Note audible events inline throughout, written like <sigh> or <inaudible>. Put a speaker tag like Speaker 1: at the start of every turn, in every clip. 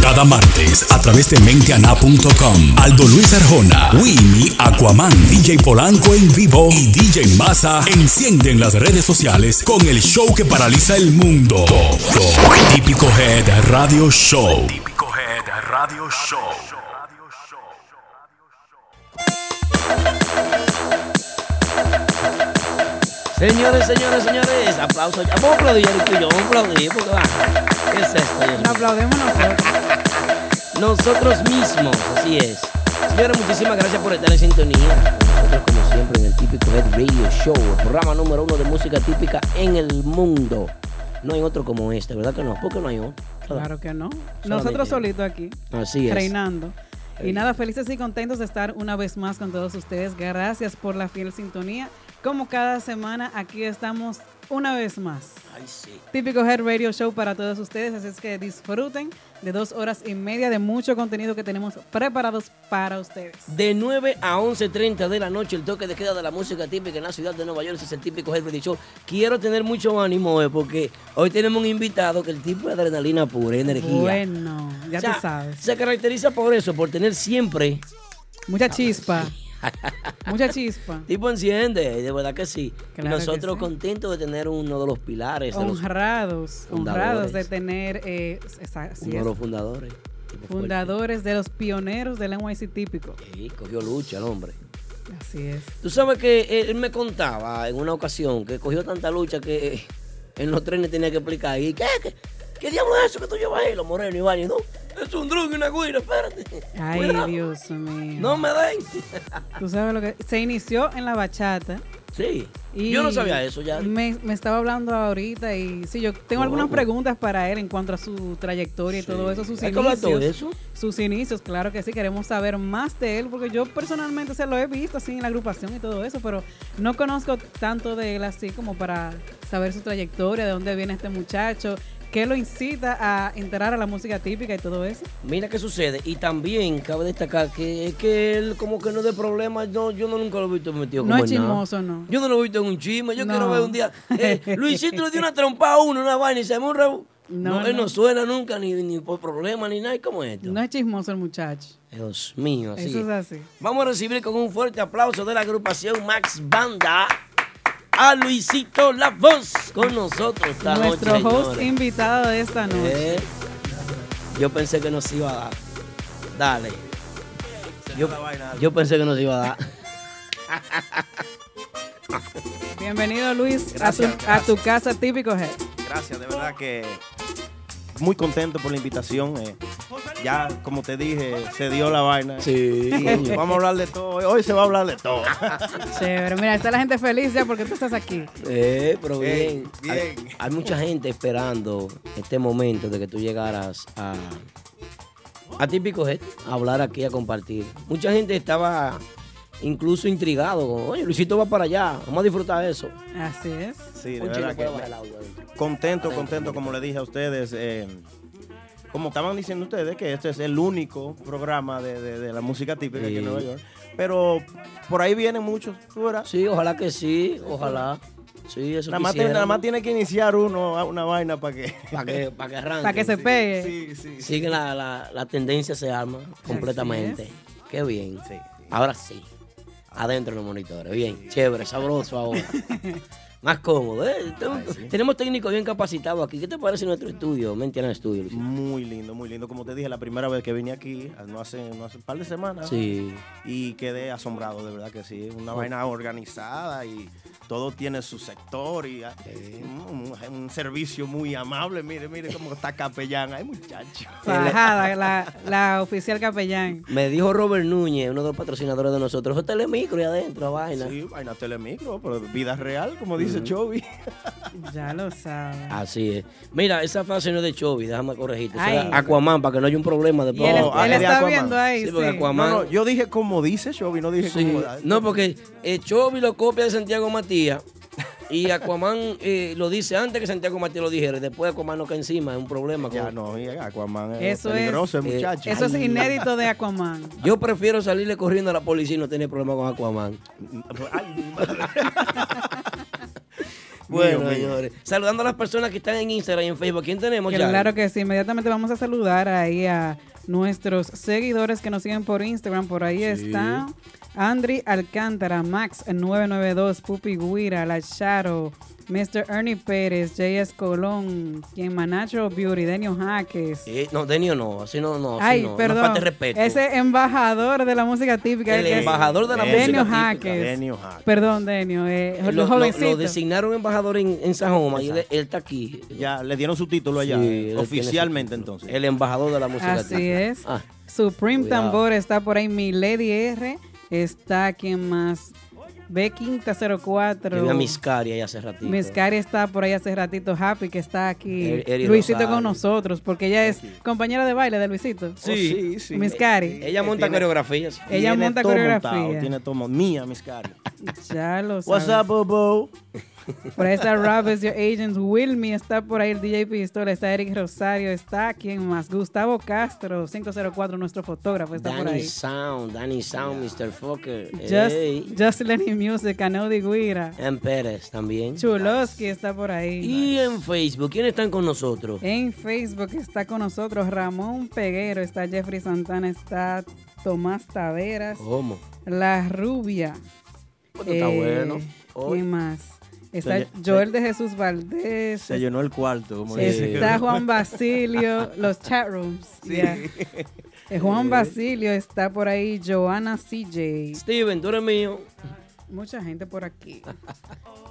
Speaker 1: Cada martes, a través de menteana.com, Aldo Luis Arjona, Winnie, Aquaman, DJ Polanco en vivo y DJ Massa encienden las redes sociales con el show que paraliza el mundo. Típico Head Radio Show. Típico Head Radio Show.
Speaker 2: Señores, señores, señores, aplausos. Vamos a aplaudir tú y yo, vamos a aplaudir, porque va. ¿Qué es esto? Dios mío?
Speaker 3: Lo aplaudemos nosotros.
Speaker 2: Nosotros mismos, así es. Señores, muchísimas gracias por estar en sintonía. con Nosotros, como siempre, en el típico Red Radio Show, el programa número uno de música típica en el mundo. No hay otro como este, ¿verdad que no? ¿Por qué no hay otro?
Speaker 3: Claro que no. Nosotros solitos aquí,
Speaker 2: Así es.
Speaker 3: reinando.
Speaker 2: Ey.
Speaker 3: Y nada, felices y contentos de estar una vez más con todos ustedes. Gracias por la fiel sintonía. Como cada semana, aquí estamos una vez más.
Speaker 2: Ay, sí.
Speaker 3: Típico Head Radio Show para todos ustedes, así es que disfruten de dos horas y media de mucho contenido que tenemos preparados para ustedes.
Speaker 2: De 9 a 11.30 de la noche, el toque de queda de la música típica en la ciudad de Nueva York ese es el típico Head Radio Show. Quiero tener mucho ánimo hoy porque hoy tenemos un invitado que el tipo de adrenalina pura, energía.
Speaker 3: Bueno, ya
Speaker 2: O sea,
Speaker 3: tú sabes.
Speaker 2: Se caracteriza por eso, por tener siempre. Ah,
Speaker 3: Mucha chispa. Mucha chispa.
Speaker 2: <laughs> Tipo enciende, de verdad que sí.
Speaker 3: Claro que
Speaker 2: Nosotros
Speaker 3: sí.
Speaker 2: contentos de tener uno de los pilares, de los-
Speaker 3: Honrados, honrados de
Speaker 2: Fundadores.
Speaker 3: tener eh, esa- así
Speaker 2: uno de
Speaker 3: es,
Speaker 2: los fundadores. Tipo fuerte.
Speaker 3: fundadores de los pioneros del NYC típico.
Speaker 2: Sí, cogió lucha el hombre.
Speaker 3: Así es.
Speaker 2: Tú sabes que él me contaba en una ocasión que cogió tanta lucha que eh, en los trenes tenía que explicar. ¿Y qué? ¿Qué, qué diablo es eso que tú llevas ahí, los morenos y baños? No, es un drug y una guira, espérate.
Speaker 3: Ay,
Speaker 2: Cuidado,
Speaker 3: Dios mío.
Speaker 2: No me den.
Speaker 3: Tú sabes lo que se inició en la bachata.
Speaker 2: Sí,
Speaker 3: Y
Speaker 2: yo no sabía eso ya.
Speaker 3: Me, me estaba hablando ahorita y sí, yo tengo algunas preguntas para él en cuanto a su trayectoria y todo eso, sus
Speaker 2: Hay que hablar
Speaker 3: inicios.
Speaker 2: todo eso.
Speaker 3: Sus inicios, claro que sí, queremos saber más de él, porque yo personalmente se lo he visto así en la agrupación y todo eso, pero no conozco tanto de él así como para saber su trayectoria, de dónde viene este muchacho, qué lo incita a entrar a la música típica y todo eso.
Speaker 2: Mira qué sucede. Y también cabe destacar que es que él como que no de problemas. No, yo no nunca lo he visto metido
Speaker 3: No
Speaker 2: como
Speaker 3: es
Speaker 2: en nada.
Speaker 3: chismoso, no.
Speaker 2: Yo no lo he visto en un chisme. Yo
Speaker 3: No.
Speaker 2: quiero ver un día.
Speaker 3: <laughs>
Speaker 2: eh, Luisito le dio una trompada a uno, una vaina y se armó un rebu-
Speaker 3: No,
Speaker 2: No, él
Speaker 3: no.
Speaker 2: no suena nunca ni, ni por problemas ni nada. ¿Y ¿Cómo es esto?
Speaker 3: No es chismoso el muchacho.
Speaker 2: Dios mío, así.
Speaker 3: Eso es
Speaker 2: es.
Speaker 3: así.
Speaker 2: Vamos a recibir con un fuerte aplauso de la agrupación Max Banda a Luisito La Voz con nosotros esta
Speaker 3: Nuestro
Speaker 2: noche,
Speaker 3: host
Speaker 2: señores.
Speaker 3: invitado de esta noche.
Speaker 2: Eh, yo pensé que nos iba a dar. Dale. Yo, yo pensé que nos iba a dar.
Speaker 3: <laughs> Bienvenido Luis
Speaker 4: Gracias,
Speaker 3: a, tu, a tu casa típico Head.
Speaker 4: Gracias, de verdad que muy contento por la invitación. eh. Ya, como te dije, se dio la vaina. eh.
Speaker 2: Sí.
Speaker 4: Y Vamos a hablar de todo. Hoy se va a hablar de todo.
Speaker 2: <laughs>
Speaker 3: Chévere, mira, está la gente feliz ya porque tú estás aquí.
Speaker 2: Eh, pero
Speaker 4: Eh,
Speaker 2: bien. Hay,
Speaker 4: bien.
Speaker 2: hay mucha gente esperando este momento de que tú llegaras a. A típico Head, a hablar aquí, a compartir. Mucha gente estaba incluso intrigado. con, Oye, Luisito va para allá. Vamos a disfrutar eso.
Speaker 3: Así es.
Speaker 4: Sí, de
Speaker 2: Oye,
Speaker 4: verdad
Speaker 2: no puedo bajar
Speaker 4: que
Speaker 2: el audio eh. adentro.
Speaker 4: contento, contento, como le dije a ustedes. eh, como estaban diciendo ustedes, que este es el único programa de, de- de la música típica aquí en
Speaker 2: Sí.
Speaker 4: Nueva York. Pero por ahí vienen muchos, tú verás.
Speaker 2: Sí, ojalá que sí, ojalá. Sí, eso
Speaker 4: Nada más, tiene- nada más tiene que iniciar uno a una vaina para que.
Speaker 2: Para que, pa'
Speaker 4: <laughs>
Speaker 2: que arranque.
Speaker 3: Para que se pegue.
Speaker 4: Sí, sí.
Speaker 2: Sigue la, la, la tendencia, se arma completamente. Qué bien.
Speaker 4: Sí.
Speaker 2: Ahora sí. Adentro en los monitores. Bien, chévere, sabroso
Speaker 3: <laughs>
Speaker 2: ahora. Más cómodo, ¿eh? Tengo- Tenemos técnicos bien capacitados aquí. ¿Qué te parece nuestro estudio? ¿Me entiendes el estudio, Luis?
Speaker 4: Muy lindo, muy lindo. Como te dije, la primera vez que vine aquí, no hace, no hace un par de semanas,
Speaker 2: Sí.
Speaker 4: y quedé asombrado, de verdad que sí. Una vaina organizada y todo tiene su sector y ah, un, un servicio muy amable. Mire, mire cómo está capellán. Ay, muchacho.
Speaker 3: Fajada, la, la oficial capellán.
Speaker 2: Me dijo Robert Núñez, uno de los patrocinadores de nosotros, "Ojo, telemicro y adentro, vaina.
Speaker 4: Sí, vaina telemicro, pero vida real, como dice Chovy.
Speaker 3: Ya lo sabes.
Speaker 2: Así es. Mira, esa frase no es de Chovy, déjame corregirte. Eso
Speaker 3: Ay.
Speaker 2: es Aquaman, para que no haya un problema
Speaker 3: Y él,
Speaker 2: después.
Speaker 4: No,
Speaker 3: él
Speaker 4: de
Speaker 3: está
Speaker 4: Aquaman.
Speaker 3: viendo ahí.
Speaker 2: Sí,
Speaker 3: Sí,
Speaker 2: porque
Speaker 4: No,
Speaker 2: Aquaman-
Speaker 4: no, yo dije como dice Chovy, no dije
Speaker 2: Sí.
Speaker 4: como.
Speaker 2: No, porque eh, Chovy lo copia de Santiago Matías y Aquaman eh, lo dice antes que Santiago Matías lo dijera. y Después Aquaman no cae encima, es un problema.
Speaker 4: Ya
Speaker 2: con-
Speaker 4: no, y Aquaman es
Speaker 3: Eso es-
Speaker 4: peligroso, es,
Speaker 2: eh,
Speaker 4: muchacho.
Speaker 3: Eso es inédito de Aquaman.
Speaker 2: Yo prefiero salirle corriendo a la policía y no tener problema con Aquaman.
Speaker 4: Ay, madre.
Speaker 2: <laughs> Bueno,
Speaker 4: Mío, mío.
Speaker 2: señores. Saludando a las personas que están en Instagram y en Facebook. ¿Quién tenemos ya?
Speaker 3: Claro que sí, inmediatamente vamos a saludar ahí a nuestros seguidores que nos siguen por Instagram. Por ahí está Andri Alcántara, Max992, Pupi Guira, La Charo, Mr. Ernie Pérez, JS Colón, quien Manacho Beauty, Denio Jaques.
Speaker 2: Eh, no, Denio no, así no, no. Así
Speaker 3: Ay,
Speaker 2: no.
Speaker 3: perdón. Eh,
Speaker 2: No falta de respeto.
Speaker 3: Ese embajador de la música típica.
Speaker 2: El
Speaker 3: que es
Speaker 2: embajador de la música
Speaker 3: Denio
Speaker 2: típica.
Speaker 3: Jaques.
Speaker 4: Denio Jaques.
Speaker 3: Perdón, Denio. eh,
Speaker 2: Lo- lo,
Speaker 3: jovencito.
Speaker 2: lo designaron embajador en, en Sajoma y él, él está aquí.
Speaker 4: Ya, le dieron su título allá, eh,
Speaker 2: Sí, él tiene su
Speaker 4: oficialmente
Speaker 2: título.
Speaker 4: entonces.
Speaker 2: El embajador de la música.
Speaker 3: Así
Speaker 2: típica.
Speaker 3: es.
Speaker 2: Ah,
Speaker 3: Supreme
Speaker 2: Cuidado.
Speaker 3: Tambor está por ahí. Milady R. Está quien más. B Quinta 04.
Speaker 2: tenía Miscari ahí hace ratito.
Speaker 3: Miscari está por ahí hace ratito. Happy que está aquí.
Speaker 2: Er- Eri
Speaker 3: Luisito
Speaker 2: Rosario.
Speaker 3: con nosotros. Porque ella es compañera de baile de Luisito.
Speaker 4: Oh, Sí, sí. Eh,
Speaker 3: Miscari.
Speaker 2: Ella monta
Speaker 4: Tiene-
Speaker 2: coreografías.
Speaker 3: Ella
Speaker 4: Tiene
Speaker 3: monta
Speaker 4: todo
Speaker 3: coreografía.
Speaker 4: montado, tiene tomo. Mía, mis caras.
Speaker 3: Ya lo
Speaker 4: What's
Speaker 3: sabes.
Speaker 4: up, Bobo?
Speaker 3: <laughs> Por ahí está Rob is your agent. Wilmy está por ahí el DJ Pistola. Está Eric Rosario. Está quien más. Gustavo Castro 504, nuestro fotógrafo, está por
Speaker 2: Danny
Speaker 3: ahí.
Speaker 2: Sound, Danny Sound, Mr. Fokker.
Speaker 3: Just,
Speaker 2: Ey.
Speaker 3: Just Lenny Music, Anody Guira.
Speaker 2: Em Pérez también.
Speaker 3: Chuloski está por ahí.
Speaker 2: Y en Facebook, ¿quiénes están con nosotros?
Speaker 3: En Facebook está con nosotros Ramón Peguero, está Jeffrey Santana, está Tomás Taveras,
Speaker 2: ¿Cómo?
Speaker 3: La Rubia. Eh,
Speaker 2: Esto está bueno. Hoy.
Speaker 3: ¿Quién más? Está
Speaker 4: Se lle-
Speaker 2: eh,
Speaker 3: Joel de Jesús Valdés.
Speaker 4: Se llenó el cuarto, como dice.
Speaker 3: Está Juan Basilio, los chat
Speaker 2: <laughs>
Speaker 3: rooms. ya. Eh, Juan Basilio está por ahí, Joana CJ.
Speaker 2: Steven, tú eres mío.
Speaker 3: Mucha gente por
Speaker 2: <laughs>
Speaker 3: aquí.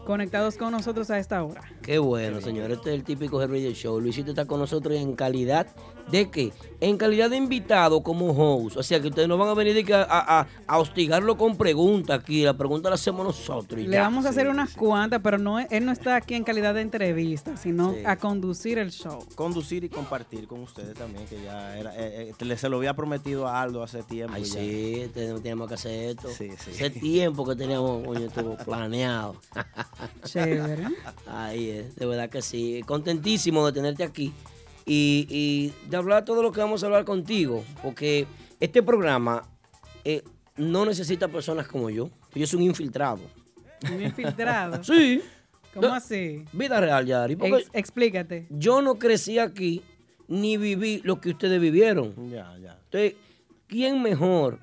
Speaker 3: Conectados con nosotros a esta hora.
Speaker 2: Qué bueno, señor. Este es el típico Hell Radio Show. Luisito está con nosotros en calidad de qué? En calidad de invitado como host. O sea que ustedes no van a venir de que a, a- a hostigarlo con preguntas aquí. La pregunta la hacemos nosotros. y
Speaker 3: Le
Speaker 2: ya.
Speaker 3: vamos a hacer
Speaker 2: Sí.
Speaker 3: unas cuantas, pero no él no está aquí en calidad de entrevista, sino a conducir el show.
Speaker 4: Conducir y compartir con ustedes también, que ya era, eh, eh, le- se lo había prometido a Aldo hace tiempo.
Speaker 2: Ay,
Speaker 4: ya.
Speaker 2: sí, tenemos, teníamos que hacer esto.
Speaker 4: Sí, sí.
Speaker 2: Hace tiempo que teníamos, coño, estuvo planeado.
Speaker 4: <laughs>
Speaker 3: Chévere.
Speaker 2: Ahí es, de verdad que sí. Contentísimo de tenerte aquí y, y de hablar todo lo que vamos a hablar contigo, porque este programa eh, no necesita personas como yo. Yo soy un infiltrado.
Speaker 3: Un infiltrado.
Speaker 2: <laughs> Sí.
Speaker 3: ¿Cómo
Speaker 2: No.
Speaker 3: así?
Speaker 2: Vida real, Yari. Porque
Speaker 3: Ex- explícate.
Speaker 2: yo no crecí aquí ni viví lo que ustedes vivieron.
Speaker 4: Ya, ya.
Speaker 2: Entonces, ¿quién mejor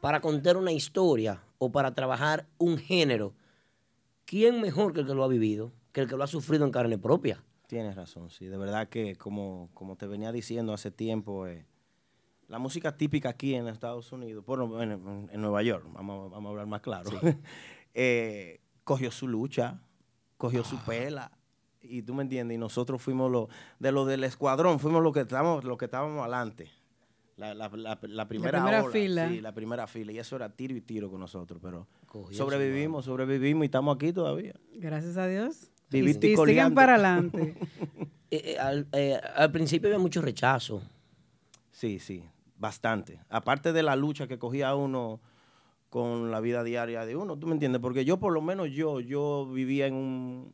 Speaker 2: para contar una historia o para trabajar un género? ¿Quién mejor que el que lo ha vivido, que el que lo ha sufrido en carne propia?
Speaker 4: Tienes razón, sí. De verdad que, como, como te venía diciendo hace tiempo, eh, la música típica aquí en Estados Unidos, bueno, en, en- en Nueva York, vamos, a- vamos a hablar más claro, <laughs> eh, cogió su lucha, cogió
Speaker 2: Ah.
Speaker 4: su pela. Y tú me entiendes, y nosotros fuimos los, de lo del escuadrón, fuimos los que estábamos, los que estábamos adelante. La, la- la- la primera,
Speaker 3: primera
Speaker 4: ola,
Speaker 3: fila.
Speaker 4: Sí, la primera fila. Y eso era tiro y tiro con nosotros, pero
Speaker 2: Cogió su
Speaker 4: sobrevivimos, sobrevivimos y estamos aquí todavía.
Speaker 3: Gracias a Dios. Y,
Speaker 4: Viviste
Speaker 3: y sigan
Speaker 4: coleando.
Speaker 3: para
Speaker 4: <laughs>
Speaker 3: adelante.
Speaker 2: Eh, eh, al, eh, al principio había mucho rechazo.
Speaker 4: Sí, sí, bastante. Aparte de la lucha que cogía uno con la vida diaria de uno, ¿tú me entiendes? Porque yo, por lo menos yo, yo vivía en, un,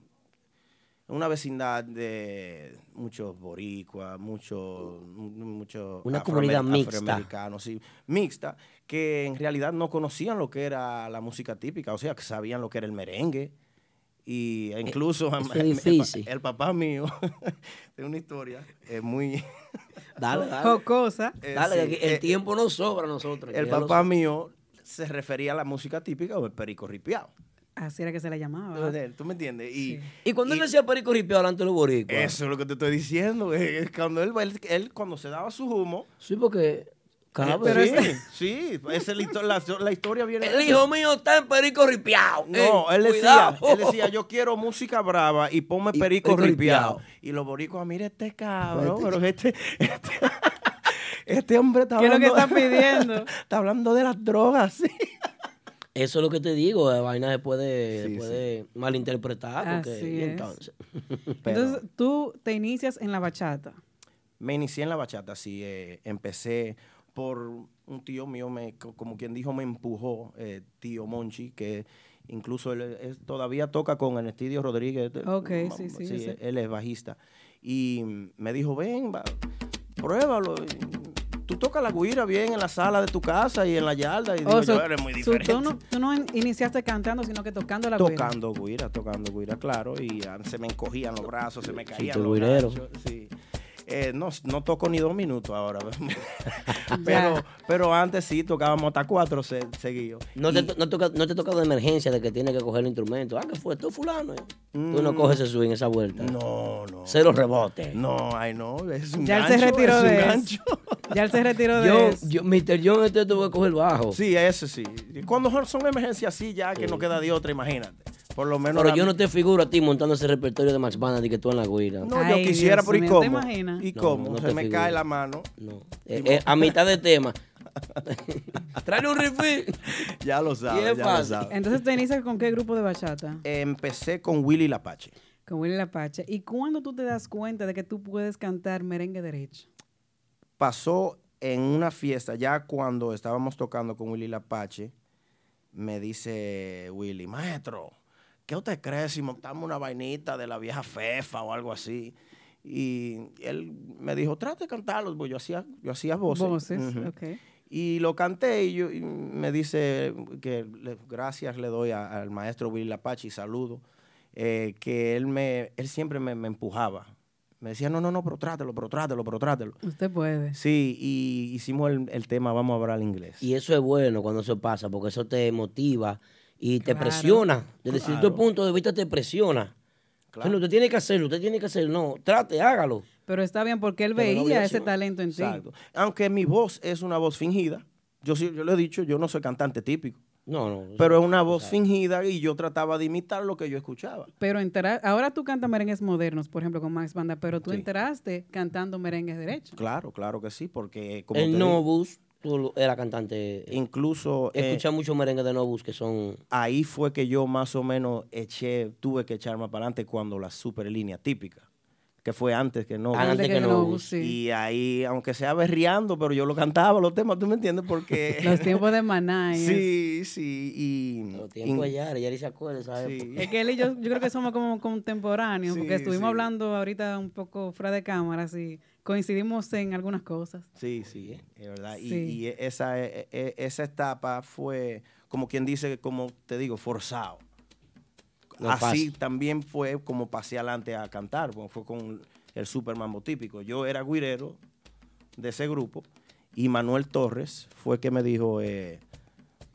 Speaker 4: en una vecindad de muchos boricuas, muchos mu- muchos
Speaker 2: Una
Speaker 4: afroamer-
Speaker 2: comunidad mixta.
Speaker 4: afroamericanos, sí, mixta, que en realidad no conocían lo que era la música típica, o sea, que sabían lo que era el merengue. Y incluso
Speaker 2: Eh, eso
Speaker 4: <laughs> el-
Speaker 2: es
Speaker 4: el-
Speaker 2: difícil.
Speaker 4: El, papá mío tiene una historia eh, muy...
Speaker 2: <laughs> Dale, dale.
Speaker 3: Jocosa.
Speaker 4: eh,
Speaker 2: Dale,
Speaker 4: sí,
Speaker 2: que aquí el
Speaker 4: eh,
Speaker 2: tiempo no sobra a nosotros.
Speaker 4: el
Speaker 2: ya lo
Speaker 4: papá
Speaker 2: sé.
Speaker 4: mío se refería a la música típica o el perico ripiado.
Speaker 3: Así era que se la llamaba.
Speaker 4: Entonces, ¿Tú me entiendes? Y
Speaker 2: Ah. Y cuando él decía Perico Ripio delante de los boricuas.
Speaker 4: eso es lo que te estoy diciendo. eh, es Cuando él, él, él cuando se daba su humo.
Speaker 2: Sí, porque cada
Speaker 4: eh,
Speaker 2: vez-
Speaker 4: sí, sí, esa es la, histo- la- la historia viene.
Speaker 2: El hijo mío está en Perico Ripiao.
Speaker 4: No,
Speaker 2: eh,
Speaker 4: él decía,
Speaker 2: cuidado.
Speaker 4: él decía, yo quiero música brava y ponme
Speaker 2: Y
Speaker 4: perico
Speaker 2: perico
Speaker 4: ripiado.
Speaker 2: ripiao.
Speaker 4: Y los boricuas, mira este cabrón, pero este, este, este hombre está
Speaker 3: ¿Qué es lo
Speaker 4: hablando,
Speaker 3: que está pidiendo?
Speaker 4: <laughs> está hablando de las drogas. sí.
Speaker 2: Eso es lo que te digo, la vaina se puede, se puede malinterpretar. <laughs> Porque,
Speaker 3: Así
Speaker 2: y
Speaker 3: es.
Speaker 2: entonces,
Speaker 4: ah, Pero-
Speaker 3: Entonces tú te inicias en la bachata.
Speaker 4: Me inicié en la bachata, sí. eh, empecé por un tío mío, me, co- como quien dijo, me empujó, eh, tío Monchi, que incluso él, es- todavía toca con Ernestidio Rodríguez. eh,
Speaker 3: Ok,
Speaker 4: m-
Speaker 3: sí, sí, yo sé.
Speaker 4: Él es bajista. Y mm, me dijo, ven, va, pruébalo. y tú tocas la guira bien en la sala de tu casa y en la yarda. Y
Speaker 3: O
Speaker 4: digo
Speaker 3: sea,
Speaker 4: yo, eres muy
Speaker 3: su-
Speaker 4: diferente.
Speaker 3: Oh, tú, no, tú no in- iniciaste cantando, sino que tocando la güira.
Speaker 4: tocando guira, tocando guira, claro. Y ah, se me encogían los brazos, se me caían
Speaker 2: tú
Speaker 4: los
Speaker 2: guirero.
Speaker 4: ganchos, sí. Eh, no, no toco ni dos minutos
Speaker 2: <laughs>
Speaker 4: ahora. <laughs> pero,
Speaker 3: Ya.
Speaker 4: pero antes sí tocábamos hasta cuatro se- seguidos.
Speaker 2: No
Speaker 4: Y-
Speaker 2: te, no, toca- no te toca de emergencia de que tienes que coger el instrumento. Ah, que fue tú, fulano. eh. Tú no
Speaker 4: Mm.
Speaker 2: coges ese swing, esa vuelta.
Speaker 4: No, no.
Speaker 2: Cero rebote.
Speaker 4: No, ay no, es un
Speaker 3: Ya él
Speaker 4: gancho,
Speaker 3: se retiró
Speaker 4: es un
Speaker 3: de eso.
Speaker 4: <laughs> gancho.
Speaker 3: Ya él se retiró de
Speaker 2: Yo,
Speaker 3: eso.
Speaker 2: yo, Mr. John, este tuvo que coger bajo.
Speaker 4: Sí, eso sí. Cuando son emergencias así, ya que no queda de otra, imagínate. Por lo menos.
Speaker 2: Pero
Speaker 4: la-
Speaker 2: yo no te figuro a ti montando ese repertorio de Max Banda de que tú en la guira.
Speaker 4: No,
Speaker 3: Ay,
Speaker 4: yo
Speaker 3: Dios
Speaker 4: quisiera, pero ¿y
Speaker 3: mío, ¿te
Speaker 4: cómo?
Speaker 3: imaginas?
Speaker 4: ¿Y
Speaker 2: No,
Speaker 4: cómo?
Speaker 2: no
Speaker 4: Se
Speaker 2: te
Speaker 4: me
Speaker 2: figuras.
Speaker 4: cae la mano.
Speaker 2: No. Eh, eh, a mitad
Speaker 4: <laughs>
Speaker 2: de tema. Tráele un <laughs> refill.
Speaker 4: Ya lo sabes.
Speaker 2: Y es
Speaker 4: ya lo Eh,
Speaker 2: fácil.
Speaker 4: sabes.
Speaker 3: Entonces, ¿te inicias con qué grupo de bachata?
Speaker 4: Empecé con Willy Lapache.
Speaker 3: Con Willy La Pacha. ¿Y cuándo tú te das cuenta de que tú puedes cantar merengue derecho?
Speaker 4: pasó en una fiesta, ya cuando estábamos tocando con Willy Lapache, me dice Willy, maestro, ¿qué usted cree si montamos una vainita de la vieja Fefa o algo así? Y él me dijo, trate de cantarlo, porque yo hacía, yo hacía voces. Ujú.
Speaker 3: ok.
Speaker 4: Y lo canté y, yo, y me dice que le- gracias le doy a- al maestro Willy Lapache y saludo, eh, que él, me, él siempre me, me empujaba. Me decía, no, no, no, pero trátelo, pero trátelo, pero trátelo.
Speaker 3: Usted puede.
Speaker 4: Sí, y hicimos el, el tema Vamos a hablar inglés.
Speaker 2: Y eso es bueno cuando eso pasa, porque eso te motiva y te
Speaker 3: Claro.
Speaker 2: presiona. Desde cierto
Speaker 4: Claro.
Speaker 2: punto de vista te presiona.
Speaker 4: Claro.
Speaker 2: Bueno, usted tiene que hacerlo, usted tiene que hacerlo. No, trate, hágalo.
Speaker 3: Pero está bien porque él
Speaker 2: Pero no
Speaker 3: veía ese
Speaker 2: obligación.
Speaker 3: talento en ti.
Speaker 4: Exacto. Aunque mi voz es una voz fingida, yo, sí- yo lo he dicho, yo no soy cantante típico,
Speaker 2: No, no.
Speaker 4: pero es una voz fingida y yo trataba de imitar lo que yo escuchaba.
Speaker 3: Pero entera- ahora tú cantas merengues modernos, por ejemplo, con Max Banda, pero tú
Speaker 4: Sí.
Speaker 3: entraste cantando merengues derechos.
Speaker 4: Claro, claro que sí, porque como te
Speaker 2: el
Speaker 4: digo,
Speaker 2: Nobus, tú lo- era cantante.
Speaker 4: incluso eh,
Speaker 2: Escucha mucho merengue de Nobus que son.
Speaker 4: ahí fue que yo más o menos eché, tuve que echar más para adelante cuando la super línea típica, que fue antes que no.
Speaker 2: Antes que
Speaker 3: no,
Speaker 2: Nobus,
Speaker 3: sí.
Speaker 4: Y ahí, aunque sea berreando, pero yo lo cantaba los temas, ¿tú me entiendes? Porque...
Speaker 3: <laughs> Los tiempos de Maná. y eso.
Speaker 4: Eh. Sí, sí, y...
Speaker 2: Los tiempos
Speaker 4: in-
Speaker 2: ya, ya ni se acuerda, ¿sabes?
Speaker 4: sí.
Speaker 3: Es que él y yo, yo creo que somos como contemporáneos, porque
Speaker 4: Sí,
Speaker 3: estuvimos
Speaker 4: sí.
Speaker 3: hablando ahorita un poco fuera de cámara, y coincidimos en algunas cosas.
Speaker 4: Sí, sí, es verdad. Y-
Speaker 3: Sí.
Speaker 4: Y, e- esa, e- e- esa etapa fue, como quien dice, como te digo, forzado.
Speaker 2: No es
Speaker 4: Así
Speaker 2: fácil.
Speaker 4: también fue como pasé adelante a cantar, porque fue con el Superman típico. Yo era guirero de ese grupo y Manuel Torres fue que me dijo, eh,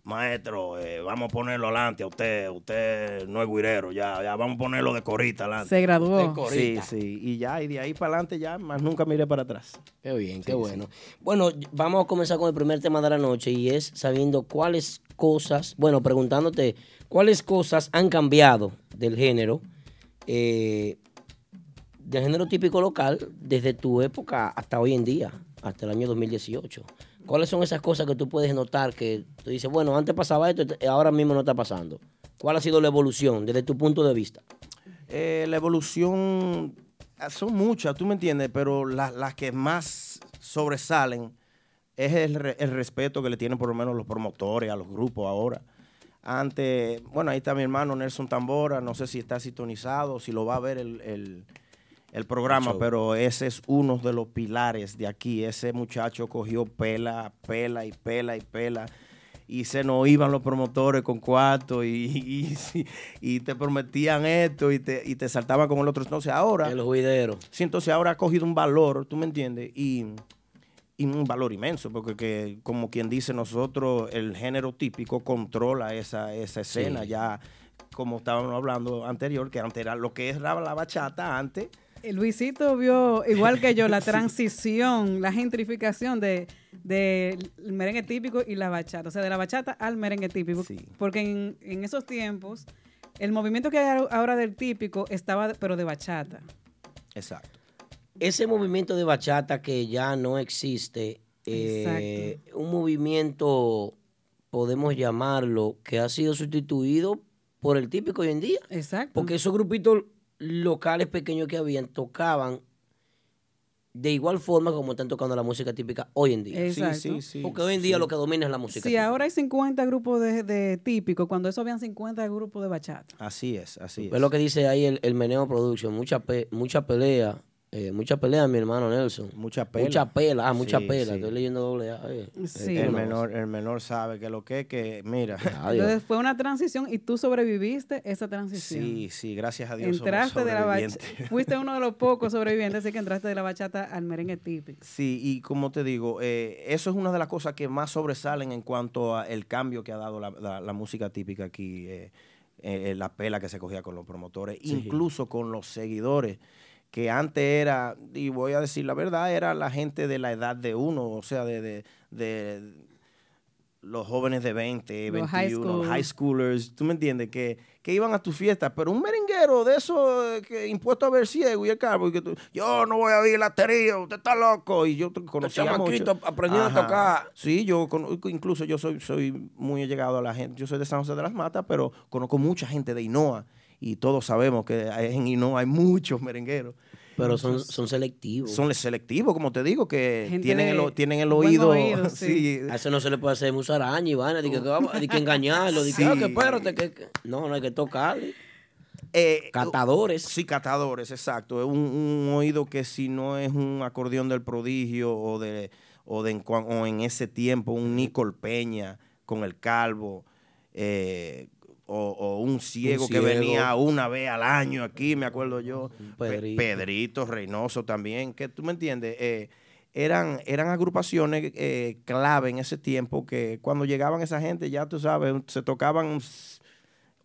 Speaker 4: maestro, eh, vamos a ponerlo adelante a usted, usted no es guirero, ya, ya vamos a ponerlo de corita adelante.
Speaker 3: Se graduó.
Speaker 2: Seco.
Speaker 4: Sí,
Speaker 2: corista.
Speaker 4: sí, y ya, y de ahí para adelante ya, más nunca miré para atrás.
Speaker 2: Qué bien, qué bueno. Bueno, y- vamos a comenzar con el primer tema de la noche y es sabiendo cuáles cosas, bueno, preguntándote cuáles cosas han cambiado del género, eh, del género típico local, desde tu época hasta hoy en día, hasta el año 2018. ¿Cuáles son esas cosas que tú puedes notar que tú dices, bueno, antes pasaba esto, te- ahora mismo no está pasando? ¿Cuál ha sido la evolución desde tu punto de vista?
Speaker 4: Eh, la evolución ah, son muchas, tú me entiendes, pero la- las que más sobresalen es el, re- el respeto que le tienen por lo menos los promotores a los grupos ahora. Antes, bueno, ahí está mi hermano Nelson Tambora, no sé si está sintonizado, si lo va a ver el, el- el programa,
Speaker 2: show.
Speaker 4: pero ese es uno de los pilares de aquí. Ese muchacho cogió pela, pela y pela y pela. Y se nos iban los promotores con cuarto y, y- y- y te prometían esto y te, y te saltaban con el otro. Entonces ahora...
Speaker 2: De los juideros.
Speaker 4: Sí, entonces ahora ha cogido un valor, ¿tú me entiendes? Y, y un valor inmenso, porque que, como quien dice nosotros, el género típico controla esa, esa escena,
Speaker 2: Sí.
Speaker 4: ya como estábamos hablando anterior, que antes era lo que era la bachata antes.
Speaker 3: Eh, Luisito vio, igual que yo, la
Speaker 4: <laughs>
Speaker 3: transición, la gentrificación de, del merengue típico y la bachata. O sea, de la bachata al merengue típico.
Speaker 4: Sí.
Speaker 3: Porque en, en esos tiempos, el movimiento que hay ahora del típico estaba, pero de bachata.
Speaker 4: Exacto.
Speaker 2: ese movimiento de bachata que ya no existe, eh, un movimiento, podemos llamarlo, que ha sido sustituido por el típico hoy en día.
Speaker 3: Exacto.
Speaker 2: Porque esos grupitos locales pequeños que habían tocaban de igual forma como están tocando la música típica hoy en día.
Speaker 3: Eh, Exacto.
Speaker 4: Sí, sí, sí.
Speaker 2: Porque hoy en día lo que domina es la música.
Speaker 3: si
Speaker 2: típica.
Speaker 3: ahora hay 50 grupos de, de típico, cuando eso habían 50 grupos de bachata.
Speaker 4: Así es, así es.
Speaker 2: Es lo que dice ahí el, el Meneo Production, mucha, pe- mucha pelea, Eh, mucha pelea, mi hermano Nelson.
Speaker 4: Mucha pela.
Speaker 2: Mucha pela, ah, mucha
Speaker 4: Sí,
Speaker 2: pela.
Speaker 4: sí.
Speaker 2: Estoy leyendo doble A. eh.
Speaker 3: Sí.
Speaker 4: El,
Speaker 2: Una
Speaker 4: menor, el menor sabe que lo que es que, mira.
Speaker 2: cosa. <laughs> Adiós.
Speaker 3: Entonces fue una transición y tú sobreviviste esa transición.
Speaker 4: Sí, sí, gracias a Dios. somos
Speaker 3: Entraste de la bachata.
Speaker 4: sobrevivientes. <laughs>
Speaker 3: Fuiste uno de los pocos sobrevivientes, así que entraste de la bachata al merengue típico.
Speaker 4: Sí, y como te digo, eh, eso es una de las cosas que más sobresalen en cuanto al cambio que ha dado la, la- la música típica aquí, eh, eh, la pela que se cogía con los promotores, incluso con los seguidores, que antes era, y voy a decir la verdad, era la gente de la edad de uno, o sea, de, de- de los jóvenes de 20,
Speaker 3: Los
Speaker 4: 21,
Speaker 3: high
Speaker 4: los
Speaker 3: school.
Speaker 4: high schoolers, tú me entiendes, que, que iban a tus fiestas, pero un merenguero de eso, eh, que impuesto a ver ciego y el carbo, y que tú, yo no voy a ir la tería, usted está loco, y yo conocía mucho.
Speaker 2: chamaquito aprendiendo a
Speaker 4: Ajá.
Speaker 2: tocar.
Speaker 4: Sí, yo conozco, incluso yo soy, soy muy llegado a la gente, yo soy de San José de las Matas, pero conozco mucha gente de Hinoa, y todos sabemos que en Hinoa hay muchos merengueros.
Speaker 2: Pero son, son selectivos.
Speaker 4: Son selectivos, como te digo, que
Speaker 3: Gente
Speaker 4: tienen el, o-
Speaker 3: de
Speaker 4: tienen el
Speaker 3: buen
Speaker 4: oído,
Speaker 3: oído, sí.
Speaker 4: <laughs> sí,
Speaker 2: A eso no se le puede hacer mucha araña y vaina, de que, que vamos- de que engañarlo, de que,
Speaker 4: Sí.
Speaker 2: "Ah, que espérate, que, que-". No, no hay que tocarle.
Speaker 4: eh,
Speaker 2: Catadores.
Speaker 4: Sí, catadores, exacto. Es un, un oído que si no es un acordeón del prodigio o de o de en, cuan- o en ese tiempo un Nicol Peña con el calvo eh, o, o un ciego que
Speaker 2: ciego.
Speaker 4: venía una vez al año aquí, me acuerdo yo. Pe-
Speaker 2: Pedrito.
Speaker 4: Pedrito Reynoso también, que tú me entiendes. Eh, eran, eran agrupaciones eh, clave en ese tiempo que cuando llegaban esa gente, ya tú sabes, se tocaban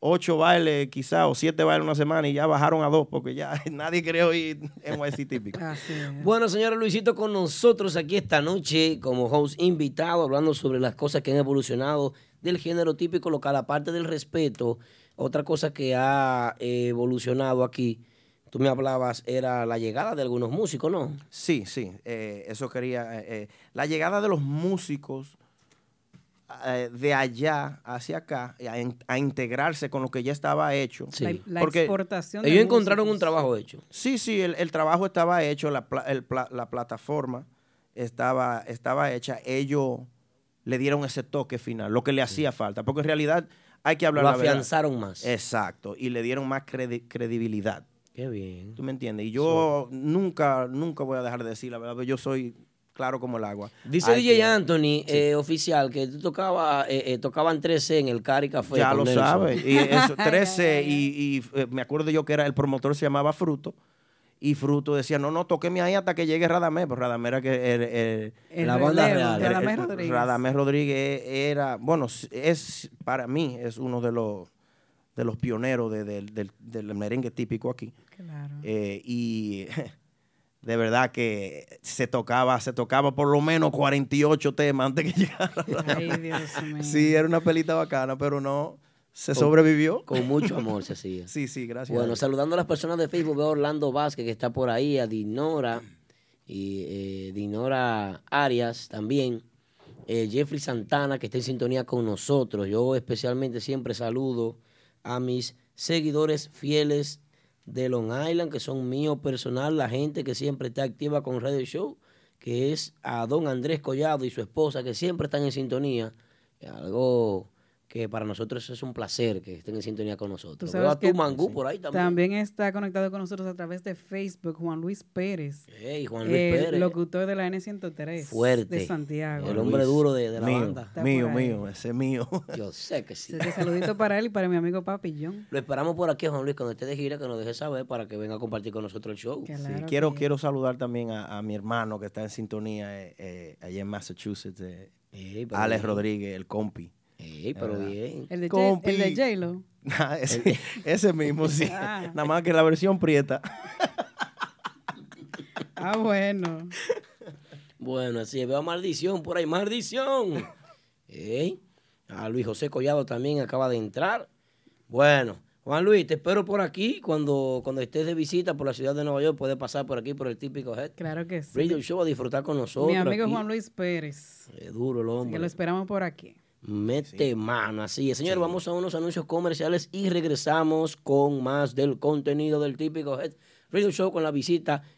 Speaker 4: ocho bailes quizás o siete bailes una semana y ya bajaron a dos porque ya <laughs> nadie quería oír NYC típico.
Speaker 3: Así es.
Speaker 2: Bueno, señores, Luisito con nosotros aquí esta noche como host invitado, hablando sobre las cosas que han evolucionado del género típico local, aparte del respeto. Otra cosa que ha eh, evolucionado aquí, tú me hablabas, era la llegada de algunos músicos, ¿no?
Speaker 4: Sí, sí, eh, eso quería. eh, eh, la llegada de los músicos eh, de allá hacia acá a, in- a integrarse con lo que ya estaba hecho.
Speaker 2: Sí.
Speaker 3: La, la
Speaker 4: Porque
Speaker 3: exportación. de
Speaker 2: Ellos encontraron un
Speaker 3: músicos.
Speaker 2: trabajo hecho.
Speaker 4: Sí, sí, el, el trabajo estaba hecho, la, pla- el pla- la plataforma estaba, estaba hecha. Ellos le dieron ese toque final, lo que le hacía falta, porque en realidad hay que hablar
Speaker 2: Lo
Speaker 4: la verdad.
Speaker 2: afianzaron más.
Speaker 4: Exacto, y le dieron más credi- credibilidad.
Speaker 2: Qué bien.
Speaker 4: ¿Tú me entiendes? Y yo nunca, nunca voy a dejar de decir la verdad, pero yo soy claro como el agua.
Speaker 2: Dice
Speaker 4: Hay
Speaker 2: DJ
Speaker 4: que-
Speaker 2: Anthony, eh, oficial, que tú tocaba, eh, eh, tocaban 13 en el Cari Café.
Speaker 4: Ya
Speaker 2: con
Speaker 4: lo
Speaker 2: Nelson.
Speaker 4: sabes.
Speaker 2: <laughs>
Speaker 4: Y eso, 13, y, y, eh, me acuerdo yo que era el promotor se llamaba Fruto. Y Fruto decía, no, no, toqueme ahí hasta que llegue Radamés. Pero Radamés era que el- el-
Speaker 3: El
Speaker 2: La banda
Speaker 3: relevo,
Speaker 2: real.
Speaker 3: Radamés
Speaker 4: el- el-
Speaker 3: Rodríguez.
Speaker 4: Radamés Rodríguez era, bueno, es para mí es uno de los de los pioneros de- del- del- del merengue típico aquí.
Speaker 3: Claro.
Speaker 4: Eh, y <laughs> de verdad que se tocaba, se tocaba por lo menos 48 temas antes que <laughs> llegara.
Speaker 3: Ay,
Speaker 4: <laughs>
Speaker 3: Dios mío.
Speaker 4: Sí, era una pelita bacana, pero no se sobrevivió. <laughs>
Speaker 2: Con mucho amor se hacía.
Speaker 4: Sí, sí, gracias.
Speaker 2: Bueno, saludando a las personas de Facebook, veo a Orlando Vázquez que está por ahí, a Dinora, y eh, Dinora Arias también, eh, Jeffrey Santana que está en sintonía con nosotros. Yo especialmente siempre saludo a mis seguidores fieles de Long Island, que son mío personal, la gente que siempre está activa con Radio Show, que es a don Andrés Collado y su esposa, que siempre están en sintonía. Algo que para nosotros es un placer que estén en sintonía con nosotros. Veo
Speaker 3: sabes
Speaker 2: a tu
Speaker 3: que-
Speaker 2: mangú por ahí también.
Speaker 3: También está conectado con nosotros a través de Facebook Juan Luis Pérez.
Speaker 2: Ey, Juan Luis
Speaker 3: el
Speaker 2: Pérez.
Speaker 3: locutor de la N103.
Speaker 2: Fuerte.
Speaker 3: De Santiago.
Speaker 2: El hombre duro de, de la
Speaker 4: mío,
Speaker 2: banda.
Speaker 3: Está
Speaker 4: Mío,
Speaker 3: por ahí.
Speaker 4: mío, ese es mío. <laughs>
Speaker 2: Yo sé que sí.
Speaker 3: Así que saludito para él y para mi amigo Papillón.
Speaker 2: Lo esperamos por aquí, Juan Luis, cuando esté de gira, que nos deje saber para que venga a compartir con nosotros el show.
Speaker 4: Sí,
Speaker 3: Claro
Speaker 4: quiero,
Speaker 3: que-
Speaker 4: quiero saludar también a, a mi hermano que está en sintonía eh, eh, allá en Massachusetts, eh,
Speaker 2: Ey, pero
Speaker 4: Alex
Speaker 2: bien.
Speaker 4: Rodríguez, el compi.
Speaker 2: Ey, pero bien.
Speaker 3: El de, J- el de
Speaker 4: Compi.
Speaker 3: J-Lo.
Speaker 4: <laughs> Ah, ese, ese mismo, sí.
Speaker 3: <laughs> Ah.
Speaker 4: Nada más que la versión prieta.
Speaker 3: Ah, bueno.
Speaker 2: Bueno, así es, veo a maldición por ahí, maldición.
Speaker 3: <laughs>
Speaker 2: Ey, A Luis José Collado también acaba de entrar. Bueno, Juan Luis, te espero por aquí. Cuando, cuando estés de visita por la ciudad de Nueva York, puedes pasar por aquí por el típico Head
Speaker 3: Claro que sí.
Speaker 2: Radio Show a disfrutar con nosotros.
Speaker 3: Mi amigo
Speaker 2: aquí.
Speaker 3: Juan Luis Pérez.
Speaker 2: Es duro el
Speaker 3: Así
Speaker 2: hombre.
Speaker 3: que lo esperamos por aquí.
Speaker 2: Mete mano, así es. Señor, vamos a unos anuncios comerciales y regresamos con más del contenido del típico Head Radio Show con la visita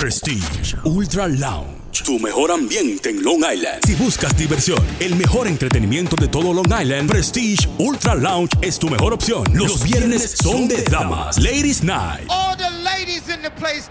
Speaker 1: Prestige Ultra Lounge, tu mejor ambiente en Long Island. Si buscas diversión, el mejor entretenimiento de todo Long Island, Prestige Ultra Lounge es tu mejor opción. Los, viernes, son de damas, Ladies Night.
Speaker 5: All the ladies in the place,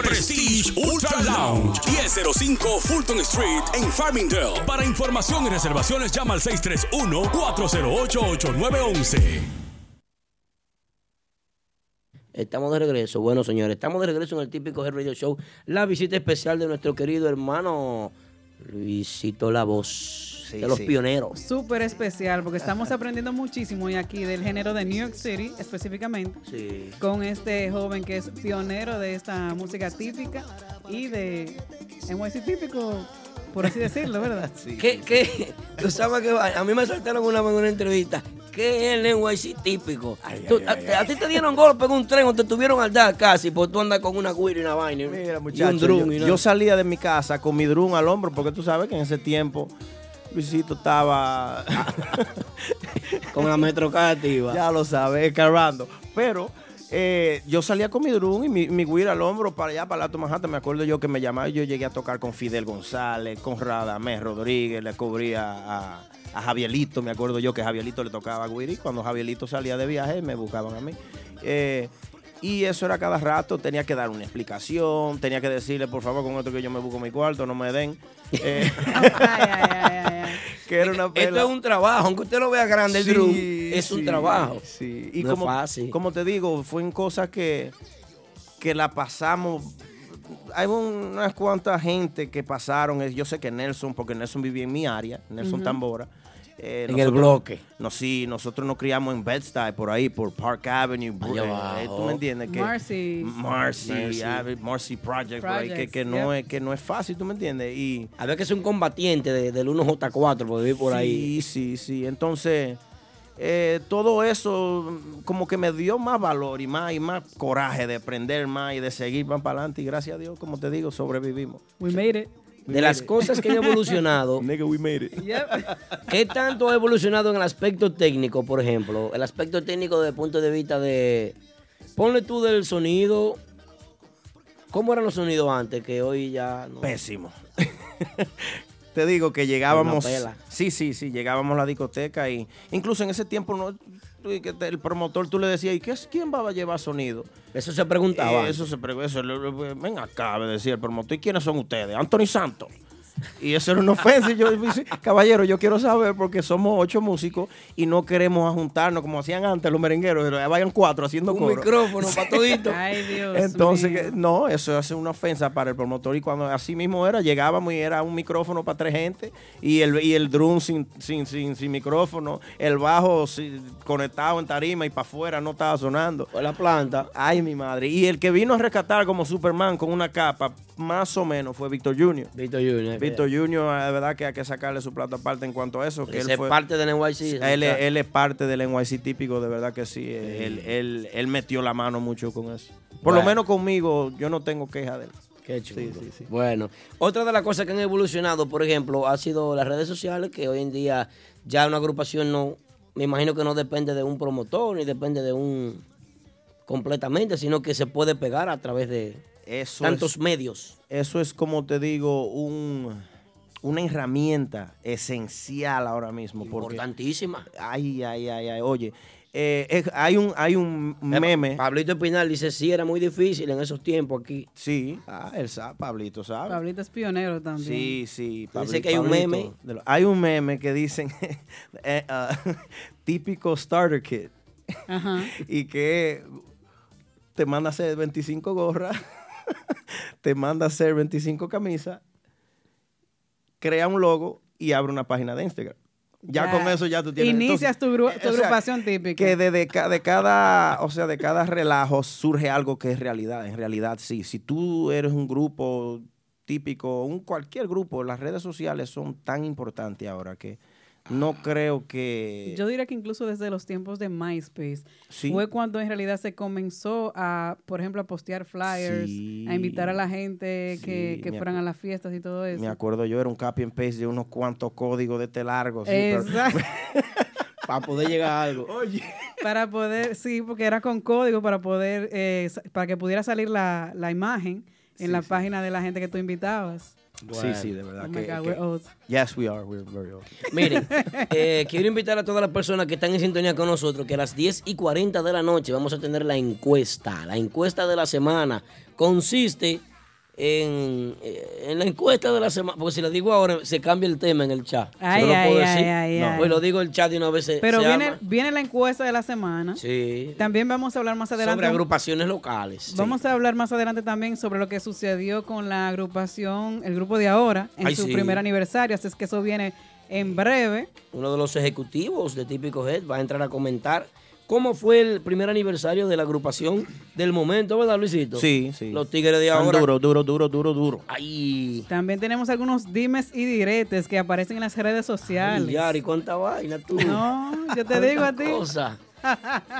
Speaker 1: Prestige Ultra Lounge. 1005 Fulton Street en Farmingdale. Para información y reservaciones llama al 631-408-8911.
Speaker 2: Estamos de regreso. Bueno, señores, estamos de regreso en el típico Head Radio Show. La visita especial de nuestro querido hermano Luisito La Voz, de los
Speaker 3: sí.
Speaker 2: pioneros.
Speaker 3: Súper especial porque estamos aprendiendo muchísimo y aquí del género de New York City específicamente
Speaker 2: Sí.
Speaker 3: con este joven que es pionero de esta música típica y de NYC típico, por así decirlo,
Speaker 4: <laughs>
Speaker 3: ¿verdad?
Speaker 2: ¿Qué, qué? Tú sabes que va- a mí me saltaron una en una entrevista. ¿Qué es el NYC típico? Tú- a, a ti te dieron golpe con un tren o te tuvieron al dar casi, porque tú andas con una guira y una vaina. y- y un
Speaker 4: Muchacho,
Speaker 2: drum.
Speaker 4: yo,
Speaker 2: y una-
Speaker 4: yo salía de mi casa con mi drum al hombro porque tú sabes que en ese tiempo Luisito estaba
Speaker 2: <laughs> con la metroca activa.
Speaker 4: Ya lo sabes, cargando. Pero eh, yo salía con mi drum y mi, mi güira al hombro para allá, para la Manhattan. Me acuerdo yo que me llamaba y yo llegué a tocar con Fidel González, con Radamés Rodríguez, le cubría a, a Javierito. Me acuerdo yo que Javierito le tocaba a Guiri. Cuando Javierito salía de viaje, me buscaban a mí. Eh, y eso era cada rato, tenía que dar una explicación, tenía que decirle, por favor, con esto que yo me busco mi cuarto, no me den. Eh, <laughs> que era una
Speaker 2: Esto
Speaker 4: pela.
Speaker 2: es un trabajo, aunque usted lo vea grande el
Speaker 4: Sí,
Speaker 2: drum, es un
Speaker 4: sí,
Speaker 2: trabajo.
Speaker 4: Sí, y
Speaker 2: No es
Speaker 4: como,
Speaker 2: fácil.
Speaker 4: como te digo, fueron cosas que, que la pasamos. Hay unas cuantas gente que pasaron. eh, Yo sé que Nelson, porque Nelson vivía en mi área, Nelson
Speaker 2: Ujú.
Speaker 4: Tambora. eh,
Speaker 2: En el bloque.
Speaker 4: No, sí, nosotros nos criamos en bed por ahí, por Park Avenue. eh, eh, ¿Tú
Speaker 2: abajo.
Speaker 4: me entiendes? Que
Speaker 3: Marcy.
Speaker 4: Marcy, ah.
Speaker 2: Marcy.
Speaker 4: Ave- Marcy Project, por ahí, que,
Speaker 3: Projects,
Speaker 4: que no
Speaker 3: yep.
Speaker 4: es, que no es fácil, ¿tú me entiendes? Y,
Speaker 2: Había que ser un combatiente de- del 1J4 por vivir por ahí.
Speaker 4: Sí, sí, sí. Entonces, eh, todo eso mm, como que me dio más valor y más y más coraje de aprender más y de seguir más para adelante. Y gracias a Dios, como te digo, sobrevivimos.
Speaker 3: We made it.
Speaker 2: De las cosas que han evolucionado.
Speaker 4: Nigga, we made it.
Speaker 2: <laughs> ¿Qué tanto ha evolucionado en el aspecto técnico, por ejemplo? El aspecto técnico desde el punto de vista de... Ponle tú del sonido. ¿Cómo eran los sonidos antes? Que hoy ya... No.
Speaker 4: Pésimo. <laughs> Te digo <laughs> que llegábamos.
Speaker 2: Una pela.
Speaker 4: Sí, sí, sí, llegábamos a la discoteca y incluso en ese tiempo no, tú- que te- el promotor tú le decías, ¿y qué es, quién va a llevar sonido?
Speaker 2: Eso se preguntaba.
Speaker 4: Eh, eso se preguntaba. Eh, Ven acá, me decía el promotor, ¿y quiénes son ustedes? Anthony Santos. Y eso era una ofensa. Y yo dije, caballero, yo quiero saber porque somos ocho músicos y no queremos juntarnos como hacían antes los merengueros. pero Vayan cuatro haciendo
Speaker 2: Un
Speaker 4: coro.
Speaker 2: micrófono para todito.
Speaker 3: Ay, Dios.
Speaker 4: Entonces,
Speaker 3: mío.
Speaker 4: que- no, eso hace una ofensa para el promotor. Y cuando así mismo era, llegábamos y era un micrófono para tres gente y el, y el drum sin, sin, sin, sin micrófono, el bajo sin- conectado en tarima y para afuera no estaba sonando.
Speaker 2: la planta.
Speaker 4: Ay, mi madre. Y el que vino a rescatar como Superman con una capa, más o menos, fue Víctor Jr.
Speaker 2: Víctor Junior.
Speaker 4: Víctor Jr., de verdad que hay que sacarle su plata aparte en cuanto a eso. Que
Speaker 2: Ese
Speaker 4: él
Speaker 2: es
Speaker 4: fue,
Speaker 2: parte del NYC.
Speaker 4: él, es-
Speaker 2: muchacho.
Speaker 4: él es parte del NYC típico, de verdad que sí. Él, él- él metió la mano mucho con eso. Por
Speaker 2: Bueno.
Speaker 4: lo menos conmigo, yo no tengo queja de él.
Speaker 2: Qué chulo.
Speaker 4: Sí, sí, sí.
Speaker 2: Bueno, otra de las cosas que han evolucionado, por ejemplo, ha sido las redes sociales, que hoy en día ya una agrupación no me imagino que no depende de un promotor ni depende de un completamente, sino que se puede pegar a través de
Speaker 4: Eso
Speaker 2: tantos
Speaker 4: es-
Speaker 2: medios.
Speaker 4: Eso es como te digo, un, una herramienta esencial ahora mismo.
Speaker 2: Importantísima.
Speaker 4: Ay, ay, ay, ay. Oye, eh, eh, hay un, hay un meme.
Speaker 2: Eh, Pablito Espinal dice, sí, era muy difícil en esos tiempos aquí.
Speaker 4: Sí, ah, él sabe, Pablito sabe.
Speaker 3: Pablito es pionero también.
Speaker 4: Sí, sí.
Speaker 2: Dice
Speaker 4: Pabli-
Speaker 2: que hay un
Speaker 4: Pablito,
Speaker 2: meme.
Speaker 4: de lo- hay un meme que dicen <laughs> eh, ah, <laughs> típico starter kit
Speaker 3: Ajá.
Speaker 4: y que te manda a hacer 25 gorras, <laughs> te manda a hacer 25 camisas, crea un logo y abre una página de Instagram. Ya,
Speaker 3: Ya.
Speaker 4: con eso ya tú tienes.
Speaker 3: Inicias tu gru- tu
Speaker 4: eh, o sea,
Speaker 3: agrupación típica.
Speaker 4: Que de, de ca- de cada, o sea, de cada relajo surge algo que es realidad. En realidad, sí. Si tú eres un grupo típico, un cualquier grupo, las redes sociales son tan importantes ahora que no creo que.
Speaker 3: Yo diría que incluso desde los tiempos de MySpace
Speaker 4: Eh, Sí.
Speaker 3: fue cuando en realidad se comenzó a, por ejemplo, a postear flyers,
Speaker 4: Sí.
Speaker 3: a invitar a la gente que,
Speaker 4: Sí,
Speaker 3: que
Speaker 4: me
Speaker 3: fueran
Speaker 4: acu-
Speaker 3: a las fiestas y todo eso.
Speaker 4: Me acuerdo yo, era un copy and paste de unos cuantos códigos de este largo. sí, pero- <laughs>
Speaker 3: Exacto. Oh
Speaker 2: Para poder llegar a algo.
Speaker 4: Oye.
Speaker 3: <laughs> para poder, sí, porque era con código para poder, eh, sa- para que pudiera salir la, la imagen en la página de la gente que tú invitabas.
Speaker 4: Sí, sí, de verdad.
Speaker 3: Oh my
Speaker 4: que,
Speaker 3: God,
Speaker 4: que-
Speaker 3: we're old.
Speaker 4: Yes, we are. We're very old.
Speaker 2: Miren, eh, quiero invitar a todas las personas que están en sintonía con nosotros que a las 10 y 40 de la noche vamos a tener la encuesta. La encuesta de la semana consiste en, eh, en la encuesta de la semana. Porque si la digo ahora, se cambia el tema en el chat. Si
Speaker 3: Ay,
Speaker 2: no lo
Speaker 3: ay,
Speaker 2: puedo
Speaker 3: ay,
Speaker 2: decir,
Speaker 3: ay,
Speaker 2: no.
Speaker 3: ay.
Speaker 2: pues lo digo el chat de una vez. se-
Speaker 3: Pero
Speaker 2: se
Speaker 3: viene,
Speaker 2: arma.
Speaker 3: viene la encuesta de la semana.
Speaker 2: Sí,
Speaker 3: También vamos a hablar más adelante.
Speaker 2: sobre
Speaker 3: un-
Speaker 2: agrupaciones locales.
Speaker 3: Vamos a hablar más adelante también sobre lo que sucedió con la agrupación, el grupo de ahora, en
Speaker 2: Ay,
Speaker 3: su
Speaker 2: sí.
Speaker 3: primer aniversario. Así es que eso viene en breve.
Speaker 2: Uno de los ejecutivos de Típico Head va a entrar a comentar cómo fue el primer aniversario de la agrupación del momento, ¿verdad, Luisito?
Speaker 4: Sí, sí.
Speaker 2: Los Tigres de
Speaker 4: Tan
Speaker 2: ahora.
Speaker 4: Duro, duro, duro, duro, duro.
Speaker 2: Ay,
Speaker 3: También tenemos algunos dimes y diretes que aparecen en las redes sociales.
Speaker 2: Ay, Yari, cuánta vaina tú.
Speaker 3: No, yo
Speaker 2: <laughs>
Speaker 3: te digo a ti. <laughs>
Speaker 2: Cosa.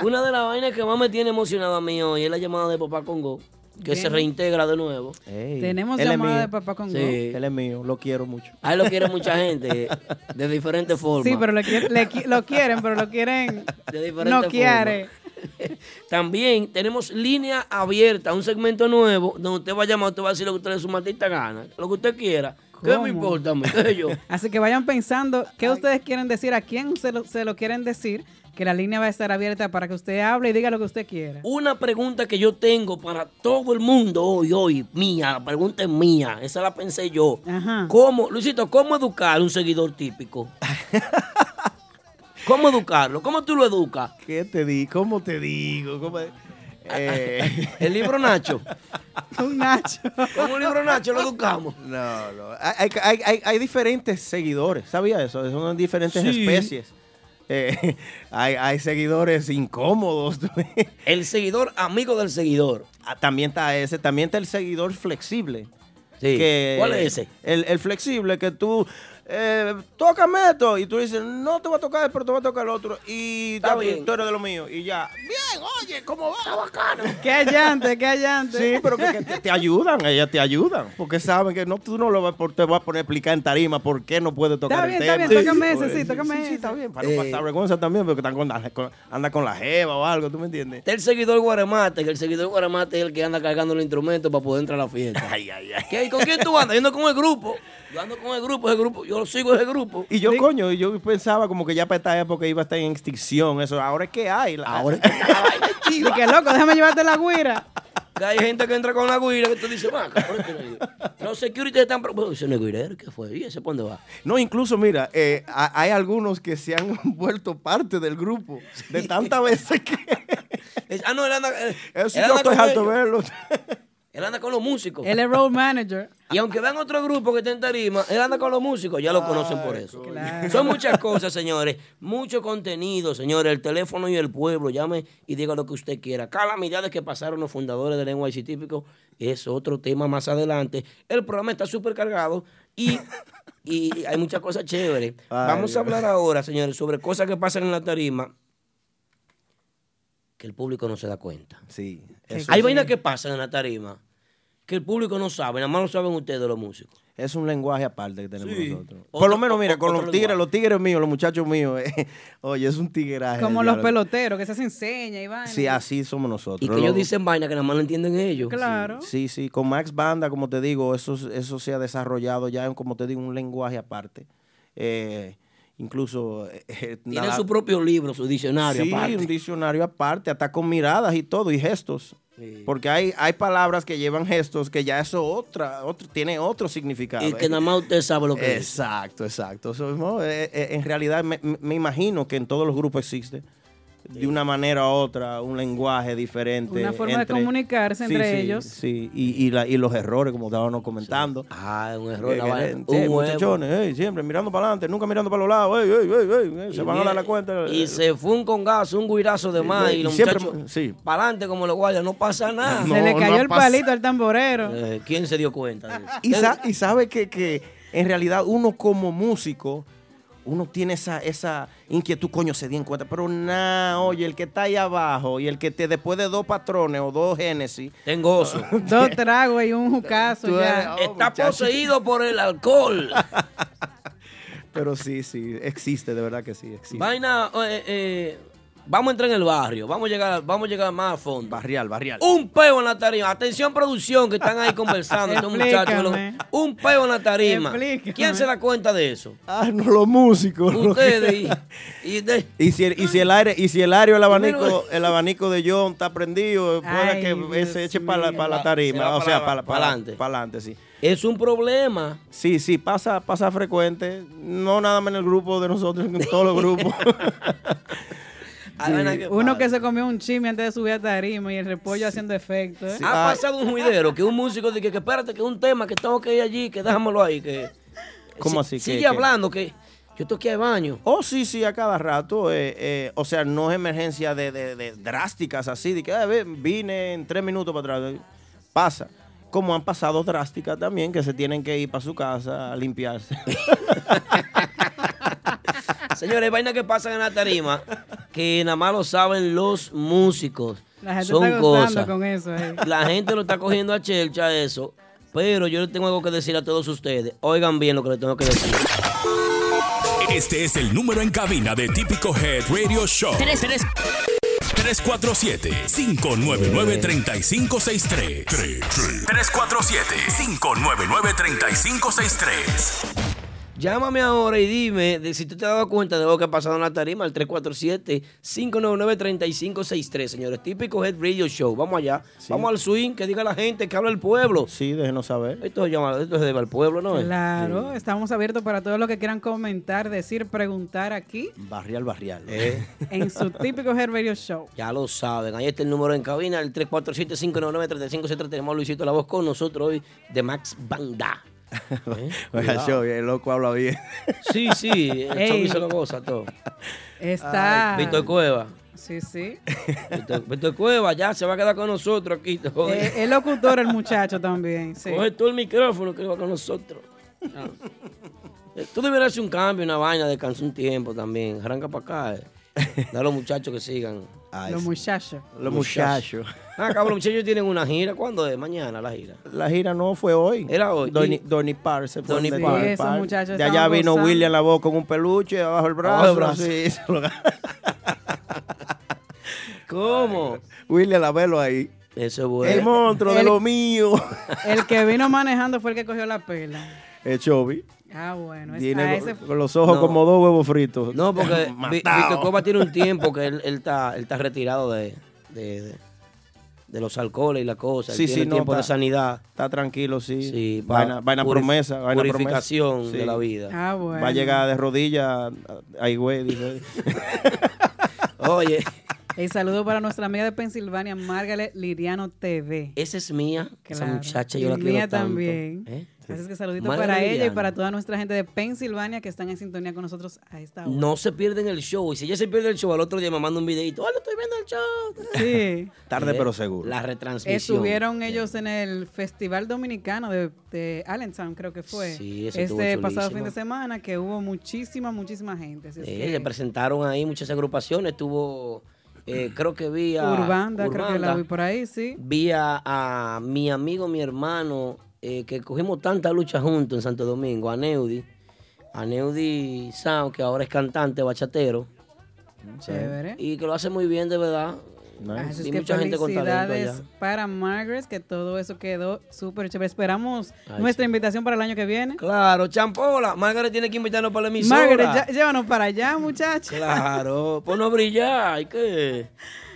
Speaker 2: Una de las vainas que más me tiene emocionado a mí hoy es la llamada de Papá Congo, que se
Speaker 3: Bien.
Speaker 2: reintegra de nuevo.
Speaker 4: Ey,
Speaker 3: Tenemos
Speaker 4: él es
Speaker 3: llamada
Speaker 4: mío.
Speaker 3: de papá con Go.
Speaker 2: Sí.
Speaker 4: Él es mío, lo quiero mucho.
Speaker 2: A él lo quiere mucha gente, de diferentes formas.
Speaker 3: Sí, pero lo, quiere- le qui- lo quieren, pero lo quieren.
Speaker 2: <laughs> De diferentes
Speaker 3: No
Speaker 2: formas.
Speaker 3: quiere.
Speaker 2: También tenemos línea abierta, un segmento nuevo, donde usted va a llamar, usted va a decir lo que usted le su matita gana, lo que usted quiera. ¿Qué
Speaker 3: ¿Cómo?
Speaker 2: me importa a mí? ¿Qué sé yo?
Speaker 3: Así que vayan pensando qué ustedes quieren decir, a quién se lo, se lo quieren decir, que la línea va a estar abierta para que usted hable y diga lo que usted quiera.
Speaker 2: Una pregunta que yo tengo para todo el mundo hoy, hoy, mía, la pregunta es mía, esa la pensé yo.
Speaker 3: Ajá.
Speaker 2: ¿Cómo, Luisito, cómo educar a un seguidor típico? ¿Cómo educarlo? ¿Cómo tú lo educas?
Speaker 4: ¿Qué te di? ¿Cómo te digo? ¿Cómo- eh,
Speaker 2: <laughs> El libro Nacho.
Speaker 3: <laughs> Un Nacho.
Speaker 2: ¿Cómo el libro Nacho lo educamos?
Speaker 4: no, no. Hay, hay- hay- hay diferentes seguidores, ¿sabía eso? Son diferentes
Speaker 2: Sí.
Speaker 4: especies. Eh, <laughs> hay, hay seguidores incómodos. <laughs>
Speaker 2: El seguidor, amigo del seguidor.
Speaker 4: Ah, también está ese, también está el seguidor flexible.
Speaker 2: Sí.
Speaker 4: que-
Speaker 2: ¿Cuál es ese?
Speaker 4: El, el flexible, que tú, eh, tócame esto, y tú dices, no te va a tocar, pero te va a tocar el otro, y
Speaker 2: Está
Speaker 4: ya,
Speaker 2: bien.
Speaker 4: tú eres de lo mío, y ya. Bien, oye, ¿cómo va? Está bacano.
Speaker 3: <laughs> Qué allante, qué allante.
Speaker 4: Sí, pero que, que te, te ayudan, ellas te ayudan, porque saben que no, tú no lo vas, por- te vas a poner a explicar en tarima por qué no puedes tocar
Speaker 3: bien,
Speaker 4: el
Speaker 3: está
Speaker 4: tema.
Speaker 3: bien, tócame ese,
Speaker 4: Oye,
Speaker 3: sí, tócame
Speaker 4: sí,
Speaker 3: ese.
Speaker 4: está bien, para
Speaker 2: Eh.
Speaker 3: <laughs>
Speaker 4: no pasar vergüenza también, porque están con la- con- anda con la jeva o algo, ¿tú me entiendes?
Speaker 2: Está el seguidor Guaremate, que el seguidor Guaremate es el que anda cargando los instrumentos para poder entrar a la fiesta.
Speaker 4: <laughs> Ay, ay, ay.
Speaker 2: ¿Qué? ¿Y ¿Con quién tú andas? Yo ando con el grupo. Yo ando con el grupo, ese grupo. Yo sigo ese grupo.
Speaker 4: Y yo, coño, yo pensaba como que ya para esta época iba a estar en extinción, eso. Ahora es que hay. Ahora es que
Speaker 3: Y que loco, déjame llevarte la guira.
Speaker 2: Que hay gente que entra con la guira que tú dices, "Ma, cabrón, este no es guirero". Los security están. pre- Bueno, ese no es guirero, ¿qué fue? ¿Y ese por dónde va?
Speaker 4: No, incluso, mira, eh, ha- hay algunos que se han <laughs> vuelto parte del grupo de tantas veces que...
Speaker 2: Es- ah, no, él anda. eh,
Speaker 4: Eso yo
Speaker 2: él anda
Speaker 4: estoy
Speaker 2: con
Speaker 4: harto de
Speaker 2: ellos.
Speaker 4: verlo.
Speaker 2: Él anda con los músicos.
Speaker 3: Él es road
Speaker 2: <laughs>
Speaker 3: manager.
Speaker 2: Y aunque vean otro grupo que está en tarima, él anda con los músicos, ya lo conocen por eso.
Speaker 3: Claro.
Speaker 2: Son muchas cosas, señores. Mucho contenido, señores. El teléfono y el pueblo. Llame y diga lo que usted quiera. Calamidades que pasaron los fundadores del NYC típico es otro tema más adelante. El programa está súper cargado y, y hay muchas cosas chéveres.
Speaker 4: Ay,
Speaker 2: Vamos a
Speaker 4: Dios.
Speaker 2: hablar ahora, señores, sobre cosas que pasan en la tarima que el público no se da cuenta.
Speaker 4: Sí.
Speaker 3: eso
Speaker 2: Hay vainas que pasan en la tarima que el público no sabe, nada más lo saben ustedes los músicos.
Speaker 4: es un lenguaje aparte que tenemos
Speaker 2: Sí.
Speaker 4: nosotros.
Speaker 2: Otro-
Speaker 4: Por lo menos, mira,
Speaker 2: o-
Speaker 4: con
Speaker 2: otro
Speaker 4: los tigres,
Speaker 2: lenguaje.
Speaker 4: los tigres míos, los muchachos míos, eh, <laughs> oye, es un tigraje.
Speaker 3: Como
Speaker 4: el
Speaker 3: los
Speaker 4: diablo.
Speaker 3: peloteros que se hacen enseña y van.
Speaker 4: Sí, así somos nosotros.
Speaker 2: Y que ellos
Speaker 4: Los-
Speaker 2: dicen vaina que nada más no entienden ellos.
Speaker 3: Claro.
Speaker 4: Sí, sí, con Max Banda, como te digo, eso, eso se ha desarrollado ya, en, como te digo, un lenguaje aparte. Eh, incluso... eh, eh,
Speaker 2: Tienen
Speaker 4: nada-
Speaker 2: su propio libro, su diccionario
Speaker 4: Sí,
Speaker 2: aparte.
Speaker 4: un diccionario aparte, hasta con miradas y todo, y gestos.
Speaker 2: Sí.
Speaker 4: Porque hay, hay palabras que llevan gestos que ya eso otra, otro, tiene otro significado.
Speaker 2: Y que nada más usted sabe lo que es.
Speaker 4: Exacto, exacto. Eso mismo, eh, eh, en realidad me, me- me imagino que en todos los grupos existe de una manera u otra un lenguaje diferente.
Speaker 3: Una forma de comunicarse entre
Speaker 4: sí,
Speaker 3: ellos.
Speaker 4: Sí, y, y la- y los errores, como estábamos comentando.
Speaker 2: Ah, es un error.
Speaker 4: Eh,
Speaker 2: la
Speaker 4: que-
Speaker 2: vaina.
Speaker 4: eh,
Speaker 2: Un huevo.
Speaker 4: muchachones, eh, siempre mirando para adelante, nunca mirando para los lados, eh, eh, eh, eh, eh, se
Speaker 2: Y
Speaker 4: van a dar
Speaker 2: mira,
Speaker 4: la cuenta.
Speaker 2: Y
Speaker 4: eh,
Speaker 2: se fue un congazo, un guirazo de más.
Speaker 4: eh,
Speaker 2: Y los
Speaker 4: siempre-
Speaker 2: muchachos,
Speaker 4: sí.
Speaker 2: para adelante como los guardias, no pasa nada.
Speaker 4: No,
Speaker 3: se le
Speaker 4: no
Speaker 3: cayó
Speaker 4: ha
Speaker 3: el
Speaker 4: pas-
Speaker 3: palito al tamborero.
Speaker 2: Eh, ¿Quién se dio cuenta? de eso?
Speaker 4: <laughs> Y, sa- y sabe que, que en realidad uno como músico, uno tiene esa, esa inquietud, coño, se di en cuenta. Pero nada, oye, el que está ahí abajo y el que te después de dos patrones o dos génesis,
Speaker 2: Tengo
Speaker 4: <laughs>
Speaker 2: oso.
Speaker 3: Dos tragos y un jucazo
Speaker 4: Tú
Speaker 3: ya.
Speaker 4: eres-
Speaker 2: Oh, Está
Speaker 4: muchacho.
Speaker 2: poseído por el alcohol.
Speaker 4: pero sí, sí, existe, de verdad que <laughs> sí, existe.
Speaker 2: Vaina, eh, eh, vamos a entrar en el barrio, vamos a llegar, vamos a llegar más a fondo.
Speaker 4: Barrial, barrial.
Speaker 2: Un peo en la tarima. Atención, producción, que están
Speaker 4: <laughs>
Speaker 2: ahí conversando. estos muchachos.
Speaker 3: Explícame.
Speaker 2: Un peo en la tarima.
Speaker 3: Explícame.
Speaker 2: ¿Quién se da cuenta
Speaker 4: <laughs>
Speaker 2: de eso?
Speaker 4: Ah, no, los músicos. los que- <laughs>
Speaker 2: Ustedes. Y, y de-
Speaker 4: Y si, el, y si el aire, y si el aire o el
Speaker 2: Mira,
Speaker 4: abanico, el abanico de John está prendido, puede
Speaker 3: Ay,
Speaker 4: que
Speaker 3: Dios
Speaker 4: se eche para la,
Speaker 3: mío.
Speaker 4: para la
Speaker 2: Se va
Speaker 4: tarima, o
Speaker 2: para
Speaker 4: sea,
Speaker 2: la-
Speaker 4: para,
Speaker 2: para adelante.
Speaker 4: adelante. Para adelante, sí.
Speaker 2: es un problema.
Speaker 4: Sí, sí, pasa, pasa frecuente. No nada más en el grupo de nosotros, en todos los
Speaker 2: <laughs>
Speaker 4: grupos. Oh,
Speaker 2: Ay, vaina que
Speaker 3: Uno
Speaker 2: pasa.
Speaker 3: Ah, que se comió un chimi antes de subir a tarima y el repollo haciendo efecto. ¿eh?
Speaker 2: Ha
Speaker 4: Ay.
Speaker 2: pasado un juidero que un músico dice que, que espérate, que un tema que tengo que ir allí, que déjamelo ahí. Que,
Speaker 4: ¿Cómo
Speaker 2: Si-
Speaker 4: así?
Speaker 2: Sigue
Speaker 4: ¿Qué- qué?
Speaker 2: hablando, que yo estoy aquí al baño.
Speaker 4: oh, sí, sí, a cada rato. eh, eh, o sea, no es emergencia de, de- de drásticas así, de que "Ah, ve, vine en tres minutos para atrás. Pasa. Como han pasado drásticas también, que se tienen que ir para su casa a
Speaker 2: <laughs>
Speaker 4: limpiarse. <laughs>
Speaker 2: Señores, vaina que pasan en la tarima que nada más lo saben los músicos.
Speaker 3: La gente
Speaker 2: Son
Speaker 3: está gozando
Speaker 2: cosas.
Speaker 3: con eso.
Speaker 2: <laughs>
Speaker 3: ¿eh?
Speaker 2: La gente lo está cogiendo a chelcha eso. Pero yo le tengo algo que decir a todos ustedes. Oigan bien lo que les tengo que decir.
Speaker 1: Este es el número en cabina de Típico Head Radio Show. 347-599-3563. 347-599-3563.
Speaker 2: Llámame ahora y dime de si tú te has dado cuenta de lo que ha pasado en la tarima al 347-599-3563, señores. Típico Head Radio Show. Vamos allá. Vamos al swing, que diga la gente, que habla el pueblo.
Speaker 4: sí, déjenos saber.
Speaker 2: Esto se, llama, esto se debe al pueblo, ¿no? es?
Speaker 3: Claro, estamos abiertos para todo lo que quieran comentar, decir, preguntar aquí
Speaker 4: Barrial, barrial.
Speaker 3: en su típico Head Radio Show.
Speaker 2: <laughs> Ya lo saben, ahí está el número en cabina, el 347-599-3563. Tenemos a Luisito La Voz con nosotros hoy de Max Banda.
Speaker 4: Oiga, show, el eh, loco habla bien.
Speaker 2: Sí, sí, el
Speaker 3: Ey.
Speaker 2: show hizo la cosa, todo.
Speaker 3: Está.
Speaker 2: Víctor Cueva.
Speaker 3: sí, sí.
Speaker 2: Víctor, Víctor Cueva ya se va a quedar con nosotros aquí. todo.
Speaker 3: Eh, es locutor el muchacho también. Sí.
Speaker 2: Coge todo el micrófono que va con nosotros. Ah. Eh, Tú deberías hacer un cambio, una vaina, descansa un tiempo también. Arranca
Speaker 4: <laughs>
Speaker 2: para acá. eh. Da a los muchachos que sigan.
Speaker 4: Ay,
Speaker 3: Los
Speaker 4: sí.
Speaker 3: muchachos.
Speaker 4: Los muchachos.
Speaker 2: Ah, cabrón, los muchachos tienen una gira. ¿Cuándo es? Mañana la
Speaker 4: <laughs>
Speaker 2: gira.
Speaker 4: La gira no fue hoy.
Speaker 2: Era hoy.
Speaker 4: Donny,
Speaker 2: Y-
Speaker 4: Donny Parr se fue.
Speaker 2: Donny
Speaker 4: donde
Speaker 2: Parr.
Speaker 4: Donny
Speaker 3: Sí, esos
Speaker 4: Parr.
Speaker 3: muchachos
Speaker 4: De allá
Speaker 3: estaban
Speaker 4: vino
Speaker 3: gozando.
Speaker 4: William la voz con un peluche abajo el brazo.
Speaker 2: Abajo el brazo.
Speaker 4: sí, se lo ganó.
Speaker 2: <laughs> ¿Cómo?
Speaker 4: William la velo ahí.
Speaker 2: Eso es
Speaker 4: el
Speaker 2: bueno.
Speaker 4: monstruo de
Speaker 3: el-
Speaker 4: lo mío.
Speaker 3: El que vino manejando fue el que cogió la pela.
Speaker 4: El Chobi.
Speaker 3: Ah, bueno. es-
Speaker 4: Tiene
Speaker 3: ah,
Speaker 4: con-
Speaker 3: ese fue-
Speaker 4: con los ojos
Speaker 2: No.
Speaker 4: como dos huevos fritos.
Speaker 2: No,
Speaker 4: <laughs>
Speaker 2: porque Vi-
Speaker 4: Matado.
Speaker 2: Víctor Cueva tiene un tiempo que él, él está, él está retirado de, de- de- de los alcoholes y la cosa. Él
Speaker 4: Sí,
Speaker 2: tiene
Speaker 4: sí, no,
Speaker 2: tiempo de
Speaker 4: está-
Speaker 2: sanidad.
Speaker 4: Está tranquilo, sí.
Speaker 2: Sí, va-
Speaker 4: vaina vaina
Speaker 2: puri-
Speaker 4: promesa. Vaina promesa.
Speaker 2: purificación de
Speaker 4: Sí.
Speaker 2: la vida.
Speaker 3: Ah, bueno.
Speaker 4: Va a llegar de rodillas. Ay, güey.
Speaker 2: <laughs>
Speaker 4: dice.
Speaker 2: Oye,
Speaker 3: El saludo para nuestra amiga de Pensilvania, Margaret Liriano TV.
Speaker 2: esa es mía. Esa
Speaker 3: Claro.
Speaker 2: muchacha
Speaker 3: Y
Speaker 2: yo la quiero
Speaker 3: mía
Speaker 2: tanto.
Speaker 3: también.
Speaker 2: ¿Eh?
Speaker 3: Así es que saludito
Speaker 2: Margaret
Speaker 3: para ella y
Speaker 2: Liriano.
Speaker 3: para toda nuestra gente de Pensilvania que están en sintonía con nosotros a esta hora.
Speaker 2: No se pierden el show. Y si ella se pierde el show, al otro día me manda un videito. ¡Ah, lo estoy viendo el show!
Speaker 3: Sí.
Speaker 4: Tarde,
Speaker 2: Eh,
Speaker 4: pero seguro.
Speaker 2: La retransmisión.
Speaker 3: Estuvieron ellos en el Festival Dominicano de, de Allentown, creo que fue.
Speaker 2: Sí, eso estuvo
Speaker 3: este pasado fin
Speaker 2: chulísimo.
Speaker 3: de semana que hubo muchísima, muchísima gente. así es
Speaker 2: Eh,
Speaker 3: que-
Speaker 2: se presentaron ahí muchas agrupaciones. Estuvo, eh, creo que vi a.
Speaker 3: Urbanda, creo que la
Speaker 2: Urbanda.
Speaker 3: vi por ahí, sí.
Speaker 2: Vi a, a mi amigo, mi hermano, eh, que cogimos tanta lucha juntos en Santo Domingo, a Neudi, a Neudi Sao, que ahora es cantante, bachatero.
Speaker 3: Chévere.
Speaker 2: Y que lo hace muy bien, de verdad.
Speaker 3: Así
Speaker 2: Vi
Speaker 3: es que
Speaker 2: mucha gente con talento allá.
Speaker 3: felicidades para Margaret, que todo eso quedó súper chévere. Esperamos
Speaker 2: Ay,
Speaker 3: nuestra invitación para el año que viene.
Speaker 2: Claro, Champola. Margaret tiene que invitarnos para la emisora.
Speaker 3: Margaret, ya- llévanos para allá, muchachos.
Speaker 2: Claro, por no brillar, ¿y ¿qué?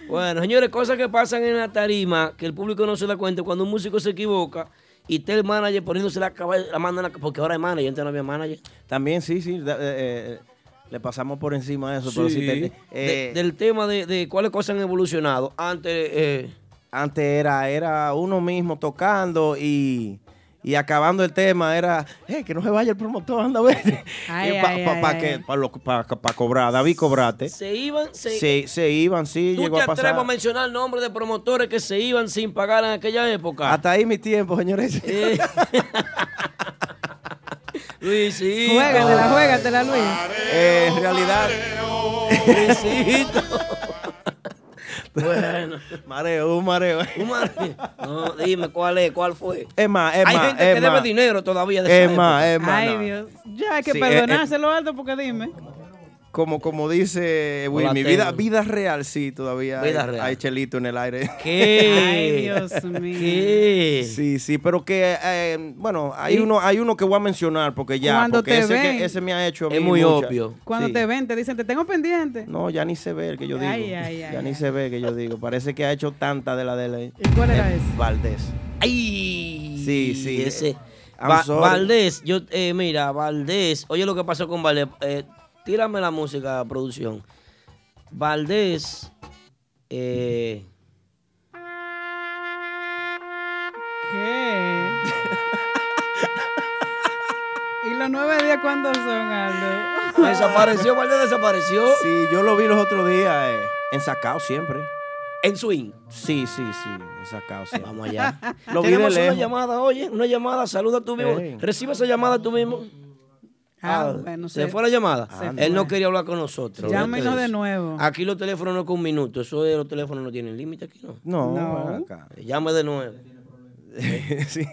Speaker 2: Bueno, señores, cosas que pasan en la tarima que el público no se da cuenta cuando un músico se equivoca y está el manager poniéndose la cabeza, la mano en la- porque ahora hay manager, antes no había manager.
Speaker 4: También, sí, sí. da- eh, eh, le pasamos por encima de eso. Pero sí te-
Speaker 2: De-
Speaker 4: eh,
Speaker 2: del tema de, de cuáles cosas han evolucionado. Antes, eh,
Speaker 4: Antes era, era uno mismo tocando y, y acabando el tema. Era, "Eh, que no se vaya el promotor, anda a <laughs> ver.
Speaker 2: Ay,
Speaker 4: Para
Speaker 2: ay, ay, ay.
Speaker 4: cobrar, David, cobrate.
Speaker 2: se iban, se,
Speaker 4: Se, se iban, sí,
Speaker 2: ¿Tú
Speaker 4: llegó
Speaker 2: te
Speaker 4: a pasar.
Speaker 2: atreves a mencionar nombres de promotores que se iban sin pagar en aquella época? Eh,
Speaker 4: Hasta ahí mi tiempo, señores.
Speaker 2: Luisito.
Speaker 3: Juégatela, juégatela, Luis.
Speaker 4: Eh, en realidad.
Speaker 2: Luisito. bueno.
Speaker 4: <laughs> Mareo, un mareo.
Speaker 2: Un mareo. No, dime cuál es, cuál fue.
Speaker 4: Es más, es
Speaker 2: Hay
Speaker 4: más,
Speaker 2: gente
Speaker 4: es
Speaker 2: que debe
Speaker 4: más.
Speaker 2: dinero todavía de esa
Speaker 4: Es más,
Speaker 2: época.
Speaker 4: es más,
Speaker 3: Ay,
Speaker 4: no.
Speaker 3: Dios. Ya hay que
Speaker 4: Sí, eh,
Speaker 3: perdonárselo alto porque dime.
Speaker 4: Como, como dice
Speaker 2: No la
Speaker 4: Wilmy, vida,
Speaker 2: tengo.
Speaker 4: vida real, sí, todavía.
Speaker 2: Vida
Speaker 4: hay,
Speaker 2: real.
Speaker 4: hay chelito en el aire.
Speaker 3: <laughs>
Speaker 2: ¿Qué? Ay, Dios mío. ¿Qué?
Speaker 4: Sí, sí, pero que, eh, bueno, hay
Speaker 3: Y-
Speaker 4: uno hay uno que voy a mencionar porque ya,
Speaker 3: Cuando
Speaker 4: porque
Speaker 3: te
Speaker 4: ese, que-
Speaker 3: ven.
Speaker 4: ese me ha hecho a
Speaker 2: Es
Speaker 4: mí
Speaker 2: muy
Speaker 4: mucha-
Speaker 2: obvio.
Speaker 3: Cuando
Speaker 4: Sí.
Speaker 3: te ven, te dicen, te tengo pendiente.
Speaker 4: No, ya ni se ve el que yo digo.
Speaker 3: Ay, ay, ay,
Speaker 4: ya ni
Speaker 3: ay.
Speaker 4: se ve el que yo digo. Parece que ha hecho tanta de la de la.
Speaker 3: ¿Y cuál era
Speaker 4: de
Speaker 3: ese?
Speaker 4: Valdés.
Speaker 2: Ay.
Speaker 4: Sí, sí.
Speaker 2: Ese.
Speaker 4: I'm
Speaker 2: Va-
Speaker 4: sorry.
Speaker 2: Valdés, yo, eh, mira, Valdés, oye lo que pasó con Valdés. Eh, tírame la música, producción. Valdés, eh,
Speaker 3: ¿Qué? <laughs> ¿Y los nueve días cuándo son,
Speaker 4: <laughs>
Speaker 3: Aldo? <laughs>
Speaker 2: desapareció, Valdés desapareció
Speaker 4: Sí, yo lo vi los otros días eh, en Sacao siempre.
Speaker 2: en swing.
Speaker 4: Sí, sí, sí, en Sacao siempre.
Speaker 2: Vamos allá.
Speaker 4: <laughs> Lo vi de
Speaker 2: Ah, Tenemos una
Speaker 4: lejos.
Speaker 2: llamada, oye, una llamada, saluda tú mismo.
Speaker 4: Ey.
Speaker 2: Recibe esa llamada tú mismo.
Speaker 3: Ah, bueno,
Speaker 2: se,
Speaker 3: se-
Speaker 2: fue la llamada.
Speaker 3: se
Speaker 2: Él no
Speaker 3: fue.
Speaker 2: quería hablar con nosotros.
Speaker 3: Ah, Llámenos
Speaker 2: Entonces,
Speaker 3: de nuevo.
Speaker 2: Aquí los teléfonos no con un minuto. Eso de los teléfonos no tienen límite aquí, ¿no? Eh,
Speaker 4: No,
Speaker 3: No.
Speaker 4: ven acá.
Speaker 2: Llame de nuevo.
Speaker 4: <laughs> sí.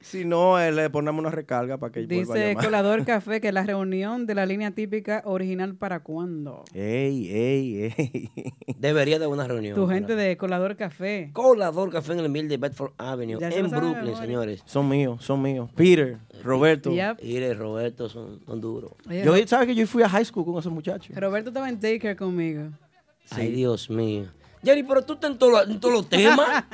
Speaker 4: si no, eh, le ponemos una recarga para que vuelva a
Speaker 3: Dice
Speaker 4: llamar. <laughs>
Speaker 3: Colador Café que la reunión de la línea típica original para cuándo.
Speaker 4: Ey, ey, ey. <laughs>
Speaker 2: Debería de una reunión.
Speaker 3: <laughs> Tu gente de Colador Café.
Speaker 2: Colador Café en el mil de Bedford Avenue,
Speaker 3: Ya se
Speaker 2: en
Speaker 3: lo saben de
Speaker 2: Brooklyn,
Speaker 3: memoria.
Speaker 2: señores.
Speaker 4: Son míos, son míos. Peter, Roberto.
Speaker 3: Yep.
Speaker 2: Ire, Roberto, son, son duros.
Speaker 3: Oye,
Speaker 4: Yo, ¿Sabes que yo fui a high school con esos muchachos?
Speaker 3: Roberto estaba en Taker conmigo.
Speaker 2: Ay, Dios mío. Jerry, pero tú estás en todos los- en todos los temas.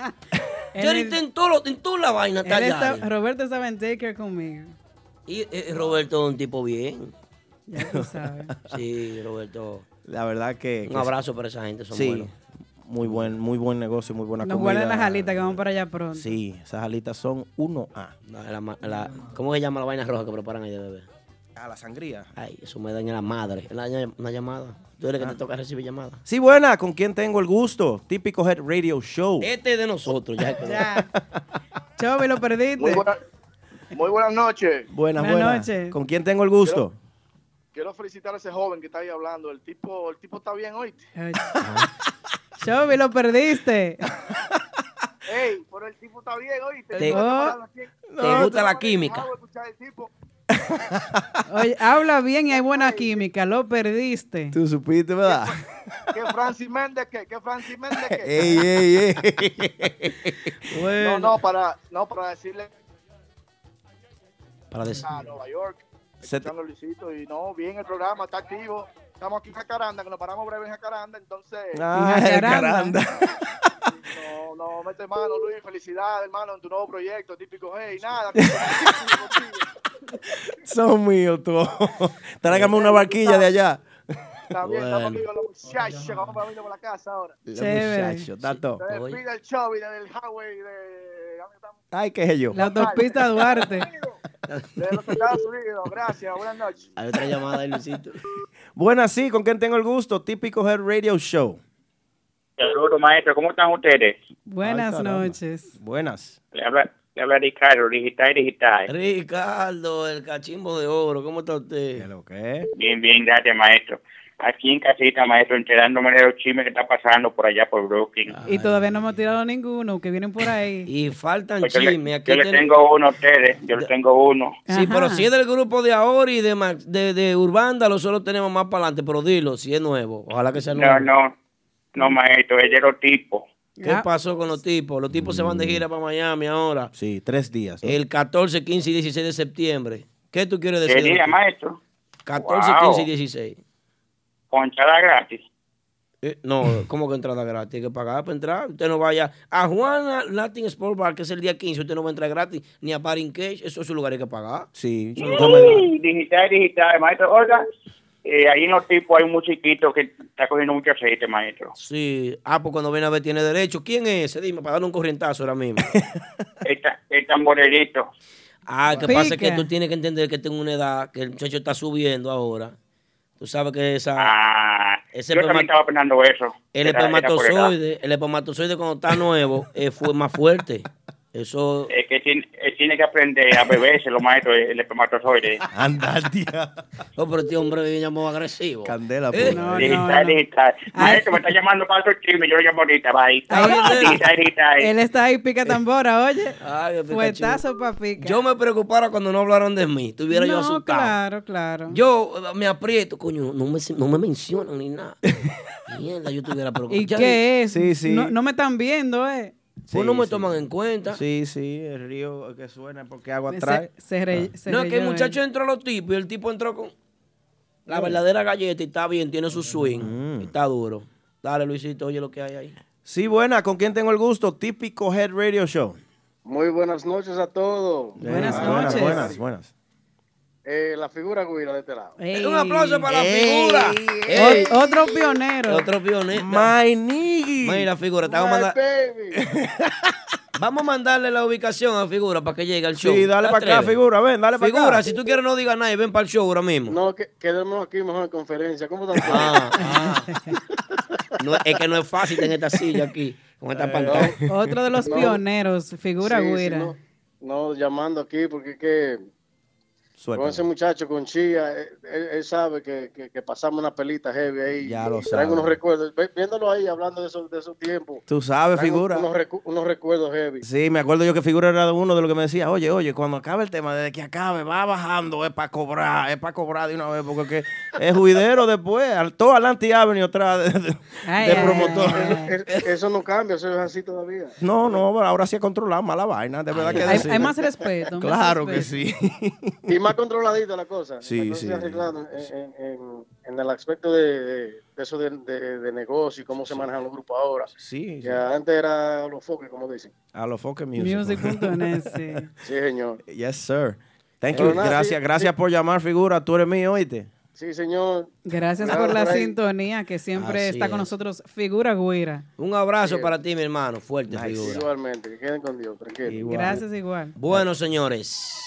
Speaker 2: Jerry
Speaker 3: <laughs> Él-
Speaker 2: está en todo lo- en toda la vaina. Está
Speaker 3: Él
Speaker 2: allá.
Speaker 3: está- Roberto estaba en Taker conmigo.
Speaker 2: Y eh, Roberto es un tipo bien.
Speaker 3: Ya tú sabes.
Speaker 2: <laughs> Sí, Roberto.
Speaker 4: La verdad que...
Speaker 2: Un
Speaker 4: que
Speaker 2: abrazo para esa gente, son
Speaker 4: sí.
Speaker 2: buenos.
Speaker 4: Muy buen, muy buen negocio, muy buena
Speaker 3: Nos
Speaker 4: comida.
Speaker 3: guardan las alitas que vamos para allá pronto.
Speaker 4: Sí, esas alitas son 1A.
Speaker 2: La- la ma- la- ¿Cómo se llama la vaina roja que preparan ahí de bebé?
Speaker 4: A la sangría.
Speaker 2: Ay, eso me daña la madre. La- Una llamada. Tú eres que te toca recibir llamadas.
Speaker 4: Sí, buena, ¿con quién tengo el gusto? Típico Head Radio Show.
Speaker 2: Este es de nosotros, ya. se quedó.
Speaker 3: Ya. Chovi, lo
Speaker 6: Muy,
Speaker 3: perdiste.
Speaker 6: buena- muy buenas noches.
Speaker 4: <laughs> Buenas,
Speaker 3: Buenas
Speaker 4: buenas.
Speaker 3: noches.
Speaker 4: ¿Con quién tengo el gusto?
Speaker 6: Quiero felicitar a ese joven que está ahí hablando. El tipo, el tipo está bien hoy.
Speaker 2: Ah.
Speaker 3: Chovi, lo perdiste.
Speaker 6: Ey, pero el tipo está bien hoy.
Speaker 2: Te- ¿Te gusta la química?
Speaker 3: Oye, habla bien y hay buena química. Lo perdiste.
Speaker 4: Tú supiste, ¿verdad?
Speaker 6: Que Francis Méndez, que, que Francis Méndez,
Speaker 7: <laughs>
Speaker 6: que.
Speaker 4: ey, ey, ey. <laughs>
Speaker 6: No, no, para, no, para decirle
Speaker 2: Para decir.
Speaker 6: a Nueva York.
Speaker 4: Se te-
Speaker 6: Escuchando a Luisito y no, bien el programa, está activo. Estamos aquí en Jacaranda, que nos paramos breve en Jacaranda, entonces.
Speaker 4: Ah,
Speaker 3: Jacaranda.
Speaker 4: caramba. <laughs>
Speaker 6: No, no, mete mano, Luis. Felicidades, hermano, en tu nuevo proyecto. Típico, hey, nada. contigo.
Speaker 4: Son míos todos. <laughs> Tráigame una barquilla de allá.
Speaker 6: También
Speaker 2: Bueno.
Speaker 6: estamos aquí con los muchachos. que Vamos para venir por la casa ahora.
Speaker 3: Chévere.
Speaker 4: Muchacho, dato.
Speaker 6: Se
Speaker 2: Oye.
Speaker 6: despide el show y del highway de. ¿dónde estamos?
Speaker 4: Ay, qué sé yo.
Speaker 3: La autopista Duarte.
Speaker 6: De los Estados Unidos. Gracias, buenas noches.
Speaker 2: Hay otra llamada ahí, Luisito.
Speaker 4: Buenas, sí, ¿con quién tengo el gusto? Típico Head Radio Show.
Speaker 8: Saludos, maestro. ¿Cómo están ustedes?
Speaker 3: Buenas
Speaker 4: Ay, caramba.
Speaker 3: noches.
Speaker 4: Buenas.
Speaker 8: Le habla, le habla Ricardo, digital, digital.
Speaker 2: Ricardo, el cachimbo de oro. ¿Cómo está
Speaker 4: ¿Qué
Speaker 2: usted?
Speaker 4: lo que es?
Speaker 8: Bien, bien, gracias, maestro. aquí en casita, maestro, enterándome de los chismes que está pasando por allá por Brooklyn.
Speaker 2: Ah,
Speaker 3: Y todavía no hemos tirado ninguno, que vienen por ahí.
Speaker 2: Y faltan
Speaker 8: Pues yo le,
Speaker 2: chismes. Aquí
Speaker 8: yo le
Speaker 2: ten-
Speaker 8: tengo uno a ustedes, yo le tengo uno.
Speaker 2: Sí, pero
Speaker 3: Ajá.
Speaker 2: si es del grupo de ahora y de, Max- de, de Urbándalo, solo tenemos más para adelante. Pero dilo, si es nuevo. Ojalá que sea nuevo.
Speaker 8: No, no, no, maestro, es de los tipos.
Speaker 2: ¿Qué
Speaker 3: Ah.
Speaker 2: pasó con los tipos? Los tipos se van de gira para Miami ahora.
Speaker 4: Mm. Sí, tres días. ¿no?
Speaker 2: El 14, 15 y 16 de septiembre. ¿Qué tú quieres decir?
Speaker 8: ¿Qué
Speaker 2: de los
Speaker 8: día,
Speaker 2: tipos?
Speaker 8: maestro?
Speaker 2: 14,
Speaker 8: Wow.
Speaker 2: 15 y 16.
Speaker 8: Ponchada gratis.
Speaker 2: Eh, no, ¿cómo que entrada gratis? Hay que pagar para entrar. Usted no vaya a Juana Latin Sport Bar, que es el día 15. Usted no va a entrar gratis ni a Parin Cage. Eso es un lugar que hay que pagar.
Speaker 4: Sí,
Speaker 8: Sí,
Speaker 4: tómela.
Speaker 8: digital, digital, maestro. Oiga, eh, ahí en los tipos hay un muchiquito que está cogiendo mucho aceite, maestro.
Speaker 2: Sí. Ah, pues cuando viene a ver tiene derecho. ¿Quién es ese? Dime, para darle un corrientazo ahora mismo.
Speaker 8: Está, el tamborelito.
Speaker 2: Ah, que pasa es que
Speaker 3: Pica.
Speaker 2: tú tienes que entender que tengo una edad, que el muchacho está subiendo ahora. Tú sabes que esa,
Speaker 8: Ah,
Speaker 2: Ese
Speaker 8: yo
Speaker 2: perma-
Speaker 8: también estaba pensando eso.
Speaker 2: el
Speaker 8: Era- era por edad.
Speaker 2: espermatozoide, el espermatozoide cuando está nuevo eh, fue más
Speaker 8: <laughs>
Speaker 2: fuerte. Eso,
Speaker 8: Es que tiene, él tiene que aprender a beberse, los maestros, el espermatozoide. <laughs>
Speaker 4: Anda al día.
Speaker 2: oh, pero este hombre me llamó agresivo.
Speaker 4: Candela, pues.
Speaker 2: Eh,
Speaker 4: por
Speaker 3: no,
Speaker 4: ahí.
Speaker 8: Digital, digital. Maestro, me está llamando para otro chisme, yo lo llamo ahorita, bye.
Speaker 3: Ahí-
Speaker 8: Digital, digital.
Speaker 3: Ah, Él está ahí, pica tambora, oye.
Speaker 2: Ay, qué Pikachu.
Speaker 3: Puetazo para pica.
Speaker 2: Yo me preocupara cuando no hablaron de mí. Estuviera yo
Speaker 3: No,
Speaker 2: asustado.
Speaker 3: claro, claro.
Speaker 2: Yo eh, me aprieto, coño, no me, no me mencionan
Speaker 4: <laughs>
Speaker 2: ni nada. Mierda, yo estuviera preocupado.
Speaker 3: ¿Y
Speaker 2: Ya
Speaker 3: qué es?
Speaker 4: Sí, sí.
Speaker 3: No, no me están viendo, eh.
Speaker 2: ni- Pues no
Speaker 4: Sí,
Speaker 2: me
Speaker 4: sí.
Speaker 2: toman en cuenta.
Speaker 4: Sí, sí, el río que suena porque agua trae. Ah.
Speaker 3: Se, se re- se
Speaker 2: No, es que el
Speaker 3: reyó él.
Speaker 2: muchacho entró a los tipos y el tipo entró con la verdadera galleta y está bien, tiene su swing,
Speaker 4: Mm.
Speaker 2: y está duro. Dale, Luisito, oye lo que hay ahí.
Speaker 4: Sí, buena, ¿con quién tengo el gusto? Típico Head Radio Show.
Speaker 7: Muy buenas noches a todos.
Speaker 3: Buenas
Speaker 4: Ah,
Speaker 3: noches.
Speaker 4: Buenas, buenas.
Speaker 7: Eh, la figura Guira de este lado.
Speaker 3: Ey.
Speaker 2: Un aplauso para
Speaker 4: Ey.
Speaker 2: la figura.
Speaker 3: Ot-
Speaker 2: Ey.
Speaker 3: Otro pionero.
Speaker 2: Otro pionero.
Speaker 4: My nigga.
Speaker 2: Mira, figura, te vamos, a
Speaker 7: My
Speaker 2: mandar-
Speaker 7: baby.
Speaker 2: <laughs> vamos a mandarle la ubicación a figura para que llegue al show.
Speaker 4: Sí, dale
Speaker 2: ¿Te
Speaker 4: para acá,
Speaker 2: atreves?
Speaker 4: figura, ven, dale para acá.
Speaker 2: Figura, si tú quieres no digas nada y ven para el show ahora mismo.
Speaker 7: No, que, quedémonos aquí mejor en conferencia. ¿Cómo están?
Speaker 2: Ah, ah. <laughs> No, es que no es fácil tener esta silla aquí, con esta pantalla.
Speaker 3: <laughs> Otro de los
Speaker 7: Eh, No.
Speaker 3: pioneros, figura
Speaker 7: Sí, sí,
Speaker 3: güira.
Speaker 7: no, no, llamando aquí porque es que
Speaker 4: Suelta.
Speaker 7: con ese muchacho, con Chía, él, él- él sabe que, que- que pasamos una pelita heavy ahí.
Speaker 4: Ya lo
Speaker 7: Y traigo
Speaker 4: sabe.
Speaker 7: unos recuerdos. Ve- Viéndolo ahí, hablando de esos, de esos tiempos.
Speaker 4: Tú sabes,
Speaker 7: traigo
Speaker 4: figura.
Speaker 7: Unos, recu- unos recuerdos heavy.
Speaker 4: Sí, me acuerdo yo que figura era uno de los que me decía, oye, oye, cuando acabe el tema, desde que acabe, va bajando, es para cobrar, es para cobrar de una vez, porque es que es juidero después, al, todo adelante y avenue atrás de, de-
Speaker 3: Ay,
Speaker 4: de
Speaker 3: ay,
Speaker 4: promotor.
Speaker 3: ay, ay.
Speaker 7: Es- Eso no cambia, eso es así todavía.
Speaker 4: No, no, pero ahora sí ha controlado mala vaina, de verdad que
Speaker 3: Hay,
Speaker 4: decir.
Speaker 3: hay más respeto. más
Speaker 4: Claro que
Speaker 3: respeto.
Speaker 4: sí.
Speaker 7: Y más controladita la cosa.
Speaker 4: Sí,
Speaker 7: La cosa
Speaker 4: sí.
Speaker 7: se eh, ha arreglado En, en- en- en el aspecto de, de- de eso de, de- de negocio y cómo se manejan los grupos ahora.
Speaker 4: Sí, sí.
Speaker 7: Que antes era los foques,
Speaker 4: <laughs>
Speaker 7: como dicen.
Speaker 4: a los Focus Music. <laughs>
Speaker 3: Music.net, sí.
Speaker 7: <laughs> Sí, señor.
Speaker 4: Yes, sir. Thank
Speaker 7: Pero
Speaker 4: you.
Speaker 7: nada,
Speaker 4: Gracias,
Speaker 7: sí,
Speaker 4: gracias por llamar, figura. Tú eres mío, oíste.
Speaker 7: Sí, señor.
Speaker 3: Gracias
Speaker 7: Claro,
Speaker 3: por la
Speaker 7: por ahí.
Speaker 3: sintonía que siempre
Speaker 2: Así
Speaker 3: está
Speaker 2: es.
Speaker 3: con nosotros, figura güira.
Speaker 2: Un abrazo para ti, mi hermano. Fuerte,
Speaker 4: Nice.
Speaker 2: figura.
Speaker 7: Igualmente, que queden con Dios, tranquilo.
Speaker 4: Igual.
Speaker 3: Gracias igual.
Speaker 2: Bueno, señores.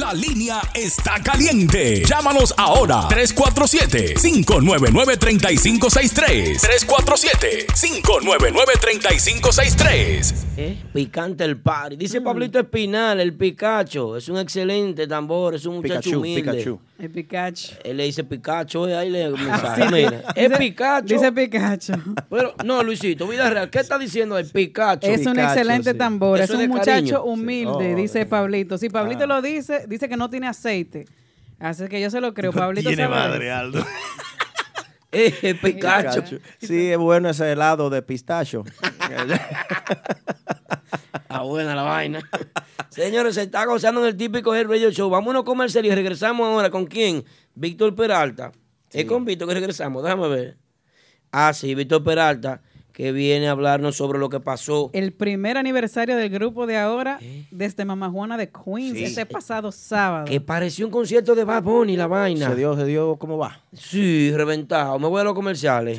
Speaker 1: La línea está caliente. Llámanos ahora. 347-599-3563. 347-599-3563.
Speaker 2: ¿eh? Picante el party. Dice Pablito Espinal, el Picacho. Es un excelente tambor, es un muchacho
Speaker 4: Pikachu,
Speaker 2: humilde.
Speaker 4: Pikachu.
Speaker 3: El Pikachu.
Speaker 2: Él le dice Picacho, eh,
Speaker 3: <laughs>
Speaker 2: ahí le mensaje.
Speaker 3: Así
Speaker 2: Mira, es
Speaker 3: <laughs> Dice-
Speaker 2: Pikachu.
Speaker 3: Dice
Speaker 2: <laughs>
Speaker 3: Pikachu.
Speaker 2: pero, no, Luisito, vida real. ¿Qué está diciendo el Picacho?
Speaker 3: Es un
Speaker 4: Pikachu,
Speaker 3: excelente
Speaker 4: sí.
Speaker 3: tambor, es
Speaker 2: Eso
Speaker 3: un
Speaker 2: de
Speaker 3: muchacho
Speaker 2: cariño. Sí.
Speaker 3: humilde,
Speaker 4: Oh,
Speaker 3: dice
Speaker 4: eh.
Speaker 3: Pablito. Si Pablito
Speaker 4: Ah.
Speaker 3: lo dice, dice que no tiene aceite. Así que yo se lo creo. Pablito sabe de
Speaker 2: ah.
Speaker 3: eso.
Speaker 4: <laughs> Aldo.
Speaker 2: Eh, el Picacho.
Speaker 4: Sí, es bueno ese helado
Speaker 3: <laughs>
Speaker 4: de pistacho.
Speaker 2: Ah, buena la vaina. Señores, se está gozando en el típico El Radio Show. Vámonos a comercial y regresamos ahora. ¿Con quién? Víctor Peralta. Es con Víctor que regresamos. Déjame ver. Ah, sí, Víctor Peralta, que viene a hablarnos sobre lo que pasó.
Speaker 3: El primer aniversario del grupo de ahora,
Speaker 2: Eh.
Speaker 3: desde Mamá Juana de Queens, este pasado sábado.
Speaker 2: Que pareció un concierto de Bad Bunny, la vaina.
Speaker 4: se dio, se dio, ¿cómo va?
Speaker 2: Sí, reventado. Me voy a los comerciales.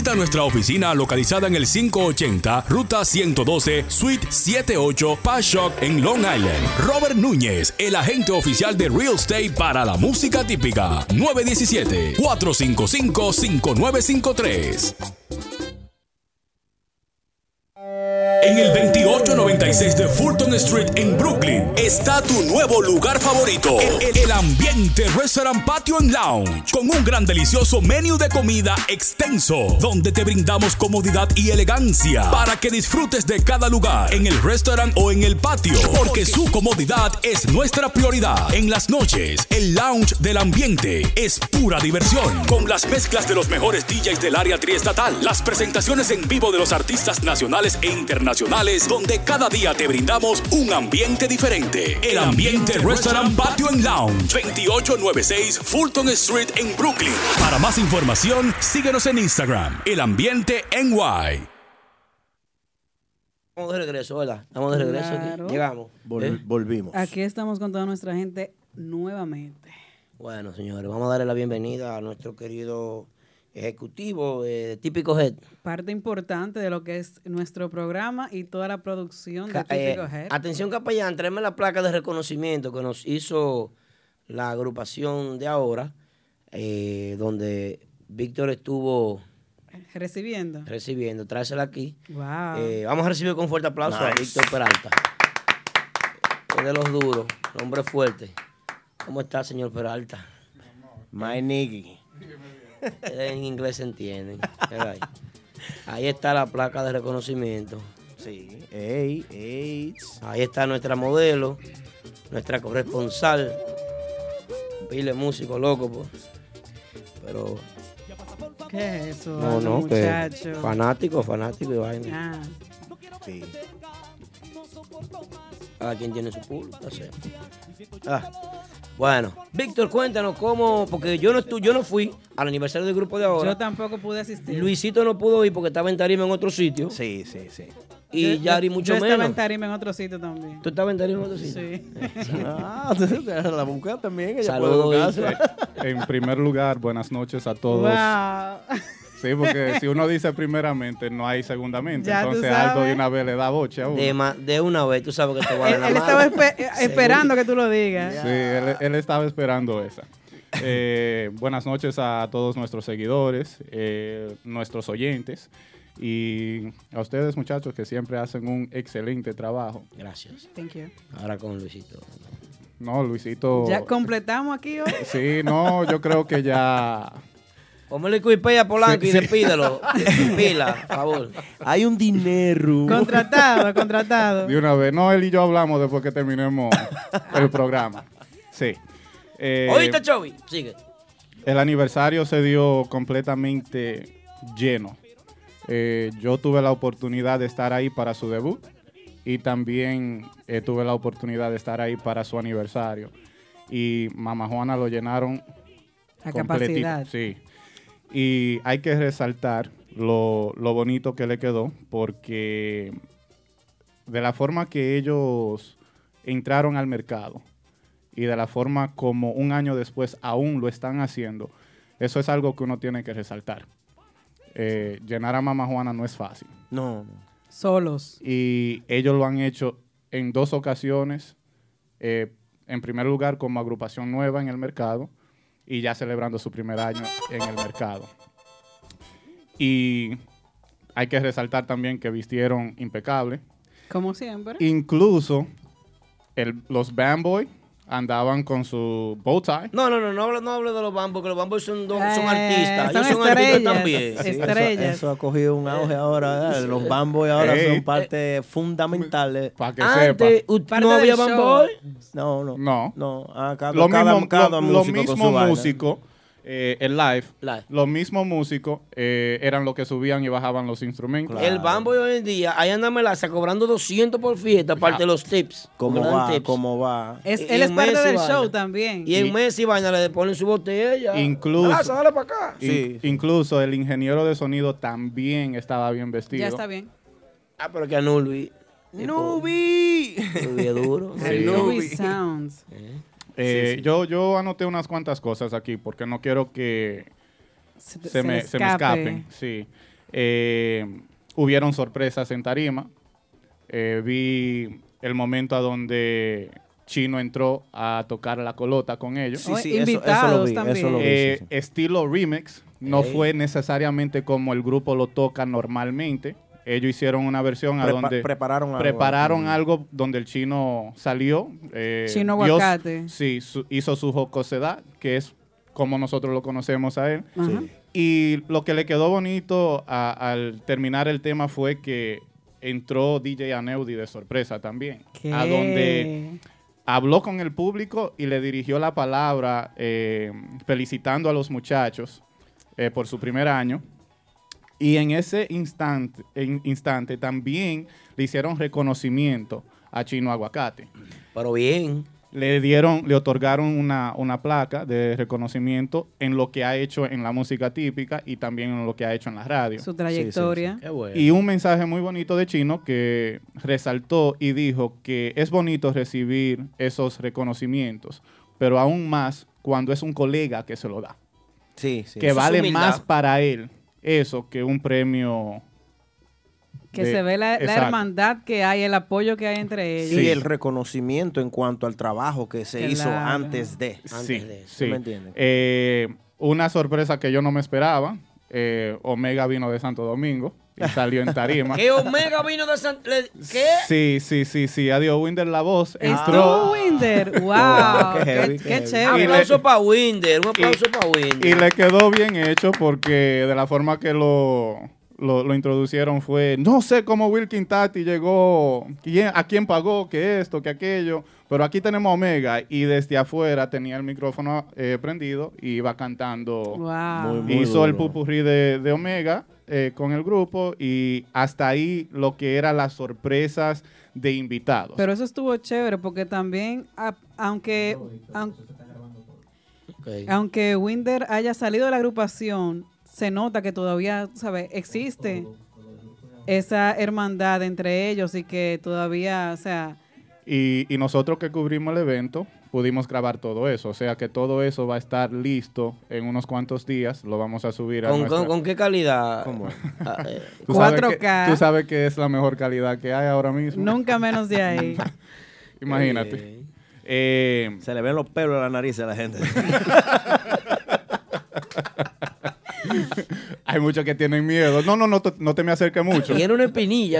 Speaker 1: nuestra oficina localizada en el 580 Ruta 112 Suite 78 Pashock en Long Island. Robert Núñez, el agente oficial de Real Estate para la música típica. 917-455-5953. En el 2896 de Fulton Street en Brooklyn está tu nuevo lugar favorito. El, el- el ambiente Restaurant Patio and Lounge con un gran delicioso menú de comida extenso donde te brindamos comodidad y elegancia para que disfrutes de cada lugar en el restaurant o en el patio porque su comodidad es nuestra prioridad. En las noches, el lounge del ambiente es pura diversión con las mezclas de los mejores DJs del área triestatal, las presentaciones en vivo de los artistas nacionales e internacionales, donde cada día te brindamos un ambiente diferente. El ambiente Restaurant Patio and Lounge, 2896 Fulton Street en Brooklyn. Para más información, síguenos en Instagram, El Ambiente NY.
Speaker 2: Estamos de regreso, ¿verdad? Estamos de regreso aquí.
Speaker 3: Claro.
Speaker 2: Llegamos.
Speaker 4: Vol-
Speaker 2: ¿eh?
Speaker 4: Volvimos.
Speaker 3: Aquí estamos con toda nuestra gente nuevamente.
Speaker 2: Bueno, señores, vamos a darle la bienvenida a nuestro querido ejecutivo eh, típico head.
Speaker 3: Parte importante de lo que es nuestro programa y toda la producción de
Speaker 2: Ca- eh,
Speaker 3: Típico Head.
Speaker 2: atención, capellán, tráeme la placa de reconocimiento que nos hizo la agrupación de ahora, eh, donde Víctor estuvo
Speaker 3: Recibiendo.
Speaker 2: recibiendo. Tráesela aquí.
Speaker 3: Wow.
Speaker 2: Eh, vamos a recibir con fuerte aplauso a
Speaker 4: Nice.
Speaker 2: Víctor Peralta. Es de los duros, un hombre fuerte. ¿Cómo está, señor Peralta?
Speaker 4: My nigga.
Speaker 2: En inglés se entienden. Mira Ahí. Ahí está la placa de reconocimiento.
Speaker 4: Sí. Ey, ey.
Speaker 2: Ahí está nuestra modelo, nuestra corresponsal. Pile músico, loco. po. Pero
Speaker 3: ¿Qué es eso?
Speaker 2: no,
Speaker 3: Ana,
Speaker 2: no, que
Speaker 3: muchacho.
Speaker 2: fanático, fanático y vaina.
Speaker 3: Ah,
Speaker 4: Sí.
Speaker 2: Cada quien tiene su público, no sé. Ah, Bueno, Víctor, cuéntanos cómo, porque yo no estu- yo no fui al aniversario del grupo de
Speaker 3: yo
Speaker 2: ahora.
Speaker 3: tampoco pude asistir.
Speaker 2: Luisito no pudo ir porque estaba en tarima en otro sitio.
Speaker 4: Sí, sí, sí.
Speaker 2: Y
Speaker 3: Yo-
Speaker 2: Yari
Speaker 3: yo-
Speaker 2: mucho
Speaker 3: yo estaba en
Speaker 2: menos.
Speaker 3: tarima en otro sitio también.
Speaker 2: ¿Tú estabas en tarima en otro sitio?
Speaker 3: Sí. <laughs>
Speaker 2: <laughs>
Speaker 4: Ah, <laughs> la busca también. Ella puede
Speaker 2: Saludos,
Speaker 4: buscarse.
Speaker 2: Víctor.
Speaker 9: En primer lugar, buenas noches a todos.
Speaker 3: Wow.
Speaker 9: Sí, porque si uno dice primeramente, no hay segundamente.
Speaker 3: Ya tú
Speaker 9: Entonces Aldo
Speaker 3: sabes.
Speaker 9: de una vez le da boche a uno.
Speaker 2: De, ma- de una vez, tú sabes que te voy a dar
Speaker 3: él,
Speaker 2: la
Speaker 3: él
Speaker 2: mano.
Speaker 3: estaba espe- eh, esperando que tú lo digas.
Speaker 9: Sí, él, él estaba esperando esa. Eh, buenas noches a todos nuestros seguidores, eh, nuestros oyentes y a ustedes muchachos que siempre hacen un excelente trabajo.
Speaker 2: Gracias.
Speaker 3: Thank you.
Speaker 2: Ahora con Luisito.
Speaker 9: No,
Speaker 2: Oh.
Speaker 9: Luisito.
Speaker 3: Ya completamos aquí
Speaker 2: <laughs>
Speaker 3: hoy.
Speaker 9: Sí, no, yo creo que ya.
Speaker 2: Póngale cuipea a Polanco y despídelo. Pila, por favor.
Speaker 4: Hay un dinero.
Speaker 3: Contratado, contratado.
Speaker 9: De una vez. No, él y yo hablamos después que terminemos el programa. Sí. Eh,
Speaker 2: Oíste, Chovy. Sigue.
Speaker 9: El aniversario se dio completamente lleno. Eh, yo tuve la oportunidad de estar ahí para su debut y también eh, tuve la oportunidad de estar ahí para su aniversario. Y Mamá Juana lo llenaron
Speaker 3: A
Speaker 9: completito,
Speaker 3: capacidad.
Speaker 9: Sí. Y hay que resaltar lo, lo bonito que le quedó, porque de la forma que ellos entraron al mercado y de la forma como un año después aún lo están haciendo, eso es algo que uno tiene que resaltar. Eh, llenar a Mamá Juana no es fácil.
Speaker 4: No.
Speaker 3: Solos.
Speaker 9: Y ellos lo han hecho en dos ocasiones. eh, en primer lugar, como agrupación nueva en el mercado y ya celebrando su primer año en el mercado. Y hay que resaltar también que vistieron impecable.
Speaker 3: Como siempre.
Speaker 9: Incluso el- los Bamboy andaban con su bow tie.
Speaker 2: No, no, no, no hable, no hable de los bambos, que los bambos son, dos- son
Speaker 3: Eh,
Speaker 2: artistas. Ellos
Speaker 3: son
Speaker 2: son artistas
Speaker 3: estrellas.
Speaker 2: también.
Speaker 3: Sí.
Speaker 4: eso-
Speaker 3: Estrellas.
Speaker 4: Eso, ha cogido un auge ahora. ¿eh? Los bambos ahora
Speaker 9: Ey.
Speaker 4: son parte fundamentales.
Speaker 9: Para que sepa.
Speaker 2: Antes, usted
Speaker 3: Ah, Parte
Speaker 2: no
Speaker 3: del
Speaker 2: había
Speaker 3: show.
Speaker 2: bamboy.
Speaker 4: No, no.
Speaker 9: No.
Speaker 4: No. ah, cada,
Speaker 9: Lo
Speaker 4: cada-
Speaker 9: mismo,
Speaker 4: cada
Speaker 9: lo- lo
Speaker 4: músico con
Speaker 9: mismo
Speaker 4: su vaina.
Speaker 9: músico eh, el live,
Speaker 2: Live.
Speaker 9: los mismos músicos eh, eran los que subían y bajaban los instrumentos.
Speaker 2: El Bambo de hoy en día, ahí anda Melaza cobrando 200 por fiesta, aparte de los tips.
Speaker 4: ¿Cómo
Speaker 2: Gran
Speaker 4: va?
Speaker 2: tips.
Speaker 4: ¿Cómo va?
Speaker 3: Es,
Speaker 2: Y-
Speaker 3: él
Speaker 2: y
Speaker 3: es parte
Speaker 2: Messi
Speaker 3: del
Speaker 2: baila.
Speaker 3: show también.
Speaker 2: Y en Messi vaina le ponen su botella.
Speaker 9: Incluso-
Speaker 2: Melaza, dale Ah, para acá.
Speaker 9: In-
Speaker 4: sí.
Speaker 9: Incluso el ingeniero de sonido también estaba bien vestido.
Speaker 3: ya está bien.
Speaker 2: Ah, pero que a Nubi.
Speaker 10: ¡Nubi!
Speaker 2: Nubi es
Speaker 9: <laughs>
Speaker 2: duro.
Speaker 9: Sí.
Speaker 3: Ruby Sounds.
Speaker 9: Eh, Yo, yo anoté unas cuantas cosas aquí porque no quiero que
Speaker 3: Se,
Speaker 9: se,
Speaker 3: se
Speaker 9: me,
Speaker 3: le
Speaker 9: se me escapen. Sí. Eh, hubieron sorpresas en Tarima. Eh, vi el momento a donde Chino entró a tocar la colota con ellos.
Speaker 3: Oh,
Speaker 4: eso- eso,
Speaker 3: invitados
Speaker 4: lo vi, eso
Speaker 3: también.
Speaker 4: lo vi,
Speaker 9: Eh,
Speaker 4: sí, sí.
Speaker 9: Estilo remix. No
Speaker 2: Ey.
Speaker 9: fue necesariamente como el grupo lo toca normalmente. Ellos hicieron una versión a
Speaker 4: Prepa-
Speaker 9: donde
Speaker 4: prepararon algo.
Speaker 9: prepararon algo donde el chino salió. eh,
Speaker 3: Chino
Speaker 9: dio-
Speaker 3: aguacate.
Speaker 9: Sí, su- hizo su jocosidad, que es como nosotros lo conocemos a él.
Speaker 3: Ajá.
Speaker 4: Sí.
Speaker 9: Y lo que le quedó bonito a- al terminar el tema fue que entró DJ Aneudi de sorpresa también.
Speaker 3: ¿Qué?
Speaker 9: A donde habló con el público y le dirigió la palabra eh, felicitando a los muchachos eh, por su primer año. Y en ese instante, en- instante también le hicieron reconocimiento a Chino Aguacate.
Speaker 2: Pero bien.
Speaker 9: Le dieron, le otorgaron una, una placa de reconocimiento en lo que ha hecho en la música típica y también en lo que ha hecho en la radio.
Speaker 3: Su trayectoria.
Speaker 2: Qué bueno.
Speaker 9: Y un mensaje muy bonito de Chino que resaltó y dijo que es bonito recibir esos reconocimientos, pero aún más cuando es un colega que se lo da,
Speaker 4: Sí, sí.
Speaker 9: que
Speaker 2: Eso es
Speaker 9: vale
Speaker 2: humildad.
Speaker 9: más para él eso que un premio.
Speaker 3: Que
Speaker 9: de-
Speaker 3: se ve la, la
Speaker 9: Exacto.
Speaker 3: hermandad que hay, el apoyo que hay entre ellos.
Speaker 4: Y el reconocimiento en cuanto al trabajo que se hizo
Speaker 3: Claro.
Speaker 4: antes de.
Speaker 2: Antes
Speaker 9: Sí,
Speaker 2: de eso.
Speaker 9: sí.
Speaker 4: ¿Me entiendes?
Speaker 9: Eh, una sorpresa que yo no me esperaba. eh, Omega vino de Santo Domingo y salió en
Speaker 3: <laughs>
Speaker 9: tarima.
Speaker 2: Que Omega vino de San... le- ¿Qué?
Speaker 9: Sí, sí, sí, sí. Adiós, Winder la voz. Entró. <laughs>
Speaker 3: Estuvo Winder. ¡Wow!
Speaker 4: Qué
Speaker 3: qué,
Speaker 4: heavy,
Speaker 3: qué
Speaker 4: qué
Speaker 9: Y
Speaker 4: heavy.
Speaker 2: Un
Speaker 3: chévere.
Speaker 9: le-
Speaker 2: aplauso para Winder. Un aplauso para Winder.
Speaker 9: Y le quedó bien hecho porque de la forma que lo, lo, lo introducieron fue, no sé cómo Wilkin Tati llegó, quién- a quién pagó, que esto, que aquello, pero aquí tenemos a Omega y desde afuera tenía el micrófono eh, prendido y iba cantando.
Speaker 3: Wow.
Speaker 4: Muy-
Speaker 9: Hizo el
Speaker 4: duro.
Speaker 9: pupurrí de, de Omega eh, con el grupo y hasta ahí lo que eran las sorpresas de invitados.
Speaker 3: Pero eso estuvo chévere porque también, a- aunque, aun-
Speaker 2: Ok.
Speaker 3: aunque Winder haya salido de la agrupación, se nota que todavía, tú ¿sabes? Existe esa hermandad entre ellos y que todavía, o sea,
Speaker 9: Y, y nosotros que cubrimos el evento pudimos grabar todo eso. O sea que todo eso va a estar listo en unos cuantos días. Lo vamos a subir a
Speaker 2: ¿Con,
Speaker 9: nuestra- <laughs>
Speaker 2: con, con qué calidad?
Speaker 4: ¿Cómo?
Speaker 2: Ah, eh,
Speaker 9: Tú sabes que-
Speaker 3: 4K.
Speaker 9: tú sabes que es la mejor calidad que hay ahora mismo.
Speaker 3: nunca menos de ahí.
Speaker 9: Imagínate. Eh,
Speaker 4: Se le ven los pelos de la nariz a
Speaker 3: <laughs>
Speaker 4: la gente.
Speaker 9: <laughs> hay muchos que tienen miedo. No, no, no, te- no te me acerques mucho.
Speaker 2: Tiene una espinilla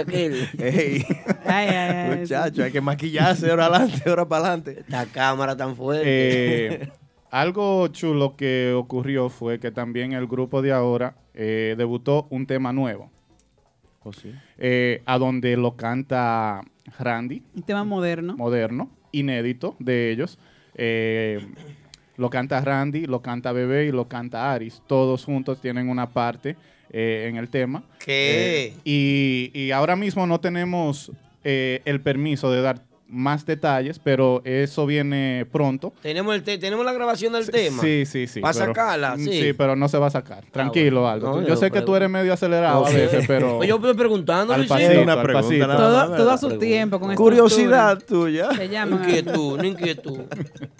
Speaker 9: <laughs>
Speaker 2: aquel.
Speaker 4: Ey,
Speaker 3: Ay, ay, ay.
Speaker 4: muchacho, hay que maquillarse ahora adelante, ahora para adelante.
Speaker 2: Esta cámara tan fuerte. <laughs>
Speaker 9: Eh, algo chulo que ocurrió fue que también el grupo de ahora eh, debutó un tema nuevo. eh, a donde lo canta Randy.
Speaker 3: Un tema moderno.
Speaker 9: moderno, inédito de ellos. Eh, lo canta Randy, lo canta Bebé y lo canta Aris. Todos juntos tienen una parte eh, en el tema. Eh,
Speaker 2: ¿Qué?
Speaker 9: Y, y ahora mismo no tenemos eh, el permiso de dar más detalles, pero eso viene pronto.
Speaker 2: tenemos, el te- tenemos la grabación del tema.
Speaker 9: Sí, sí, sí.
Speaker 2: ¿Va a
Speaker 9: pero-
Speaker 2: sacarla?
Speaker 9: mm,
Speaker 2: Sí. Ah,
Speaker 9: pero no se va a sacar. Tranquilo,
Speaker 2: bueno.
Speaker 9: Aldo.
Speaker 2: No,
Speaker 9: Tú-
Speaker 2: yo
Speaker 9: yo sé que
Speaker 2: pregunto.
Speaker 9: tú eres medio acelerado a
Speaker 2: Ok.
Speaker 9: veces, pero
Speaker 2: Oye, yo estoy preguntando,
Speaker 9: al
Speaker 2: Luisito.
Speaker 9: pasito,
Speaker 4: Una
Speaker 9: al
Speaker 4: pregunta,
Speaker 9: pasito.
Speaker 4: nada
Speaker 3: Todo,
Speaker 4: más, ¿verdad?
Speaker 3: todo a su tiempo con estructura.
Speaker 4: Curiosidad tuya.
Speaker 3: Se llaman.
Speaker 2: Inquietud,
Speaker 3: <laughs>
Speaker 2: no inquietud.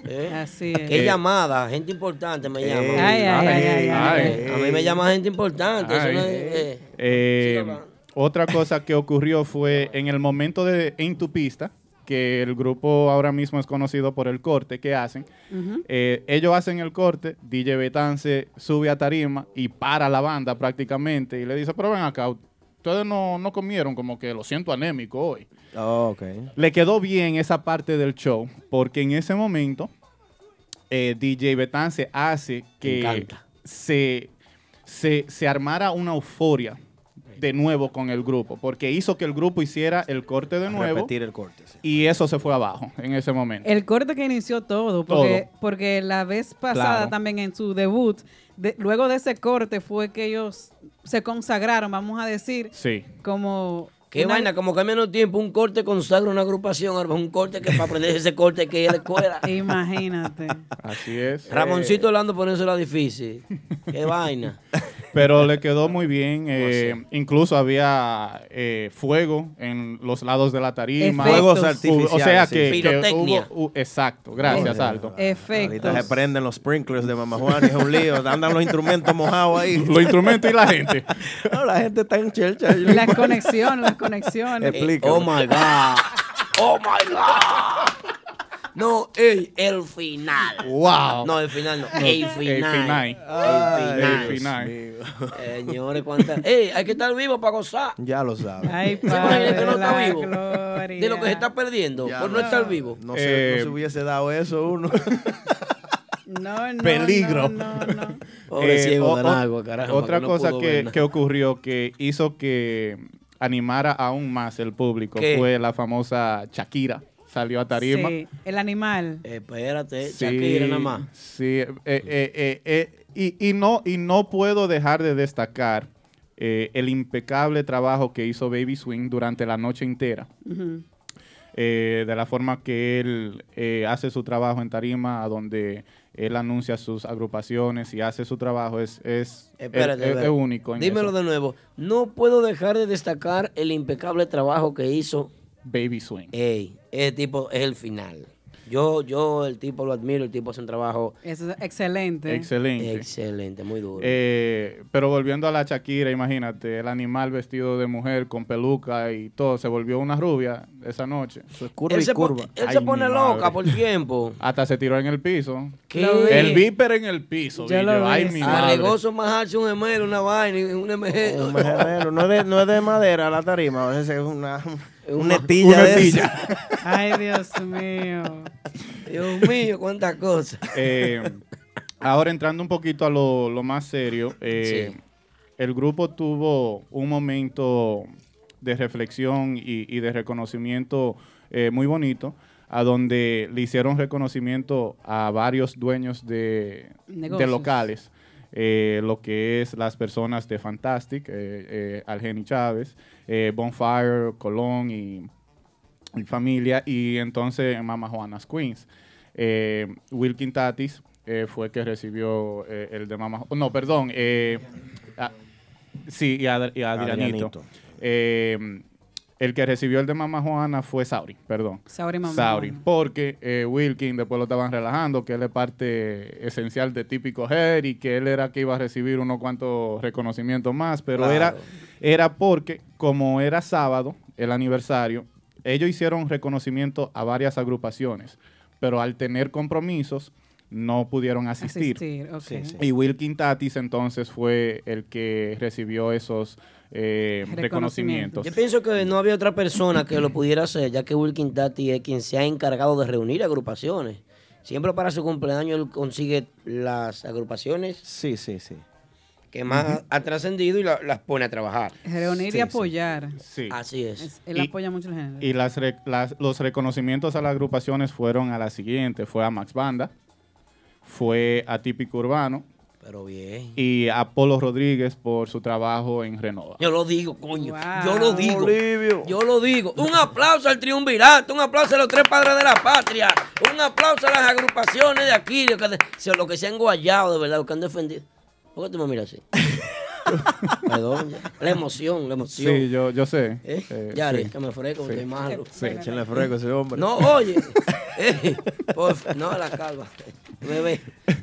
Speaker 2: ¿Eh?
Speaker 3: Así
Speaker 2: ¿Qué
Speaker 3: es.
Speaker 2: llamada? Gente importante me llama. Eh,
Speaker 4: Ey,
Speaker 3: Ay, ay, ay, ay, ay.
Speaker 9: ay.
Speaker 2: A mí me llama gente importante. eso
Speaker 9: Ay.
Speaker 2: no es- eh.
Speaker 9: Eh,
Speaker 2: Sí, papá.
Speaker 9: otra cosa que ocurrió fue en el momento de En tu pista, que el grupo ahora mismo es conocido por el corte que hacen.
Speaker 3: Ujú.
Speaker 9: eh, ellos hacen el corte, DJ Betance sube a tarima y para la banda prácticamente y le dice, pero ven acá, ustedes no, no comieron, como que lo siento anémico hoy.
Speaker 4: Oh, ok.
Speaker 9: Le quedó bien esa parte del show, porque en ese momento eh, DJ Betance hace que
Speaker 2: encanta.
Speaker 9: se, se, se armara una euforia de nuevo con el grupo, porque hizo que el grupo hiciera el corte de nuevo.
Speaker 4: Repetir el corte.
Speaker 9: Y eso se fue abajo en ese momento.
Speaker 3: El corte que inició todo, porque, porque la vez pasada
Speaker 9: Claro.
Speaker 3: también en su debut, de- luego de ese corte fue que ellos se consagraron, vamos a decir,
Speaker 9: Sí.
Speaker 3: como...
Speaker 2: Qué
Speaker 3: una-
Speaker 2: vaina, como cambian los tiempos, un corte consagra una agrupación, ahora un corte que para aprender ese corte hay que ir a la escuela.
Speaker 3: <laughs> Imagínate.
Speaker 9: Así es.
Speaker 4: Eh,
Speaker 2: Ramoncito Orlando poniéndosela difícil. Qué vaina.
Speaker 9: Pero le quedó muy bien. eh, incluso había eh, fuego en los lados de la tarima.
Speaker 3: Efectos. Fuegos
Speaker 9: Hubo- O sea
Speaker 4: artificiales, sí.
Speaker 9: que, que
Speaker 4: Pirotecnia.
Speaker 9: hubo- hu- exacto, gracias,
Speaker 4: Oye,
Speaker 9: Aldo.
Speaker 3: Efectos.
Speaker 4: Ahorita se prenden los sprinklers de Mamá Juana, es un lío. Andan los instrumentos mojados ahí.
Speaker 9: <laughs> Los instrumentos y la
Speaker 4: <laughs>
Speaker 9: gente.
Speaker 4: <laughs> No, la gente está en chelcha.
Speaker 3: Las conexiones, las
Speaker 4: <laughs>
Speaker 3: conexiones.
Speaker 4: Explícalo.
Speaker 2: Oh my God. Oh my God. No, ey, el final.
Speaker 9: Wow.
Speaker 2: No, el final no.
Speaker 9: No,
Speaker 2: el
Speaker 9: el
Speaker 2: final.
Speaker 9: final.
Speaker 2: El
Speaker 9: el
Speaker 2: final.
Speaker 9: final.
Speaker 3: <laughs>
Speaker 2: Señores, cuánta. Ey, hay que estar vivo para gozar.
Speaker 4: Ya lo sabes.
Speaker 3: Ay,
Speaker 2: ¿Se imagina que
Speaker 3: padre,
Speaker 2: no está
Speaker 3: la
Speaker 2: vivo?
Speaker 3: gloria.
Speaker 2: De lo que se está perdiendo
Speaker 4: Ya
Speaker 2: por no
Speaker 4: lo
Speaker 2: estar
Speaker 4: sabe.
Speaker 2: vivo.
Speaker 4: No se,
Speaker 9: Eh,
Speaker 4: no se hubiese dado eso uno.
Speaker 3: <laughs> No, no,
Speaker 9: Peligro. Eh,
Speaker 3: No, no,
Speaker 9: <laughs>
Speaker 3: no.
Speaker 2: Pobre ciego
Speaker 9: o-
Speaker 2: del
Speaker 9: o-
Speaker 2: agua, caramba,
Speaker 9: Otra
Speaker 2: que no
Speaker 9: cosa
Speaker 2: pudo ver
Speaker 9: que,
Speaker 2: nada.
Speaker 9: que ocurrió que hizo que animara aún más el público
Speaker 2: ¿Qué?
Speaker 9: fue la famosa Shakira. Salió a tarima.
Speaker 3: Sí, el animal.
Speaker 2: Eh, Espérate,
Speaker 9: Sí,
Speaker 2: Shakira nada más.
Speaker 9: Sí, eh, eh, eh, eh, y, y no, y no puedo dejar de destacar eh, el impecable trabajo que hizo Baby Swing durante la noche entera.
Speaker 3: <laughs> Ujú.
Speaker 9: Eh, de la forma que él eh, hace su trabajo en tarima, a donde él anuncia sus agrupaciones y hace su trabajo, es, es,
Speaker 2: Espérate,
Speaker 9: es- es-
Speaker 2: espérate.
Speaker 9: es único. en
Speaker 2: Dímelo
Speaker 9: eso.
Speaker 2: de nuevo. No puedo dejar de destacar el impecable trabajo que hizo
Speaker 9: Baby Swing.
Speaker 2: Ey, ese tipo es el final. Yo, yo, el tipo lo admiro, el tipo hace un trabajo
Speaker 3: Eso es excelente.
Speaker 9: Excelente.
Speaker 2: excelente, muy duro.
Speaker 9: Eh, pero volviendo a la Shakira, imagínate, el animal vestido de mujer con peluca y todo, se volvió una rubia esa noche.
Speaker 2: él se, po- él se
Speaker 9: Ay,
Speaker 2: pone
Speaker 9: mi
Speaker 2: loca <laughs>
Speaker 9: madre.
Speaker 2: por tiempo.
Speaker 9: Hasta se tiró en el piso.
Speaker 2: ¿Qué? Lo vi.
Speaker 9: El viper en el piso.
Speaker 3: Yo lo
Speaker 9: Billo.
Speaker 3: vi,
Speaker 9: Ay,
Speaker 3: sí.
Speaker 9: mi madre.
Speaker 2: Arregó su majarse un gemelo, una vaina, y un gemelo.
Speaker 4: Un gemelo. no, es de, no es de madera la tarima, a veces es una, una
Speaker 2: Una
Speaker 4: estilla.
Speaker 9: Una
Speaker 4: de
Speaker 9: estilla.
Speaker 4: esa.
Speaker 3: Ay, Dios mío.
Speaker 2: Dios mío, cuántas cosas.
Speaker 9: Eh, ahora entrando un poquito a lo, lo más serio, eh, el grupo tuvo un momento de reflexión y, y de reconocimiento eh, muy bonito, a donde le hicieron reconocimiento a varios dueños de, de
Speaker 3: Negocios.
Speaker 9: locales. eh, lo que es las personas de Fantastic, eh, eh, Algeni Chávez, eh, Bonfire, Colón y, y familia, y entonces Mama Juana's Queens. Eh, Wilkin Tatis eh, fue que recibió eh, el de Mama. No, perdón. eh, ah, sí, y, Adr- y Adrianito.
Speaker 4: Adrianito.
Speaker 9: Eh, el que recibió el de Mama Juana fue Sauri, perdón.
Speaker 3: Sauri Mama
Speaker 9: Sauri,
Speaker 3: Juana.
Speaker 9: porque eh, Wilkin después lo estaban relajando, que él es parte esencial de Típico Head y que él era que iba a recibir unos cuantos reconocimientos más, pero era,
Speaker 2: Claro.
Speaker 9: era porque como era sábado, el aniversario, ellos hicieron reconocimiento a varias agrupaciones, pero al tener compromisos no pudieron asistir.
Speaker 3: Asistir, ok.
Speaker 4: Sí, sí.
Speaker 9: Y Wilkin Tatis entonces fue el que recibió esos eh, reconocimientos.
Speaker 3: Reconocimientos.
Speaker 2: Yo pienso que no había otra persona que lo pudiera hacer, ya que Wilkin Tati es quien se ha encargado de reunir agrupaciones. Siempre para su cumpleaños él consigue las agrupaciones
Speaker 4: Sí, sí, sí.
Speaker 2: que más ha trascendido y la- las pone a trabajar.
Speaker 3: Reunir
Speaker 4: Sí, sí.
Speaker 3: y apoyar.
Speaker 9: Sí.
Speaker 2: Así es.
Speaker 3: Es- él
Speaker 9: Y-
Speaker 3: apoya mucho el género.
Speaker 9: Y las, re- las- los reconocimientos a las agrupaciones fueron a la siguiente. Fue a Max Banda, fue a Típico Urbano
Speaker 2: Pero bien.
Speaker 9: y a Polo Rodríguez por su trabajo en Renova.
Speaker 2: Yo lo digo, coño.
Speaker 3: Wow.
Speaker 2: Yo lo digo. Yo lo digo. Un aplauso al triunvirato, un aplauso a los tres padres de la patria, un aplauso a las agrupaciones de aquí, lo que, se- lo que se han guayado, de verdad, lo que han defendido. ¿Por qué tú me miras así?
Speaker 9: <laughs>
Speaker 2: Perdón, ya. la emoción, la emoción.
Speaker 9: Sí, yo, yo sé.
Speaker 2: ¿Eh?
Speaker 9: Eh,
Speaker 2: ya,
Speaker 9: sí.
Speaker 2: que me fresco,
Speaker 9: Sí.
Speaker 2: estoy malo.
Speaker 4: Échenle fuego a ese hombre.
Speaker 2: No, oye. <laughs> Eh, porfa, no, la calva. Bebé.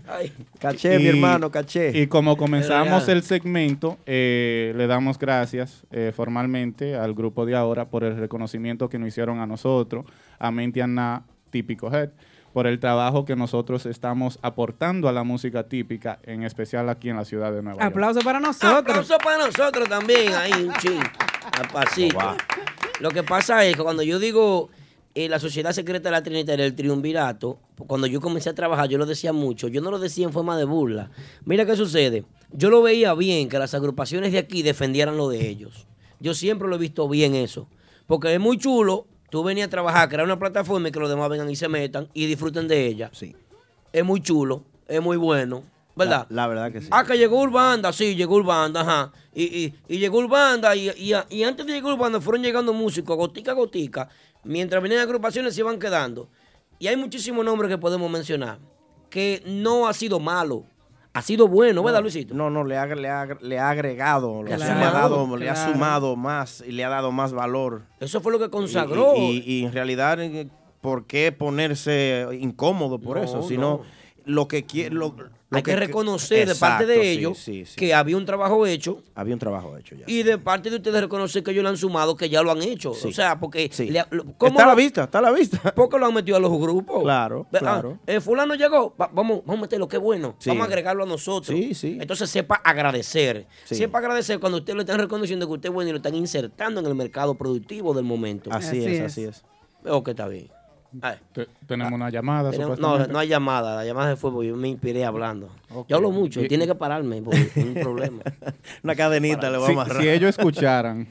Speaker 2: Ay.
Speaker 4: Caché, mi
Speaker 9: Y-
Speaker 4: hermano, caché.
Speaker 9: Y como comenzamos
Speaker 2: Real.
Speaker 9: el segmento, eh, le damos gracias eh, formalmente al grupo de ahora por el reconocimiento que nos hicieron a nosotros, a Mente Aná, Típico Head, por el trabajo que nosotros estamos aportando a la música típica, en especial aquí en la ciudad de
Speaker 2: Ah,
Speaker 9: Nueva York.
Speaker 3: Aplauso para nosotros.
Speaker 2: Aplauso para nosotros también, ahí, un ching, al pasito. Lo que pasa es que cuando yo digo eh, la Sociedad Secreta de la Trinitaria, el Triunvirato, cuando yo comencé a trabajar, yo lo decía mucho, yo no lo decía en forma de burla. Mira qué sucede, yo lo veía bien que las agrupaciones de aquí defendieran lo de ellos. Yo siempre lo he visto bien eso. Porque es muy chulo tú venir a trabajar, crear una plataforma y que los demás vengan y se metan y disfruten de ella.
Speaker 4: Sí.
Speaker 2: Es muy chulo, es muy bueno, <laughs> ¿verdad?
Speaker 4: La, la verdad que sí.
Speaker 2: Ah, que llegó Urbanda, sí, llegó Urbanda, ajá. Y, y, y llegó Urbanda, y, y, y antes de llegar Urbanda fueron llegando músicos, gotica a gotica. Mientras venían agrupaciones se iban quedando. Y hay muchísimos nombres que podemos mencionar que no ha sido malo. Ha sido bueno, ¿verdad, Luisito?
Speaker 4: No, no, le ha, le ha- le ha agregado, le, ha
Speaker 2: Claro,
Speaker 4: sumado, le ha
Speaker 2: claro.
Speaker 4: sumado más y le ha dado más valor.
Speaker 2: Eso fue lo que consagró.
Speaker 4: Y, y- y en realidad, eh, ¿por qué ponerse incómodo por
Speaker 2: No,
Speaker 4: eso?
Speaker 2: no.
Speaker 4: Sino lo que quiere. Lo, lo
Speaker 2: Hay que reconocer de parte de
Speaker 4: Exacto, sí,
Speaker 2: ellos
Speaker 4: sí, sí.
Speaker 2: que había un trabajo hecho
Speaker 4: Había un trabajo hecho ya.
Speaker 2: y de parte de ustedes reconocer que ellos lo han sumado, que ya lo han hecho.
Speaker 4: Sí.
Speaker 2: O sea, porque...
Speaker 4: Sí.
Speaker 2: le ha- lo-
Speaker 4: Está a la
Speaker 2: lo-
Speaker 4: vista, está a la vista.
Speaker 2: Porque lo han metido a los grupos.
Speaker 4: Claro,
Speaker 2: Ah,
Speaker 4: claro. <laughs>
Speaker 2: eh, fulano llegó, va- vamos, vamos a meterlo, qué bueno.
Speaker 4: Sí.
Speaker 2: Vamos a agregarlo a nosotros. Entonces sepa agradecer.
Speaker 4: Sí.
Speaker 2: Sepa agradecer cuando usted lo están reconociendo que usted es bueno y lo están insertando en el mercado productivo del momento.
Speaker 4: Así Así es, es. así es.
Speaker 2: Veo que está bien. A ver.
Speaker 9: Te- Tenemos una llamada,
Speaker 2: ah, Tenemos- no,
Speaker 9: supuestamente.
Speaker 2: no hay llamada, la llamada se fue porque yo me inspiré hablando.
Speaker 9: Ok.
Speaker 2: Yo hablo mucho,
Speaker 9: Y-
Speaker 2: tiene que pararme porque es un problema.
Speaker 4: Una cadenita le voy a
Speaker 9: Si-
Speaker 4: amarrar.
Speaker 9: si,
Speaker 4: <laughs>
Speaker 9: ellos escucharan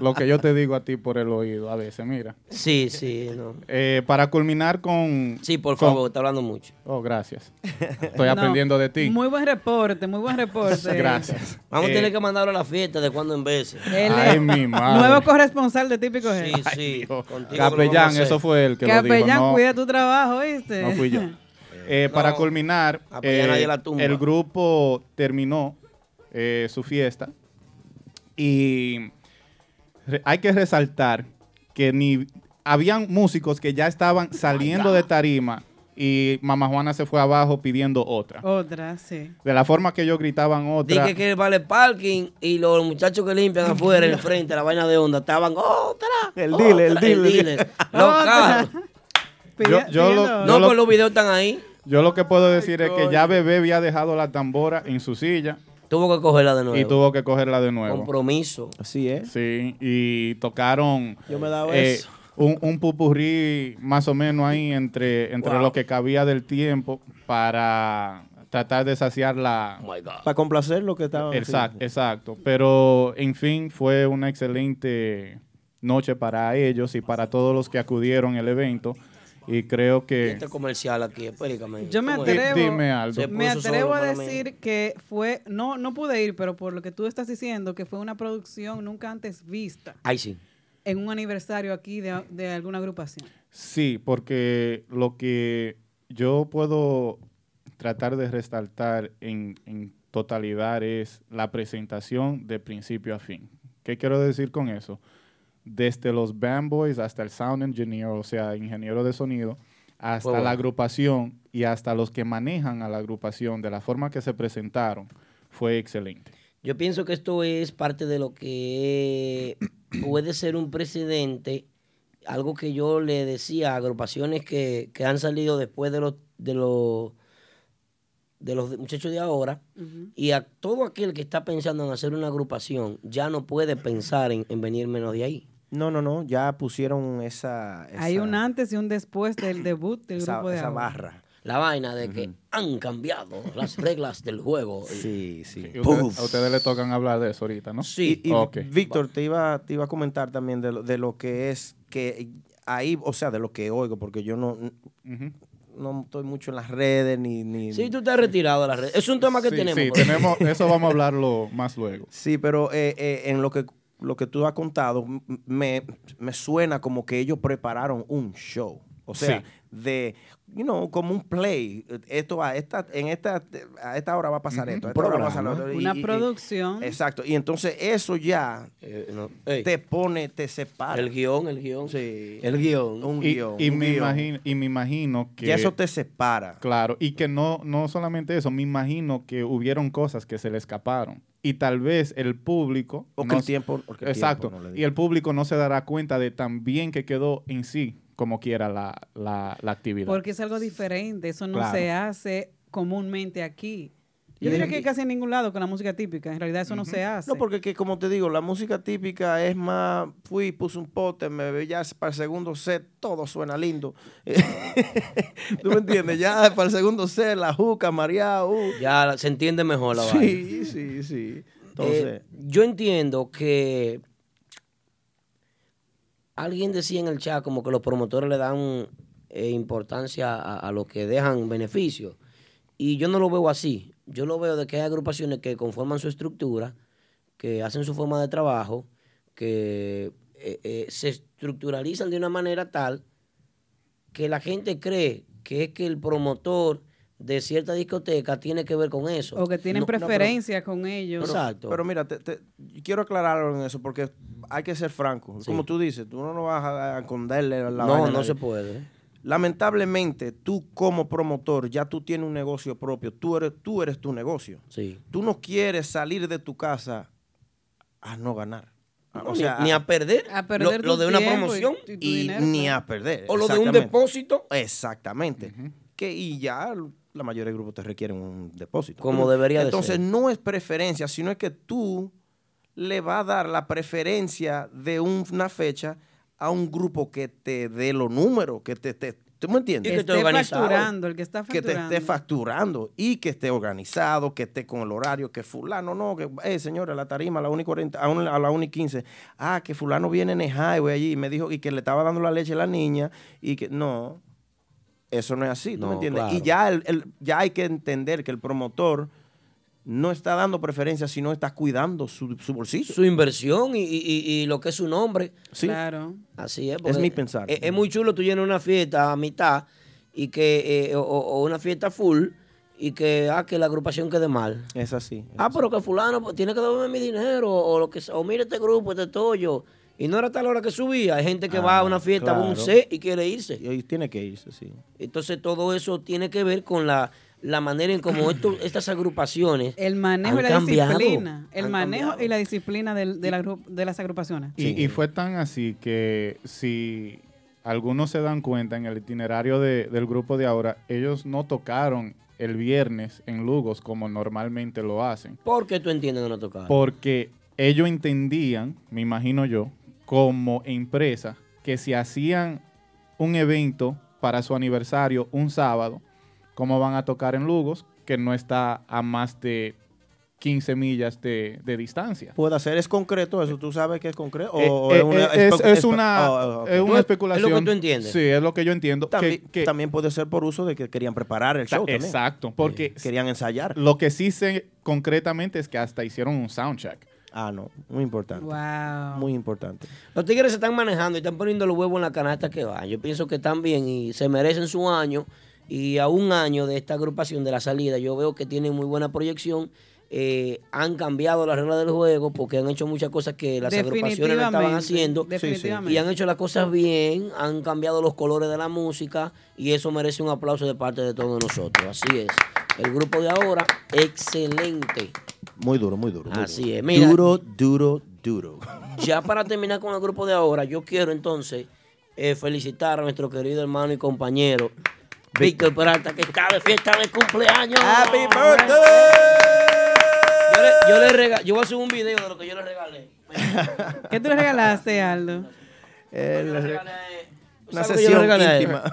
Speaker 9: lo que yo te digo a ti por el oído, a veces, mira.
Speaker 2: Sí, sí, no.
Speaker 9: Eh, para culminar con...
Speaker 2: Sí, por
Speaker 9: con-
Speaker 2: favor, está hablando mucho.
Speaker 9: Oh,
Speaker 2: <laughs>
Speaker 9: gracias. <laughs> Estoy
Speaker 3: No,
Speaker 9: aprendiendo de ti.
Speaker 3: Muy buen reporte, muy buen
Speaker 9: <laughs>
Speaker 3: reporte.
Speaker 9: Gracias.
Speaker 2: Vamos
Speaker 9: Eh,
Speaker 2: a tener que mandarlo a la fiesta de cuando en veces.
Speaker 3: Él es
Speaker 9: ah.
Speaker 3: Nuevo corresponsal de Típico G.
Speaker 2: Sí, sí. Contigo lo vamos a
Speaker 9: Capellán,
Speaker 2: hacer.
Speaker 9: eso fue el que lo dijo.
Speaker 3: Capellán,
Speaker 9: no-
Speaker 3: cuida tu trabajo, ¿viste?
Speaker 9: No fui yo.
Speaker 3: <laughs>
Speaker 9: Eh, para culminar,
Speaker 2: Ah, pues ya
Speaker 9: eh,
Speaker 2: nadie la tumba.
Speaker 9: el grupo terminó eh, su fiesta y re- hay que resaltar que ni habían músicos que ya estaban saliendo de tarima y Mamá Juana se fue abajo pidiendo otra.
Speaker 3: Otra, sí.
Speaker 9: De la forma que ellos gritaban otra.
Speaker 2: Dije que vale parking y los muchachos que limpian afuera, en el frente, la vaina de onda, estaban otra.
Speaker 4: El
Speaker 2: otra,
Speaker 4: dealer, el
Speaker 2: El
Speaker 4: dealer.
Speaker 2: dealer. Los carros.
Speaker 9: Yo- yo lo- yo
Speaker 2: no,
Speaker 9: lo-
Speaker 2: pues los videos están ahí.
Speaker 9: Yo lo que puedo decir es que ya Bebé había dejado la tambora en su silla.
Speaker 2: Tuvo que Pues cogerla de nuevo.
Speaker 9: Y tuvo que cogerla de nuevo.
Speaker 2: Compromiso.
Speaker 4: Así es.
Speaker 9: Sí, y tocaron
Speaker 4: Yo me he dado
Speaker 9: eh,
Speaker 4: eso.
Speaker 9: un, un pupurrí más o menos ahí entre, entre
Speaker 4: Wow.
Speaker 9: lo que cabía del tiempo para tratar de saciar la...
Speaker 2: Oh
Speaker 4: Para complacer lo que estaban.
Speaker 9: Exacto, exacto. Pero, en fin, fue una excelente noche para ellos y para todos los que acudieron al evento. Y creo que...
Speaker 2: Este comercial aquí, explícame.
Speaker 3: Yo me
Speaker 2: ¿Cómo es?
Speaker 3: atrevo,
Speaker 9: Dime, Aldo.
Speaker 2: Se
Speaker 3: me
Speaker 2: puso sobre
Speaker 3: atrevo a
Speaker 2: para mí.
Speaker 3: decir que fue, no, no pude ir, pero por lo que tú estás diciendo, que fue una producción nunca antes vista
Speaker 2: Ay, sí.
Speaker 3: en un aniversario aquí de, de alguna agrupación.
Speaker 9: Sí, porque lo que yo puedo tratar de resaltar en, en totalidad es la presentación de principio a fin. ¿Qué quiero decir con eso? Desde los band boys hasta el sound engineer, o sea, ingeniero de sonido, hasta
Speaker 11: Wow.
Speaker 9: la agrupación y hasta los que manejan a la agrupación, de la forma que se presentaron, fue excelente.
Speaker 2: Yo pienso que esto es parte de
Speaker 4: <clears throat>
Speaker 2: lo que puede ser un precedente, algo que yo le decía a agrupaciones que, que han salido después de los, de los de los muchachos de ahora, y a todo aquel que está pensando en hacer una agrupación, ya no puede pensar en, en venir menos de ahí.
Speaker 4: No, no, no. Ya pusieron esa. esa-
Speaker 3: Hay un antes y un después del debut del
Speaker 4: esa-
Speaker 3: grupo de
Speaker 4: esa
Speaker 3: ahora.
Speaker 4: barra.
Speaker 2: La vaina de que han cambiado las reglas del juego.
Speaker 4: Sí, sí.
Speaker 9: Y ustedes- a ustedes les tocan hablar de eso ahorita, ¿no?
Speaker 4: Sí, y,
Speaker 9: Ok.
Speaker 4: Víctor, te iba, te iba a comentar también de lo, de lo que es que ahí, o sea, de lo que oigo, porque yo no, no estoy mucho en las redes ni. ni
Speaker 2: Sí, tú te has retirado de las redes. Es un tema que
Speaker 9: Sí,
Speaker 2: tenemos.
Speaker 9: sí,
Speaker 2: por ejemplo.
Speaker 9: tenemos, eso vamos a hablarlo más luego.
Speaker 4: <laughs> Sí, pero eh, eh, en lo que, lo que tú has contado, m- me, me suena como que ellos prepararon un show. O sea,
Speaker 9: Sí.
Speaker 4: de, you know, como un play. Esto a esta, en esta, a esta hora va a pasar esto. a esta hora va a pasar lo otro, y-
Speaker 3: Una
Speaker 4: y- y-
Speaker 3: producción.
Speaker 4: Exacto. Y entonces eso ya te pone, te separa.
Speaker 2: Eh, El guión, el guión.
Speaker 4: Sí.
Speaker 2: El guión.
Speaker 4: Un
Speaker 9: y,
Speaker 4: guión.
Speaker 9: y
Speaker 4: un
Speaker 9: me
Speaker 4: guión.
Speaker 9: imagino y me imagino que
Speaker 4: Ya eso te separa
Speaker 9: claro y que no no solamente eso me imagino que hubieron cosas que se le escaparon y tal vez el público
Speaker 4: O que
Speaker 9: no
Speaker 4: el
Speaker 9: se-
Speaker 4: tiempo- o que el
Speaker 9: exacto
Speaker 4: tiempo no le
Speaker 9: y el público no se dará cuenta de tan bien que quedó en sí como quiera la, la, la actividad
Speaker 3: Porque es algo diferente, eso no
Speaker 9: Claro.
Speaker 3: se hace comúnmente aquí. Yo
Speaker 4: Y-
Speaker 3: diría que casi en ningún lado con la música típica, en realidad eso no se hace.
Speaker 4: No, porque que, como te digo, la música típica es más, fui, puse un pote, me bebí ya para el segundo set, todo suena lindo. <laughs> ¿Tú me entiendes? Ya para el segundo set, la juca, María, uh.
Speaker 2: Ya la- se entiende mejor la vaina.
Speaker 4: Sí, sí, sí. Entonces,
Speaker 2: Eh, yo entiendo Eh, que Alguien decía en el chat como que los promotores le dan eh, importancia a, a los que dejan beneficios. Y yo no lo veo así. Yo lo veo de que hay agrupaciones que conforman su estructura, que hacen su forma de trabajo, que eh, eh, se estructuralizan de una manera tal que la gente cree que es que el promotor de cierta discoteca tiene que ver con eso.
Speaker 3: O que tienen
Speaker 2: No, no, pero-
Speaker 3: preferencias con ellos.
Speaker 2: Exacto.
Speaker 4: Pero mira, te- te- quiero aclarar algo en eso porque hay que ser franco. Como tú dices, tú no no vas a a esconderle la vaina
Speaker 2: no,
Speaker 4: a
Speaker 2: no se
Speaker 4: nadie.
Speaker 2: puede.
Speaker 4: Lamentablemente, tú como promotor, ya tú tienes un negocio propio. Tú eres, tú eres tu negocio.
Speaker 2: Sí.
Speaker 4: Tú no quieres salir de tu casa a no ganar. Ah, A-
Speaker 2: No, ni- ni a perder A perder lo- lo tu de una tiempo y promoción tu- tu
Speaker 4: y,
Speaker 2: dinero,
Speaker 4: ni
Speaker 2: claro.
Speaker 4: a perder.
Speaker 2: O lo de un
Speaker 4: exactamente.
Speaker 2: depósito.
Speaker 4: Exactamente. que, y ya la mayoría de grupos te requieren un depósito.
Speaker 2: Como debería de
Speaker 4: Entonces,
Speaker 2: ser.
Speaker 4: no es preferencia, sino es que tú le vas a dar la preferencia de un- una fecha a un grupo que te dé los números, que te, te- ¿tú me entiendes?
Speaker 3: Que esté facturando, el que está
Speaker 4: que te
Speaker 3: facturando.
Speaker 4: esté facturando y que esté organizado, que esté con el horario, que fulano, no, que, eh, señora, la tarima a la 1.40, a, un- a la 1.15, ah, que fulano viene en el highway allí y me dijo y que le estaba dando la leche a la niña y que, no, eso no es así, ¿tú
Speaker 2: No,
Speaker 4: me entiendes?
Speaker 2: claro.
Speaker 4: Y ya, el- el- ya hay que entender que el promotor no está dando preferencia, sino está cuidando su, su bolsillo.
Speaker 2: Su inversión y, y- y- y lo que es su nombre.
Speaker 4: Sí.
Speaker 3: Claro.
Speaker 2: Así es. porque
Speaker 4: mi pensar.
Speaker 2: Es, es muy chulo tú llenas una fiesta a mitad y que, eh, o, o- o una fiesta full y que, ah, que la agrupación quede mal.
Speaker 4: Es así.
Speaker 2: Ah, pero que fulano pues, tiene que darme mi dinero o lo que sea, o mire este grupo, este toyo. Y no era tal hora que subía. Hay gente que va a una fiesta, va a un
Speaker 4: Ah, claro.
Speaker 2: set y quiere irse.
Speaker 4: Y tiene que irse, sí.
Speaker 2: Entonces todo eso tiene que ver con la, la manera en cómo esto- estas agrupaciones
Speaker 3: El manejo y
Speaker 2: han
Speaker 3: la
Speaker 2: cambiado,
Speaker 3: disciplina. El
Speaker 2: han
Speaker 3: manejo y la disciplina del- de, la gru- de las agrupaciones.
Speaker 9: Y, y fue tan así que si algunos se dan cuenta en el itinerario de- del grupo de ahora, ellos no tocaron el viernes en Lugos como normalmente lo hacen.
Speaker 2: ¿Por qué tú entiendes que no tocar?
Speaker 9: Porque ellos entendían, me imagino yo, como empresa, que si hacían un evento para su aniversario un sábado, ¿cómo van a tocar en Lugos? Que no está a más de 15 millas de, de distancia.
Speaker 4: Puede hacer, es concreto eso, tú sabes que es concreto. O,
Speaker 9: Eh,
Speaker 4: o
Speaker 9: eh,
Speaker 4: es una,
Speaker 9: eh, es-
Speaker 4: espe-
Speaker 9: es
Speaker 4: espe-
Speaker 9: una-
Speaker 4: oh, oh, ok.
Speaker 9: es una especulación. Sí, es lo que yo entiendo.
Speaker 4: También,
Speaker 9: que- que-
Speaker 4: también puede ser por uso de que querían preparar el
Speaker 9: Ta-
Speaker 4: show. también.
Speaker 9: Exacto, porque
Speaker 4: querían ensayar.
Speaker 9: Lo que sí sé concretamente es que hasta hicieron un soundcheck.
Speaker 4: Ah, no, muy importante.
Speaker 3: Wow.
Speaker 4: Muy importante.
Speaker 2: Los tigres se están manejando y están poniendo los huevos en la canasta que van. Yo pienso que están bien y se merecen su año. Y a un año de esta agrupación de la salida, yo veo que tienen muy buena proyección. Eh, han cambiado las reglas del juego porque han hecho muchas cosas que las agrupaciones no estaban
Speaker 3: Definitivamente,
Speaker 2: haciendo.
Speaker 3: definitivamente.
Speaker 2: Y han hecho las cosas bien, han cambiado los colores de la música y eso merece un aplauso de parte de todos nosotros. Así es. El grupo de ahora, excelente.
Speaker 4: Muy duro, muy duro. muy
Speaker 2: Así
Speaker 4: duro.
Speaker 2: es, mira.
Speaker 4: Duro, duro, duro.
Speaker 2: Ya para terminar con el grupo de ahora, yo quiero entonces eh, felicitar a nuestro querido hermano y compañero Víctor Peralta, que está de fiesta de cumpleaños. ¡Happy birthday! Yo le, yo le rega- yo voy a hacer un video de lo que yo le regalé.
Speaker 3: ¿Qué tú le regalaste, Aldo?
Speaker 2: Una sesión íntima. <laughs>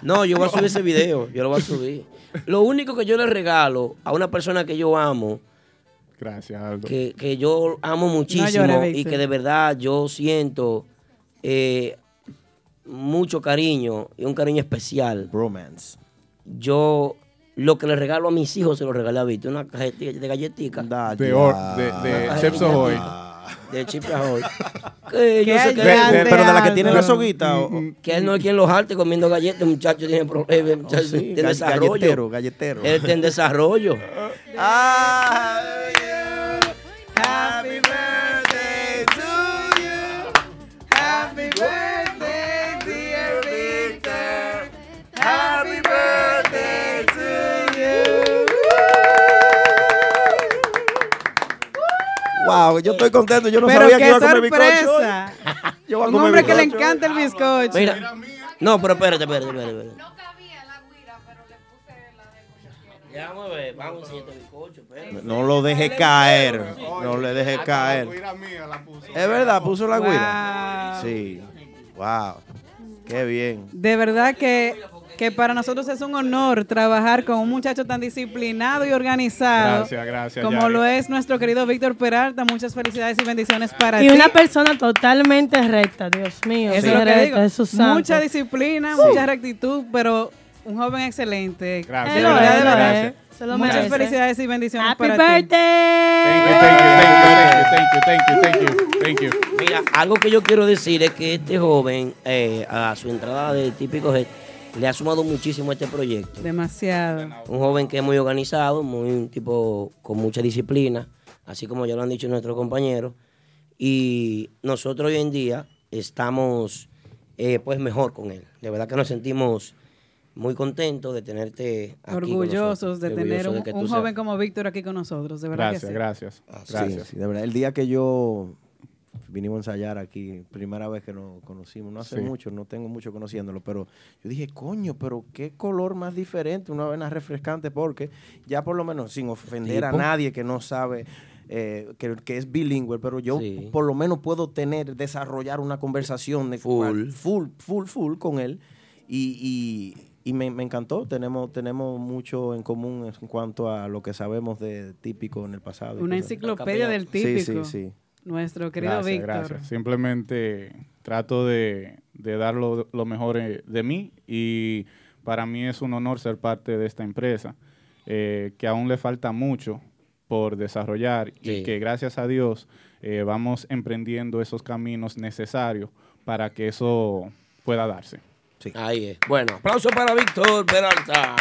Speaker 2: No, yo voy a
Speaker 3: No.
Speaker 2: subir ese video, yo lo voy a subir. Lo único que yo le regalo a una persona que yo amo,
Speaker 9: Gracias, Aldo.
Speaker 2: que, que yo amo muchísimo
Speaker 9: llores,
Speaker 2: y
Speaker 9: Víctor.
Speaker 2: que de verdad yo siento eh, mucho cariño y un cariño especial.
Speaker 4: Bromance.
Speaker 2: Yo lo que le regalo a mis hijos se lo regalé a Víctor, una cajetilla de galletica.
Speaker 9: De or- de- de
Speaker 2: Una
Speaker 9: Chips
Speaker 2: cajetilla
Speaker 9: Ahoy.
Speaker 2: De Chips Ahoy. Eh,
Speaker 4: Qué grande, De- pero de la que tiene la Aldo. soguita, o-
Speaker 2: Mm, Que él no es quien los jarte comiendo galletas, muchacho tiene
Speaker 9: Oh,
Speaker 2: problemas, muchacho,
Speaker 4: sí,
Speaker 2: tiene
Speaker 4: gall-
Speaker 2: desarrollo.
Speaker 4: galletero, galletero.
Speaker 2: Él está en desarrollo.
Speaker 5: Happy birthday to you. Happy birthday, dear Victor. Happy birthday to you.
Speaker 4: Wow, yo estoy contento. Yo no
Speaker 3: Pero
Speaker 4: sabía que
Speaker 3: qué
Speaker 4: iba a comer bizcocho hoy.
Speaker 3: sorpresa.
Speaker 4: Yo voy a
Speaker 3: Un
Speaker 4: comer
Speaker 3: hombre que le
Speaker 4: bizcocho.
Speaker 3: encanta el bizcocho.
Speaker 2: Mira, no, pero espérate, espérate, espérate. espérate. Ya vamos a ver, vamos a un bizcocho, espérate.
Speaker 4: No lo deje caer. No le deje caer. Es verdad, puso la guira. Sí. Wow. Qué bien.
Speaker 3: De verdad que que para nosotros es un honor trabajar con un muchacho tan disciplinado y organizado.
Speaker 9: Gracias, gracias,
Speaker 3: Como
Speaker 9: Yari.
Speaker 3: lo es nuestro querido Víctor Peralta. Muchas felicidades y bendiciones para
Speaker 11: Y
Speaker 3: ti.
Speaker 11: una persona totalmente recta, Dios mío.
Speaker 3: Eso
Speaker 11: qué
Speaker 3: es lo que
Speaker 11: recta,
Speaker 3: digo.
Speaker 11: eso es santo.
Speaker 3: Mucha disciplina,
Speaker 11: Sí.
Speaker 3: mucha rectitud, pero un joven excelente.
Speaker 9: Gracias,
Speaker 3: De verdad,
Speaker 9: gracias,
Speaker 3: de verdad. eh.
Speaker 9: gracias.
Speaker 11: Se lo
Speaker 3: Muchas
Speaker 11: merece.
Speaker 3: felicidades y bendiciones
Speaker 11: Happy
Speaker 3: para ti.
Speaker 11: birthday.
Speaker 9: Thank you, thank you, thank you, thank you, thank you.
Speaker 2: Mira, algo que yo quiero decir es que este joven, eh, a su entrada de típico Head, le ha sumado muchísimo a este proyecto.
Speaker 3: Demasiado.
Speaker 2: Un joven que es muy organizado, muy un tipo con mucha disciplina, así como ya lo han dicho nuestros compañeros. Y nosotros hoy en día estamos eh, pues mejor con él. De verdad que nos sentimos muy contentos de tenerte aquí. con
Speaker 3: Orgullosos
Speaker 2: nosotros.
Speaker 3: de
Speaker 2: Orgullosos
Speaker 3: tener un,
Speaker 2: de que
Speaker 3: un
Speaker 2: tú seas-
Speaker 3: joven como Víctor aquí con nosotros. De verdad que sí.
Speaker 9: gracias.
Speaker 4: Sí,
Speaker 9: gracias.
Speaker 4: sí, de verdad. El día que yo vinimos a ensayar aquí, primera vez que nos conocimos, no hace
Speaker 9: Sí.
Speaker 4: mucho, no tengo mucho conociéndolo, pero yo dije, coño, pero qué color más diferente, una avena refrescante, porque ya por lo menos, sin ofender a
Speaker 2: Tipo.
Speaker 4: nadie que no sabe. eh, que, que es bilingüe, pero yo
Speaker 2: Sí.
Speaker 4: por lo menos puedo tener, desarrollar una conversación de
Speaker 2: Full.
Speaker 4: full, full, full con él y, y- y me, me encantó. Tenemos, tenemos mucho en común en cuanto a lo que sabemos de típico en el pasado. y
Speaker 3: Una
Speaker 4: cosas así.
Speaker 3: enciclopedia del
Speaker 4: Sí,
Speaker 3: típico.
Speaker 4: sí, sí.
Speaker 3: Nuestro querido
Speaker 9: Gracias,
Speaker 3: Víctor.
Speaker 9: gracias. Simplemente trato de, de dar lo, lo mejor eh, de mí y para mí es un honor ser parte de esta empresa, eh, que aún le falta mucho por desarrollar y que gracias a Dios eh, vamos emprendiendo esos caminos necesarios para que eso pueda darse.
Speaker 2: Ahí es. Bueno, aplauso para Víctor Peralta.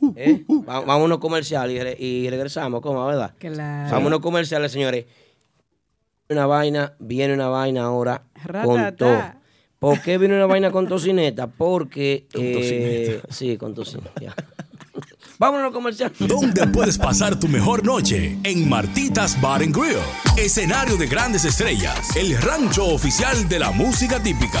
Speaker 3: Uh,
Speaker 2: ¿Eh? Va- Vámonos comerciales y, re- y regresamos, ¿cómo, verdad?
Speaker 3: Claro.
Speaker 2: Vámonos comerciales, señores. Una vaina, viene una vaina ahora con
Speaker 3: Ratatá.
Speaker 2: todo. ¿Por qué viene una vaina con
Speaker 3: <laughs>
Speaker 2: tocineta? Porque...
Speaker 1: Con
Speaker 2: eh,
Speaker 1: tocineta.
Speaker 2: Sí, con tocineta. ya. Vámonos comercial. <laughs>
Speaker 1: ¿Dónde puedes pasar tu mejor noche? En Martitas Bar and Grill. Escenario de grandes estrellas. El rancho oficial de la música típica.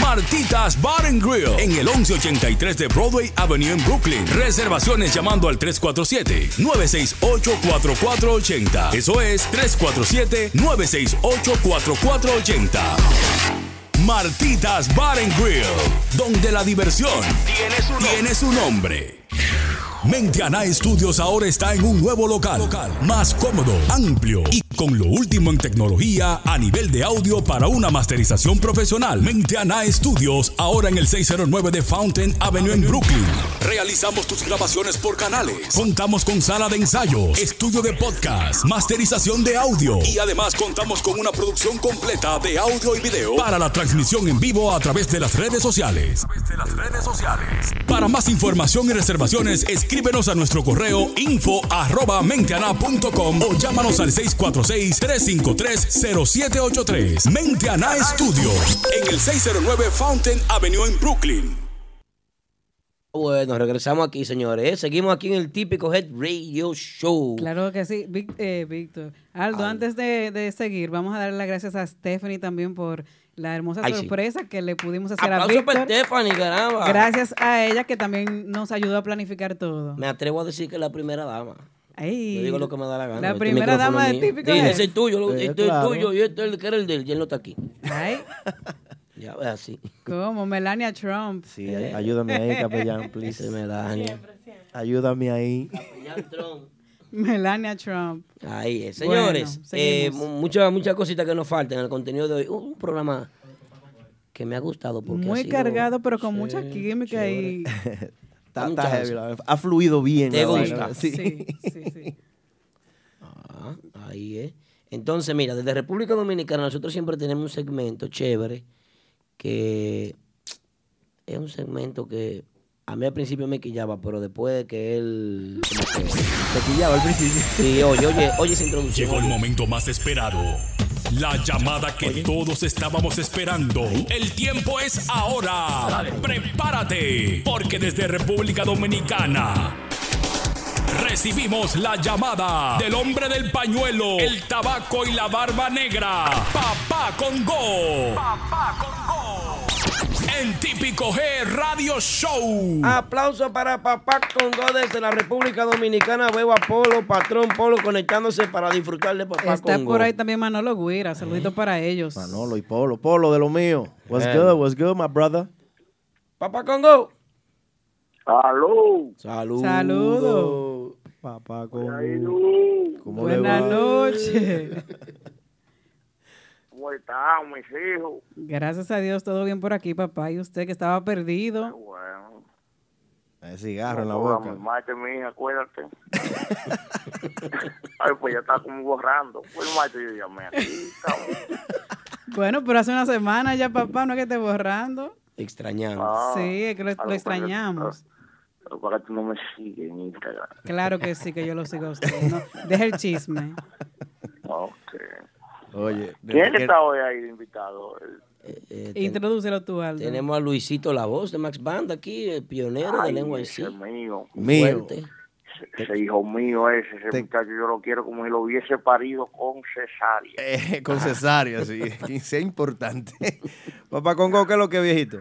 Speaker 1: Martitas Bar and Grill en el 1183 de Broadway Avenue en Brooklyn. Reservaciones llamando al 347-968-4480. Eso es 347-968-4480. Martitas Bar and Grill, donde la diversión tiene su nombre. Mentiana Studios ahora está en un nuevo local, más cómodo, amplio y con lo último en tecnología a nivel de audio para una masterización profesional. Mentiana Studios ahora en el 609 de Fountain Avenue en Brooklyn. Realizamos tus grabaciones por canales. Contamos con sala de ensayos, estudio de podcast, masterización de audio y además contamos con una producción completa de audio y video para la transmisión en vivo a través de las redes sociales. Para más información y reservaciones, escríbenos a nuestro correo info arroba menteana.com o llámanos al 646-353-0783. Menteana Studios, en el 609 Fountain Avenue en Brooklyn.
Speaker 2: Bueno, regresamos aquí, señores. ¿eh? Seguimos aquí en el típico Head Radio Show.
Speaker 3: Claro que sí, Vic- eh, Víctor. Aldo, antes de, de seguir, vamos a darle las gracias a Stephanie también por la hermosa
Speaker 2: Ay, sí.
Speaker 3: sorpresa que le pudimos hacer a
Speaker 2: Aplauso
Speaker 3: Víctor.
Speaker 2: para Stephanie, caramba.
Speaker 3: Gracias a ella que también nos ayudó a planificar todo.
Speaker 2: Me atrevo a decir que es la primera dama.
Speaker 3: Ay.
Speaker 2: Yo digo lo que me da la gana.
Speaker 3: La
Speaker 2: Este
Speaker 3: primera
Speaker 2: micrófono
Speaker 3: dama
Speaker 2: es
Speaker 3: de
Speaker 2: mío.
Speaker 3: típico
Speaker 2: Dije,
Speaker 3: Head.
Speaker 2: ese es tuyo, lo-
Speaker 3: Eh,
Speaker 2: este
Speaker 3: claro.
Speaker 2: es tuyo, y este es el que era el de él, y él no está aquí. Ya ves así.
Speaker 3: ¿Cómo? Melania Trump.
Speaker 4: Sí, ay- ayúdame ahí,
Speaker 3: <laughs>
Speaker 2: <laughs>
Speaker 4: capellán, please.
Speaker 2: Siempre,
Speaker 4: Ayúdame ahí.
Speaker 3: Melania Trump.
Speaker 2: Ahí es.
Speaker 3: Bueno,
Speaker 2: Señores, eh,
Speaker 3: seguimos.
Speaker 2: mu- muchas muchas cositas que nos faltan en el contenido de hoy. Un, un programa que me ha gustado porque ha
Speaker 3: Muy
Speaker 2: sido-
Speaker 3: cargado, pero con mucha química
Speaker 2: <laughs>
Speaker 3: y...
Speaker 4: Está,
Speaker 2: Dame
Speaker 4: está
Speaker 2: chance.
Speaker 4: heavy, la verdad. ha fluido bien.
Speaker 2: Te
Speaker 4: la vaina,
Speaker 2: gusta.
Speaker 4: sí.
Speaker 2: <laughs>
Speaker 4: <laughs>
Speaker 2: Ah, ahí es. Entonces, mira, desde República Dominicana nosotros siempre tenemos un segmento chévere que es un segmento que a mí al principio me quillaba, pero después de que él... ¿Te quillaba al principio? Sí, oye, oye, oye esa introducción.
Speaker 1: Llegó el momento más esperado. La llamada que todos estábamos esperando. El tiempo es ahora. Prepárate, porque desde República Dominicana. Recibimos la llamada del hombre del pañuelo, el tabaco y la barba negra. Papá Congo. Papá Congo. En típico G Radio Show.
Speaker 2: Aplauso para Papá Congo desde la República Dominicana. Veo a Polo, patrón Polo, conectándose para disfrutar de Papá
Speaker 3: Está
Speaker 2: Congo.
Speaker 3: por ahí también Manolo Guira. Saluditos para ellos.
Speaker 4: Manolo y Polo. Polo de lo mío. What's
Speaker 2: Bien.
Speaker 4: good? What's good, my brother?
Speaker 2: Papá Congo.
Speaker 8: Salud.
Speaker 4: Saludos.
Speaker 3: Saludos.
Speaker 4: Papá Congo. ¿Cómo le
Speaker 3: Buenas
Speaker 4: va?
Speaker 3: noches.
Speaker 8: ¿Cómo están mis hijos?
Speaker 3: Gracias a Dios, todo bien por aquí, papá. Y usted que estaba perdido.
Speaker 8: Bueno,
Speaker 4: El cigarro en la
Speaker 8: hola,
Speaker 4: boca.
Speaker 8: mi mate, mi hija,
Speaker 4: <laughs>
Speaker 8: acuérdate. Ay, pues ya está como borrando. Pues mate, yo llamé
Speaker 4: <laughs>
Speaker 8: aquí. cabrón.
Speaker 3: Bueno, pero hace una semana ya, papá, no es que esté borrando.
Speaker 2: Extrañamos.
Speaker 3: Sí, es que lo-
Speaker 8: Ah,
Speaker 3: lo extrañamos.
Speaker 8: Pero para que tú no me sigues en Instagram.
Speaker 3: Claro que sí, que yo lo sigo a usted. ¿no? Deja el chisme.
Speaker 8: Ok.
Speaker 4: Oye,
Speaker 8: ¿Quién está hoy ahí de invitado? El-
Speaker 2: eh,
Speaker 3: Introdúcelo tú, Aldo.
Speaker 2: Tenemos a Luisito La Voz de Max Band aquí, el pionero
Speaker 8: Ay,
Speaker 2: de lengua
Speaker 8: ese
Speaker 2: IC.
Speaker 8: mío.
Speaker 2: Mío.
Speaker 8: Ese hijo mío ese, ese muchacho yo lo quiero como si lo hubiese parido con cesárea.
Speaker 4: Eh, con cesárea, sí. Que sea importante. <laughs> Papá Congo, ¿qué es lo que viejito?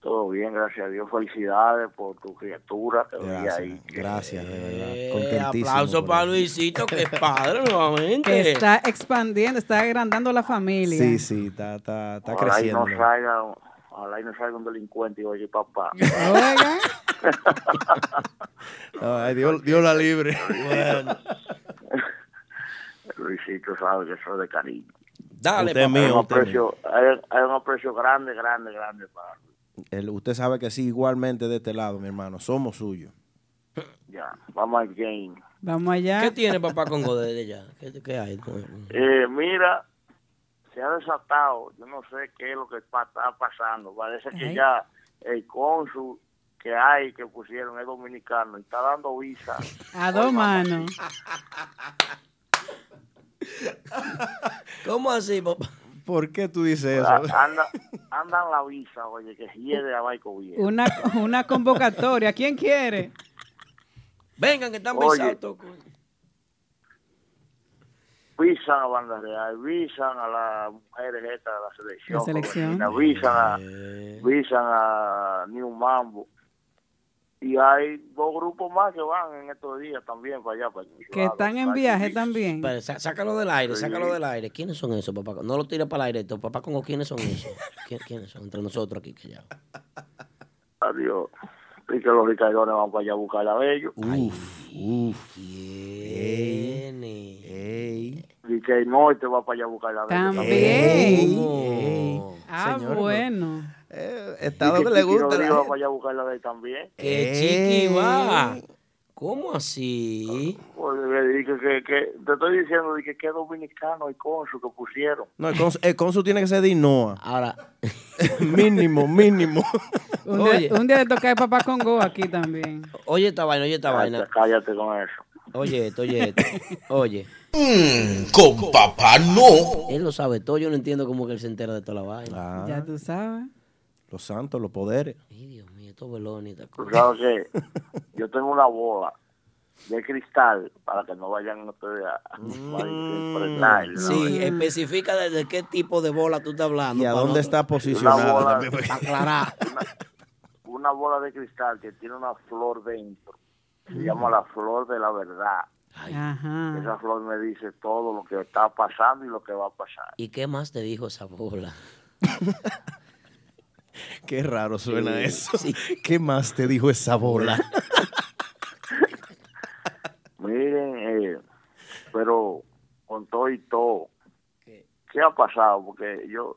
Speaker 8: Todo bien, gracias a Dios. Felicidades por tu criatura. Te vi ahí.
Speaker 4: Gracias, de verdad.
Speaker 2: Eh, aplauso para Luisito, que es
Speaker 3: <laughs>
Speaker 2: padre nuevamente.
Speaker 3: Que está expandiendo, está agrandando la familia.
Speaker 4: Sí, sí, está, está, está
Speaker 8: ojalá
Speaker 4: creciendo.
Speaker 8: Y no salga, ojalá y no salga un delincuente y oye, papá.
Speaker 4: Ay, Dios, Dios la
Speaker 7: <laughs>
Speaker 4: libre. <laughs>
Speaker 8: Luisito sabe que soy de cariño.
Speaker 2: Dale,
Speaker 4: Usted es papá. mío,
Speaker 8: Hay un
Speaker 4: usted es mío.
Speaker 8: aprecio, hay, hay un aprecio grande, grande, grande para
Speaker 4: El- usted sabe que sí, igualmente de este lado, mi hermano. Somos suyos.
Speaker 8: ya. Vamos al game.
Speaker 3: Vamos allá.
Speaker 2: ¿Qué tiene papá Congo desde ya? ¿Qué, qué
Speaker 8: <laughs>
Speaker 2: hay?
Speaker 8: Eh, mira, se ha desatado. Yo no sé qué es lo que pa- está pasando. Parece que
Speaker 2: Ajá.
Speaker 8: ya el cónsul que hay, que pusieron, es dominicano y está dando
Speaker 4: <laughs>
Speaker 8: visa.
Speaker 3: A dos manos.
Speaker 2: ¿Cómo así, papá?
Speaker 4: ¿Por qué tú dices
Speaker 8: Ah,
Speaker 4: eso?
Speaker 8: Anda, andan la visa, oye, que hiede a Baico bien.
Speaker 3: Una, una convocatoria. ¿Quién quiere?
Speaker 2: Vengan, que están
Speaker 8: Oye.
Speaker 2: besados. toco.
Speaker 8: Visan a Banda Real, visan a las mujeres estas de la selección.
Speaker 3: La selección.
Speaker 8: jovencita, Visan a,
Speaker 2: Eh.
Speaker 8: visan a New Mambo. Y hay dos grupos más que van en estos días también para allá. Para
Speaker 3: Que están en viaje también.
Speaker 2: Pero sa- sácalo del aire,
Speaker 8: Sí.
Speaker 2: sácalo del aire. ¿Quiénes son esos, papá? Congo? No lo tires para el aire, esto. papá Congo, ¿quiénes son esos? ¿Qui- ¿Quiénes son? Entre nosotros aquí, que ya.
Speaker 8: Adiós. Y que los ricaidones van para allá a buscar a
Speaker 2: Uh,
Speaker 8: ellos.
Speaker 4: Uf, uf.
Speaker 8: Y que el norte va para allá a buscar a ellos.
Speaker 3: También. ah,
Speaker 4: Señor, no.
Speaker 3: bueno.
Speaker 4: Estado que le gusta.
Speaker 8: va
Speaker 4: la gente.
Speaker 8: para allá a buscarla de él también.
Speaker 2: ¡Qué chiqui va! ¿Cómo así?
Speaker 8: Pues, eh, dije que, que- te estoy diciendo dije, que es dominicano el cónsul que pusieron.
Speaker 4: No, el cons- el cónsul tiene que ser de Inoa.
Speaker 2: Ahora.
Speaker 4: <laughs> mínimo, mínimo.
Speaker 3: Un día,
Speaker 2: Oye.
Speaker 3: un día le toca el papá con Go aquí también.
Speaker 2: Oye esta vaina, oye esta
Speaker 8: Cállate,
Speaker 2: vaina.
Speaker 8: cállate con eso.
Speaker 2: Oye esto, oye esto. Oye.
Speaker 1: Mm, con papá no.
Speaker 2: Él lo sabe todo, yo no entiendo cómo que él se entera de toda la vaina.
Speaker 3: Ya tú sabes.
Speaker 4: Los santos, los poderes.
Speaker 2: Oye, esto es velón y esta
Speaker 8: Tú
Speaker 2: cosa.
Speaker 8: sabes que
Speaker 2: <laughs>
Speaker 8: yo tengo una bola de cristal para que no vayan ustedes a, a impregnar, ¿no?
Speaker 2: Mm. Sí,
Speaker 3: Mm.
Speaker 2: especifica desde qué tipo de bola tú estás hablando.
Speaker 4: ¿Y a
Speaker 2: para
Speaker 4: dónde
Speaker 2: no-
Speaker 4: está
Speaker 8: Una bola.
Speaker 4: posicionado? también?
Speaker 2: para
Speaker 8: <laughs>
Speaker 2: aclarar.
Speaker 8: Una bola de cristal que tiene una flor dentro. Se
Speaker 2: Mm.
Speaker 8: llama la flor de la verdad.
Speaker 2: Ah.
Speaker 3: Ajá.
Speaker 8: Esa flor me dice todo lo que está pasando y lo que va a pasar.
Speaker 2: ¿Y qué más te dijo esa <laughs> bola?
Speaker 4: Qué raro suena
Speaker 2: Sí,
Speaker 4: eso.
Speaker 2: sí.
Speaker 4: ¿Qué más te dijo esa bola?
Speaker 8: Miren, eh, pero con todo y todo, ¿qué ha pasado? Porque yo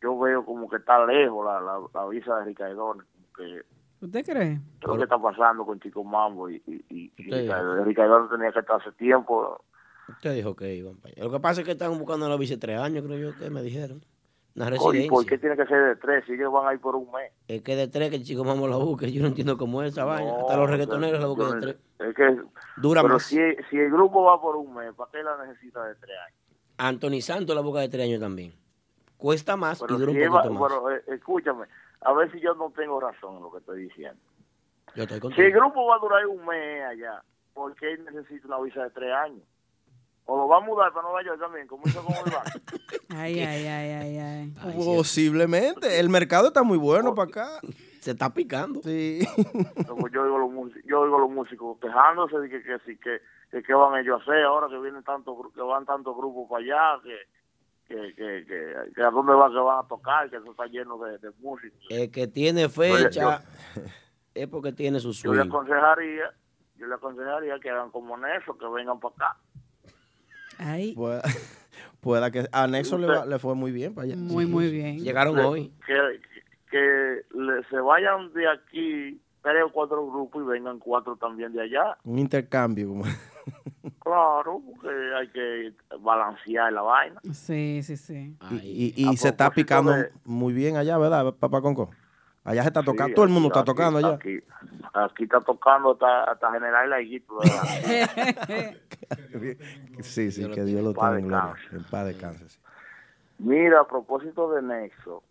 Speaker 8: yo veo como que está lejos la, la, la visa de Ricaidón. Que
Speaker 3: ¿Usted cree?
Speaker 8: es lo que está pasando con Chico Mambo y, y, y, y
Speaker 2: Usted dijo.
Speaker 8: Ricaidón. Ricaidón tenía que estar hace tiempo.
Speaker 2: Usted dijo que iban para allá. Lo que pasa es que están buscando la visa de tres años, creo yo, que me dijeron. Una
Speaker 8: Oye, ¿Por qué
Speaker 2: residencia.
Speaker 8: tiene que ser de tres? Si ellos van a ir por un mes.
Speaker 2: Es que de tres que el chico mamá la busque. Yo no entiendo cómo es esa vaina.
Speaker 8: No,
Speaker 2: Hasta los reggaetoneros la
Speaker 8: Oh, yo
Speaker 2: buscan
Speaker 8: no-
Speaker 2: de tres.
Speaker 8: Es que,
Speaker 2: Dura
Speaker 8: pero
Speaker 2: más.
Speaker 8: si, si el grupo va por un mes, ¿para qué la necesita de tres años?
Speaker 2: Anthony Santos la busca de tres años también. Cuesta más
Speaker 8: Pero
Speaker 2: y dura
Speaker 8: si
Speaker 2: un
Speaker 8: lleva-
Speaker 2: poquito más.
Speaker 8: pero, eh, escúchame, a ver si yo no tengo razón en lo que estoy diciendo.
Speaker 2: Yo estoy
Speaker 8: Si el
Speaker 2: contigo.
Speaker 8: grupo va a durar un mes allá, ¿por qué él necesita una visa de tres años? O lo va a mudar para Nueva York también, como hizo con el banco.
Speaker 3: Ay, ay, ay, ay, ay.
Speaker 4: Posiblemente. El mercado está muy bueno para acá.
Speaker 2: Se está picando.
Speaker 4: Sí.
Speaker 8: Como yo oigo los músicos, yo oigo los músicos quejándose de que que si- que que qué van ellos a hacer ahora que vienen tantos gru- que van tantos grupos para allá que que, que, que, que a dónde va que van a tocar que eso está lleno de, de música
Speaker 2: El que
Speaker 8: <laughs>
Speaker 2: tiene fecha es porque tiene su
Speaker 8: yo le
Speaker 2: swing.
Speaker 8: aconsejaría yo le aconsejaría que hagan como Nelson que vengan para acá
Speaker 4: Pueda, pueda que. A Nexo le, va- le fue muy bien para allá.
Speaker 3: Muy, muy bien.
Speaker 8: Le- que, que le- se vayan de aquí tres o cuatro grupos y vengan cuatro también de allá
Speaker 4: Un intercambio. como-
Speaker 8: claro porque hay que balancear la vaina
Speaker 3: Sí, sí, sí.
Speaker 4: Y, y- y se está picando muy bien allá, ¿verdad, papá Conco? Allá se está tocando.
Speaker 8: Sí,
Speaker 4: Todo el mundo está
Speaker 8: aquí-
Speaker 4: tocando allá.
Speaker 8: Aquí, aquí está tocando hasta, hasta General Laguito.
Speaker 4: <laughs> Sí, sí, que Dios lo
Speaker 8: paz
Speaker 4: tenga en gloria. En paz descanse. sí.
Speaker 8: Mira, a propósito de Nexo,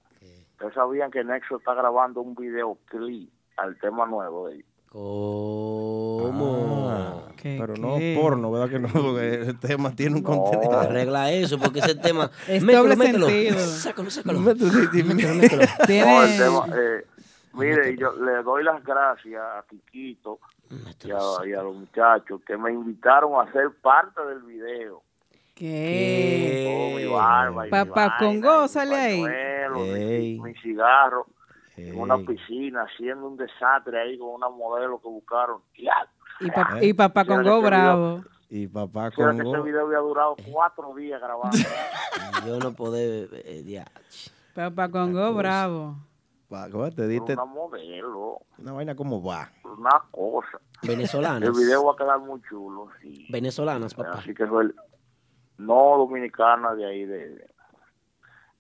Speaker 8: ustedes sabían que Nexo está grabando un videoclip al tema nuevo de ellos.
Speaker 2: ¿Cómo?
Speaker 4: Ah, Pero no porno, ¿verdad que no? Porque el tema tiene un contenido.
Speaker 2: <laughs> Arregla eso, porque ese tema.
Speaker 4: <laughs> Es
Speaker 2: mételo,
Speaker 4: doble
Speaker 2: mételo. <laughs>
Speaker 4: sentido.
Speaker 2: Sácalo, sácalo.
Speaker 4: <laughs> Mételo, sí, sí, mira.
Speaker 2: Mételo, <laughs> mételo.
Speaker 8: No, el tema, eh, mire, yo le doy las gracias a Quiquito y a, y a los muchachos que me invitaron a ser parte del video.
Speaker 3: ¿Qué?
Speaker 8: Oh, mi barba y mi
Speaker 3: Papá
Speaker 8: vaina,
Speaker 3: Congo, sale ahí.
Speaker 8: pañuelo, mi, mi cigarro, en una piscina, haciendo un desastre ahí con una modelo que buscaron. Ya.
Speaker 3: Y, pap- y papá Congo bravo.
Speaker 4: Y papá
Speaker 8: Creo que ese
Speaker 4: Congo.
Speaker 8: video había durado cuatro días
Speaker 4: <laughs>
Speaker 8: grabando.
Speaker 2: Yo no poder. eh, ya.
Speaker 3: Papá Congo bravo.
Speaker 4: Pa- ¿Cómo te
Speaker 8: Por
Speaker 4: diste?
Speaker 8: una modelo,
Speaker 4: Una vaina como va.
Speaker 8: por una cosa.
Speaker 2: Venezolanas.
Speaker 8: El video va a quedar muy chulo, sí.
Speaker 2: Venezolanas, papá.
Speaker 8: Así que soy no dominicana de ahí, de,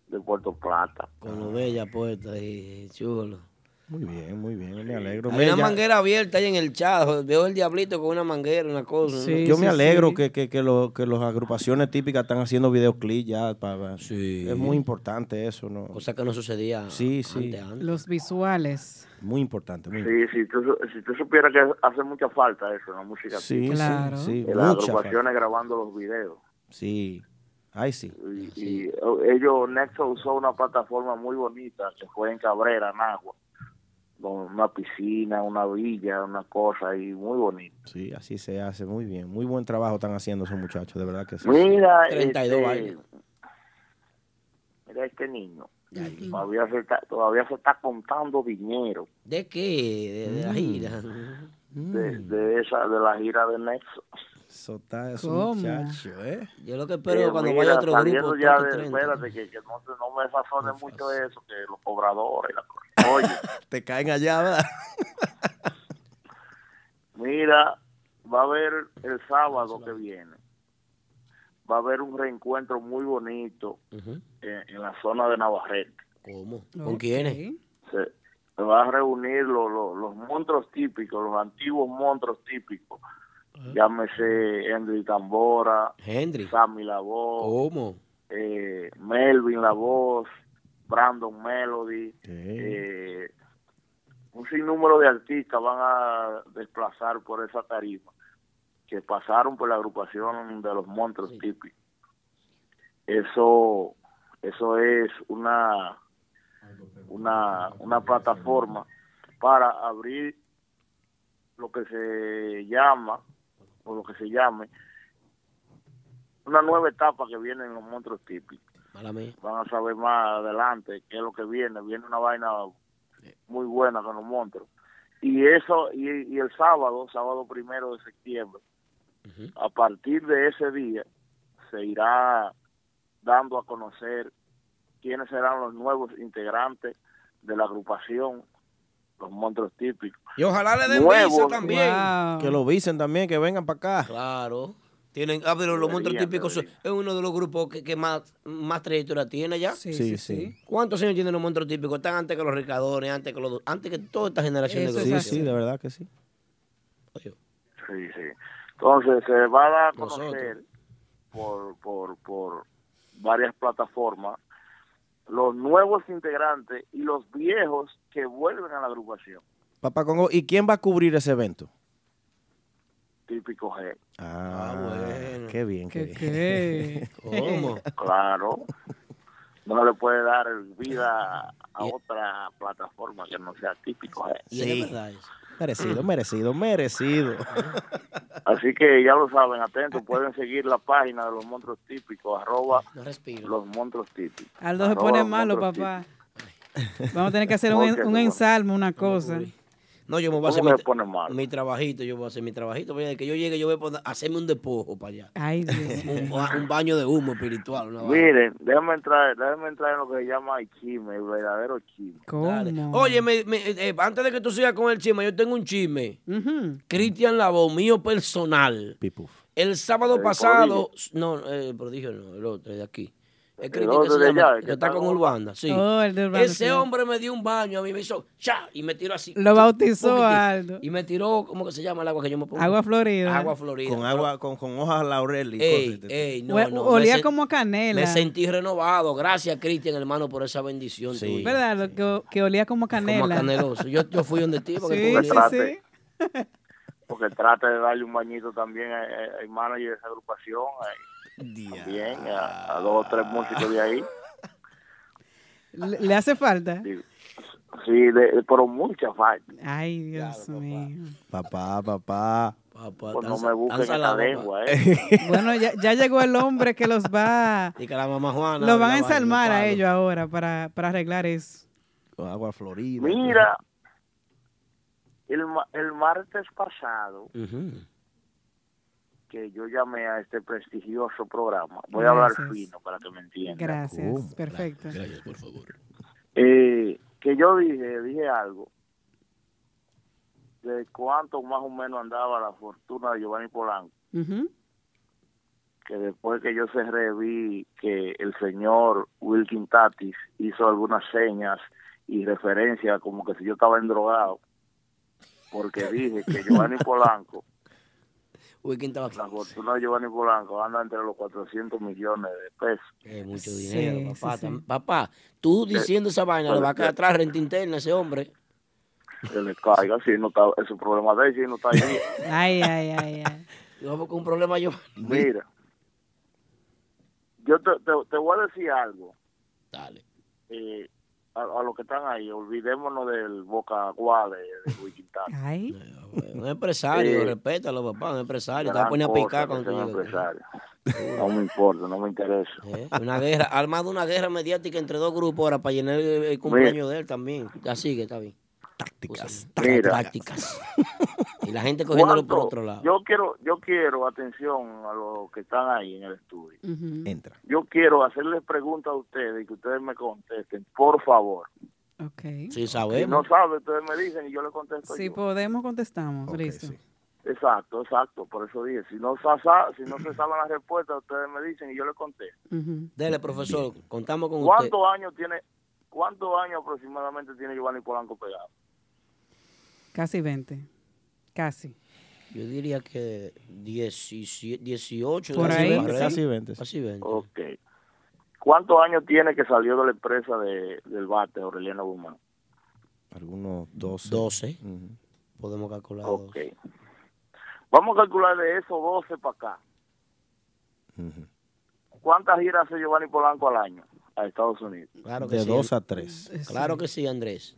Speaker 8: de Puerto Plata.
Speaker 2: Con lo bella puerta y chulo.
Speaker 4: Muy bien, muy bien. Me alegro.
Speaker 2: Hay
Speaker 4: Mira,
Speaker 2: una
Speaker 4: ya-
Speaker 2: manguera abierta ahí en el chat. Veo el diablito con una manguera, una cosa. ¿no?
Speaker 4: yo me alegro que, que, que, lo- que las agrupaciones típicas están haciendo videoclips ya. Para, Es muy importante eso, ¿no?
Speaker 2: Cosa que no sucedía
Speaker 4: sí, sí.
Speaker 3: Los visuales.
Speaker 4: Muy importante, muy
Speaker 8: Sí, si tú, su- si tú supieras que hace mucha falta eso en la música.
Speaker 4: Sí,
Speaker 8: típica.
Speaker 4: sí, Claro. sí,
Speaker 8: En las
Speaker 4: mucha
Speaker 8: agrupaciones
Speaker 4: falta.
Speaker 8: grabando los videos.
Speaker 4: Sí. Ay, sí.
Speaker 8: Y, y ellos, Nexo usó una plataforma muy bonita que fue en Cabrera, en Agua. Con una piscina, una villa, una cosa ahí muy bonita.
Speaker 4: Sí, así se hace. Muy bien. Muy buen trabajo están haciendo esos muchachos, de verdad que sí.
Speaker 8: Mira, este,
Speaker 4: años.
Speaker 8: mira este niño. Todavía se, está, todavía se está contando dinero
Speaker 2: ¿De qué? De,
Speaker 4: Mm.
Speaker 2: de la gira.
Speaker 8: de, de esa de la gira de Nexo.
Speaker 4: Eso está, es
Speaker 2: ¿Cómo?
Speaker 4: un muchacho, ¿eh?
Speaker 2: Yo lo que espero
Speaker 8: Eh,
Speaker 2: cuando
Speaker 8: mira,
Speaker 2: vaya otro
Speaker 8: saliendo
Speaker 2: grupo.
Speaker 8: ya
Speaker 2: toque
Speaker 8: de-
Speaker 2: 30.
Speaker 8: espérate, que, que no, se- no me sazone mucho eso, que los cobradores, la cosa. Oye,
Speaker 2: <laughs>
Speaker 4: Te caen allá, ¿verdad?
Speaker 8: mira, va a haber el sábado que viene, va a haber un reencuentro muy bonito en, en la zona de Navarrete.
Speaker 2: ¿Cómo? ¿Con quiénes?
Speaker 8: Se, se va a reunir lo- lo- los monstruos típicos, los antiguos monstruos típicos. Llámese Henry Tambora,
Speaker 2: Ah. Henry.
Speaker 8: Sammy La Voz,
Speaker 2: ¿Cómo?
Speaker 8: eh, Melvin La Voz, Brandon Melody, eh, un sinnúmero de artistas van a desplazar por esa tarifa que pasaron por la agrupación de los monstruos típicos. Eso, eso es una, una, una plataforma para abrir lo que se llama, o lo que se llame, una nueva etapa que viene en los monstruos típicos
Speaker 2: Mala mía.
Speaker 8: van a saber más adelante qué es lo que viene. Viene una vaina muy buena con los monstruos. Y eso, y, y el sábado, sábado primero de septiembre, a partir de ese día, se irá dando a conocer quiénes serán los nuevos integrantes de la agrupación, los monstruos típicos.
Speaker 2: Y ojalá le den
Speaker 8: Nuevos.
Speaker 2: visa también.
Speaker 4: Que lo dicen también, que vengan para acá.
Speaker 2: Claro. Tienen, ah, pero los monstruos
Speaker 4: Deberían,
Speaker 2: típicos son- es uno de los grupos que, que más, más trayectoria tiene ya.
Speaker 4: Sí, sí, sí, sí.
Speaker 2: ¿Cuántos años tienen los monstruos típicos? Están antes que los recadores, antes que los antes que toda esta generación de
Speaker 4: sí,
Speaker 2: grupos.
Speaker 4: sí, de verdad que sí.
Speaker 8: Sí, sí. Entonces se va a dar a conocer por, por, por varias plataformas los nuevos integrantes y los viejos que vuelven a la agrupación.
Speaker 4: Papá Congo, ¿y quién va a cubrir ese evento?
Speaker 8: típico G.
Speaker 4: Ah, bueno. Qué bien, qué, <laughs> bien.
Speaker 8: Claro. No le puede dar vida a otra plataforma que no sea típico G.
Speaker 4: Sí.
Speaker 2: Mm.
Speaker 4: Merecido, merecido, merecido.
Speaker 8: Así que ya lo saben, atentos, pueden seguir la página de los monstruos típicos, arroba los monstruos típicos.
Speaker 3: Aldo se
Speaker 8: Arroba
Speaker 3: pone
Speaker 8: Los
Speaker 3: malo,
Speaker 8: Monstruos
Speaker 3: papá. Vamos a tener que hacer
Speaker 8: <laughs>
Speaker 3: un,
Speaker 8: Porque,
Speaker 3: un ensalmo, una cosa.
Speaker 2: No, yo me voy a hacer
Speaker 8: ¿Cómo
Speaker 2: mi,
Speaker 8: se pone mal?
Speaker 2: mi trabajito, yo voy a hacer mi trabajito. porque de que yo llegue, yo voy a poner- hacerme un despojo para allá.
Speaker 3: Ay, Dios.
Speaker 2: <laughs> un, un baño de humo espiritual. una vaina.
Speaker 8: Miren, déjame entrar, déjame entrar en lo que se llama el chisme, el verdadero chisme.
Speaker 2: Oye, me- me- eh, eh, antes de que tú sigas con el chisme, yo tengo un chisme. Cristian Labo, mío personal. El sábado
Speaker 8: El
Speaker 2: pasado, no, eh, el prodigio no, el otro el de aquí. El Cristian que
Speaker 8: otro
Speaker 2: se
Speaker 8: de
Speaker 2: llama,
Speaker 8: allá, el
Speaker 2: que
Speaker 8: que
Speaker 2: está
Speaker 8: está
Speaker 2: con
Speaker 8: con-
Speaker 2: Urbanda, sí.
Speaker 3: Oh, el de Urbanda,
Speaker 2: Ese
Speaker 3: sí.
Speaker 2: hombre me dio un baño, a mí me hizo cha y me tiró así.
Speaker 3: Lo bautizó
Speaker 2: Un poquitín.
Speaker 3: Aldo.
Speaker 2: Y me tiró, ¿cómo que se llama el agua que yo me pongo?
Speaker 3: Agua florida.
Speaker 2: Agua florida.
Speaker 4: Con agua, con, con hojas laurel y
Speaker 2: Ey,
Speaker 4: cosas. este
Speaker 2: ey, no,
Speaker 3: Hue-
Speaker 2: no, me
Speaker 3: olía
Speaker 2: sen-
Speaker 3: como a canela.
Speaker 2: Me sentí renovado. Gracias, Cristian, hermano, por esa bendición tuya.
Speaker 3: ¿Verdad? Lo que, que olía como a canela.
Speaker 2: Como a caneloso. Yo, yo fui donde ti, porque
Speaker 3: Sí,
Speaker 2: tú
Speaker 8: sí,
Speaker 2: venías.
Speaker 8: sí. <laughs> Porque trate de darle un bañito también a- a- al manager de esa agrupación, a- también a, a dos o tres músicos de ahí.
Speaker 3: Le, le hace falta.
Speaker 8: Sí, de- pero mucha falta.
Speaker 3: Ay, Dios mío.
Speaker 4: Papá, papá.
Speaker 2: Papá,
Speaker 8: Pues no me busquen esta lengua, ¿eh?
Speaker 2: <laughs>
Speaker 3: Bueno, ya, ya llegó el hombre que los va.
Speaker 2: Y que la mamá Juana.
Speaker 3: Los van
Speaker 2: la
Speaker 3: a
Speaker 2: vaina,
Speaker 3: ensalmar a
Speaker 2: palo.
Speaker 3: ellos ahora para, para arreglar eso.
Speaker 4: Con agua florida.
Speaker 8: Mira, el, ma- el martes pasado, que yo llamé a este prestigioso programa, voy a hablar
Speaker 12: Gracias.
Speaker 8: fino para que me entiendan.
Speaker 3: Gracias. Perfecto.
Speaker 12: Gracias, por favor.
Speaker 8: Eh, que yo dije, dije algo de cuánto más o menos andaba la fortuna de Giovanni Polanco,
Speaker 3: Ujú.
Speaker 8: que después que yo cerré vi que eh, el señor Wilkin Tatis hizo algunas señas y referencias como que si yo estaba endrogado, porque dije que
Speaker 2: <laughs>
Speaker 8: Giovanni Polanco,
Speaker 2: Uy, ¿quién estaba aquí?
Speaker 8: la fortuna de Giovanni Polanco anda entre los 400 millones de pesos.
Speaker 2: Es mucho
Speaker 8: Sí,
Speaker 2: dinero,
Speaker 8: sí,
Speaker 2: papá.
Speaker 8: sí.
Speaker 2: tam- Papá, tú diciendo esa vaina, le va a caer atrás renta interna a ese hombre.
Speaker 8: Que le caiga, si no está, es un problema de él, si no está
Speaker 2: <laughs>
Speaker 8: ahí.
Speaker 3: Ay, ay, ay, ay.
Speaker 2: Yo con un problema yo. <laughs>
Speaker 8: Mira, yo te, te- te voy a decir algo.
Speaker 2: Dale.
Speaker 8: Eh, a, a los que están ahí, olvidémonos del Boca Guade de
Speaker 2: <laughs>
Speaker 8: Luis Quintana.
Speaker 3: Ay.
Speaker 2: Un empresario,
Speaker 8: Sí.
Speaker 2: respétalo, papá, un empresario. Te va
Speaker 8: Gran
Speaker 2: a poner a picar ¿eh?
Speaker 8: cosa que
Speaker 2: cuando
Speaker 8: sea
Speaker 2: tú
Speaker 8: un
Speaker 2: llegues.
Speaker 8: empresario. No me importa, no me
Speaker 2: <laughs>
Speaker 8: interesa.
Speaker 2: Una guerra, armado una guerra mediática entre dos grupos ahora para llenar el, el cumpleaños de él también. Así que está bien. Tácticas.
Speaker 8: Mira.
Speaker 2: Tácticas. Y la gente cogiéndolo por
Speaker 8: ¿Cuánto?
Speaker 2: otro lado.
Speaker 8: Yo quiero, yo quiero atención a los que están ahí en el estudio.
Speaker 4: Entra.
Speaker 8: Yo quiero hacerles preguntas a ustedes y que ustedes me contesten, por favor.
Speaker 2: Sí,
Speaker 8: Si
Speaker 2: sabemos.
Speaker 8: no saben, ustedes me dicen y yo les contesto.
Speaker 3: Si
Speaker 8: yo.
Speaker 3: podemos, contestamos. Listo.
Speaker 8: Exacto, exacto, por eso dije, si no, sa- sa- si no se saben las respuestas, ustedes me dicen y yo les contesto.
Speaker 2: Dele, profesor, contamos con usted.
Speaker 8: ¿Cuántos años tiene, cuántos años aproximadamente tiene Giovanni Polanco pegado?
Speaker 3: Casi 20. Casi.
Speaker 2: Yo diría que 17, 18.
Speaker 3: Por
Speaker 2: casi
Speaker 3: ahí,
Speaker 2: 20,
Speaker 3: sí.
Speaker 2: ¿verdad?
Speaker 3: Casi
Speaker 4: 20.
Speaker 2: Casi 20.
Speaker 8: Ok. ¿Cuántos años tiene que salió de la empresa de, del bate Aureliano Guzmán?
Speaker 4: Algunos 12.
Speaker 2: 12. Podemos calcular.
Speaker 8: Ok. Vamos a calcular de esos 12 para acá. ¿Cuántas giras hace Giovanni Polanco al año a Estados Unidos?
Speaker 2: Claro que
Speaker 4: De
Speaker 2: sí. Eh,
Speaker 4: 2 a 3.
Speaker 2: Claro que sí, Andrés.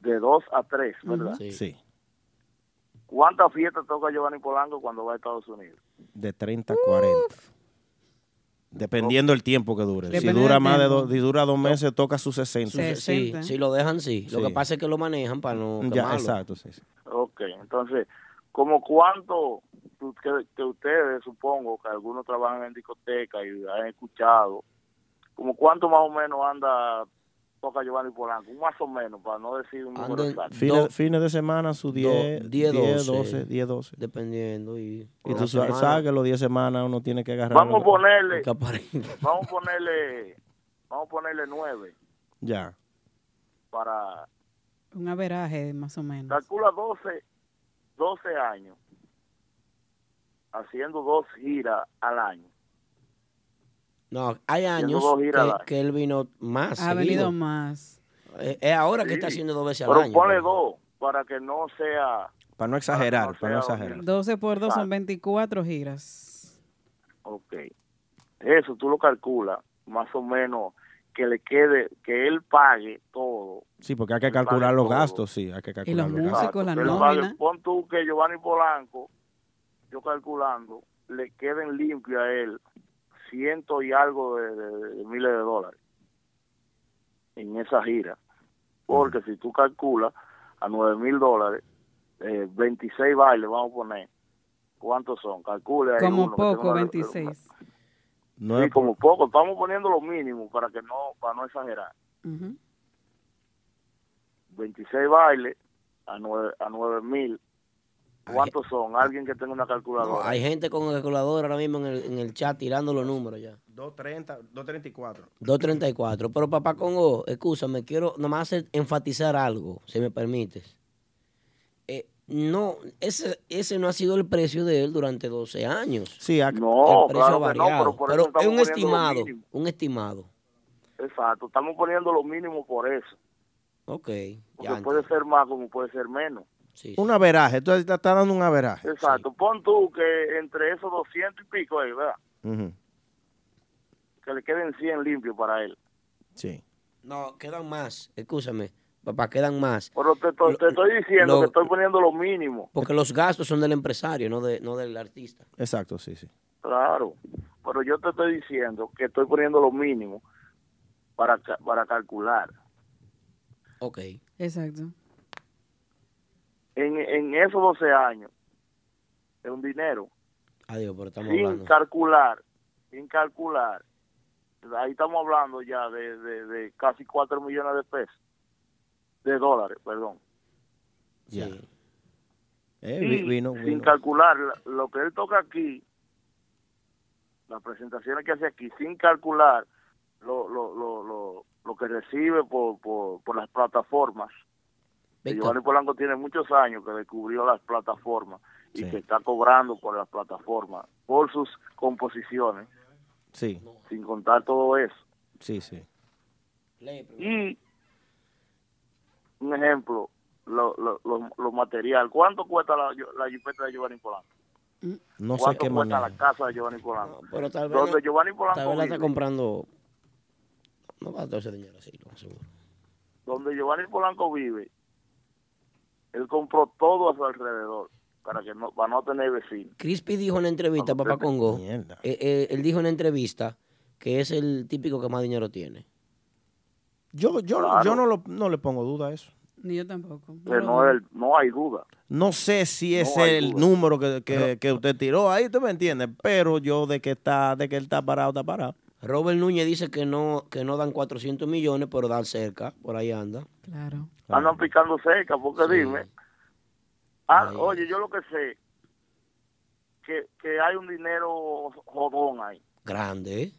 Speaker 8: De 2 a 3, ¿verdad?
Speaker 4: Sí.
Speaker 8: ¿Cuántas fiestas toca Giovanni Polanco cuando va a Estados Unidos?
Speaker 4: De 30 a 40. Dependiendo el tiempo que dure.
Speaker 2: Depende
Speaker 4: si dura
Speaker 2: del
Speaker 4: más de
Speaker 2: tiempo.
Speaker 4: dos, si dura dos meses, toca sus 60.
Speaker 2: Sí, sí, sí, lo dejan, sí. Lo
Speaker 4: Sí.
Speaker 2: que pasa es que lo manejan para no
Speaker 4: Ya,
Speaker 2: quemarlo.
Speaker 4: exacto, sí, sí.
Speaker 8: Ok, entonces, como cuánto tú- que, que ustedes, supongo que algunos trabajan en discoteca y han escuchado, como cuánto más o menos anda toca Giovanni Polanco, Un más o menos, para no decir un número exacto.
Speaker 4: Fines, fines de semana, sus 10, 10, 12, 10, 12.
Speaker 2: Dependiendo. Y,
Speaker 4: Y
Speaker 2: la
Speaker 4: tú sa-
Speaker 2: semana.
Speaker 4: sabes que los 10 semanas uno tiene que agarrar.
Speaker 8: Vamos a ponerle,
Speaker 4: el que aparece.
Speaker 8: vamos a ponerle, vamos a ponerle nueve
Speaker 4: Ya.
Speaker 8: para,
Speaker 3: Un averaje, más o menos.
Speaker 8: calcula 12, 12 años haciendo dos giras al año.
Speaker 2: No, hay
Speaker 8: Haciendo
Speaker 2: años
Speaker 8: dos giras al
Speaker 2: que,
Speaker 8: año.
Speaker 2: que él vino más.
Speaker 3: Ha
Speaker 2: seguido.
Speaker 3: venido más.
Speaker 2: Eh, Es ahora que
Speaker 8: Sí.
Speaker 2: está haciendo dos veces al
Speaker 8: Pero
Speaker 2: año.
Speaker 8: ponle
Speaker 2: ¿no?
Speaker 8: dos para que no sea.
Speaker 4: Para no
Speaker 8: Ah,
Speaker 4: exagerar, para no exagerar.
Speaker 3: 12 por 2 son 24 giras.
Speaker 8: Ok. Eso tú lo calculas, más o menos, que le quede, que él pague todo.
Speaker 4: Sí, porque hay que calcular los gastos, sí, hay que calcular los gastos.
Speaker 8: Exacto, que él pague. Pon tú que Giovanni Polanco, yo calculando, le queden limpios a él ciento y algo de, de- de miles de dólares en esa gira. Porque si tú calculas a nueve mil dólares, eh, 26 bailes, vamos a poner, ¿cuántos son? Calcule ahí
Speaker 3: Como
Speaker 8: uno, que tenga
Speaker 3: poco,
Speaker 8: una-
Speaker 3: 26.
Speaker 4: No es
Speaker 8: como poco, estamos poniendo lo mínimo para que no para no exagerar.
Speaker 3: Ujú.
Speaker 8: 26 bailes a 9 a nueve mil. ¿Cuántos son? Alguien que tenga una
Speaker 2: No,
Speaker 8: calculadora.
Speaker 2: hay gente con calculadora ahora mismo en el, en el chat tirando los números ya.
Speaker 4: 230, 234.
Speaker 2: 234. Pero papá Congo, escúchame, quiero nomás hacer- enfatizar algo, si me permites. Eh, no, ese, ese no ha sido el precio de él durante 12 años.
Speaker 4: Sí,
Speaker 2: el precio
Speaker 8: claro
Speaker 2: ha
Speaker 8: que no,
Speaker 2: variado.
Speaker 8: pero por
Speaker 2: pero
Speaker 8: eso estamos
Speaker 2: es
Speaker 8: poniendo
Speaker 2: un
Speaker 8: lo
Speaker 2: estimado,
Speaker 8: mínimo.
Speaker 2: un estimado.
Speaker 8: Exacto, estamos poniendo lo mínimo por eso.
Speaker 2: Ok,
Speaker 8: Porque puede ser más como puede ser menos.
Speaker 4: Un averaje, tú estás dando un averaje.
Speaker 8: Exacto, pon tú que entre esos 200 y pico, ahí, ¿verdad?
Speaker 4: Ujú,
Speaker 8: Que le queden 100 limpios para él.
Speaker 4: Sí.
Speaker 2: No, quedan más, escúchame, papá, quedan más.
Speaker 8: Pero te, to- te estoy diciendo
Speaker 2: lo-
Speaker 8: que estoy poniendo lo mínimo.
Speaker 2: Porque los gastos son del empresario, no, de, no del artista.
Speaker 4: Exacto, sí, sí.
Speaker 8: Claro, pero yo te estoy diciendo que estoy poniendo lo mínimo para, ca- para calcular.
Speaker 2: Ok.
Speaker 3: Exacto.
Speaker 8: En, en esos 12 años, es un dinero,
Speaker 2: Adiós, pero estamos
Speaker 8: sin
Speaker 2: hablando.
Speaker 8: calcular, sin calcular, ahí estamos hablando ya de, de, de casi 4 millones de pesos, de dólares, perdón.
Speaker 4: Ya. Eh,
Speaker 8: Y
Speaker 4: vi- vino,
Speaker 8: sin
Speaker 4: vino.
Speaker 8: calcular la- lo que él toca aquí, las presentaciones que hace aquí, sin calcular lo, lo, lo, lo, lo que recibe por, por, por las plataformas. Que
Speaker 2: Víctor.
Speaker 8: Giovanni Polanco tiene muchos años que descubrió las plataformas y que está cobrando por las plataformas, por sus composiciones,
Speaker 4: Sí,
Speaker 8: sin contar todo eso.
Speaker 4: sí, sí.
Speaker 8: Y un ejemplo, lo, lo, lo- lo material. ¿Cuánto cuesta la, la jipeta de Giovanni Polanco?
Speaker 4: No sé
Speaker 8: ¿Cuánto
Speaker 4: qué
Speaker 8: cuesta
Speaker 4: manera.
Speaker 8: la casa de Giovanni Polanco?
Speaker 2: Pero tal vez,
Speaker 8: Donde
Speaker 2: no-
Speaker 8: Giovanni Polanco
Speaker 2: tal vez la está
Speaker 8: vive,
Speaker 2: comprando. No va a todo ese dinero así, lo más seguro.
Speaker 8: donde Giovanni Polanco vive, él compró todo a su alrededor para que no, para no tener vecinos.
Speaker 2: Crispy dijo en una entrevista, papá Congo. eh, eh, él dijo en una entrevista que es el típico que más dinero tiene.
Speaker 4: Yo, yo, yo no, lo, no le pongo duda a eso.
Speaker 3: Ni yo tampoco.
Speaker 8: Que no, es- no hay duda.
Speaker 4: No sé si es
Speaker 8: No hay
Speaker 4: el
Speaker 8: duda.
Speaker 4: número que, que- que usted tiró ahí, usted me entiende, pero yo de que está, de que él está parado, está parado.
Speaker 2: Robert Núñez dice que no, que no dan 400 millones, pero dan cerca, por ahí anda.
Speaker 3: Claro.
Speaker 8: Andan picando cerca, porque dime. Ah, oye, yo lo que sé, que, que hay un dinero jodón ahí.
Speaker 2: Grande, ¿eh?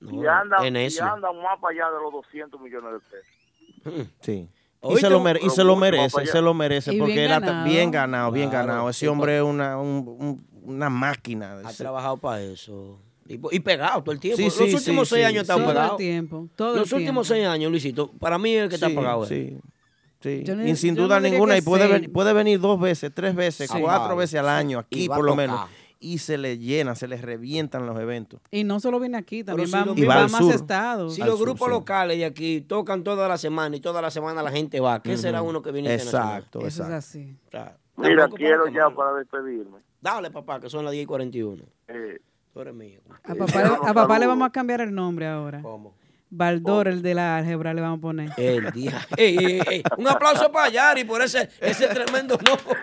Speaker 2: No,
Speaker 8: y andan,
Speaker 2: en
Speaker 8: y
Speaker 2: eso.
Speaker 8: andan más para allá de los 200 millones de pesos.
Speaker 4: Sí. Y
Speaker 2: Oíste,
Speaker 4: se, lo mere- y
Speaker 2: pero
Speaker 4: se lo
Speaker 2: mucho más
Speaker 4: merece,
Speaker 2: para allá.
Speaker 4: se lo merece,
Speaker 2: Y bien
Speaker 4: porque él ha ta-
Speaker 2: ganado.
Speaker 4: bien ganado, bien
Speaker 2: Claro,
Speaker 4: ganado. Ese
Speaker 2: sí,
Speaker 4: hombre es una, un- un- una máquina.
Speaker 2: Ha
Speaker 4: Ese-
Speaker 2: trabajado para eso. Y, po- y pegado todo el tiempo.
Speaker 4: Sí,
Speaker 2: Los
Speaker 4: sí,
Speaker 2: últimos
Speaker 4: sí,
Speaker 2: seis
Speaker 4: sí.
Speaker 2: años están
Speaker 4: Todo el
Speaker 2: pegados.
Speaker 3: tiempo, todo el
Speaker 2: Los últimos seis años, Luisito, para mí es el que está
Speaker 4: Sí,
Speaker 2: pagado.
Speaker 4: sí, sí.
Speaker 2: Yo no-
Speaker 4: y sin
Speaker 2: yo no
Speaker 4: duda
Speaker 2: diría
Speaker 4: ninguna,
Speaker 2: que
Speaker 4: y puede,
Speaker 2: seis.
Speaker 4: ven- puede venir dos veces, tres veces,
Speaker 2: Sí.
Speaker 4: cuatro
Speaker 2: Claro,
Speaker 4: veces al
Speaker 2: sí.
Speaker 4: año, aquí
Speaker 2: Y va a
Speaker 4: por lo
Speaker 2: tocar.
Speaker 4: menos. Y se le llena, se les revientan los eventos.
Speaker 3: Y no solo viene aquí,
Speaker 2: Pero
Speaker 3: también
Speaker 2: si
Speaker 3: va,
Speaker 2: los-
Speaker 3: y
Speaker 4: y va
Speaker 3: va a
Speaker 4: al
Speaker 3: más
Speaker 4: sur.
Speaker 3: estados.
Speaker 2: Si los grupos locales de aquí tocan toda la semana y toda la semana la gente va, ¿qué será uno que viene internacional?
Speaker 4: Exacto,
Speaker 3: Eso es
Speaker 4: exacto.
Speaker 3: así.
Speaker 8: Mira,
Speaker 2: Tampoco
Speaker 8: quiero
Speaker 2: para
Speaker 8: ya para despedirme.
Speaker 2: Dale, papá, que son las 10 y 41.
Speaker 8: Eh,
Speaker 2: Tú eres mío.
Speaker 3: A papá, le- a papá le vamos a cambiar el nombre ahora.
Speaker 2: ¿Cómo?
Speaker 3: Baldor, el de la álgebra, le vamos a poner.
Speaker 2: El día. <laughs> Ey, ey, ey, Un aplauso para Yari por ese, ese tremendo nombre. <laughs>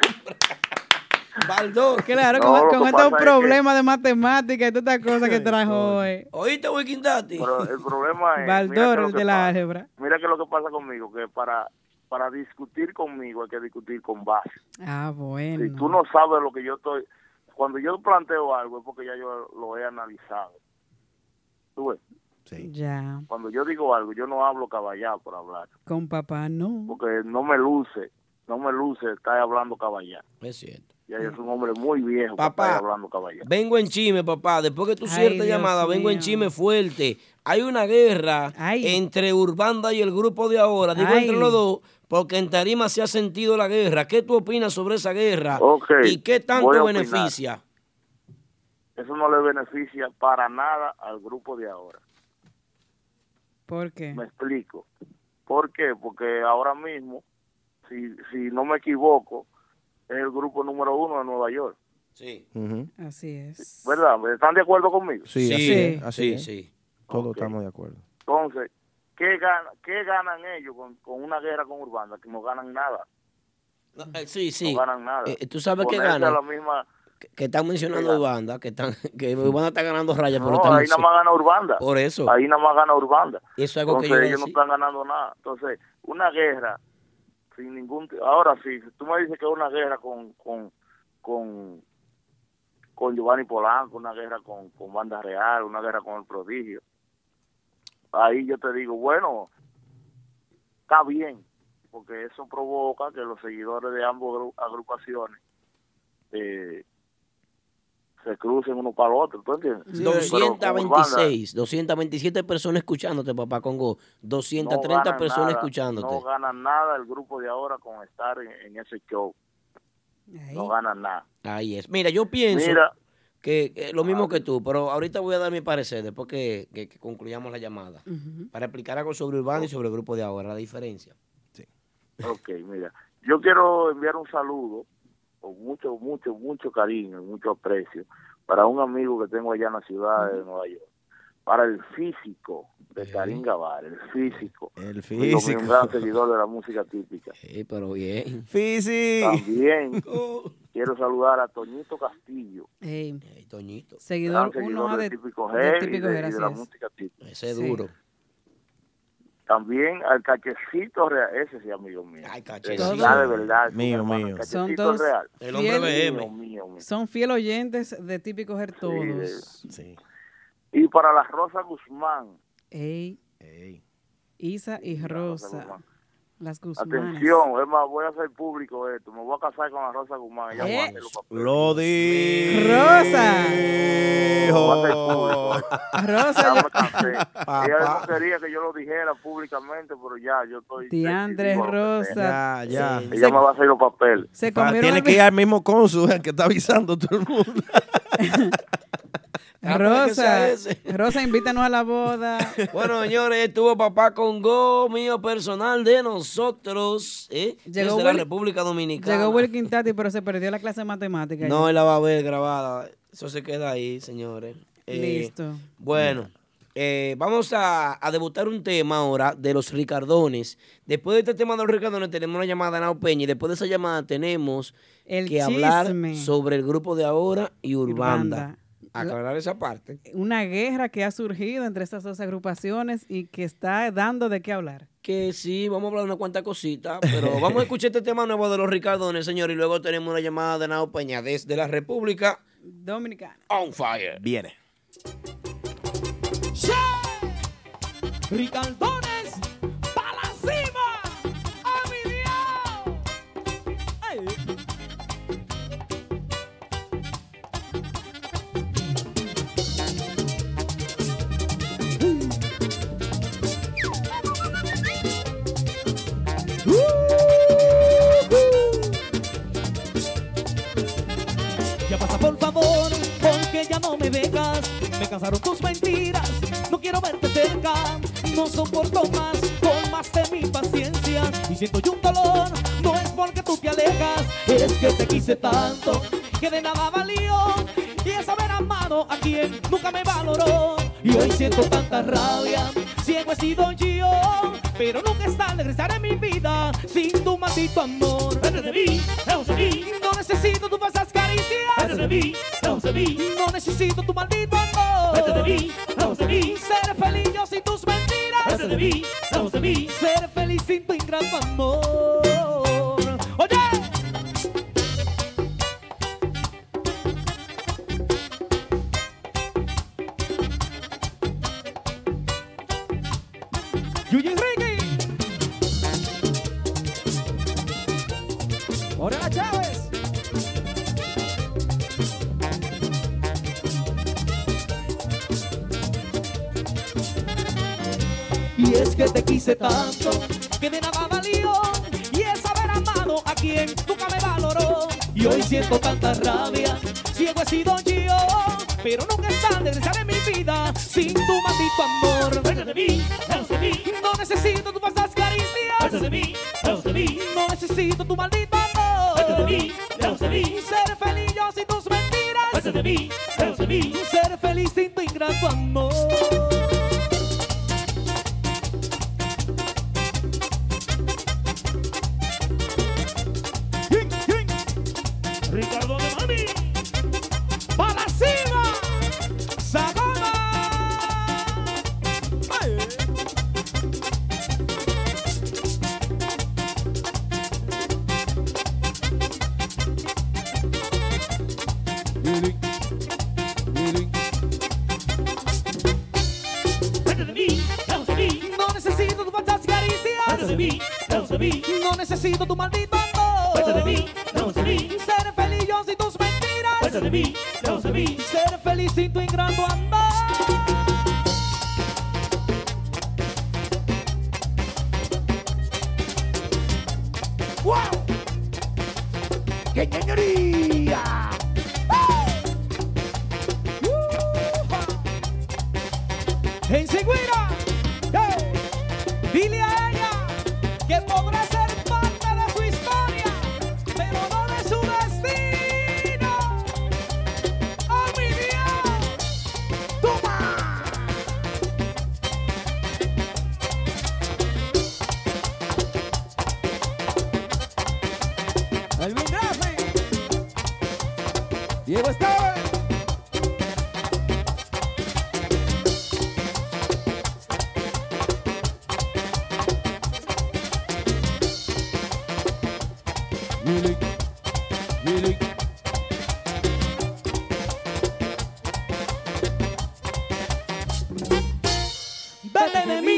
Speaker 2: Baldor.
Speaker 3: <laughs> Claro, con, e- con estos problemas de matemáticas y todas estas cosas que trajo hoy.
Speaker 2: ¿Oíste, Wiking Dati?
Speaker 8: Pero el problema es. mira que
Speaker 3: Baldor,
Speaker 8: lo
Speaker 3: el
Speaker 8: que
Speaker 3: de
Speaker 8: pasa.
Speaker 3: la álgebra.
Speaker 8: Mira que lo que pasa conmigo, que para, para discutir conmigo hay que discutir con base.
Speaker 3: Ah, bueno.
Speaker 8: Si tú no sabes lo que yo estoy, cuando yo planteo algo es porque ya yo lo he analizado. Tú ves,
Speaker 3: Ya,
Speaker 8: cuando yo digo algo, yo no hablo caballá por hablar,
Speaker 3: con papá no.
Speaker 8: porque no me luce, no me luce estar hablando caballá.
Speaker 2: Es cierto.
Speaker 8: Ya yo soy un hombre muy viejo para
Speaker 2: Papá.
Speaker 8: estar hablando caballá.
Speaker 2: Vengo en chisme, papá. Después que tú
Speaker 8: Ay,
Speaker 2: cierta
Speaker 8: Dios
Speaker 2: llamada, vengo en
Speaker 8: mío.
Speaker 2: chisme fuerte. hay una guerra entre Urbanda y el grupo de ahora. Digo
Speaker 12: Ay.
Speaker 2: entre los dos, porque en Tarima se ha sentido la guerra. ¿Qué tú opinas sobre esa guerra?
Speaker 8: Ok,
Speaker 2: ¿Y qué
Speaker 8: voy a
Speaker 2: tanto
Speaker 8: opinar.
Speaker 2: beneficia?
Speaker 8: Eso no le beneficia para nada al grupo de ahora.
Speaker 3: ¿Por qué?
Speaker 8: Me explico. ¿Por qué? Porque ahora mismo, si, si no me equivoco, es el grupo número uno de Nueva York.
Speaker 2: Sí.
Speaker 3: Así es.
Speaker 8: ¿Verdad? ¿Están de acuerdo conmigo?
Speaker 4: Sí, así es, así
Speaker 2: sí,
Speaker 4: es.
Speaker 2: sí.
Speaker 4: Todos estamos de acuerdo.
Speaker 8: Entonces, ¿qué, gana- qué ganan ellos con, con una guerra con Urbana? Que no ganan nada.
Speaker 2: eh, sí, sí.
Speaker 8: No ganan nada.
Speaker 2: Eh, ¿tú sabes qué
Speaker 8: Ponerse a
Speaker 2: ganan?
Speaker 8: la misma-
Speaker 2: Que, que están mencionando Urbanda, que están, que Urbanda está ganando rayas, pero
Speaker 8: No,
Speaker 2: están-
Speaker 8: ahí nada más gana Urbanda.
Speaker 2: Por eso.
Speaker 8: Ahí nada más gana Urbanda.
Speaker 2: Eso es algo que
Speaker 8: Entonces
Speaker 2: yo
Speaker 8: ellos no
Speaker 2: decí-
Speaker 8: están ganando nada. Entonces, una guerra sin ningún... t- Ahora sí, tú me dices que es una guerra con con, con, con Giovanni Polanco, una guerra con, con Banda Real, una guerra con El Prodigio. Ahí yo te digo, bueno, está bien, porque eso provoca que los seguidores de ambas agru- agrupaciones eh, se crucen uno para el otro, ¿tú entiendes? Pero con Urbana-
Speaker 2: 226, 227 personas escuchándote, papá Congo.
Speaker 8: no
Speaker 2: 230
Speaker 8: ganan
Speaker 2: personas
Speaker 8: nada,
Speaker 2: escuchándote.
Speaker 8: No ganan nada el grupo de ahora con estar en, en ese show. No ganan nada.
Speaker 2: Ahí es. Mira, yo pienso
Speaker 8: Mira.
Speaker 2: que eh, lo mismo que tú, pero ahorita voy a dar mi parecer después que, que- que concluyamos la llamada. Para explicar algo sobre Urbano y sobre el grupo de ahora, la diferencia.
Speaker 8: Ok, mira. Yo quiero enviar un saludo con mucho, mucho, mucho cariño y mucho aprecio para un amigo que tengo allá en la ciudad de Nueva York. Para el físico de Karim Gavar, el físico.
Speaker 4: El
Speaker 8: Amigo mío,
Speaker 4: físico. Eh,
Speaker 8: Un gran seguidor de la música típica.
Speaker 2: Sí, pero bien.
Speaker 4: <laughs>
Speaker 8: También quiero saludar a Toñito Castillo.
Speaker 2: Toñito.
Speaker 3: Seguidor
Speaker 8: Gran
Speaker 3: 1A de,
Speaker 8: del típico
Speaker 3: del
Speaker 8: G y
Speaker 3: Típico
Speaker 8: de-
Speaker 3: G,
Speaker 8: y de
Speaker 3: así
Speaker 8: la
Speaker 3: es.
Speaker 8: música típica.
Speaker 2: Ese
Speaker 3: es Sí. duro.
Speaker 8: También al cachecito real, ese sí, amigo mío. Ay,
Speaker 2: Cachecito.
Speaker 8: de verdad.
Speaker 4: Mío,
Speaker 8: hermano,
Speaker 4: mío.
Speaker 8: Cachecito
Speaker 3: Son todos
Speaker 8: real.
Speaker 3: El hombre fiel- BM.
Speaker 8: Mío, mío, mío.
Speaker 3: Son fiel oyentes de típicos Her todos.
Speaker 8: Sí, de- Y para la Rosa Guzmán,
Speaker 3: Ey. Isa y Rosa.
Speaker 8: Guzmán.
Speaker 3: Las Guzmanes.
Speaker 8: atención, es más, voy a hacer público esto. Me voy a casar con la Rosa Guzmán. Ya voy a hacerlo para
Speaker 4: Lo di.
Speaker 3: Rosa,
Speaker 8: ya me cansé. Ella no quería que yo lo dijera públicamente, pero ya, yo estoy.
Speaker 3: Diandre
Speaker 8: decidido a lo que
Speaker 3: Rosa.
Speaker 8: sea.
Speaker 4: Ya, ya.
Speaker 8: Ella me va a hacer los papeles.
Speaker 3: Se
Speaker 4: Pa-
Speaker 3: comieron
Speaker 4: Ah, tiene
Speaker 3: el
Speaker 4: que
Speaker 3: vi-
Speaker 4: ir al mismo cónsul el que está avisando a todo el mundo.
Speaker 2: Trata de que sea
Speaker 3: Rosa, Rosa, invítanos a la boda.
Speaker 2: <laughs> Bueno, señores, estuvo papá Congo, mío personal de nosotros, ¿eh?
Speaker 3: Llegó
Speaker 2: desde la
Speaker 3: Wil-
Speaker 2: República Dominicana.
Speaker 3: Llegó Wilkin Tati, pero se perdió la clase de matemáticas.
Speaker 2: No, él la va a ver grabada. Eso se queda ahí, señores. Eh,
Speaker 3: Listo.
Speaker 2: Bueno, eh, vamos a, a debutar un tema ahora de los Ricardones. Después de este tema de los Ricardones tenemos una llamada a Nao Peña y después de esa llamada tenemos
Speaker 3: El
Speaker 2: que hablar
Speaker 3: chisme.
Speaker 2: sobre el grupo de ahora y Urbanda.
Speaker 3: Urbanda.
Speaker 2: Aclarar esa parte.
Speaker 3: Una guerra que ha surgido entre estas dos agrupaciones y que está dando de qué hablar.
Speaker 2: Que sí, vamos a hablar una cuanta cosita, pero vamos a escuchar este tema nuevo de los Ricardones, señor, y luego tenemos una llamada de Nao Peña desde la República
Speaker 3: Dominicana.
Speaker 2: On Fire.
Speaker 4: Viene.
Speaker 10: Ricardones para la cima. ¡A mi Dios! Ey. Ya pasa por favor, porque ya no me dejas. Me cansaron tus mentiras, no quiero verte cerca. No soporto más, con más de mi paciencia. Y siento yo un dolor, no es porque tú te alejas, es que te quise tanto que de nada valió. Y es haber amado a quien nunca me valoró. Y hoy siento tanta rabia, ciego he sido yo. Pero nunca es tarde, regresaré a mi vida sin tu maldito amor. Vete de mí, lejos de mí. No necesito tus falsas caricias. Vete de mí, lejos de mí. No necesito tu maldito amor. Vete de mí, lejos de mí. Seré feliz yo sin tus mentiras. Vete de mí, lejos de mí. Seré feliz sin tu ingrato amor. Oye. Yuyi Enrique. Morena Chávez. Y es que te quise tanto que de nada valió. Y es haber amado a quien nunca me valoró. Y hoy siento tanta rabia, ciego he sido yo. Pero nunca es tarde, regresar en mi vida sin tu maldito amor. Vete de mí, de mí. No necesito tus falsas caricias. Vete de mí, de mí. No necesito tu maldito amor. Vete de mí, de mí. Ser feliz yo sin tus mentiras. Vete de mí, de mí. Ser feliz sin tu ingrato amor. Ricardo de Mami. ¡Para cima! ¡Sagama! ¡Ay! Vete de mí, lejos de mí. No necesito tus falsas caricias. Vete de mí, lejos de mí. No necesito tu maldito amor. Vete de mí, lejos de mí. Ser feliz yo sin tus mentiras. Vete de mí, lejos de mí. Ser feliz sin tu ingrato amor. ¡Wow! ¡Qué señoría! ¡En Sigüira! ¡Hey! Dile a ella que podrá ser parte de su historia, pero no de su destino. ¡Oh, mi Dios! ¡Toma! ¡Alvin Rafi! ¡Diego Esteves! Vete de mí.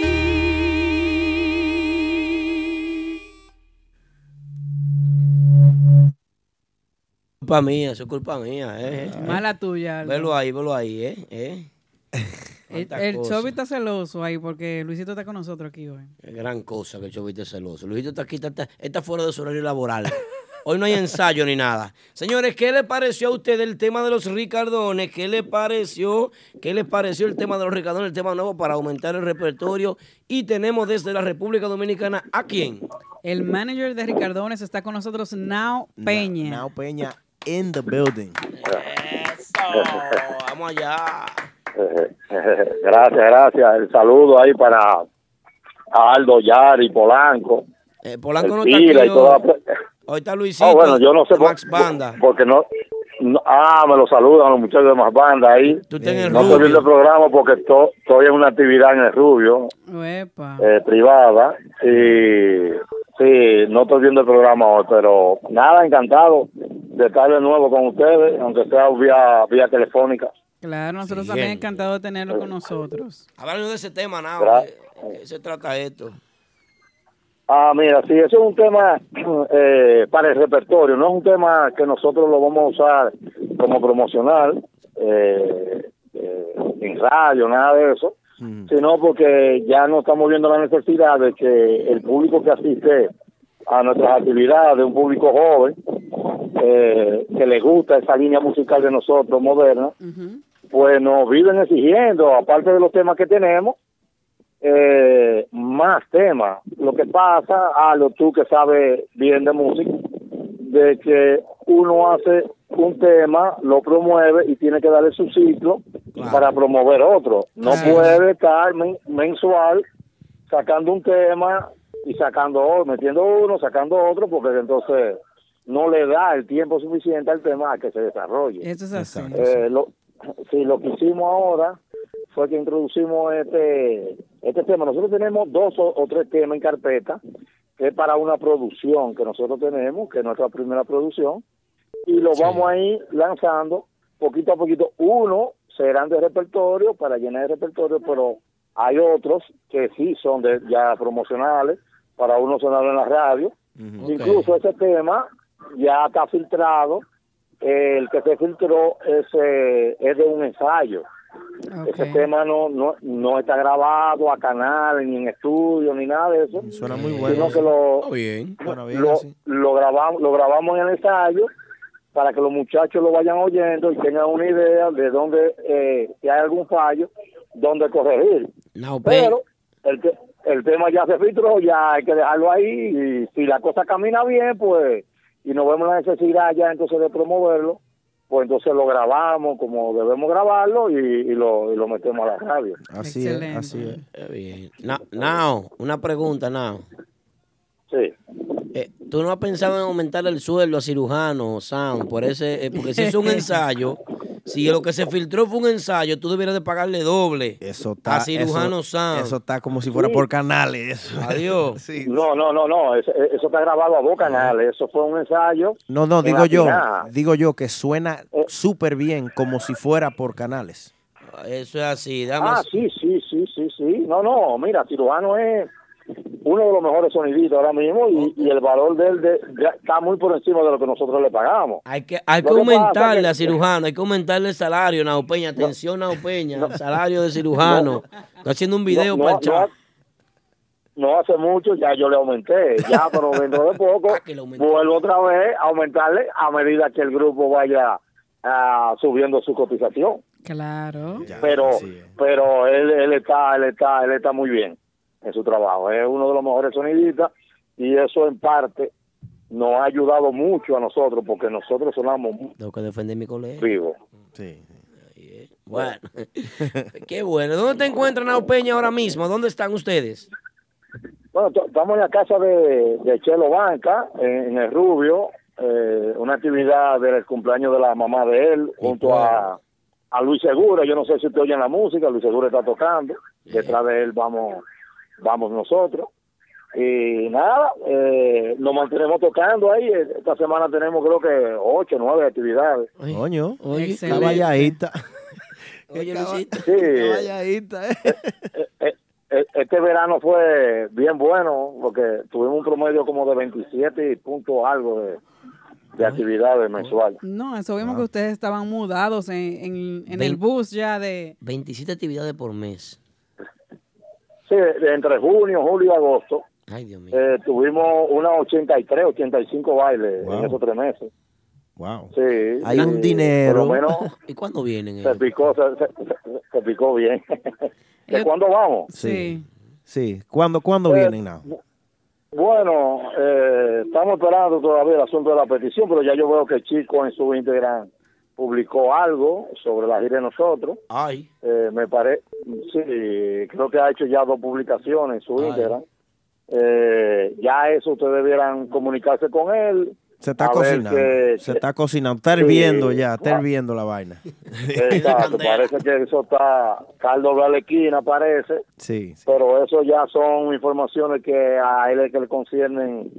Speaker 2: Culpa mía, eso es culpa mía. eh.
Speaker 3: Mala tuya, Aldo.
Speaker 2: Velo ahí, velo ahí, ¿eh? ¿Eh?
Speaker 3: <laughs> El,
Speaker 2: Cuánta
Speaker 3: el
Speaker 2: cosa.
Speaker 3: Chovy está celoso ahí porque Luisito está con nosotros aquí hoy.
Speaker 2: Qué Gran cosa que el Chovito es celoso. Luisito está aquí, está, está- está fuera de su horario laboral. Hoy
Speaker 3: <laughs>
Speaker 2: no hay ensayo ni nada. Señores, ¿qué le pareció a usted el tema de los Ricardones? ¿Qué le pareció? ¿Qué le pareció el tema de los Ricardones? El tema nuevo para aumentar el repertorio. Y tenemos desde la República Dominicana a quién?
Speaker 3: El manager de Ricardones está con nosotros, Nao Peña.
Speaker 4: Nao Peña <laughs> in the building.
Speaker 2: Vamos allá.
Speaker 12: <laughs> Gracias, gracias. El saludo ahí para Aldo, Yari, Polanco.
Speaker 2: Eh, Polanco
Speaker 12: el
Speaker 2: no está
Speaker 12: Pila
Speaker 2: aquí
Speaker 12: y toda la
Speaker 2: hoy.
Speaker 12: pla-
Speaker 2: Hoy está Luisito.
Speaker 12: Ah, bueno, yo no sé
Speaker 2: de
Speaker 12: por-
Speaker 2: Max Banda.
Speaker 12: porque no, no- Ah, me lo saludan los muchachos de más banda ahí.
Speaker 2: Eh, en el
Speaker 12: no estoy viendo el programa porque esto- estoy en una actividad en el Rubio eh, privada y sí, no estoy viendo el programa hoy, pero nada, encantado de estar de nuevo con ustedes, aunque sea vía vía telefónica.
Speaker 3: Claro, nosotros
Speaker 2: Bien.
Speaker 3: también encantados de tenerlo con nosotros.
Speaker 2: Háblanos de ese Este tema, Nao.
Speaker 12: Gra-
Speaker 2: ¿De qué se trata esto?
Speaker 12: Ah, mira, sí, eso es un tema <clears throat> eh, para el repertorio, no es un tema que nosotros lo vamos a usar como promocional, eh, eh, en radio, nada de eso, sino porque ya no estamos viendo la necesidad de que el público que asiste a nuestras actividades, un público joven, eh, que le gusta esa línea musical de nosotros, moderna, pues nos viven exigiendo, aparte de los temas que tenemos, eh, más temas. Lo que pasa, a lo tú que sabes bien de música, de que uno hace un tema, lo promueve y tiene que darle su ciclo para promover otro. No
Speaker 8: Así es.
Speaker 12: puede estar men- mensual sacando un tema y sacando otro, metiendo uno, sacando otro, porque entonces no le da el tiempo suficiente al tema a que se desarrolle.
Speaker 3: Eso es así.
Speaker 12: Eh, lo, sí, lo que hicimos ahora fue que introducimos este, este tema. Nosotros tenemos dos o, o tres temas en carpeta, que es para una producción que nosotros tenemos, que es nuestra primera producción, y lo vamos a ir lanzando poquito a poquito. Uno serán de repertorio, para llenar el repertorio, pero hay otros que sí son de, ya promocionales, para uno sonar en la radio. Incluso ese tema ya está filtrado. El que se filtró es, eh, es de un ensayo Ese tema no, no, no está grabado a canales, ni en estudio, ni nada de eso.
Speaker 4: Suena muy bueno.
Speaker 12: Sino que lo,
Speaker 4: bien. bien,
Speaker 12: lo,
Speaker 4: así.
Speaker 12: lo, grabamos, lo grabamos en el ensayo para que los muchachos lo vayan oyendo y tengan una idea de dónde, eh, si hay algún fallo, dónde corregir.
Speaker 2: No,
Speaker 12: Pero el, te- el tema ya se filtró, ya hay que dejarlo ahí y si la cosa camina bien, pues, y nos vemos la necesidad ya entonces de promoverlo, pues entonces lo grabamos como debemos grabarlo y, y lo, y lo metemos a la radio.
Speaker 4: Así es, así es.
Speaker 2: bien. Na- Nao, una pregunta, Nao. Eh,
Speaker 12: Sí.
Speaker 2: ¿Tú no has pensado en aumentar el sueldo a cirujanos, Sam? Por ese, eh, porque si es
Speaker 4: <laughs>
Speaker 2: un ensayo, si lo que se filtró fue un ensayo, tú debieras de pagarle doble
Speaker 4: Eso está,
Speaker 2: a cirujano
Speaker 4: eso,
Speaker 2: Sam.
Speaker 4: Eso está como si fuera por canales.
Speaker 2: Adiós.
Speaker 12: No, no, no, no, eso, eso está grabado a dos canales, eso fue un ensayo.
Speaker 4: No, no,
Speaker 12: en
Speaker 4: digo
Speaker 12: la
Speaker 4: yo,
Speaker 12: tinaja.
Speaker 4: digo yo que suena
Speaker 12: Eh.
Speaker 4: súper bien como si fuera por canales.
Speaker 2: Eso es así,
Speaker 12: Ah,
Speaker 2: damas.
Speaker 12: sí, sí, sí, sí, sí. No, no, mira, Cirujano es uno de los mejores soniditos ahora mismo y, y el valor de él de- ya está muy por encima de lo que nosotros le pagamos.
Speaker 2: Hay que, Hay que
Speaker 12: Lo que pasa
Speaker 2: aumentarle
Speaker 12: que-
Speaker 2: a cirujano, hay que aumentarle el salario, Nao Peña. Atención, Nao Peña, salario de cirujano. Está haciendo un video
Speaker 12: no,
Speaker 2: para
Speaker 12: no,
Speaker 2: el chat.
Speaker 12: No hace mucho ya yo le aumenté,
Speaker 2: <laughs>
Speaker 12: ya, pero dentro de poco
Speaker 2: Ah,
Speaker 12: vuelvo otra vez a aumentarle a medida que el grupo vaya ah, subiendo su cotización.
Speaker 3: Claro.
Speaker 12: pero pero él, él está él está él está muy bien en su trabajo es uno de los mejores sonidistas y eso en parte nos ha ayudado mucho a nosotros porque nosotros sonamos muy
Speaker 2: Tengo que defender mi colega.
Speaker 12: vivos
Speaker 2: Bueno, <laughs> qué bueno. ¿Dónde te encuentran, Nao Peña, ahora mismo? ¿Dónde están ustedes?
Speaker 12: bueno to- estamos en la casa de, de Chelo Banca en, en el Rubio eh, una actividad del cumpleaños de la mamá de él junto a a Luis Segura yo no sé si usted oyen la música Luis Segura está tocando detrás de él vamos vamos nosotros Y nada, eh, nos mantenemos tocando ahí. Esta semana tenemos creo que ocho, nueve actividades.
Speaker 4: Coño,
Speaker 2: oye,
Speaker 4: caballadita.
Speaker 2: Oye, Luisito.
Speaker 12: Sí. Eh, eh, eh, Este verano fue bien bueno porque tuvimos un promedio como de 27 y punto algo de, de actividades mensuales.
Speaker 3: No, eso vimos que ustedes estaban mudados en, en- en el
Speaker 2: Ah. Vein-
Speaker 3: bus ya de...
Speaker 2: 27 actividades por mes.
Speaker 12: Sí, de entre junio, julio y agosto
Speaker 2: Ay, Dios mío.
Speaker 12: eh, tuvimos unas 83, 85 bailes en esos tres meses.
Speaker 4: Wow.
Speaker 12: Sí.
Speaker 4: Hay un
Speaker 12: eh,
Speaker 4: dinero.
Speaker 12: Por lo menos
Speaker 2: ¿Y cuándo vienen?
Speaker 12: se picó, se, se- se- se picó bien. <laughs> ¿De cuándo vamos?
Speaker 4: Sí. Sí. ¿Cuándo, cuándo vienen now?
Speaker 12: Bueno, eh, estamos esperando todavía el asunto de la petición, pero ya yo veo que Chico en su Instagram publicó algo sobre la gira de nosotros.
Speaker 2: Ay.
Speaker 12: Eh, me parece, sí, creo que ha hecho ya dos publicaciones en su Instagram. Eh, ya eso ustedes debieran comunicarse con él.
Speaker 4: Se está
Speaker 12: a ver
Speaker 4: cocinando.
Speaker 12: qué-
Speaker 4: se está cocinando. Está
Speaker 12: Sí. Ah.
Speaker 4: hirviendo ya, está hirviendo la vaina.
Speaker 12: Eh, Exacto, parece que eso está caldo de la esquina, parece.
Speaker 4: Sí.
Speaker 12: Pero eso ya son informaciones que a él es que le conciernen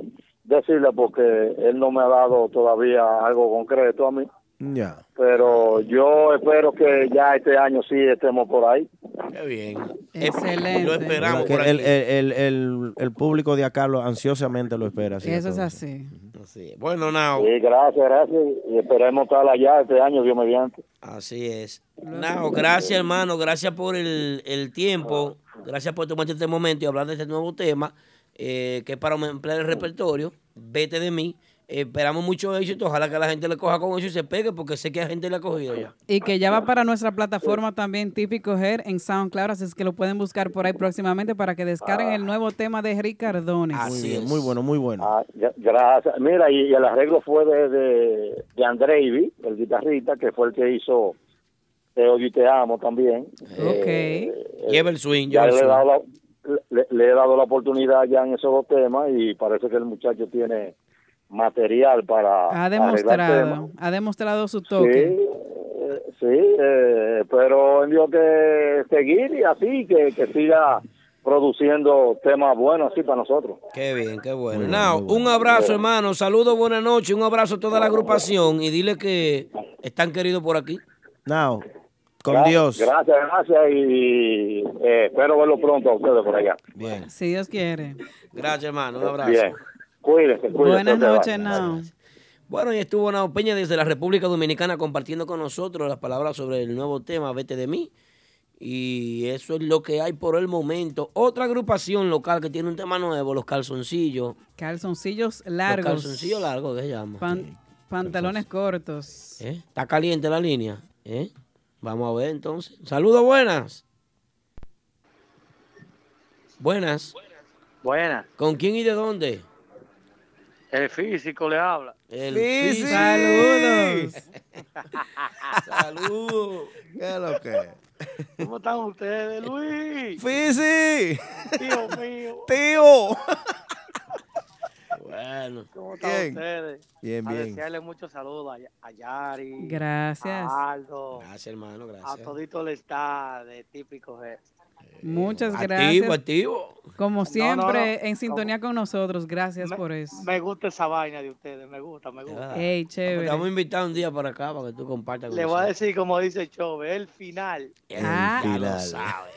Speaker 12: decirle porque él no me ha dado todavía algo concreto a mí.
Speaker 4: Ya.
Speaker 12: Pero yo espero que ya este año sí estemos por ahí.
Speaker 2: Qué bien.
Speaker 3: Excelente.
Speaker 2: Lo esperamos
Speaker 4: Que
Speaker 2: por
Speaker 4: el,
Speaker 2: aquí.
Speaker 4: el- el- el- el público de acá lo ansiosamente lo espera. así que
Speaker 3: Eso es
Speaker 4: todo.
Speaker 3: así.
Speaker 2: Así es. Bueno, Nao.
Speaker 12: Sí, gracias, gracias. Y esperemos estar allá este año, Dios mediante.
Speaker 2: Así es. Nao, gracias, hermano. Gracias por el, el tiempo.
Speaker 12: Ah.
Speaker 2: Gracias por tomarte este momento y hablar de este nuevo tema, eh, que es para aumentar el repertorio. Vete de mí. Esperamos mucho éxito. Ojalá que la gente le coja con eso y se pegue, porque sé que la gente le ha cogido ya.
Speaker 3: Y que ya va para nuestra plataforma también Típico Hair en SoundCloud, así es que lo pueden buscar por ahí próximamente para que descarguen el nuevo tema de Ricardones.
Speaker 4: Muy bien, muy bueno, muy bueno.
Speaker 12: Ah, gra- gracias. Mira, y, y el arreglo fue de, de, de Andreivi, el guitarrista, que fue el que hizo Te odio y te amo también.
Speaker 2: Ok. lleva el swing,
Speaker 12: Eh, ya
Speaker 2: lleva el
Speaker 12: le he,
Speaker 2: swing.
Speaker 12: dado la, le, le he dado la oportunidad ya en esos dos temas y parece que el muchacho tiene material para
Speaker 3: Ha
Speaker 12: arreglar temas.
Speaker 3: demostrado, ha demostrado su toque.
Speaker 12: Sí, eh, sí eh, pero en Dios que seguir y así, que, que siga produciendo temas buenos así para nosotros.
Speaker 2: Qué bien, qué bueno. Nao, un abrazo, hermano. Saludos, buenas noches. Un abrazo a toda la agrupación y dile que están queridos por aquí.
Speaker 4: Now, con
Speaker 12: Gra-
Speaker 4: Dios.
Speaker 12: Gracias, gracias y eh, espero verlo pronto a ustedes por allá.
Speaker 4: Bien.
Speaker 3: Si Dios quiere.
Speaker 2: Gracias, hermano. Un abrazo.
Speaker 12: Bien. Cuídense, cuídense.
Speaker 3: Buenas
Speaker 12: ustedes,
Speaker 3: noches,
Speaker 12: bye.
Speaker 3: Nao.
Speaker 2: Bueno, y estuvo Nao Peña desde la República Dominicana compartiendo con nosotros las palabras sobre el nuevo tema Vete de mí. Y eso es lo que hay por el momento. Otra agrupación local que tiene un tema nuevo, los calzoncillos.
Speaker 3: Calzoncillos largos.
Speaker 2: Los calzoncillos largos, ¿qué se llama?
Speaker 3: Pan- pantalones cortos.
Speaker 2: ¿Eh? Está caliente la línea. ¿eh? Vamos a ver entonces. Saludos, buenas. Buenas.
Speaker 12: Buenas.
Speaker 2: ¿Con quién y de dónde?
Speaker 12: El físico le habla.
Speaker 2: El
Speaker 12: físico.
Speaker 2: Saludos.
Speaker 12: ¿Qué es lo que? ¿Cómo están ustedes, Luis?
Speaker 13: ¡Fisi!
Speaker 12: Tío mío.
Speaker 13: ¡Tío!
Speaker 2: Bueno.
Speaker 12: ¿Cómo están
Speaker 13: Bien.
Speaker 12: ustedes?
Speaker 13: Bien,
Speaker 12: A
Speaker 13: bien.
Speaker 12: desearle muchos saludos a, a Yari.
Speaker 3: Gracias.
Speaker 12: A Aldo.
Speaker 2: Gracias, hermano,
Speaker 12: A
Speaker 2: gracias.
Speaker 12: todito le está de típico G.
Speaker 3: Muchas
Speaker 2: Activo,
Speaker 3: gracias.
Speaker 2: activo.
Speaker 3: Como siempre,
Speaker 12: no.
Speaker 3: en sintonía con nosotros. Gracias por eso.
Speaker 12: Me gusta esa vaina de ustedes, me gusta, me gusta.
Speaker 2: Ah,
Speaker 3: Ey, chévere.
Speaker 2: Te vamos a invitar un día para acá para que tú compartas con
Speaker 12: Le voy a
Speaker 2: nosotros.
Speaker 12: decir, como dice Chove, el final.
Speaker 2: El Ah. final. Ya lo sabe.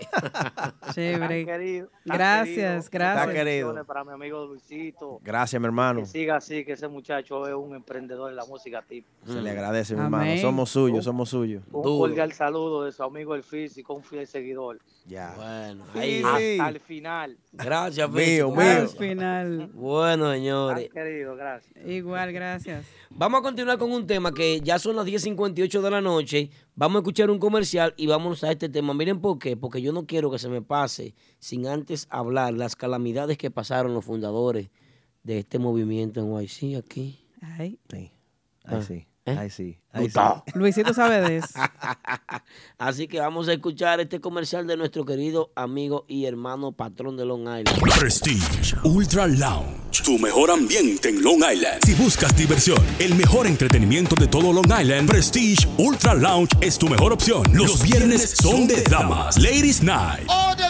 Speaker 3: Chévere.
Speaker 12: Tan querido, tan
Speaker 3: Gracias,
Speaker 12: querido.
Speaker 3: gracias.
Speaker 4: Está querido.
Speaker 12: Bendiciones Para mi amigo Luisito.
Speaker 4: Gracias, mi hermano.
Speaker 12: Que siga así, que ese muchacho es un emprendedor en la música tipo.
Speaker 4: Se le
Speaker 3: Mm.
Speaker 4: agradece, mi
Speaker 12: Amén.
Speaker 4: hermano. Somos suyos, somos suyos.
Speaker 12: Un cordial saludo de su amigo el físico, un fiel seguidor.
Speaker 4: Ya.
Speaker 2: Bueno, ahí.
Speaker 12: Hasta el final.
Speaker 2: Gracias,
Speaker 4: Mío,
Speaker 2: físico.
Speaker 4: mío.
Speaker 3: Al final.
Speaker 2: Bueno, señores.
Speaker 12: Querido, gracias.
Speaker 3: Igual, gracias.
Speaker 2: Vamos a continuar con un tema que ya son las 10.58 de la noche. Vamos a escuchar un comercial y vamos a este tema. Miren por qué. Porque yo no quiero que se me pase sin antes hablar las calamidades que pasaron los fundadores de este movimiento en YC aquí.
Speaker 3: Ay.
Speaker 4: Ahí
Speaker 2: Ah,
Speaker 4: sí,
Speaker 2: ¿eh?
Speaker 4: ahí sí, ahí sí.
Speaker 2: Gustavo.
Speaker 3: Luisito sabe
Speaker 2: <laughs>
Speaker 3: de eso.
Speaker 2: Así que vamos a escuchar este comercial de nuestro querido amigo y hermano patrón de Long Island.
Speaker 1: Prestige Ultra Lounge, tu mejor ambiente en Long Island. Si buscas diversión, el mejor entretenimiento de todo Long Island, Prestige Ultra Lounge es tu mejor opción. Los viernes son de damas, Ladies Night,
Speaker 5: All the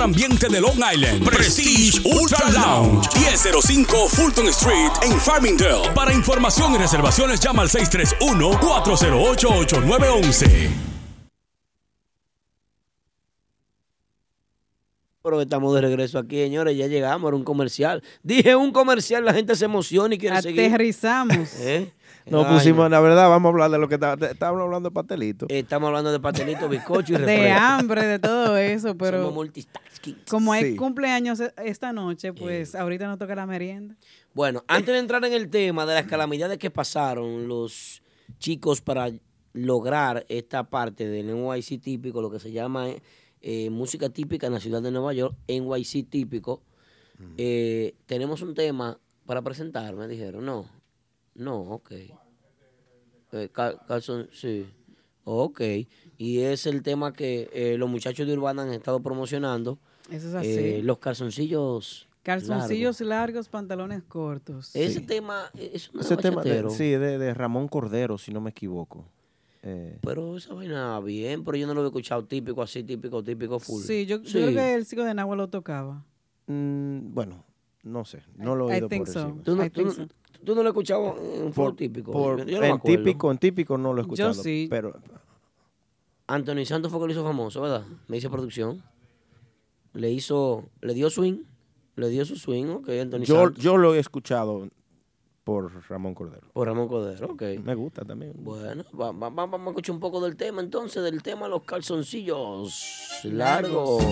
Speaker 1: ambiente de Long Island. Prestige Ultra Lounge, 1005 Fulton Street en Farmingdale. Para información y reservaciones llama al 631-408-8911.
Speaker 2: Pero que estamos de regreso aquí, señores. Ya llegamos, era un comercial. Dije un comercial, la gente se emociona y quiere seguir.
Speaker 3: Aterrizamos.
Speaker 2: ¿Eh?
Speaker 4: No
Speaker 2: Ay,
Speaker 4: pusimos, la verdad, vamos a hablar de lo que está- estábamos hablando de pastelito.
Speaker 2: Estamos hablando de pastelito, bizcocho y
Speaker 3: de
Speaker 2: refresco.
Speaker 3: hambre, de todo eso, pero
Speaker 2: Somos multitasking.
Speaker 3: como hay
Speaker 2: Sí.
Speaker 3: cumpleaños e- esta noche, pues ahorita nos toca la merienda.
Speaker 2: Bueno, antes de entrar en el tema de las calamidades que pasaron los chicos para lograr esta parte del NYC típico, lo que se llama eh, eh, música típica en la ciudad de Nueva York, NYC típico, eh, tenemos un tema para presentar, me dijeron. No, no, ok. Eh, cal- calzon- sí. Ok. Y es el tema que eh, los muchachos de Urbana han estado promocionando.
Speaker 3: Eso es así.
Speaker 2: Eh, los calzoncillos. largos.
Speaker 3: Calzoncillos largos, pantalones cortos.
Speaker 2: Ese tema es un
Speaker 4: Ese tema, de,
Speaker 2: bachatero.
Speaker 4: sí, de, de Ramón Cordero, si no me equivoco. Eh,
Speaker 2: Pero esa vaina bien, pero yo no lo he escuchado típico así, típico, típico full.
Speaker 3: Sí, yo, yo creo que el chico de Nagua lo tocaba.
Speaker 4: mm, bueno, no sé, no lo
Speaker 3: I
Speaker 4: he oído
Speaker 3: think
Speaker 4: por
Speaker 3: so.
Speaker 4: encima.
Speaker 2: Tú no,
Speaker 3: I
Speaker 2: tú,
Speaker 3: think
Speaker 2: no- tú no lo has escuchado en full típico.
Speaker 4: por-
Speaker 2: Yo no me
Speaker 4: en
Speaker 2: acuerdo.
Speaker 4: típico, en típico no lo he
Speaker 2: Yo
Speaker 4: escuchado.
Speaker 2: sí.
Speaker 4: Pero
Speaker 2: Anthony Santos fue que lo hizo famoso, ¿verdad? Me hizo producción. Le hizo, le dio swing, le dio su swing, ok, Anthony
Speaker 4: yo,
Speaker 2: Santos.
Speaker 4: yo lo he escuchado por Ramón Cordero.
Speaker 2: Por Ramón Cordero, ok.
Speaker 4: Me gusta también.
Speaker 2: Bueno, va- va- va- vamos a escuchar un poco del tema entonces, del tema los calzoncillos largos.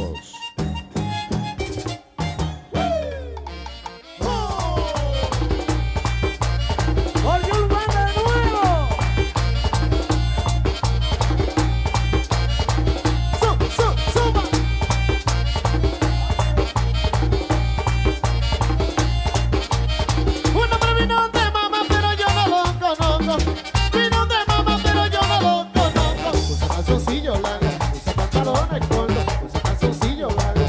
Speaker 10: Porque Urbana de nuevo. Su- su- suba.
Speaker 5: Un hombre vino de mamá, pero yo no lo conozco. Vino de mamá, pero yo no lo conozco. Usa calzoncillo largo, usa pantalones cortos, usa calzoncillo largo,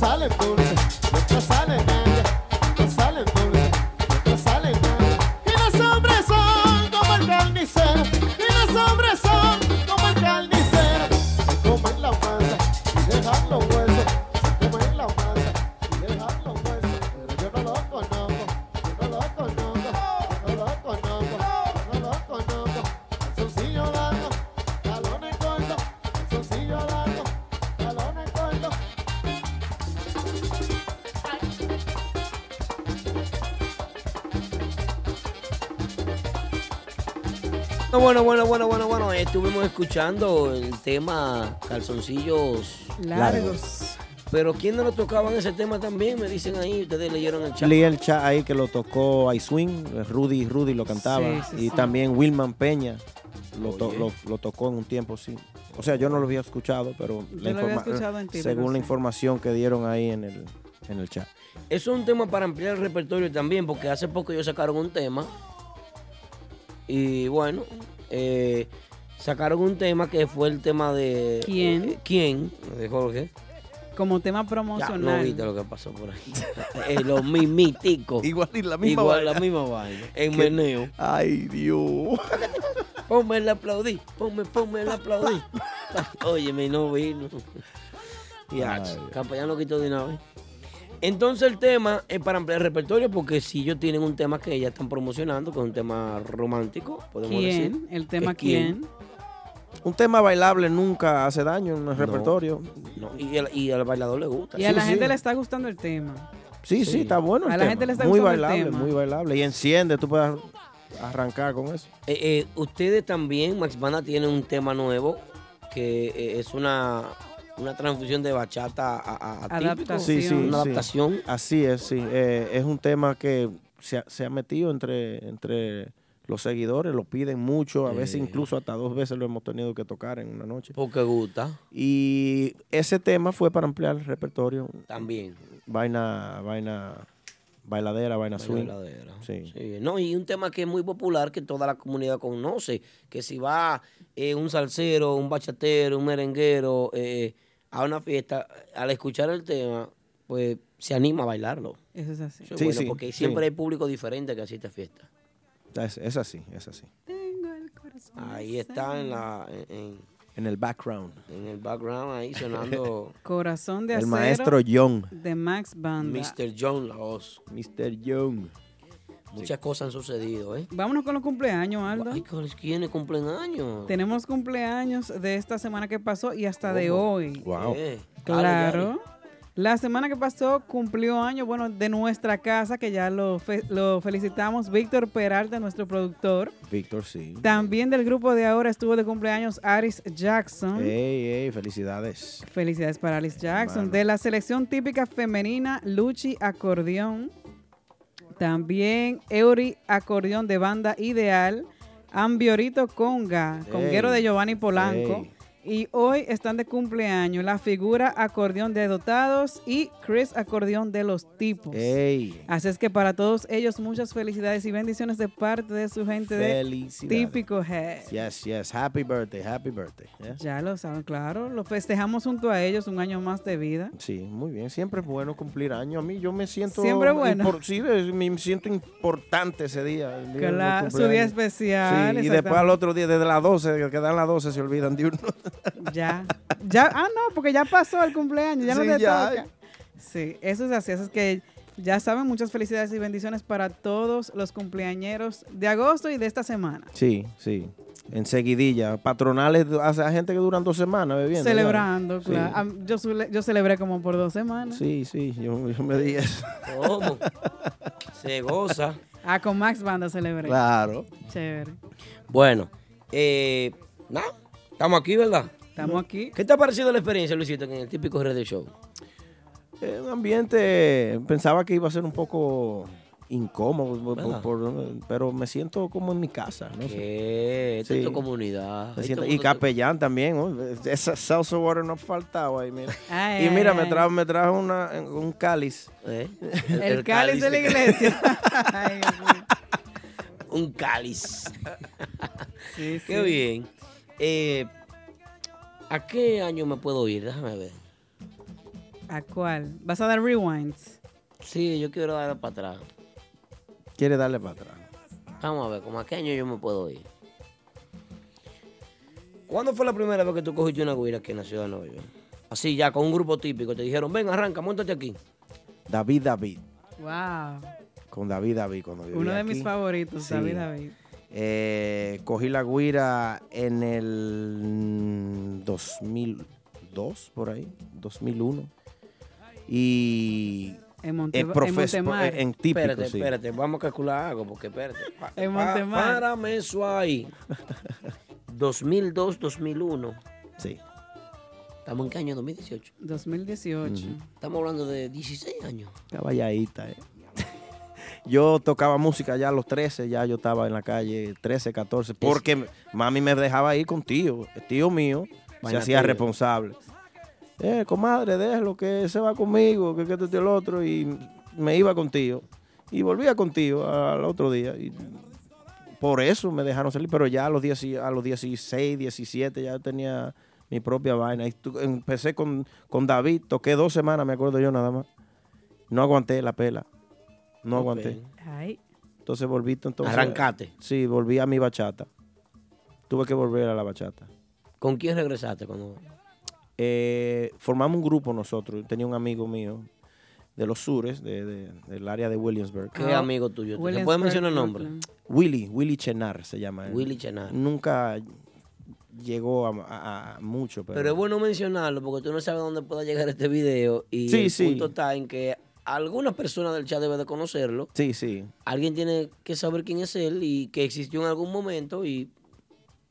Speaker 5: salen dulces, nuestras salen medias, nuestras salen dulces, nuestras salen medias. Y los hombres son como el carnicero, y los hombres son como el carnicero. Se comen la masa y dejan los huesos, se comen la masa y dejan los huesos. Pero yo no los conozco, yo no los conozco, yo no los conozco, yo no los conozco. Calzoncillo largo, talones cortos, calzoncillo largo, talones cortos.
Speaker 2: Bueno, bueno, bueno, bueno, bueno. Estuvimos escuchando el tema Calzoncillos
Speaker 4: Largos.
Speaker 2: Pero ¿quiénes lo tocaban ese tema también? Me dicen ahí, ustedes leyeron el chat.
Speaker 4: Leí el chat ahí que lo tocó I Swing, Rudy Rudy lo cantaba.
Speaker 2: Sí, sí,
Speaker 4: y
Speaker 2: sí.
Speaker 4: también Wilman Peña lo, to-
Speaker 2: Oye.
Speaker 4: lo- lo tocó en un tiempo, sí. O sea, yo no lo había escuchado, pero
Speaker 2: Yo lo había escuchado en ti, pero
Speaker 4: según
Speaker 2: sí.
Speaker 4: la información que dieron ahí en el, en el chat.
Speaker 2: Eso es un tema para ampliar el repertorio también, porque hace poco ellos sacaron un tema. Y bueno, eh, sacaron un tema que fue el tema de...
Speaker 3: ¿Quién?
Speaker 2: eh, ¿Quién? De Jorge.
Speaker 3: Como tema
Speaker 2: Ya, no
Speaker 3: promocional.
Speaker 2: viste lo que pasó por ahí. <laughs> Eh, los mimiticos. Igual la
Speaker 3: misma
Speaker 2: Igual
Speaker 3: vaina.
Speaker 2: la misma vaina. En
Speaker 3: Que-
Speaker 2: meneo.
Speaker 4: Ay, Dios.
Speaker 2: Ponme el aplaudí. Ponme, ponme el aplaudí. <laughs> Oye, mi no <laughs> vino. Y ach, Capellán lo quitó de una vez. Entonces el tema es para ampliar el repertorio porque si ellos tienen un tema que ya están promocionando, que es un tema romántico, podemos
Speaker 3: ¿Quién?
Speaker 2: decir.
Speaker 3: El tema
Speaker 2: Es
Speaker 3: ¿quién?
Speaker 4: Un tema bailable nunca hace daño en el
Speaker 2: No.
Speaker 4: repertorio.
Speaker 2: No, y, el- y al bailador le gusta.
Speaker 3: Y a la
Speaker 4: Sí,
Speaker 3: gente
Speaker 4: sí.
Speaker 3: le está gustando el tema.
Speaker 4: Sí, sí, está bueno. el
Speaker 3: A la
Speaker 4: tema.
Speaker 3: gente le está
Speaker 4: muy
Speaker 3: gustando el
Speaker 4: bailable,
Speaker 3: tema.
Speaker 4: muy bailable. Y enciende, tú puedes arrancar con eso.
Speaker 2: Eh, eh, ustedes también, Max Banda tiene un tema nuevo que eh, es una, una transfusión de bachata a, a- a típico.
Speaker 4: Sí, sí,
Speaker 2: Una
Speaker 4: sí.
Speaker 2: adaptación.
Speaker 4: Así es, sí. Eh, es un tema que se ha, se ha metido entre, entre los seguidores, lo piden mucho, a veces
Speaker 2: Eh.
Speaker 4: incluso hasta dos veces lo hemos tenido que tocar en una noche.
Speaker 2: Porque gusta.
Speaker 4: Y ese tema fue para ampliar el repertorio.
Speaker 2: También.
Speaker 4: Vaina, vaina, bailadera, vaina swing.
Speaker 2: Bailadera.
Speaker 4: Sí.
Speaker 2: Sí, No, y un tema que es muy popular, que toda la comunidad conoce, que si va eh, un salsero, un bachatero, un merenguero eh, a una fiesta, al escuchar el tema, pues se anima a bailarlo.
Speaker 3: Eso es así.
Speaker 2: Eso es
Speaker 4: Sí,
Speaker 2: bueno,
Speaker 4: sí,
Speaker 2: porque
Speaker 4: sí.
Speaker 2: siempre hay público diferente que asiste a fiestas.
Speaker 4: Es, es así, es así.
Speaker 2: Ahí está en, la, en,
Speaker 4: En el background.
Speaker 2: en el background, ahí sonando
Speaker 3: <laughs> Corazón de
Speaker 4: El
Speaker 3: acero.
Speaker 4: maestro John.
Speaker 3: De Max Banda.
Speaker 2: Mr. John Laos.
Speaker 4: Mr. Young.
Speaker 2: Muchas cosas han sucedido, ¿eh?
Speaker 3: Vámonos con los cumpleaños, Aldo.
Speaker 2: Ay, ¿Quiénes cumplen años?
Speaker 3: Tenemos cumpleaños de esta semana que pasó y hasta Ah, de
Speaker 2: ¿Cómo?
Speaker 3: hoy.
Speaker 2: Wow. Eh,
Speaker 3: Claro. La semana que pasó cumplió año, bueno, de nuestra casa, que ya lo, fe- lo felicitamos, Víctor Peralta, nuestro productor.
Speaker 4: Víctor, sí.
Speaker 3: También del grupo de ahora estuvo de cumpleaños Aris Jackson.
Speaker 4: Ey, ey, felicidades.
Speaker 3: Felicidades para Alice Jackson.
Speaker 4: Hermano.
Speaker 3: De la selección típica femenina, Luchi Acordeón. También Eury Acordeón de banda Ideal. Ambiorito Conga, conguero
Speaker 13: Ey,
Speaker 3: de Giovanni Polanco. Y hoy están de cumpleaños la figura Acordeón de Dotados y Chris Acordeón de los Tipos.
Speaker 4: Ey.
Speaker 3: Así es que para todos ellos muchas felicidades y bendiciones de parte de su gente de
Speaker 4: Felicidades.
Speaker 3: Típico Head.
Speaker 4: Yes, yes. Happy birthday, happy birthday. yeah.
Speaker 3: Ya lo saben, claro. Lo festejamos junto a ellos un año más de vida.
Speaker 4: Sí, muy bien. Siempre es bueno cumplir años. A mí yo me siento.
Speaker 3: Siempre es bueno.
Speaker 4: impor- sí, es- me siento importante ese día. el día de mi
Speaker 3: Claro, su
Speaker 4: cumpleaños.
Speaker 3: día especial,
Speaker 4: Sí, y después
Speaker 3: exactamente.
Speaker 4: al otro día, desde las 12, que dan las 12, se olvidan
Speaker 3: <laughs>
Speaker 4: de uno.
Speaker 3: Ya. Ya, ah, no, porque ya pasó el cumpleaños, ya
Speaker 4: Sí,
Speaker 3: no te
Speaker 4: ya.
Speaker 3: toca. Sí, eso es así. Eso es que ya saben, muchas felicidades y bendiciones para todos los cumpleañeros de agosto y de esta semana.
Speaker 4: Sí, sí. Enseguidilla. Patronales, hace hay gente que duran dos semanas bebiendo.
Speaker 3: Celebrando,
Speaker 4: ya.
Speaker 3: claro. Ah, Yo, sule- yo celebré como por dos semanas.
Speaker 4: Sí, sí, sí, yo, yo me di eso. <laughs>
Speaker 2: ¿Cómo? Se goza.
Speaker 3: Ah, con Max Banda celebré.
Speaker 4: Claro.
Speaker 3: Chévere.
Speaker 2: Bueno, eh, nada, estamos aquí, ¿verdad?
Speaker 3: Estamos aquí.
Speaker 2: ¿Qué te ha parecido la experiencia, Luisito, en el típico red show?
Speaker 4: Eh, un ambiente, pensaba que iba a ser un poco incómodo, por-
Speaker 2: ¿Verdad?
Speaker 4: por- pero me siento como en mi casa. No sé.
Speaker 2: ¿Qué? Esta es tu
Speaker 4: Sí.
Speaker 2: comunidad.
Speaker 4: Me
Speaker 2: Ahí
Speaker 4: siento-
Speaker 2: todo el
Speaker 4: y
Speaker 2: mundo
Speaker 4: capellán también, oh, esa salsa water no faltaba ahí, mira.
Speaker 2: Ay,
Speaker 4: y mira,
Speaker 2: ay,
Speaker 4: me
Speaker 2: ay.
Speaker 4: trajo, me trajo una- un cáliz.
Speaker 2: El-
Speaker 3: Eh, El el cáliz cáliz de la de- iglesia. Ay, Dios
Speaker 2: te- <laughs> Un cáliz.
Speaker 3: Sí,
Speaker 2: <laughs> Qué
Speaker 3: sí.
Speaker 2: bien. Eh, ¿A qué año me puedo ir? Déjame ver.
Speaker 3: ¿A cuál? ¿Vas a dar rewinds?
Speaker 2: Sí, yo quiero dar para atrás.
Speaker 4: Quiere darle para atrás.
Speaker 2: Vamos a ver, ¿cómo a qué año yo me puedo ir? ¿Cuándo fue la primera vez que tú cogiste una guira aquí en la ciudad de Nueva York? Así ya, con un grupo típico. Te dijeron, ven, arranca, montate aquí.
Speaker 4: <laughs> David David.
Speaker 3: Wow.
Speaker 4: Con David David cuando vivía
Speaker 3: Uno de mis
Speaker 4: aquí.
Speaker 3: favoritos,
Speaker 4: Sí.
Speaker 3: David David.
Speaker 4: Eh, cogí la guira en el 2002, por ahí, 2001. Y.
Speaker 3: En
Speaker 2: Monte-
Speaker 4: eh, profes-
Speaker 2: en Montemar.
Speaker 4: pro- eh, en típico,
Speaker 2: Espérate,
Speaker 4: sí.
Speaker 2: espérate, vamos a calcular algo,
Speaker 3: <laughs>
Speaker 2: porque espérate. Pa-
Speaker 3: En
Speaker 2: pa-
Speaker 3: Montemar.
Speaker 2: Párame eso
Speaker 4: <laughs>
Speaker 2: ahí. 2002, 2001.
Speaker 4: Sí.
Speaker 2: ¿Estamos en qué año? 2018.
Speaker 3: 2018.
Speaker 4: Ujú.
Speaker 2: Estamos hablando de 16 años.
Speaker 4: Caballadita, eh. <laughs> Yo tocaba música ya a los 13, ya yo estaba en la calle 13, 14, porque m- mami me dejaba ir con tío, el tío mío, se
Speaker 2: Vaina
Speaker 4: hacía
Speaker 2: tuya.
Speaker 4: responsable. Eh, comadre, déjalo que se va conmigo, que que esto y el otro, y me iba con tío, y volvía con tío al otro día, y por eso me dejaron salir, pero ya a los, 10 a los 16, 17 ya yo tenía mi propia vaina. Y tu- empecé con, con David, toqué dos semanas, me acuerdo yo nada más. No aguanté la pela. No
Speaker 2: Ok.
Speaker 4: aguanté.
Speaker 3: Ay.
Speaker 4: Entonces volví. Entonces,
Speaker 2: Arrancaste.
Speaker 4: Sí, volví a mi bachata. Tuve que volver a la bachata.
Speaker 2: ¿Con quién regresaste? Cuando...
Speaker 4: Eh, formamos un grupo nosotros. Tenía un amigo mío de los sures, de- de- del área de Williamsburg.
Speaker 2: ¿Qué Ah, amigo tuyo? ¿Se puede Williamsburg, mencionar el nombre? Brooklyn.
Speaker 4: Willy, Willy Chenar se llama. él.
Speaker 2: Willy Chenar.
Speaker 4: Nunca llegó a, a- a mucho, pero...
Speaker 2: Pero es bueno mencionarlo porque tú no sabes dónde pueda llegar este video y
Speaker 4: Sí,
Speaker 2: el
Speaker 4: sí.
Speaker 2: punto está en que algunas personas del chat deben de conocerlo.
Speaker 4: Sí, sí.
Speaker 2: Alguien tiene que saber quién es él y que existió en algún momento y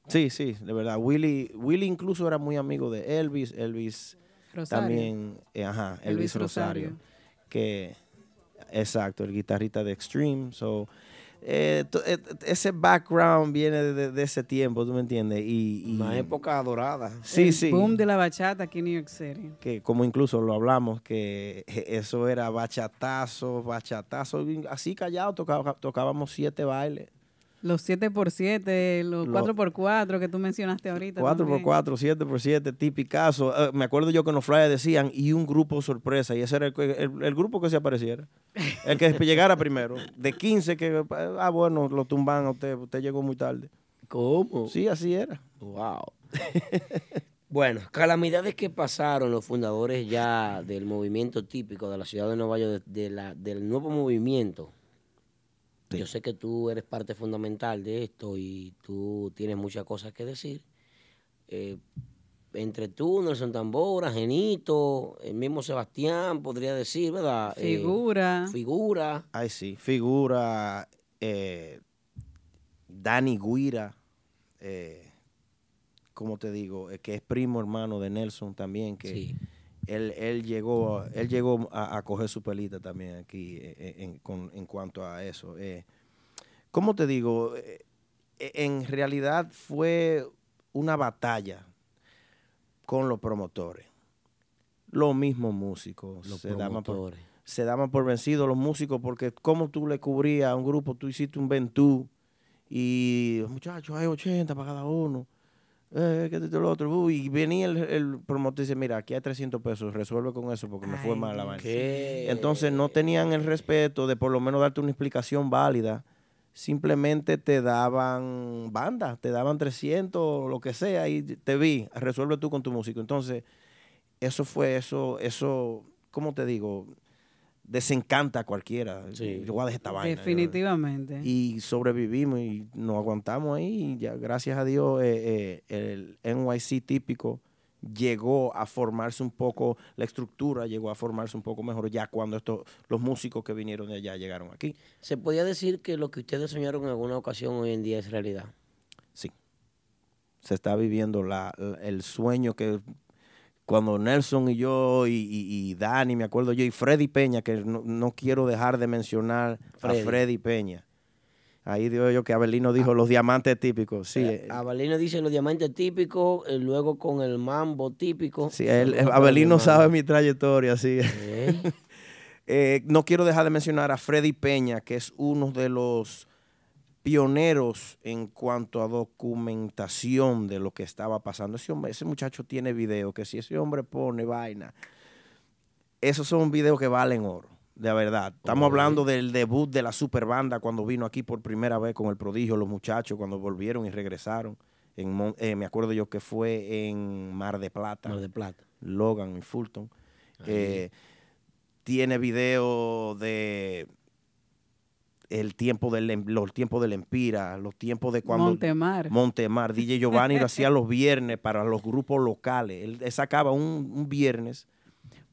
Speaker 4: Sí, sí, de verdad. Willy, Willy incluso era muy amigo de Elvis. Elvis
Speaker 2: Rosario.
Speaker 4: también, eh, ajá, Elvis,
Speaker 2: Elvis
Speaker 4: Rosario,
Speaker 2: Rosario.
Speaker 4: Que, exacto, el guitarrista de Extreme. So, eh, to- eh, ese background viene de, de ese tiempo, ¿tú me entiendes? Y, y-
Speaker 2: una época dorada.
Speaker 4: Sí,
Speaker 3: El
Speaker 4: sí.
Speaker 3: Boom de la bachata aquí en New York City.
Speaker 4: que como incluso lo hablamos, que e-, eso era bachatazo, bachatazo, así callado tocaba- tocábamos siete bailes.
Speaker 3: Los 7x7, los
Speaker 4: Lo-
Speaker 3: 4x4 que tú mencionaste ahorita.
Speaker 4: 4x4, 7x7, tipicazo. Eh, me acuerdo yo que en los flyers decían, y un grupo sorpresa, y ese era el, que- el- el grupo que se apareciera. El que llegara primero. De 15 que, ah, bueno, lo tumban a usted, usted llegó muy tarde.
Speaker 2: ¿Cómo?
Speaker 4: Sí, así era.
Speaker 2: Wow. <laughs> Bueno, calamidades que pasaron los fundadores ya del movimiento típico de la ciudad de Nueva York, de- de la- del nuevo movimiento. Yo sé que tú eres parte fundamental de esto y tú tienes muchas cosas que decir. Eh, entre tú, Nelson Tambora, Genito, el mismo Sebastián, podría decir, ¿verdad? Eh,
Speaker 3: Figura.
Speaker 2: figura.
Speaker 4: Ay, sí, figura. eh, Dani Guira, eh, como te digo, eh, que es primo hermano de Nelson también, que él, él llegó, a- él llegó a, a coger su pelita también aquí eh, eh, en, con- en cuanto a eso. Eh, ¿Cómo te digo? Eh, en realidad fue una batalla con los promotores. Los mismos músicos
Speaker 2: Los
Speaker 4: se, daban por,
Speaker 2: promotores.
Speaker 4: se daban por vencidos los músicos porque como tú le cubrías a un grupo, tú hiciste un ventú y muchachos, hay 80 para cada uno. Eh, que esto y lo otro. uh, Y venía el, el promotor y dice, mira, aquí hay 300 pesos, resuelve con eso porque me fue mal la vaina.
Speaker 2: ¿qué?
Speaker 4: Entonces no tenían el respeto de por lo menos darte una explicación válida. Simplemente te daban bandas, te daban 300, lo que sea, y te vi, resuelve tú con tu músico. Entonces, eso fue eso, eso, ¿cómo te digo? Desencanta a cualquiera. Yo voy a dejar esta vaina. yo-
Speaker 3: Definitivamente.
Speaker 4: y sobrevivimos y nos aguantamos ahí. Y ya, gracias a Dios, eh, eh, el NYC típico llegó a formarse un poco, la estructura llegó a formarse un poco mejor ya cuando estos, los músicos que vinieron de allá llegaron aquí.
Speaker 2: ¿Se podía decir que lo que ustedes soñaron en alguna ocasión hoy en día es realidad?
Speaker 4: Sí. Se está viviendo la, la- el sueño que cuando Nelson y yo y, y- y Dani, me acuerdo yo, y Freddy Peña, que no, no quiero dejar de mencionar
Speaker 2: Freddy.
Speaker 4: a Freddy Peña. Ahí digo yo que Abelino dijo los diamantes típicos. Sí, eh,
Speaker 2: Avelino dice los diamantes típicos, eh, luego con el mambo típico.
Speaker 4: Sí, él,
Speaker 2: Saludos para
Speaker 4: Abelino
Speaker 2: mi
Speaker 4: sabe mi trayectoria, sí. <laughs> Eh, no quiero dejar de mencionar a Freddy Peña, que es uno de los pioneros en cuanto a documentación de lo que estaba pasando. Ese, hombre, ese muchacho tiene video, que si ese hombre pone vaina, esos son videos que valen oro, de verdad. Estamos
Speaker 13: Ok.
Speaker 4: hablando del debut de la super banda cuando vino aquí por primera vez con el prodigio, los muchachos, cuando volvieron y regresaron. En, Mon- eh, me acuerdo yo que fue en Mar de Plata. Mar de Plata. Logan y Fulton. Eh, tiene video de el tiempo del em- los tiempos del Empira, los tiempos de cuando
Speaker 3: Montemar. <laughs>
Speaker 4: Montemar, DJ Giovanni lo hacía los viernes para los grupos locales. Él, él sacaba un, un viernes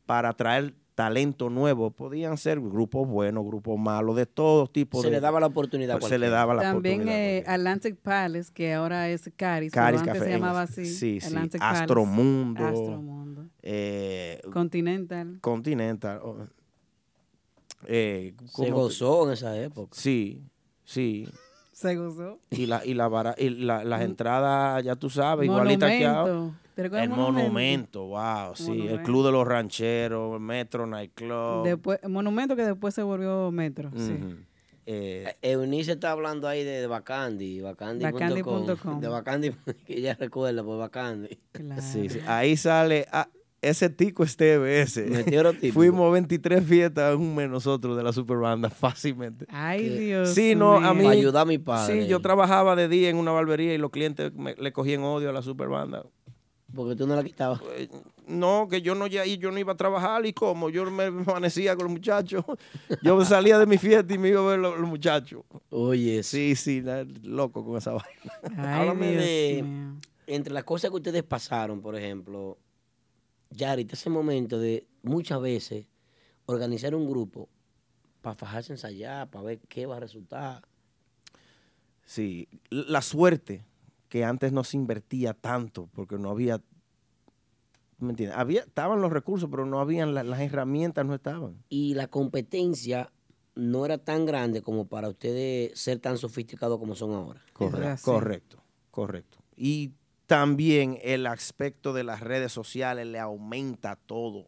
Speaker 4: para traer talento nuevo. Podían ser grupos buenos, grupos malos, de todos tipos.
Speaker 2: Se
Speaker 4: de-
Speaker 2: le daba la oportunidad a
Speaker 4: pues, se le
Speaker 2: cualquiera.
Speaker 4: daba la
Speaker 3: También
Speaker 4: oportunidad.
Speaker 3: eh, Atlantic Palace, que ahora es Caris, pero
Speaker 4: Caris
Speaker 3: antes
Speaker 4: Café,
Speaker 3: se
Speaker 4: en-
Speaker 3: llamaba así.
Speaker 4: Sí, sí.
Speaker 3: Atlantic Palace.
Speaker 4: Astromundo.
Speaker 3: Astromundo.
Speaker 4: eh,
Speaker 3: Continental.
Speaker 4: Continental. oh. Eh, ¿cómo te-
Speaker 2: gozó en esa época.
Speaker 4: Sí, sí.
Speaker 3: Se gozó.
Speaker 4: Y, la, y, la vara- y la- las entradas, ya tú sabes, igualitas que ahora.
Speaker 3: Mm. Monumento. ¿Te recuerdas
Speaker 4: El
Speaker 3: el
Speaker 4: monumento, wow, sí. El
Speaker 3: Monumento.
Speaker 4: Club de los Rancheros, el Metro Nightclub.
Speaker 3: Después, monumento que después se volvió metro. sí.
Speaker 4: Ujú. Eh,
Speaker 2: Eunice está hablando ahí de, de Bacandi, Bacandi.com.
Speaker 3: Bacandi.com.
Speaker 2: De Bacandi, <laughs> que ella recuerda, pues Bacandi.
Speaker 4: sí, sí. Ahí sale ah, ese tico este ese.
Speaker 2: Meteoro típico.
Speaker 4: Fuimos 23 fiestas, un mes nosotros de la superbanda, <laughs> fácilmente.
Speaker 3: Ay, Dios
Speaker 4: Sí, no, a mí.
Speaker 2: Para ayudar a mi padre.
Speaker 4: Sí, yo trabajaba de día en una barbería y los clientes me- le cogían odio a la superbanda.
Speaker 2: Porque tú no la quitabas.
Speaker 4: No, que yo no, ya- y yo no iba a trabajar y como yo me amanecía con los muchachos. <laughs> Yo salía de mi fiesta y me iba a ver los, los muchachos.
Speaker 2: Oye,
Speaker 4: sí, sí, la- loco con esa <laughs> vaina.
Speaker 2: Háblame de. Entre las cosas que ustedes pasaron, por ejemplo, Yari, te ese momento de muchas veces organizar un grupo para fajarse a ensayar, para ver qué va a resultar.
Speaker 4: Sí, l- la suerte que antes no se invertía tanto porque no había, ¿me entiendes? Había, estaban los recursos, pero no habían la- las herramientas, no estaban.
Speaker 2: Y la competencia no era tan grande como para ustedes ser tan sofisticados como son ahora. Eh.
Speaker 4: Correcto, correcto, correcto. Y también el aspecto de las redes sociales le aumenta todo.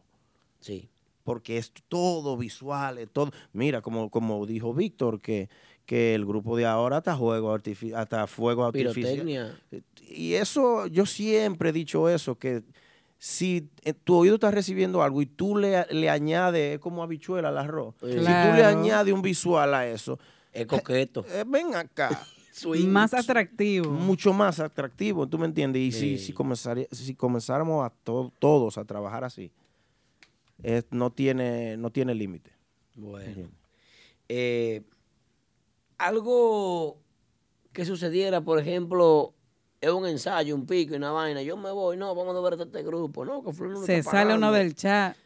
Speaker 2: Sí.
Speaker 4: Porque es todo visual, es todo. Mira, como, como dijo Víctor, que, que el grupo de ahora hasta juego artifi- hasta fuego artificial.
Speaker 2: Pirotecnia.
Speaker 4: Y eso, yo siempre he dicho eso, que si eh, tu oído está recibiendo algo y tú le, le añades, es como habichuela al arroz. Si tú le
Speaker 3: Claro.
Speaker 4: añades un visual a eso, Eh,
Speaker 2: es coqueto.
Speaker 4: ven
Speaker 2: <laughs>
Speaker 4: acá.
Speaker 3: Más atractivo.
Speaker 4: Mucho más atractivo, ¿tú me entiendes? Y si, si, comenzaría- si comenzáramos a to- todos a trabajar así, es- no tiene, no tiene límite.
Speaker 2: Bueno. Eh, algo que sucediera, por ejemplo, es un ensayo, un pico y una vaina. Yo me voy, no, vamos a ver a este grupo. No, que fulano
Speaker 3: Se
Speaker 2: está
Speaker 3: sale
Speaker 2: pagando.
Speaker 3: uno del chat.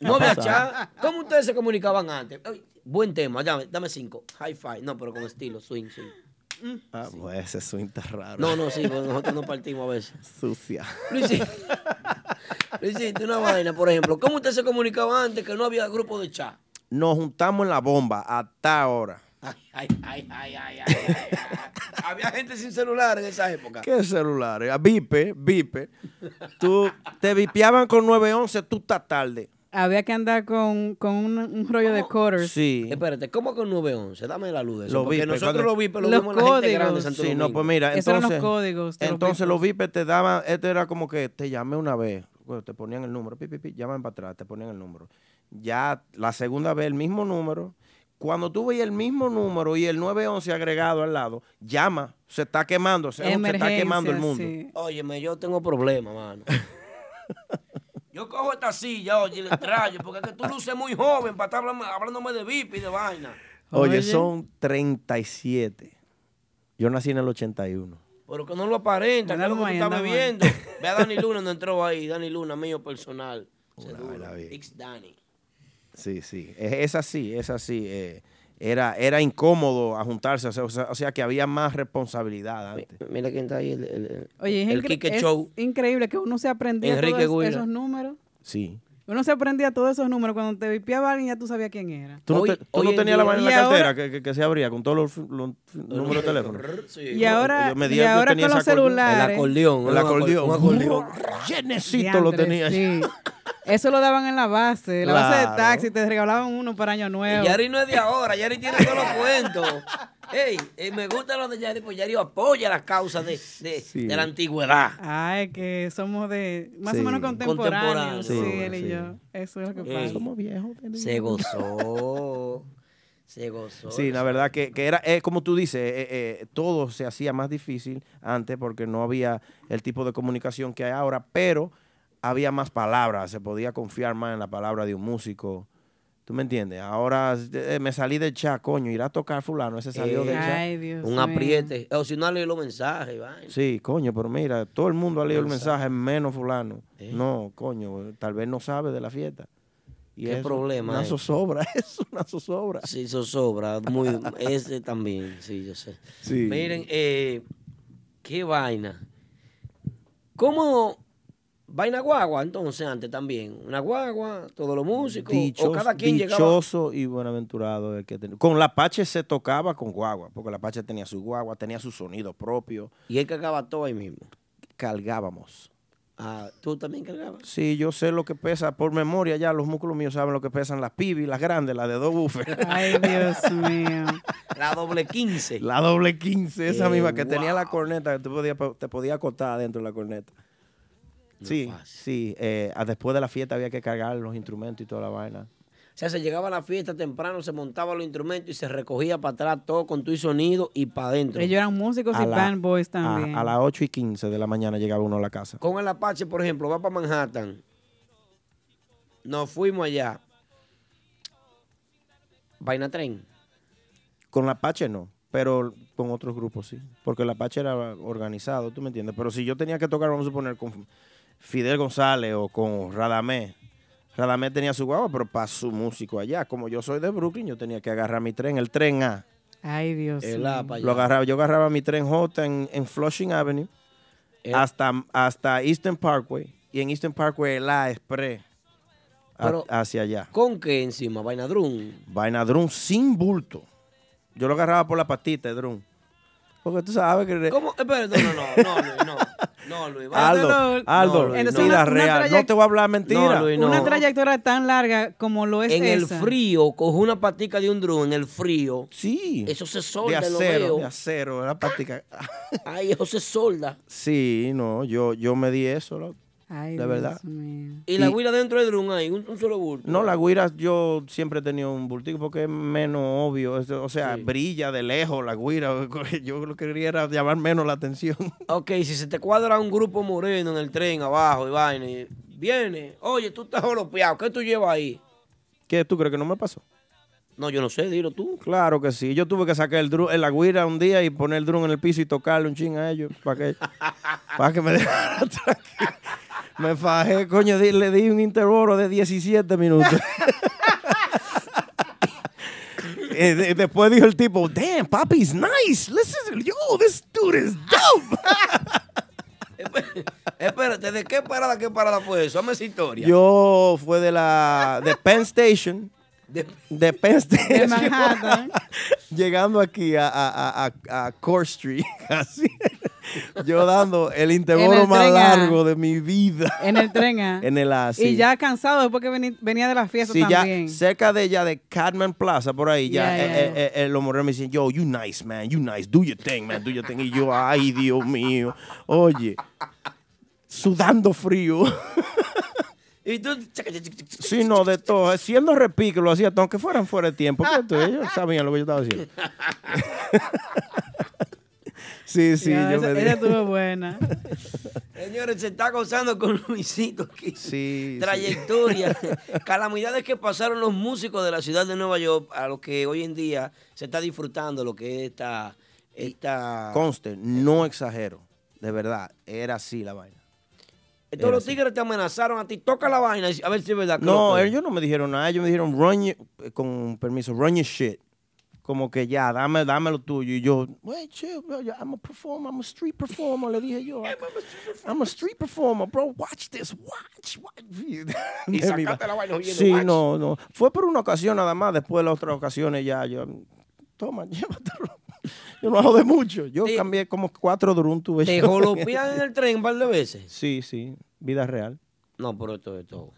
Speaker 2: No,
Speaker 3: Ha
Speaker 2: vea,
Speaker 3: pasado.
Speaker 2: cha, ¿Cómo ustedes se comunicaban antes? Ay, buen tema, dame, dame cinco. High five. No, pero con estilo, swing, swing.
Speaker 4: Ah, pues ese swing está raro.
Speaker 2: No, no, sí,
Speaker 4: <laughs>
Speaker 2: pues nosotros nos partimos a veces.
Speaker 4: Sucia.
Speaker 2: Luisito, Luisito, una vaina, por ejemplo. ¿Cómo ustedes se comunicaban antes que no había grupo de chat?
Speaker 4: Nos juntamos en la bomba hasta ahora.
Speaker 2: Ay, ay, ay, ay, ay, ay, ay. Había gente sin celular en esa época.
Speaker 4: ¿Qué celulares? Ah, Vipe, vipe. Tú te vipeaban con 911, tú estás tarde.
Speaker 3: Había que andar con, con un, un rollo de quarters.
Speaker 4: Sí.
Speaker 2: Espérate, ¿cómo con 911? Dame la luz de eso.
Speaker 4: Los
Speaker 2: porque
Speaker 4: vipers,
Speaker 2: nosotros
Speaker 4: cuando-
Speaker 2: los vipers lo
Speaker 3: Los
Speaker 2: vimos en la gente
Speaker 3: códigos.
Speaker 2: grande de Santo
Speaker 4: Sí, no,
Speaker 2: Domingo.
Speaker 4: pues mira,
Speaker 3: Esos eran los
Speaker 4: entonces,
Speaker 3: códigos de los
Speaker 4: entonces los VIPs te daban, este era como que te llamé una vez, bueno, te ponían el número, pi, pi, pi, llaman para atrás, te ponían el número. Ya la segunda vez el mismo número, cuando tú veías el mismo número y el 911 agregado al lado, llama, se está quemando, se, se está quemando el mundo.
Speaker 2: Óyeme, yo tengo problemas, mano. yo cojo esta silla, oye, y le trayo, porque es que tú luces muy joven para estar hablando- hablándome de VIP y de vaina.
Speaker 4: Oye, son 37. Yo nací en el 81.
Speaker 2: Pero que no lo aparenta, que es lo que tú
Speaker 3: ahí,
Speaker 2: estás
Speaker 3: andamos
Speaker 2: bebiendo. <laughs> Ve a Dani Luna, no entró ahí. Dani Luna, mío personal. Se duro. Ex Dani.
Speaker 4: Sí, sí. Es, es así, es así. eh, era, era incómodo a juntarse, o sea, o sea- o sea que había más responsabilidad antes.
Speaker 2: Mira quién está ahí, el,
Speaker 3: Oye, es, incre- es increíble que uno se aprendía
Speaker 4: Enrique
Speaker 3: todos
Speaker 4: Guira.
Speaker 3: esos números.
Speaker 4: Sí.
Speaker 3: Uno se aprendía todos esos números. Cuando te vipiaba alguien ya tú sabías quién era.
Speaker 4: ¿Tú no, te- tú no tenías la vaina en la
Speaker 3: Y ahora-
Speaker 4: cartera que, que- que se abría con todos los,
Speaker 2: <laughs>
Speaker 4: los números de teléfono?
Speaker 3: Y ahora-
Speaker 4: Yo me
Speaker 3: y ahora
Speaker 4: tenía
Speaker 3: con
Speaker 4: ese
Speaker 3: los
Speaker 4: acordeón.
Speaker 3: celulares.
Speaker 4: El acordeón. El
Speaker 2: Un acor-
Speaker 4: acordeón.
Speaker 2: un acordeón.
Speaker 4: Llenecito lo
Speaker 3: Diantre,
Speaker 4: tenía.
Speaker 2: <laughs>
Speaker 3: sí. Eso lo daban en la base, la base de
Speaker 4: Claro.
Speaker 3: taxi, te regalaban uno para año nuevo.
Speaker 2: <laughs> Yari no es de ahora, Yari tiene todos los cuentos. Ey, eh, me gusta lo de Yari, pues Yari apoya las causas de, de- de la antigüedad.
Speaker 3: Ay, que somos de más
Speaker 2: Sí.
Speaker 3: o menos contemporáneos.
Speaker 2: Contemporáneos,
Speaker 3: Sí,
Speaker 2: sí,
Speaker 3: él y
Speaker 2: sí.
Speaker 3: yo. Eso es lo que
Speaker 2: Ey,
Speaker 3: pasa.
Speaker 2: Somos
Speaker 4: viejos.
Speaker 2: Se gozó.
Speaker 4: <laughs>
Speaker 2: Se gozó.
Speaker 4: Sí, la verdad que, que era, eh, como tú dices, eh, eh, todo se hacía más difícil antes porque no había el tipo de comunicación que hay ahora, pero había más palabras, se podía confiar más en la palabra de un músico. ¿Tú me entiendes? Ahora eh, me salí del chat, coño, irá a tocar fulano, ese salió
Speaker 2: Eh,
Speaker 4: del chat.
Speaker 2: ay, Dios un mío. apriete. O si no, leí los mensajes, vaina.
Speaker 4: Sí, coño, pero mira, todo el mundo ha leído el
Speaker 2: Mensaje.
Speaker 4: mensaje, menos fulano.
Speaker 2: Eh.
Speaker 4: No, coño, tal vez no sabe de la fiesta.
Speaker 2: ¿Qué
Speaker 4: eso,
Speaker 2: problema
Speaker 4: Una
Speaker 2: es?
Speaker 4: zozobra, <laughs> es una zozobra.
Speaker 2: Sí, zozobra, muy, ese también, sí, yo sé.
Speaker 4: Sí.
Speaker 2: Miren, eh, qué vaina. ¿Cómo vaina guagua entonces antes también? Una guagua, todos los músicos,
Speaker 4: Dichoso,
Speaker 2: o cada quien llegaba.
Speaker 4: dichoso y bienaventurado el que ten- Con la Apache se tocaba con guagua, porque la Apache tenía su guagua, tenía su sonido propio.
Speaker 2: ¿Y él cargaba todo ahí mismo?
Speaker 4: Cargábamos.
Speaker 2: Ah, ¿Tú también cargabas?
Speaker 4: Sí, yo sé lo que pesa, por memoria ya los músculos míos saben lo que pesan las pibis, las grandes, las de dos
Speaker 2: <laughs>
Speaker 4: bufes.
Speaker 3: Ay, Dios mío.
Speaker 2: La doble 15.
Speaker 4: La doble 15, esa
Speaker 2: Eh,
Speaker 4: misma que
Speaker 2: wow.
Speaker 4: tenía la corneta, que tú podías, te podía acostar adentro de la corneta. sí, sí. eh, a- después de la fiesta había que cargar los instrumentos y toda la vaina.
Speaker 2: O sea, se llegaba a la fiesta temprano, se montaba los instrumentos y se recogía para atrás todo con tu y sonido y para adentro.
Speaker 3: Ellos eran músicos y
Speaker 4: la-
Speaker 3: band boys
Speaker 4: a-
Speaker 3: también.
Speaker 4: A, las 8 y 15 de la mañana llegaba uno a la casa.
Speaker 2: Con el Apache, por ejemplo, va para Manhattan. Nos fuimos allá. Vaina tren.
Speaker 4: Con la Apache no, pero con otros grupos sí. Porque la Apache era organizado, ¿tú me entiendes? Pero si yo tenía que tocar, vamos a suponer, con Fidel González o con Radamés. Radamés tenía su guagua, pero para su músico allá. Como yo soy de Brooklyn, yo tenía que agarrar mi tren, el tren A.
Speaker 3: Ay, Dios
Speaker 4: El
Speaker 3: mío.
Speaker 4: A pa' allá. Lo agarraba, yo agarraba mi tren J en, en Flushing Avenue
Speaker 2: Eh,
Speaker 4: hasta, hasta Eastern Parkway. Y en Eastern Parkway el A Express a-
Speaker 2: Pero-
Speaker 4: hacia allá.
Speaker 2: ¿Con qué encima? Vaina drum.
Speaker 4: Vaina drum sin bulto. Yo lo agarraba por la patita de drum. Porque tú sabes que...
Speaker 2: ¿Cómo? Espera, no, no, no, no, Luis, no. No, Luis, vaina
Speaker 4: Aldo,
Speaker 2: drum.
Speaker 4: Aldo,
Speaker 2: No, Luis,
Speaker 4: mentira
Speaker 2: no.
Speaker 4: real.
Speaker 3: trayec-
Speaker 4: no te voy a hablar mentira.
Speaker 2: No, Luis, no.
Speaker 3: Una trayectoria tan larga como lo es
Speaker 2: en el
Speaker 3: esa.
Speaker 2: frío, coge una patica de un drum en el frío.
Speaker 4: Sí.
Speaker 2: Eso se
Speaker 4: de
Speaker 2: solda, lo
Speaker 4: acero,
Speaker 2: veo.
Speaker 4: de acero, era práctica.
Speaker 2: Ay, eso se solda.
Speaker 4: Sí, no, yo, yo me di eso, loco,
Speaker 3: Ay,
Speaker 4: de
Speaker 3: Dios
Speaker 4: verdad.
Speaker 2: Y la
Speaker 4: Y-
Speaker 2: guira dentro del drum ahí, un, un solo bulto.
Speaker 4: No, la guira yo siempre he tenido un bultico porque es menos obvio. es- O sea, brilla de lejos la guira. <laughs> Yo lo que quería era llamar menos la atención.
Speaker 2: Ok, si se te cuadra un grupo moreno en el tren abajo y vaina, y viene, oye, tú estás jolopeado, ¿qué tú llevas ahí?
Speaker 4: ¿Qué tú crees que no me pasó?
Speaker 2: No, yo no sé,
Speaker 4: <laughs>
Speaker 2: dilo tú.
Speaker 4: Claro que sí. Yo tuve que sacar el drum, la guira un día y poner el drum en el piso y tocarle un ching a ellos para que, para que me dejaran tranquilo. Me fajé, coño, di- le di un intervalo de 17 minutos. Eh, de- después dijo el tipo, damn, papi, it's nice. Listen, yo, this dude is dope.
Speaker 2: Espérate, ¿de qué parada, qué parada fue eso? Hazme esa historia.
Speaker 4: Yo fue de la de Penn Station.
Speaker 2: De-
Speaker 4: De, Penn Station.
Speaker 2: Manhattan.
Speaker 4: <laughs> llegando aquí a, a, a- a- a Core Street, <laughs> casi. Yo dando el intervalo más
Speaker 3: tren A.
Speaker 4: largo de mi vida.
Speaker 3: En el tren ¿ah?
Speaker 2: <laughs>
Speaker 3: A.
Speaker 4: En el A, sí.
Speaker 3: Y ya cansado después que veni- venía de las fiestas
Speaker 4: Sí, ya
Speaker 3: también.
Speaker 4: cerca de ya de Cadman Plaza, por ahí, ya
Speaker 3: Ya,
Speaker 4: eh,
Speaker 3: ya,
Speaker 4: eh, eh, eh, los morenos me dicen, yo, you nice, man, you nice, do your thing, man, do your thing. Y yo, ay, Dios mío, oye, sudando frío.
Speaker 2: Y tú,
Speaker 4: Sí, no, de todo. Siendo repique, lo hacía, aunque fueran fuera de tiempo. porque tú- ellos sabían lo que yo estaba haciendo. <laughs> sí, sí,
Speaker 3: Ya,
Speaker 4: yo
Speaker 3: esa-
Speaker 4: me
Speaker 3: Ella
Speaker 4: di.
Speaker 3: estuvo
Speaker 4: <laughs>
Speaker 3: buena.
Speaker 2: Señores, se está gozando con Luisito aquí.
Speaker 4: Sí. <laughs>
Speaker 2: Trayectoria. Calamidades que pasaron los músicos de la ciudad de Nueva York a lo que hoy en día se está disfrutando, lo que es esta. esta
Speaker 4: Conste, no exagero. De verdad, era así la vaina.
Speaker 2: Todos
Speaker 4: Era
Speaker 2: los tigres te amenazaron a ti, toca la vaina, a ver si es verdad. que
Speaker 4: No,
Speaker 2: lo-
Speaker 4: ellos no me dijeron nada. Ellos me dijeron, run your- eh, con permiso, run your shit. Como que ya, dame, dame lo tuyo. Y <laughs> yo, Wait, chill, bro. Yo- I'm a performer. I'm a street performer. Le dije yo. I'm a street performer, bro. Watch this. Watch. <laughs> watch.
Speaker 2: Y
Speaker 4: Me iba.
Speaker 2: sacaste la vaina oyendo,
Speaker 4: Sí,
Speaker 2: watch.
Speaker 4: no, no. Fue por una ocasión nada más. Después de las otras ocasiones ya yo... Toma, <laughs> llévatelo. Yo no hago de mucho. Yo cambié como cuatro drum. tuve
Speaker 2: Te
Speaker 4: yo.
Speaker 2: jolopean en el tren un par de veces.
Speaker 4: Sí, sí. Vida real.
Speaker 2: No, pero esto es todo.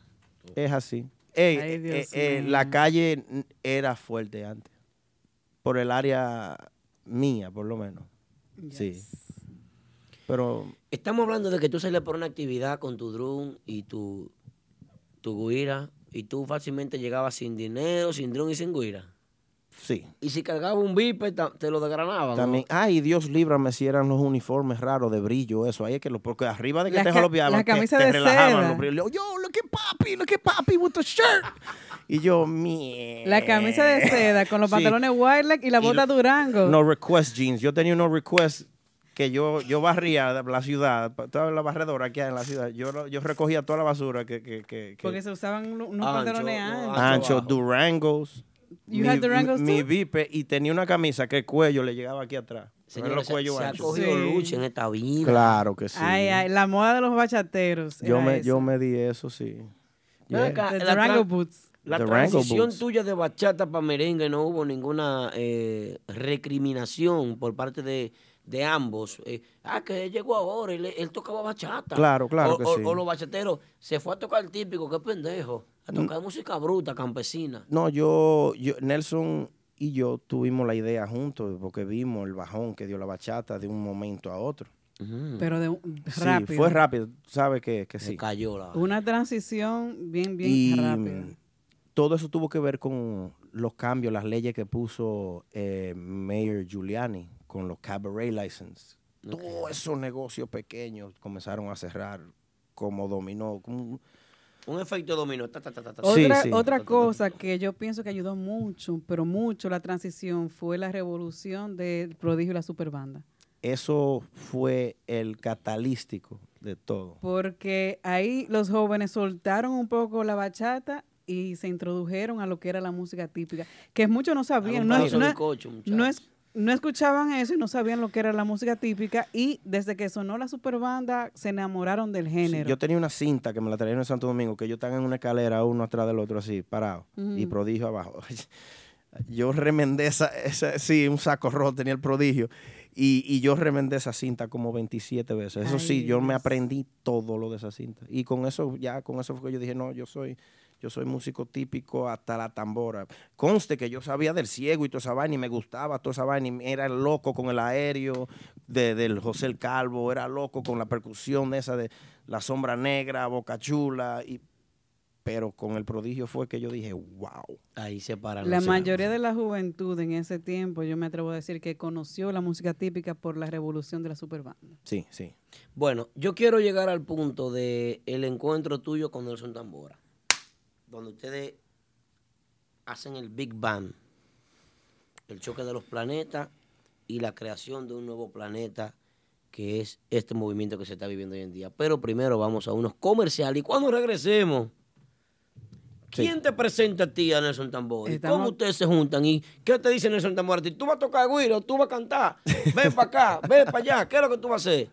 Speaker 4: Es así. Ey,
Speaker 2: Ay,
Speaker 4: eh,
Speaker 2: Dios
Speaker 4: eh,
Speaker 2: mío.
Speaker 4: la calle n- era fuerte antes. Por el área mía, por lo menos. Sí. Pero
Speaker 2: Estamos hablando de que tú sales por una actividad con tu drum y tu, tu guira y tú fácilmente llegabas sin dinero, sin drum y sin guira.
Speaker 4: sí,
Speaker 2: Y si cargaba un viper, ta- te lo desgranaban. ¿no?
Speaker 4: también. Ay, Dios líbrame si eran los uniformes raros de brillo, eso. Ahí es que lo, porque arriba de que
Speaker 2: Las
Speaker 4: te
Speaker 2: ca-
Speaker 4: jalopeaban,
Speaker 2: las
Speaker 4: te,
Speaker 2: camisas
Speaker 4: te
Speaker 2: de
Speaker 4: relajaban
Speaker 2: seda.
Speaker 4: los brillos. Yo, look at papi, look at papi with the shirt. Y yo, mierda.
Speaker 3: La camisa de seda con los
Speaker 4: Sí.
Speaker 3: pantalones Wildlife y la
Speaker 4: Y
Speaker 3: bota
Speaker 4: lo-
Speaker 3: Durango.
Speaker 4: No request jeans. Yo tenía unos request que yo, yo barría la ciudad, toda la barredora que hay en la ciudad. Yo, lo- yo recogía toda la basura que, que, que, que-
Speaker 3: Porque se usaban uno- unos
Speaker 2: Ancho,
Speaker 3: pantalones
Speaker 2: no,
Speaker 3: anchos.
Speaker 4: Ah, ancho, durangos.
Speaker 3: You had Durangos
Speaker 4: mi vipe y tenía una camisa que el cuello le llegaba aquí atrás. Eran
Speaker 2: Señores,
Speaker 4: los
Speaker 2: se-
Speaker 4: cuellos
Speaker 2: se ha
Speaker 4: anchos.
Speaker 2: cogido Sí. lucha en esta vida.
Speaker 4: Claro que sí.
Speaker 3: Ay, ay, la moda de los bachateros.
Speaker 4: yo
Speaker 3: era
Speaker 4: me
Speaker 3: esa.
Speaker 4: yo me di eso, sí.
Speaker 2: Ven
Speaker 4: Yeah.
Speaker 2: acá,
Speaker 3: The
Speaker 2: la
Speaker 3: Durango
Speaker 2: tra-
Speaker 3: Boots.
Speaker 2: La
Speaker 4: Durango
Speaker 2: transición
Speaker 4: Boots.
Speaker 2: tuya de bachata para merengue no hubo ninguna eh, recriminación por parte de, de ambos. Eh, ah, que él llegó ahora, él, él tocaba bachata.
Speaker 4: Claro, claro
Speaker 2: O,
Speaker 4: que
Speaker 2: o-
Speaker 4: sí.
Speaker 2: o los bachateros, se fue a tocar el típico, qué pendejo. A
Speaker 4: Mm.
Speaker 2: tocar música bruta, campesina.
Speaker 4: No, yo, yo- Nelson y yo tuvimos la idea juntos porque vimos el bajón que dio la bachata de un momento a otro.
Speaker 3: Pero de un-
Speaker 4: Sí,
Speaker 3: rápido.
Speaker 4: fue rápido, sabes que, que sí.
Speaker 2: cayó la
Speaker 3: Una transición bien, bien
Speaker 4: y mm,
Speaker 3: rápida.
Speaker 4: todo eso tuvo que ver con los cambios, las leyes que puso eh, Mayor Giuliani con los cabaret license. Todos esos negocios pequeños comenzaron a cerrar como dominó. como-
Speaker 2: Un efecto dominó. ta, ta, ta, ta, ta.
Speaker 4: Sí,
Speaker 3: Otra,
Speaker 4: sí.
Speaker 3: otra cosa que yo pienso que ayudó mucho, pero mucho la transición fue la revolución del prodigio y la superbanda.
Speaker 4: Eso fue el catalístico de todo.
Speaker 3: Porque ahí los jóvenes soltaron un poco la bachata y se introdujeron a lo que era la música típica, que muchos no sabían,
Speaker 2: Un
Speaker 3: no,
Speaker 2: pedazo
Speaker 3: no-
Speaker 2: de cocho, muchacho.
Speaker 3: no es- no escuchaban eso y no sabían lo que era la música típica y desde que sonó la superbanda se enamoraron del
Speaker 4: Sí,
Speaker 3: género.
Speaker 4: yo tenía una cinta que me la trajeron en Santo Domingo, que ellos están en una escalera uno atrás del otro así, parado, y
Speaker 3: Ujú.
Speaker 4: prodigio abajo. <laughs> yo remendé esa, esa- sí, un saco rojo tenía el prodigio, y, y yo remendé esa cinta como 27 veces. Eso sí, yo me aprendí todo lo de esa cinta. Y con eso, ya, con eso fue que yo dije, no, yo soy... Yo soy músico típico hasta la tambora. Conste que yo sabía del ciego y toda esa vaina y me gustaba toda esa vaina y era loco con el aéreo de, del José el Calvo, era loco con la percusión esa de La Sombra Negra, Boca Chula, y, pero con el prodigio fue que yo dije, wow.
Speaker 2: Ahí se para
Speaker 3: La mayoría de la juventud en ese tiempo, yo me atrevo a decir que conoció la música típica por la revolución de la superbanda.
Speaker 4: Sí, sí.
Speaker 2: Bueno, yo quiero llegar al punto de el encuentro tuyo con Nelson Tambora, donde ustedes hacen el Big Bang, el choque de los planetas y la creación de un nuevo planeta que es este movimiento que se está viviendo hoy en día. Pero primero vamos a unos comerciales y cuando regresemos, ¿quién te presenta a ti a Nelson Tambora? ¿Y
Speaker 10: Estamos-
Speaker 2: ¿Cómo ustedes se juntan? ¿Y qué te dice Nelson Tambora? a ti? ¿Tú vas a tocar guiro? ¿Tú vas a cantar? Ven para acá, ven para allá, ¿qué es lo que tú vas a hacer?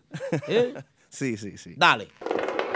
Speaker 2: ¿Eh?
Speaker 4: Sí, sí, sí.
Speaker 2: Dale.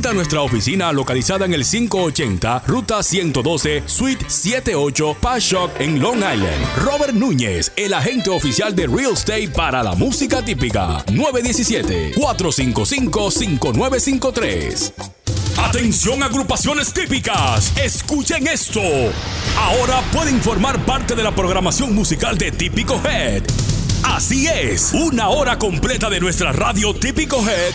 Speaker 1: nuestra oficina localizada en el 580 Ruta 112 Suite 78 Pashock en Long Island. Robert Núñez, el agente oficial de Real Estate para la música típica. 917-455-5953. Atención agrupaciones típicas, escuchen esto. Ahora pueden formar parte de la programación musical de Típico Head. Así es, una hora completa de nuestra radio Típico Head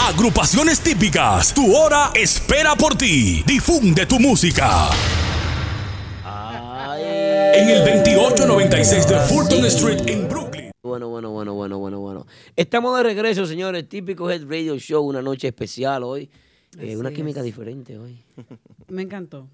Speaker 1: Agrupaciones típicas, tu hora espera por ti. Difunde tu música. En el 2896 de Fulton Street en Brooklyn.
Speaker 2: bueno, bueno, bueno, bueno, bueno, bueno. Estamos de regreso, señores. Típico Head Radio Show, una noche especial hoy. Eh,
Speaker 3: Así
Speaker 2: una química
Speaker 3: es.
Speaker 2: diferente hoy.
Speaker 4: <laughs>
Speaker 3: Me encantó.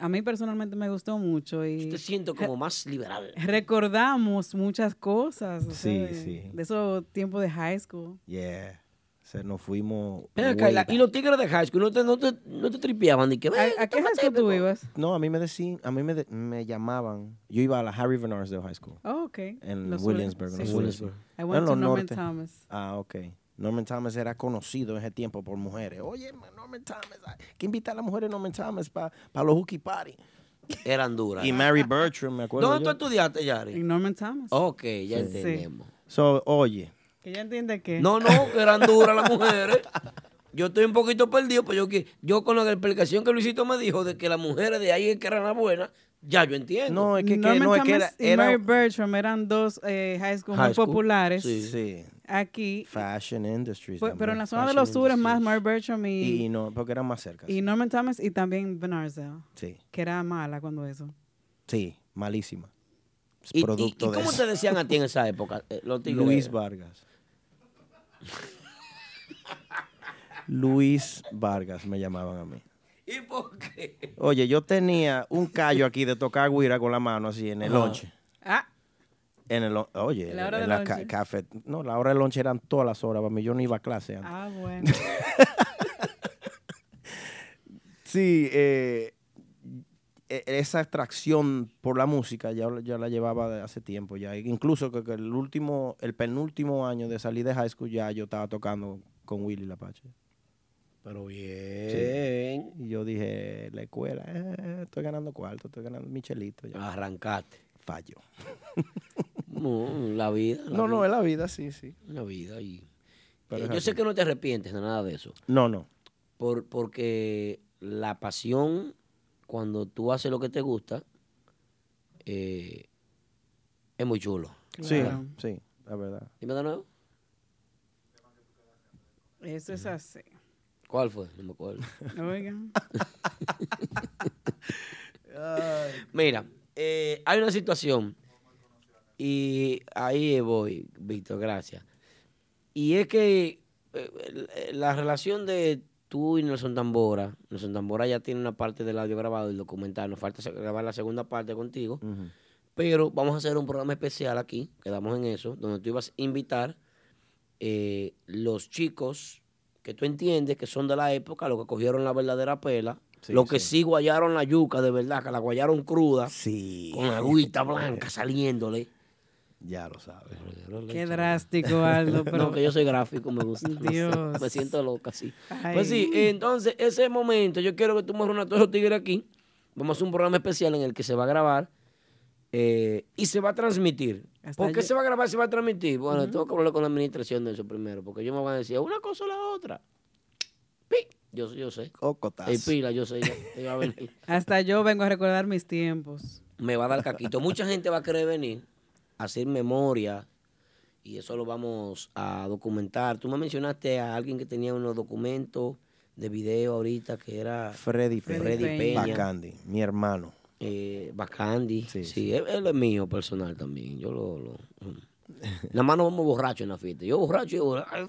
Speaker 3: A mí personalmente me gustó mucho y
Speaker 2: Te siento como más liberal.
Speaker 3: recordamos muchas cosas. o
Speaker 4: Sí,
Speaker 3: sea, de-
Speaker 4: sí.
Speaker 3: De esos tiempos de high school.
Speaker 4: Yeah. Se nos fuimos.
Speaker 2: Ven
Speaker 4: de
Speaker 2: acá, y, la-
Speaker 4: vuelta.
Speaker 2: y los tigres de high school no te, no te, no te tripeaban. ni que, "Ven,
Speaker 3: ¿A, a qué high school tú ibas?
Speaker 4: No, a mí me decían, a mí me, de- me llamaban. Yo iba a la Harry Van Arsdale High School.
Speaker 3: Oh, ok.
Speaker 4: En
Speaker 3: Los sur-
Speaker 4: Williamsburg. en
Speaker 3: sí.
Speaker 4: los sureños.
Speaker 3: Williamsburg. I
Speaker 4: No,
Speaker 3: went
Speaker 4: en
Speaker 3: to
Speaker 4: los
Speaker 3: Norman
Speaker 4: norte.
Speaker 3: Thomas.
Speaker 4: Ah, ok. Norman Thomas era conocido en ese tiempo por mujeres. Oye, man, Norman Thomas, hay que invitar a las mujeres de Norman Thomas para los hookie party.
Speaker 2: Eran duras.
Speaker 4: Y Mary Bertram, me acuerdo.
Speaker 2: ¿Dónde tú
Speaker 4: yo.
Speaker 2: estudiaste, Yari?
Speaker 3: En Norman Thomas.
Speaker 2: Ok, ya
Speaker 4: Sí.
Speaker 2: entendemos.
Speaker 4: So, oye,
Speaker 3: Que ya entiende que.
Speaker 2: No, no, que eran
Speaker 3: <laughs>
Speaker 4: <laughs>
Speaker 2: duras las mujeres. Yo estoy un poquito perdido, pero yo, que, yo con la explicación que Luisito me dijo de que las mujeres de ahí es que eran las buenas, ya yo entiendo.
Speaker 4: No, es que- que-
Speaker 3: Norman
Speaker 4: no, es que
Speaker 3: Thomas
Speaker 4: era-
Speaker 3: y
Speaker 4: era-
Speaker 3: Mary Bertram eran dos eh, high school
Speaker 4: High
Speaker 3: muy
Speaker 4: school.
Speaker 3: populares
Speaker 4: Sí. Sí.
Speaker 3: aquí.
Speaker 4: Fashion Industries.
Speaker 3: Fue- pero
Speaker 4: también.
Speaker 3: en la zona de
Speaker 4: Fashion
Speaker 3: los sur es más
Speaker 4: Industries.
Speaker 3: Mary Bertram
Speaker 4: Y,
Speaker 3: y,
Speaker 4: no, porque eran más cerca.
Speaker 3: y Norman Thomas y también Ben Arsdale,
Speaker 4: Sí,
Speaker 3: que era mala cuando eso.
Speaker 4: sí, malísima. Es
Speaker 2: ¿Y, y-
Speaker 4: producto
Speaker 2: y
Speaker 4: de
Speaker 2: cómo
Speaker 4: eso.
Speaker 2: te decían a ti en esa época? eh, los tigres?
Speaker 4: Luis Vargas. Luis Vargas me llamaban a mí.
Speaker 2: ¿Y por qué?
Speaker 4: Oye, yo tenía un callo aquí de tocar guira con la mano así en el
Speaker 2: Ajá.
Speaker 4: lonche.
Speaker 3: Ah.
Speaker 4: En el, lon- oye,
Speaker 3: La hora
Speaker 4: en
Speaker 3: del
Speaker 4: la ca-
Speaker 3: lonche.
Speaker 4: café. No, la hora del lonche eran todas las horas para mí. Yo no iba a clase antes.
Speaker 3: Ah, bueno.
Speaker 4: <laughs> Sí, eh, e- esa atracción por la música ya, la- ya la llevaba de hace tiempo ya. Incluso que, que el último, el penúltimo año de salir de high school ya yo estaba tocando con Willy La Pache.
Speaker 2: Pero
Speaker 4: bien. Y yo dije, la escuela, eh, estoy ganando cuarto, estoy ganando Michelito. Ya.
Speaker 2: Arrancaste.
Speaker 4: Fallo.
Speaker 2: <laughs> No, Mm, la vida. la
Speaker 4: no, no,
Speaker 2: vida.
Speaker 4: es la vida, sí, sí.
Speaker 2: La vida. Y,
Speaker 4: Pero
Speaker 2: Eh,
Speaker 4: es
Speaker 2: yo sé
Speaker 4: así.
Speaker 2: que no te arrepientes de nada de eso.
Speaker 4: No, no.
Speaker 2: Por, porque la pasión, cuando tú haces lo que te gusta, eh, es muy chulo. ¿Verdad?
Speaker 4: Sí, sí, la verdad.
Speaker 2: Dime de nuevo.
Speaker 3: Eso es así.
Speaker 2: ¿Cuál fue? No me acuerdo.
Speaker 3: Oigan.
Speaker 2: Mira, eh, hay una situación y ahí voy, Víctor, gracias. Y es que eh, eh, la relación de tú y Nelson Tambora, Nelson Tambora ya tiene una parte del audio grabado, el documental, nos falta se- grabar la segunda parte contigo, pero vamos a hacer un programa especial aquí, quedamos en eso, donde tú ibas a invitar eh, los chicos que tú entiendes que son de la época, los que cogieron la verdadera pela,
Speaker 4: Sí,
Speaker 2: los que sí. guayaron la yuca de verdad, que la guayaron cruda, con agüita blanca saliéndole.
Speaker 4: Ya lo sabes.
Speaker 3: Qué drástico, Aldo, pero-
Speaker 2: No, que yo soy gráfico, me <laughs> gusta.
Speaker 3: Dios.
Speaker 2: Me siento loca, sí.
Speaker 3: Ay.
Speaker 2: Pues sí, entonces, ese momento, yo quiero que tú me reúnas a todos los tigres aquí. Vamos a hacer un programa especial en el que se va a grabar eh, y se va a transmitir.
Speaker 10: Hasta
Speaker 2: ¿Por qué
Speaker 10: yo-
Speaker 2: se va a grabar y se va a transmitir? Bueno, tengo que hablar con la administración de eso primero, porque ellos me van a decir una cosa o la otra. Pi. Yo, yo sé.
Speaker 4: Cocotazo.
Speaker 2: El pila, yo sé. ya- ya va a venir.
Speaker 3: Hasta yo vengo a recordar mis tiempos.
Speaker 2: me va a dar caquito. Mucha gente va a querer venir a hacer memoria y eso lo vamos a documentar. Tú me mencionaste a alguien que tenía unos documentos de video ahorita que era
Speaker 4: Freddy,
Speaker 2: Freddy Peña.
Speaker 4: Bacandi, mi hermano.
Speaker 2: Eh, Bacandi. Sí, él, él es mío personal también. Yo lo. lo Nada más nos vamos borrachos en la fiesta. Yo borracho, yo borracho.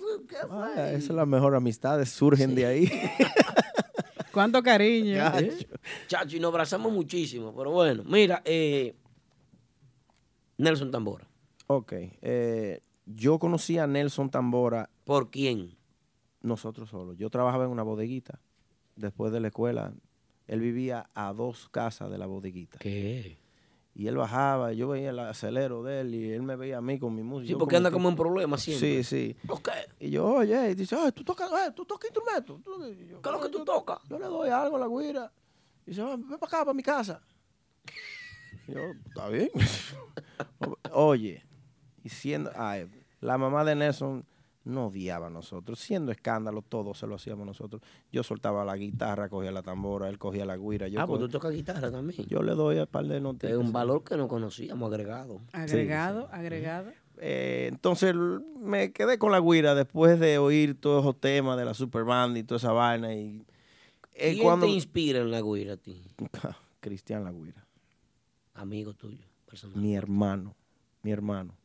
Speaker 4: Ah, esa es la mejor amistades surgen de ahí.
Speaker 3: <laughs> Cuánto cariño.
Speaker 2: ¿Eh? Chacho, y nos abrazamos muchísimo. Pero bueno, mira, eh, Nelson Tambora.
Speaker 4: Ok. eh, yo conocí a Nelson Tambora.
Speaker 2: ¿Por quién?
Speaker 4: Nosotros solos. Yo trabajaba en una bodeguita después de la escuela. Él vivía a dos casas de la bodeguita.
Speaker 2: ¿Qué?
Speaker 4: Y él bajaba, yo veía el acelero de él y él me veía a mí con mi música.
Speaker 2: Sí,
Speaker 4: Yo
Speaker 2: porque anda
Speaker 4: que-
Speaker 2: como en problemas
Speaker 4: Sí,
Speaker 2: siempre.
Speaker 4: sí.
Speaker 2: ¿Por qué?
Speaker 4: Y yo, oye, y dice, ay, tú tocas, eh, tú tocas instrumentos. Tú- y yo,
Speaker 2: ¿Qué es lo que
Speaker 4: "Yo-
Speaker 2: tú tocas?
Speaker 4: Yo le doy algo a la guira. Y dice, "Ah, ven para acá, para mi casa. Y yo, está bien. <laughs> Oye, y siendo, ay, la mamá de Nelson no odiaba a nosotros. Siendo escándalo, todo se lo hacíamos nosotros. Yo soltaba la guitarra, cogía la tambora, él cogía la guira. Yo
Speaker 2: ah, pues
Speaker 4: co-
Speaker 2: tú tocas guitarra también.
Speaker 4: Yo le doy al par de
Speaker 2: Es
Speaker 4: noticias.
Speaker 2: un valor que no conocíamos, agregado.
Speaker 3: Agregado, agregado.
Speaker 4: Eh, entonces l- me quedé con la guira después de oír todos esos temas de la Superband y toda esa vaina. Y, eh,
Speaker 2: ¿Quién
Speaker 4: cuando- Ah,
Speaker 2: te inspira en la guira a
Speaker 4: <laughs>
Speaker 2: ti?
Speaker 4: Cristian La Guira,
Speaker 2: Amigo tuyo, personal.
Speaker 4: mi hermano, mi hermano.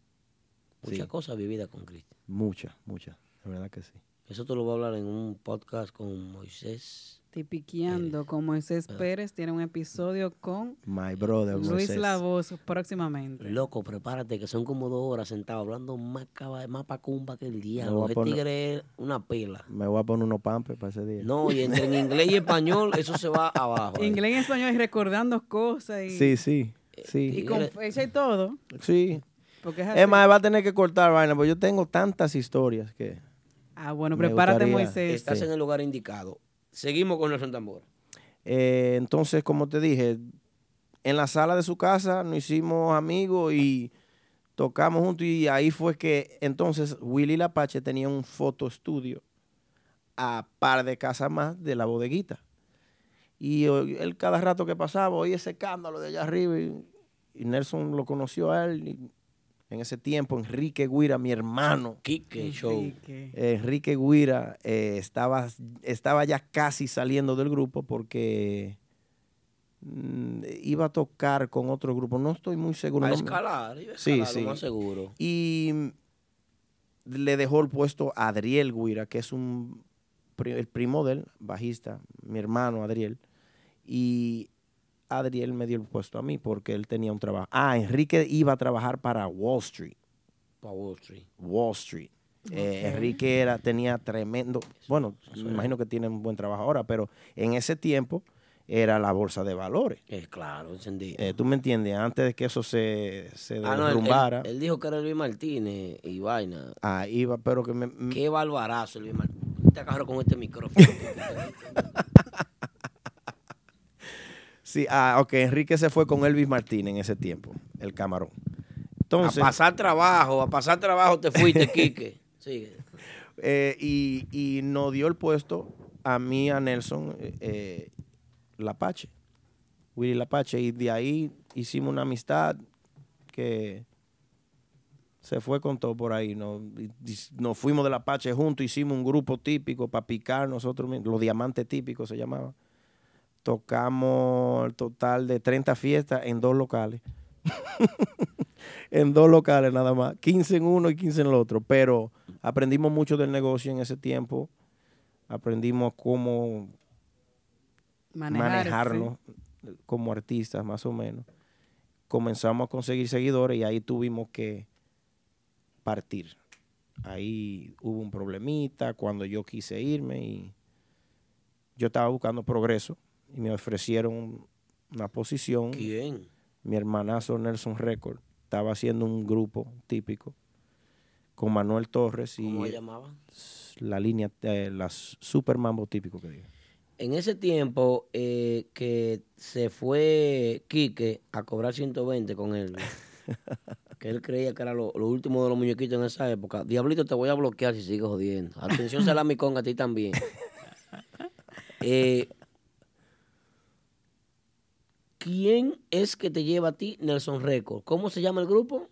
Speaker 2: Muchas cosas vividas con Cristo.
Speaker 4: Muchas, muchas. De verdad que sí.
Speaker 2: Eso te lo voy a hablar en un podcast con Moisés. Eh.
Speaker 3: Tipiqueando con Moisés Pérez tiene un episodio con
Speaker 4: My brother,
Speaker 3: Luis
Speaker 2: Moisés.
Speaker 3: Lavoz próximamente.
Speaker 2: Loco, prepárate, que son como dos horas sentado hablando más, caba- más pacumba que el diablo.
Speaker 4: voy a
Speaker 2: Ese
Speaker 4: poner-
Speaker 2: tigre es una pela.
Speaker 4: Me voy a poner unos pampers para ese día.
Speaker 2: No, y entre en inglés y español, eso se va abajo. ahí.
Speaker 3: Inglés y español y recordando cosas y,
Speaker 4: <laughs> Sí, sí.
Speaker 3: y
Speaker 4: Sí.
Speaker 3: con fecha y todo.
Speaker 4: Sí.
Speaker 3: Porque es así.
Speaker 4: Es más, va a tener que cortar, vaina, porque yo tengo tantas historias que.
Speaker 3: Ah, bueno,
Speaker 4: Me
Speaker 3: prepárate,
Speaker 4: gustaría-
Speaker 3: Moisés.
Speaker 2: Estás
Speaker 4: Sí.
Speaker 2: en el lugar indicado. Seguimos con Nelson Tambora.
Speaker 4: Eh, entonces, como te dije, en la sala de su casa nos hicimos amigos y tocamos juntos y ahí fue que entonces Willy Lapache tenía un fotoestudio a par de casas más de la bodeguita. Y o- él cada rato que pasaba oía ese escándalo de allá arriba y, y Nelson lo conoció a él. y en ese tiempo, Enrique Guira, mi hermano.
Speaker 2: Quique Show.
Speaker 4: Eh, Enrique Guira eh, estaba, estaba ya casi saliendo del grupo porque mm, iba a tocar con otro grupo. No estoy muy seguro.
Speaker 2: A
Speaker 4: no me-
Speaker 2: escalar, iba a
Speaker 4: Sí,
Speaker 2: escalar, lo
Speaker 4: sí.
Speaker 2: más seguro.
Speaker 4: Y mm, le dejó el puesto a Adriel Guira, que es un pri- el primo del bajista, mi hermano Adriel. Y Adriel me dio el puesto a mí porque él tenía un trabajo. Ah, Enrique iba a trabajar para Wall Street.
Speaker 2: Para Wall Street.
Speaker 4: Wall Street. Eh,
Speaker 2: Ok.
Speaker 4: Enrique era, tenía tremendo, bueno, me imagino que tiene un buen trabajo ahora, pero en ese tiempo era la bolsa de valores.
Speaker 2: Eh, claro, encendí.
Speaker 4: Eh, ¿Tú me entiendes? Antes de que eso se, se
Speaker 2: Ah, no, él-
Speaker 4: derrumbara,
Speaker 2: él, él dijo que era Luis Martínez y vaina.
Speaker 4: ah, iba, pero que me... me-
Speaker 2: Qué barbarazo, Luis Martínez. Te agarro con este micrófono.
Speaker 4: Sí, ah, ok, Enrique se fue con Elvis Martínez en ese tiempo, el camarón. Entonces,
Speaker 2: a pasar trabajo, a pasar trabajo te fuiste, Quique. Sigue.
Speaker 4: eh, y, y nos dio el puesto a mí, a Nelson, eh, eh, Lapache, Willy Lapache, y de ahí hicimos una amistad que se fue con todo por ahí. Nos, y- y nos fuimos de Lapache juntos, hicimos un grupo típico para picar nosotros mismos, los diamantes típicos se llamaba. Tocamos el total de 30 fiestas en dos locales. en dos locales nada más, 15 en uno y 15 en el otro, pero aprendimos mucho del negocio en ese tiempo, aprendimos cómo
Speaker 3: Manejarse.
Speaker 4: manejarnos como artistas más o menos. Comenzamos a conseguir seguidores y ahí tuvimos que partir. Ahí hubo un problemita cuando yo quise irme y yo estaba buscando progreso y me ofrecieron una posición.
Speaker 2: ¿Quién?
Speaker 4: Mi hermanazo Nelson Record estaba haciendo un grupo típico con Manuel Torres y
Speaker 2: ¿Cómo se llamaba?
Speaker 4: la línea, eh, la Super Mambo típico que digo.
Speaker 2: En ese tiempo eh, que se fue Quique a cobrar 120
Speaker 4: <laughs>
Speaker 2: con él, que él creía que era lo, lo último de los muñequitos en esa época. Diablito, te voy a bloquear si sigues jodiendo.
Speaker 4: <laughs>
Speaker 2: Atención, Salamicón, a ti también. Eh, ¿Quién es que te lleva a ti Nelson Record? ¿Cómo se llama el grupo?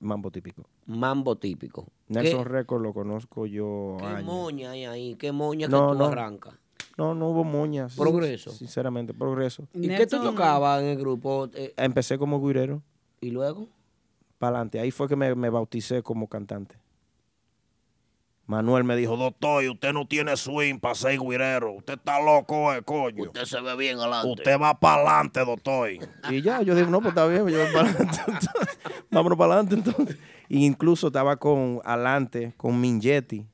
Speaker 4: Mambo típico.
Speaker 2: Mambo típico.
Speaker 4: Nelson
Speaker 2: ¿Qué-
Speaker 4: Record lo conozco yo.
Speaker 2: ¿Qué
Speaker 4: años.
Speaker 2: moña hay ahí? ¿Qué moña
Speaker 4: No,
Speaker 2: que tú
Speaker 4: no.
Speaker 2: arrancas?
Speaker 4: No, no hubo moñas.
Speaker 2: Progreso.
Speaker 4: Sinceramente, progreso.
Speaker 2: ¿Y qué tú tocabas en el grupo? Eh,
Speaker 4: Empecé como guirero,
Speaker 2: ¿Y luego?
Speaker 4: para adelante. Ahí fue que me, me bauticé como cantante. Manuel me dijo, doctor, y usted no tiene swing para ser guirero. Usted está loco, eh, coño.
Speaker 2: Usted se ve bien adelante.
Speaker 4: Usted va para adelante, doctor. Y ya, yo digo, no, pues está bien, yo voy para adelante. <laughs> entonces. Vámonos para adelante entonces. Y incluso estaba con Alante, con Mingetti,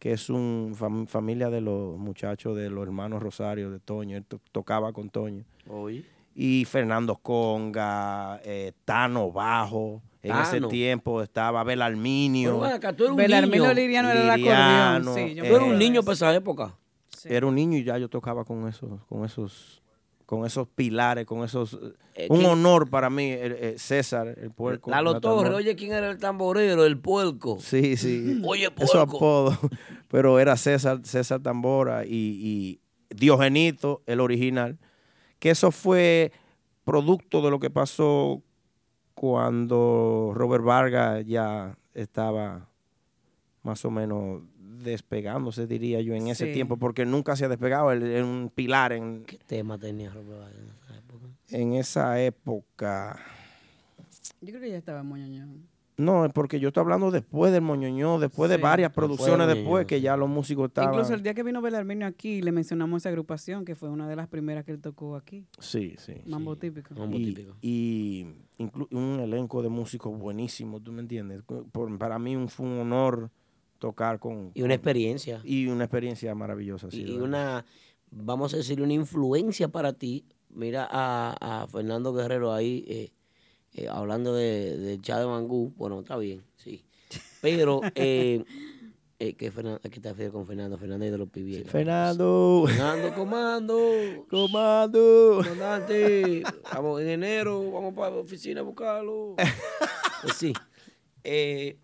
Speaker 4: que es una familia de los muchachos de los hermanos Rosario, de Toño. Él to- tocaba con Toño.
Speaker 2: Oye.
Speaker 4: Y Fernando Conga, eh, Tano Bajo. En ese
Speaker 2: Tano.
Speaker 4: tiempo estaba Belarminio.
Speaker 2: Pero ven acá, tú eres un
Speaker 3: Belarmino
Speaker 2: niño.
Speaker 3: Liriano era el
Speaker 4: Liriano,
Speaker 3: acordeón. Sí, yo
Speaker 4: eh,
Speaker 2: Tú eres un niño para esa época.
Speaker 4: Era un niño y ya yo tocaba con esos, con esos, con esos pilares, con esos.
Speaker 2: Eh,
Speaker 4: un
Speaker 2: ¿quién-
Speaker 4: honor para mí, eh, eh, César, el puerco.
Speaker 2: Lalo
Speaker 4: Natamor.
Speaker 2: Torres, oye, ¿quién era el tamborero? El puerco. Mm.
Speaker 4: Sí, sí.
Speaker 2: Oye,
Speaker 4: Eso
Speaker 2: puerco.
Speaker 4: apodo. <laughs> Pero era César, César Tambora y, y Diogenito, el original. Que eso fue producto de lo que pasó cuando Robert Vargas ya estaba más o menos despegándose, diría yo, en ese
Speaker 2: Sí.
Speaker 4: tiempo, porque nunca se ha despegado, él era un pilar en,
Speaker 2: ¿Qué tema tenía Robert Wagner en esa época?
Speaker 4: en esa época.
Speaker 3: Yo creo que ya estaba moñoñón.
Speaker 4: No, es porque yo estoy hablando después del Moñoño, después de
Speaker 3: Sí.
Speaker 4: varias
Speaker 3: Después del
Speaker 4: producciones
Speaker 3: Moñoño,
Speaker 4: después, que ya los músicos estaban.
Speaker 3: Incluso el día que vino Belarminio aquí, le mencionamos esa agrupación, que fue una de las primeras que él tocó aquí.
Speaker 4: Sí, sí.
Speaker 3: Mambo
Speaker 4: sí.
Speaker 3: típico.
Speaker 4: y, y inclu- un elenco de músicos buenísimo, ¿tú me entiendes? Cu- por- para mí un- fue un honor tocar con...
Speaker 2: Y una experiencia.
Speaker 4: Y una experiencia maravillosa. sí,
Speaker 2: y,
Speaker 4: de
Speaker 2: y
Speaker 4: verdad.
Speaker 2: una, vamos a decir, una influencia para ti. Mira a, a Fernando Guerrero ahí eh, eh, hablando de, de Chá de Mangú. Bueno, está bien, sí. Pero, <laughs> eh, eh, que Fernan- aquí está Fidel con Fernando, Fernando es de los
Speaker 4: <laughs>
Speaker 2: pibieros.
Speaker 4: Fernando.
Speaker 2: Fernando, comando.
Speaker 4: Comando.
Speaker 2: Comandante, vamos en enero, vamos para la oficina
Speaker 4: <laughs>
Speaker 2: a buscarlo. Pues sí. Eh,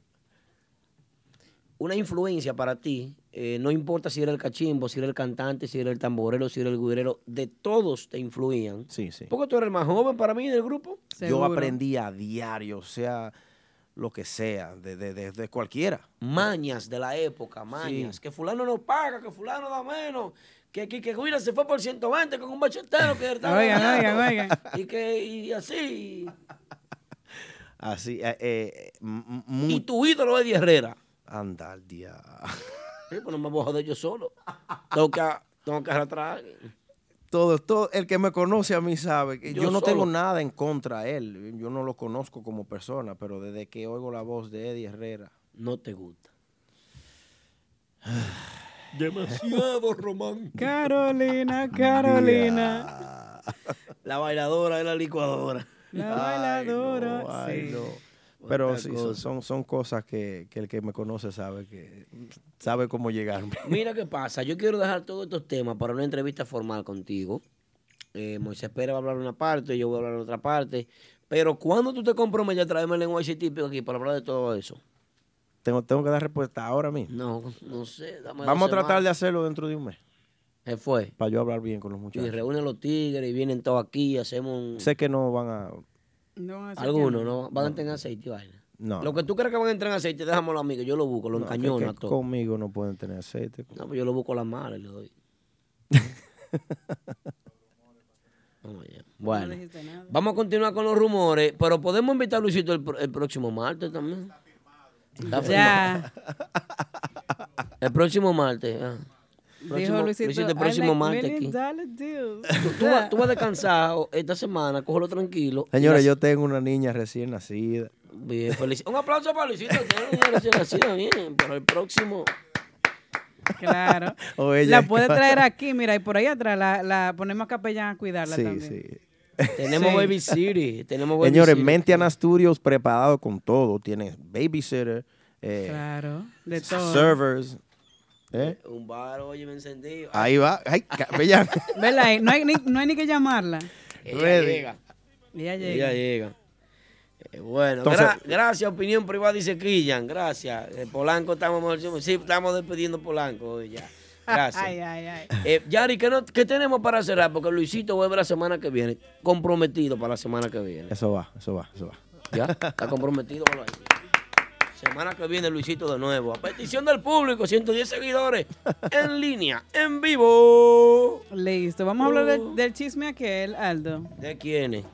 Speaker 2: una influencia para ti, eh, no importa si era el cachimbo, si era el cantante, si era el tamborero, si era el guirero, de todos te influían.
Speaker 4: Sí, sí.
Speaker 2: Porque tú eres el más joven para mí del grupo.
Speaker 4: Yo aprendí a diario, sea lo que sea, de, de- de- de cualquiera.
Speaker 2: Mañas de la época, mañas. Que fulano no paga, que fulano da menos. Que que, que Guira se fue por 120 con un bachetero
Speaker 4: <laughs>
Speaker 2: que estaba
Speaker 3: Oigan,
Speaker 2: ganando,
Speaker 3: oigan, oigan.
Speaker 2: Y que y así.
Speaker 4: Así, eh, eh, m- m-
Speaker 2: Y tu ídolo es Eddie Herrera.
Speaker 4: Anda, al día.
Speaker 2: Sí, pues no me voy a joder yo solo. Tengo que, tengo que arrastrar.
Speaker 4: Todo, todo, el que me conoce a mí sabe que yo,
Speaker 2: Yo
Speaker 4: no
Speaker 2: solo.
Speaker 4: tengo nada en contra de él. Yo no lo conozco como persona, pero desde que oigo la voz de Eddie Herrera.
Speaker 2: No te gusta.
Speaker 3: Demasiado
Speaker 2: romántico.
Speaker 3: Carolina, Carolina.
Speaker 2: La bailadora de la licuadora.
Speaker 3: La bailadora.
Speaker 4: Ay,
Speaker 3: sí.
Speaker 4: no. Pero
Speaker 2: Otra
Speaker 4: sí,
Speaker 2: cosa.
Speaker 4: son, son, son cosas que, que el que me conoce sabe que sabe cómo llegarme.
Speaker 2: <laughs> Mira qué pasa. Yo quiero dejar todos estos temas para una entrevista formal contigo. Eh, Moisés Pérez va a hablar una parte, yo voy a hablar otra parte. Pero cuando tú te comprometes a traerme el lenguaje típico aquí para hablar de todo eso?
Speaker 4: Tengo, tengo que dar respuesta ahora mismo.
Speaker 2: No, no sé. dame
Speaker 4: Vamos a
Speaker 2: dos
Speaker 4: tratar de
Speaker 2: semanas.
Speaker 4: hacerlo dentro de un mes.
Speaker 2: Se fue.
Speaker 4: Para yo hablar bien con los muchachos.
Speaker 2: Y reúnen los tigres y vienen todos aquí hacemos un...
Speaker 4: Sé que no van a.
Speaker 2: Algunos, ¿no? Van a entrar en aceite y vaina.
Speaker 4: No.
Speaker 2: Lo que tú creas que van a entrar en aceite, déjamelo a mí, que yo lo busco, lo
Speaker 4: no, que-
Speaker 2: encañono
Speaker 4: que
Speaker 2: a todos.
Speaker 4: Conmigo no pueden tener aceite.
Speaker 2: No, pues yo lo busco a la mala y
Speaker 3: <laughs>
Speaker 2: le doy. Vamos allá. Bueno, vamos a continuar con los rumores, pero podemos invitar a Luisito el, pr- el próximo martes también. Está
Speaker 3: Ya.
Speaker 2: firmado. El próximo martes. ah. Próximo-
Speaker 3: Dijo Luisito,
Speaker 2: el
Speaker 3: "I
Speaker 2: próximo
Speaker 3: like
Speaker 2: martes
Speaker 3: million
Speaker 2: aquí.
Speaker 3: dollar deals".
Speaker 2: <laughs> Tú, tú vas, tú vas descansado esta semana, cógelo tranquilo.
Speaker 4: Señores,
Speaker 2: Y la-
Speaker 4: yo tengo una niña recién nacida.
Speaker 2: Bien, felici- Un aplauso para Luisito, que es recién nacido, bien, pero el próximo...
Speaker 4: <laughs>
Speaker 3: Claro.
Speaker 4: O ella-
Speaker 3: la puede traer aquí, mira, y por ahí atrás la, la ponemos a capellán a cuidarla
Speaker 4: Sí,
Speaker 3: también.
Speaker 4: sí.
Speaker 2: Tenemos Baby City, tenemos Baby
Speaker 4: <laughs> Señores,
Speaker 2: City.
Speaker 4: Mentian Asturios preparado con todo. Tiene babysitter, eh,
Speaker 3: Claro, de
Speaker 4: s-
Speaker 3: todo.
Speaker 4: servers. ¿eh?
Speaker 2: Un bar, oye, me encendí.
Speaker 4: Ahí va. Ay,
Speaker 2: <laughs>
Speaker 4: capellán.
Speaker 3: ¿Verdad? Y No hay, ni, no hay ni que llamarla.
Speaker 2: Ella
Speaker 4: <laughs> Ready.
Speaker 2: llega.
Speaker 3: Ella llega.
Speaker 2: Ella llega. Eh, bueno,
Speaker 4: Entonces-
Speaker 2: gra- gracias, opinión privada, dice Killian. Gracias. Eh, Polanco, estamos mejor- Sí, estamos despidiendo Polanco hoy ya. <laughs> Gracias.
Speaker 3: <laughs> Ay, ay, ay.
Speaker 2: Eh, Yari, ¿qué, no- qué tenemos para cerrar? Porque Luisito vuelve la semana que viene. Comprometido para la semana que viene.
Speaker 4: Eso va, eso va, eso va.
Speaker 2: Ya, está comprometido con la Semana que viene, Luisito de nuevo. A petición del público, 110 seguidores en línea, en vivo. Oh.
Speaker 3: Listo, vamos a hablar del, del chisme aquel, Aldo.
Speaker 2: ¿De quiénes?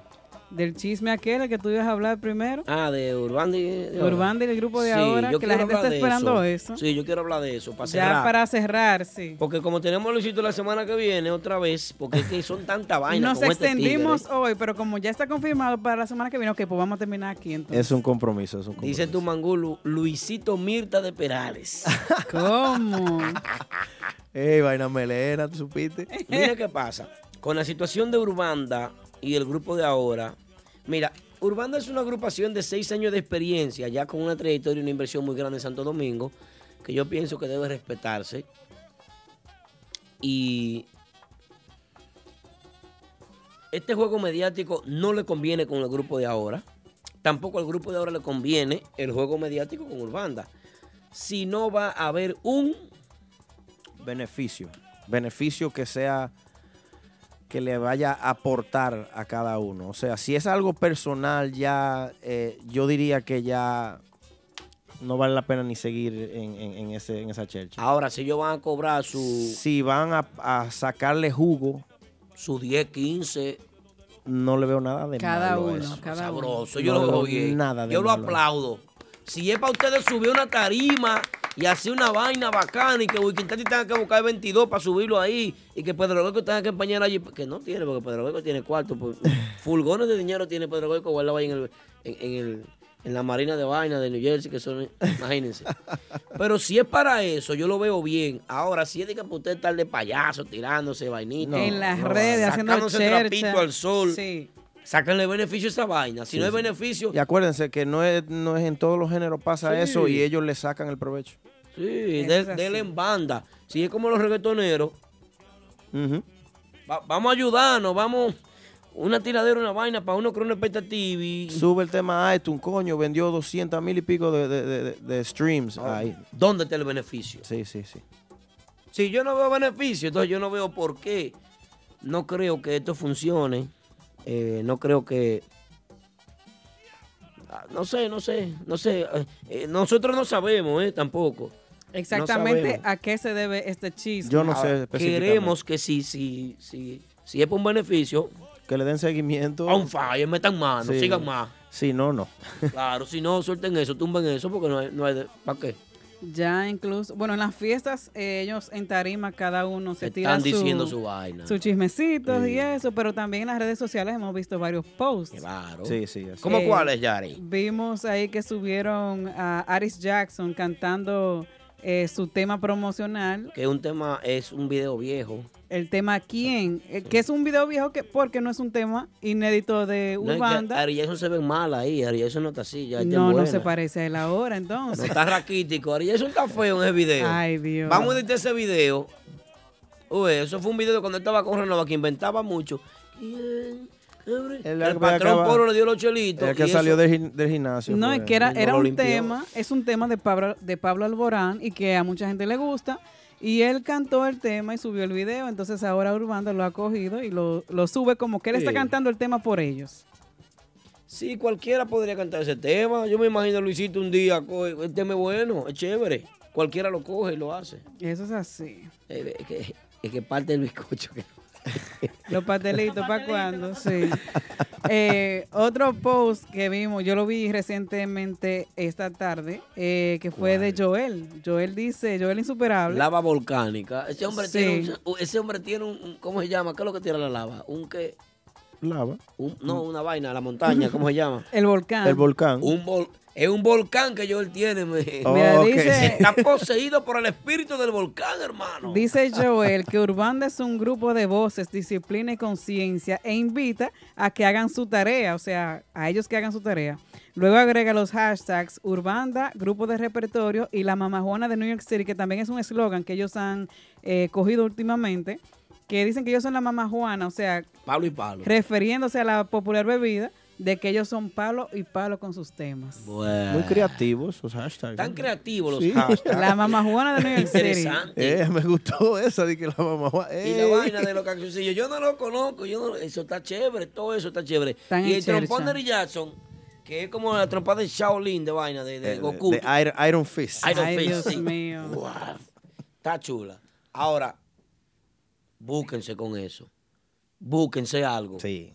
Speaker 3: Del chisme aquel, el que tú ibas a hablar primero.
Speaker 2: Ah, de Urbán de, de
Speaker 3: Urbán del grupo de ahora,
Speaker 2: yo
Speaker 3: que la
Speaker 2: quiero
Speaker 3: gente está
Speaker 2: hablar de
Speaker 3: esperando eso.
Speaker 2: Sí, yo quiero hablar de eso, para
Speaker 3: ya
Speaker 2: cerrar.
Speaker 3: para cerrar, sí.
Speaker 2: Porque como tenemos a Luisito la semana que viene otra vez, porque es que
Speaker 3: <laughs>
Speaker 2: son tanta vaina
Speaker 3: Nos
Speaker 2: con este tigre.
Speaker 3: extendimos hoy, pero como ya está confirmado para la semana que viene, ok, pues vamos a terminar aquí entonces.
Speaker 4: Es un compromiso, es un compromiso.
Speaker 2: Dice tu mangulu, Luisito Mirta
Speaker 3: <laughs>
Speaker 2: de Perales.
Speaker 3: ¿Cómo?
Speaker 4: <laughs> Ey, vaina melena, ¿tú supiste?
Speaker 2: <laughs> Mira qué pasa. Con la situación de Urbanda y el grupo de ahora, mira, Urbanda es una agrupación de seis años de experiencia, ya con una trayectoria y una inversión muy grande en Santo Domingo, que yo pienso que debe respetarse. Y este juego mediático no le conviene con el grupo de ahora. Tampoco al grupo de ahora le conviene el juego mediático con Urbanda. Si no va a haber un
Speaker 4: beneficio. Beneficio que sea que le vaya a aportar a cada uno. O sea, si es algo personal, ya eh, yo diría que ya no vale la pena ni seguir en, en- en ese, en esa chercha.
Speaker 2: Ahora, si ellos van a cobrar su...
Speaker 4: Si van a, a sacarle jugo,
Speaker 2: su 10, 15.
Speaker 4: no le veo nada de
Speaker 2: Cada
Speaker 4: malo a
Speaker 2: uno,
Speaker 4: eso.
Speaker 2: cada uno. Sabroso, yo
Speaker 4: No
Speaker 2: lo
Speaker 4: le
Speaker 2: veo
Speaker 4: veo
Speaker 2: bien.
Speaker 4: nada de
Speaker 2: yo lo
Speaker 4: malo a eso.
Speaker 2: aplaudo. Si es para ustedes subir una tarima y hacer una vaina bacana y que Wikintati tenga que buscar el 22 para subirlo ahí y que Pedro Goico tenga que empañar allí, que no tiene, porque Pedro Goico tiene
Speaker 4: <laughs>
Speaker 2: cuarto. pues, fulgones de dinero tiene Pedro Goico guardado ahí en, el, en, en el- en la marina de vaina de New Jersey, que son,
Speaker 4: <laughs>
Speaker 2: imagínense. Pero si es para eso, yo lo veo bien. Ahora, si es de que para usted estar de payaso, tirándose vainita.
Speaker 3: En las redes, haciendo
Speaker 2: sacándose
Speaker 3: chercha.
Speaker 2: trapito al sol.
Speaker 3: Sí.
Speaker 2: Sácanle beneficio a esa vaina. Si no hay beneficio,
Speaker 4: Y acuérdense que no es, no es en todos los géneros pasa
Speaker 2: Sí.
Speaker 4: eso y ellos le sacan el provecho.
Speaker 2: Sí, de-
Speaker 4: así.
Speaker 2: denle en banda. Si es como los reggaetoneros, va- vamos a ayudarnos, vamos. Una tiradera, una vaina para uno crear una expectativa. y-
Speaker 4: Sube el tema a iTunes, coño, vendió 200 mil y pico de, de- de- de- de streams ahí.
Speaker 2: ¿Dónde está el beneficio?
Speaker 4: Sí, sí, sí.
Speaker 2: Si yo no veo beneficio, entonces yo no veo por qué. No creo que esto funcione. Eh, no creo que. Ah, No sé, no sé, no sé. Eh, eh, nosotros no sabemos, ¿eh? Tampoco.
Speaker 3: Exactamente
Speaker 2: sabemos.
Speaker 3: a qué se debe este chisme.
Speaker 2: Ahora, Queremos que si, si, si, si es por un beneficio.
Speaker 4: Que le den seguimiento.
Speaker 2: A un fire, metan mano,
Speaker 4: Sí. <laughs>
Speaker 2: sigan más.
Speaker 4: Sí, no, no.
Speaker 2: Claro, si no, suelten eso, tumben eso, porque no hay, no hay ¿para qué?
Speaker 3: Ya incluso, bueno, en las fiestas eh, ellos en tarima cada uno se tira
Speaker 2: Están diciendo su vaina.
Speaker 3: Sus chismecitos y eso, pero también en las redes sociales hemos visto varios posts.
Speaker 2: Claro.
Speaker 4: Sí, sí, así.
Speaker 2: ¿Cómo
Speaker 3: Eh,
Speaker 2: cuáles, Yari?
Speaker 3: Vimos ahí que subieron a Aris Jackson cantando eh, su tema promocional,
Speaker 2: Que un tema es un video viejo.
Speaker 3: el tema ¿Quién? Eh, que es un video viejo que porque no es un tema inédito de
Speaker 2: No, es que
Speaker 3: Urbanda.
Speaker 2: Ari Jackson se ve mal ahí, Ari Jackson no está así, ya está
Speaker 3: No, no,
Speaker 2: buena.
Speaker 3: se parece a él ahora,
Speaker 2: No
Speaker 3: entonces.
Speaker 2: está raquítico, Ari Jackson está feo en ese video.
Speaker 3: Ay, Dios.
Speaker 2: Vamos a editar ese video. Uy, eso fue un video cuando él estaba con Renova, que inventaba mucho. El,
Speaker 4: que
Speaker 2: patrón
Speaker 4: acaba-
Speaker 2: Polo le dio los chelitos.
Speaker 4: El que
Speaker 2: y eso-
Speaker 4: salió del, gim- del gimnasio. pues,
Speaker 3: No,
Speaker 4: fue.
Speaker 3: es que era, era un tema, es un tema de Pablo, de Pablo Alborán y que a mucha gente le gusta. Y él cantó el tema y subió el video, entonces ahora Urbanda lo ha cogido y lo, lo sube como que él está
Speaker 2: Sí.
Speaker 3: cantando el tema por ellos.
Speaker 2: Sí, cualquiera podría cantar ese tema. Yo me imagino a Luisito un día, coge, el tema es bueno, es chévere. Cualquiera lo coge y lo hace.
Speaker 3: Eso es así.
Speaker 2: Eh, Es que, <laughs> es que parte del bizcocho. que-
Speaker 3: Los
Speaker 2: <laughs>
Speaker 3: pastelitos, ¿para cuándo? Sí. Eh, otro post que vimos, yo lo vi recientemente esta tarde, eh, que fue de Joel. Joel dice, Joel insuperable.
Speaker 2: Lava volcánica. Ese hombre
Speaker 3: Sí.
Speaker 2: tiene un, ese hombre tiene un- un- ¿cómo se llama? ¿Qué es lo que tira la lava? Un que
Speaker 4: Lava.
Speaker 2: Uh, no, una vaina, la montaña, ¿cómo se llama?
Speaker 3: <laughs> El volcán.
Speaker 4: El volcán. Oh,
Speaker 2: Un vol- es un volcán que Joel tiene. me- <laughs>
Speaker 3: Eh,
Speaker 4: Mira, dice- <laughs>
Speaker 2: Está poseído por el espíritu del volcán, hermano. <laughs>
Speaker 3: Dice Joel que Urbanda es un grupo de voces, disciplina y conciencia e invita a que hagan su tarea, o sea, a ellos que hagan su tarea. Luego agrega los hashtags Urbanda, grupo de repertorio y la mamajuana de New York City, que también es un eslogan que ellos han eh, cogido últimamente, que dicen que ellos son la mamajuana, o sea,
Speaker 2: Pablo y Pablo.
Speaker 3: refiriéndose a la popular bebida de que ellos son palo y palo con sus temas.
Speaker 4: Muy creativos sus hashtags. ¿eh?
Speaker 2: Tan creativos los
Speaker 4: Sí.
Speaker 2: hashtags.
Speaker 3: La mamajuana de New York City.
Speaker 2: Interesante.
Speaker 4: Eh, me gustó esa de que la mamá.
Speaker 2: Y la vaina de los cancioncillos, yo no lo conozco, yo no- eso está chévere, todo eso está chévere.
Speaker 4: Están
Speaker 2: y
Speaker 4: en
Speaker 2: el trompón
Speaker 4: chercha.
Speaker 2: de Eric Jackson, que es como la trompa de Shaolin de vaina, de, de
Speaker 4: de-
Speaker 2: Goku.
Speaker 4: Eh, de Iron, Iron Fist.
Speaker 2: Iron Fist, sí. Guau, Está chula. Ahora, búsquense con eso. Búsquense algo.
Speaker 4: Sí.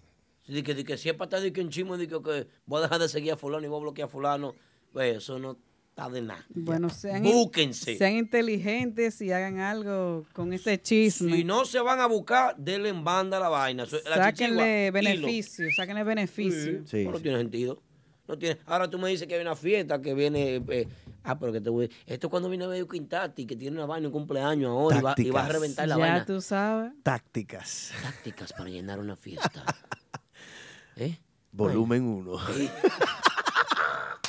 Speaker 2: De que, de que si es para estar de que en chisme, de que, que voy a dejar de seguir a fulano y voy a bloquear a fulano, pues eso no está de nada.
Speaker 3: Bueno, sean,
Speaker 2: Búsquense.
Speaker 3: sean inteligentes y hagan algo con este chisme.
Speaker 2: Si no se van a buscar, denle en banda la vaina. Eso- la
Speaker 3: sáquenle
Speaker 2: chichigua, hilo.
Speaker 3: beneficio, sáquenle beneficio.
Speaker 2: Sí, no tiene sentido. No tiene. Ahora tú me dices que hay una fiesta que viene. eh, ah, pero que te voy. Esto es cuando viene Bello Quintati, que tiene una vaina, un cumpleaños ahora y va, y va a
Speaker 4: Tácticas.
Speaker 2: reventar la
Speaker 4: Ya
Speaker 2: vaina.
Speaker 3: Tú sabes.
Speaker 4: Tácticas.
Speaker 2: Tácticas para llenar
Speaker 4: <laughs>
Speaker 2: una fiesta. ¿Eh?
Speaker 4: Volumen 1.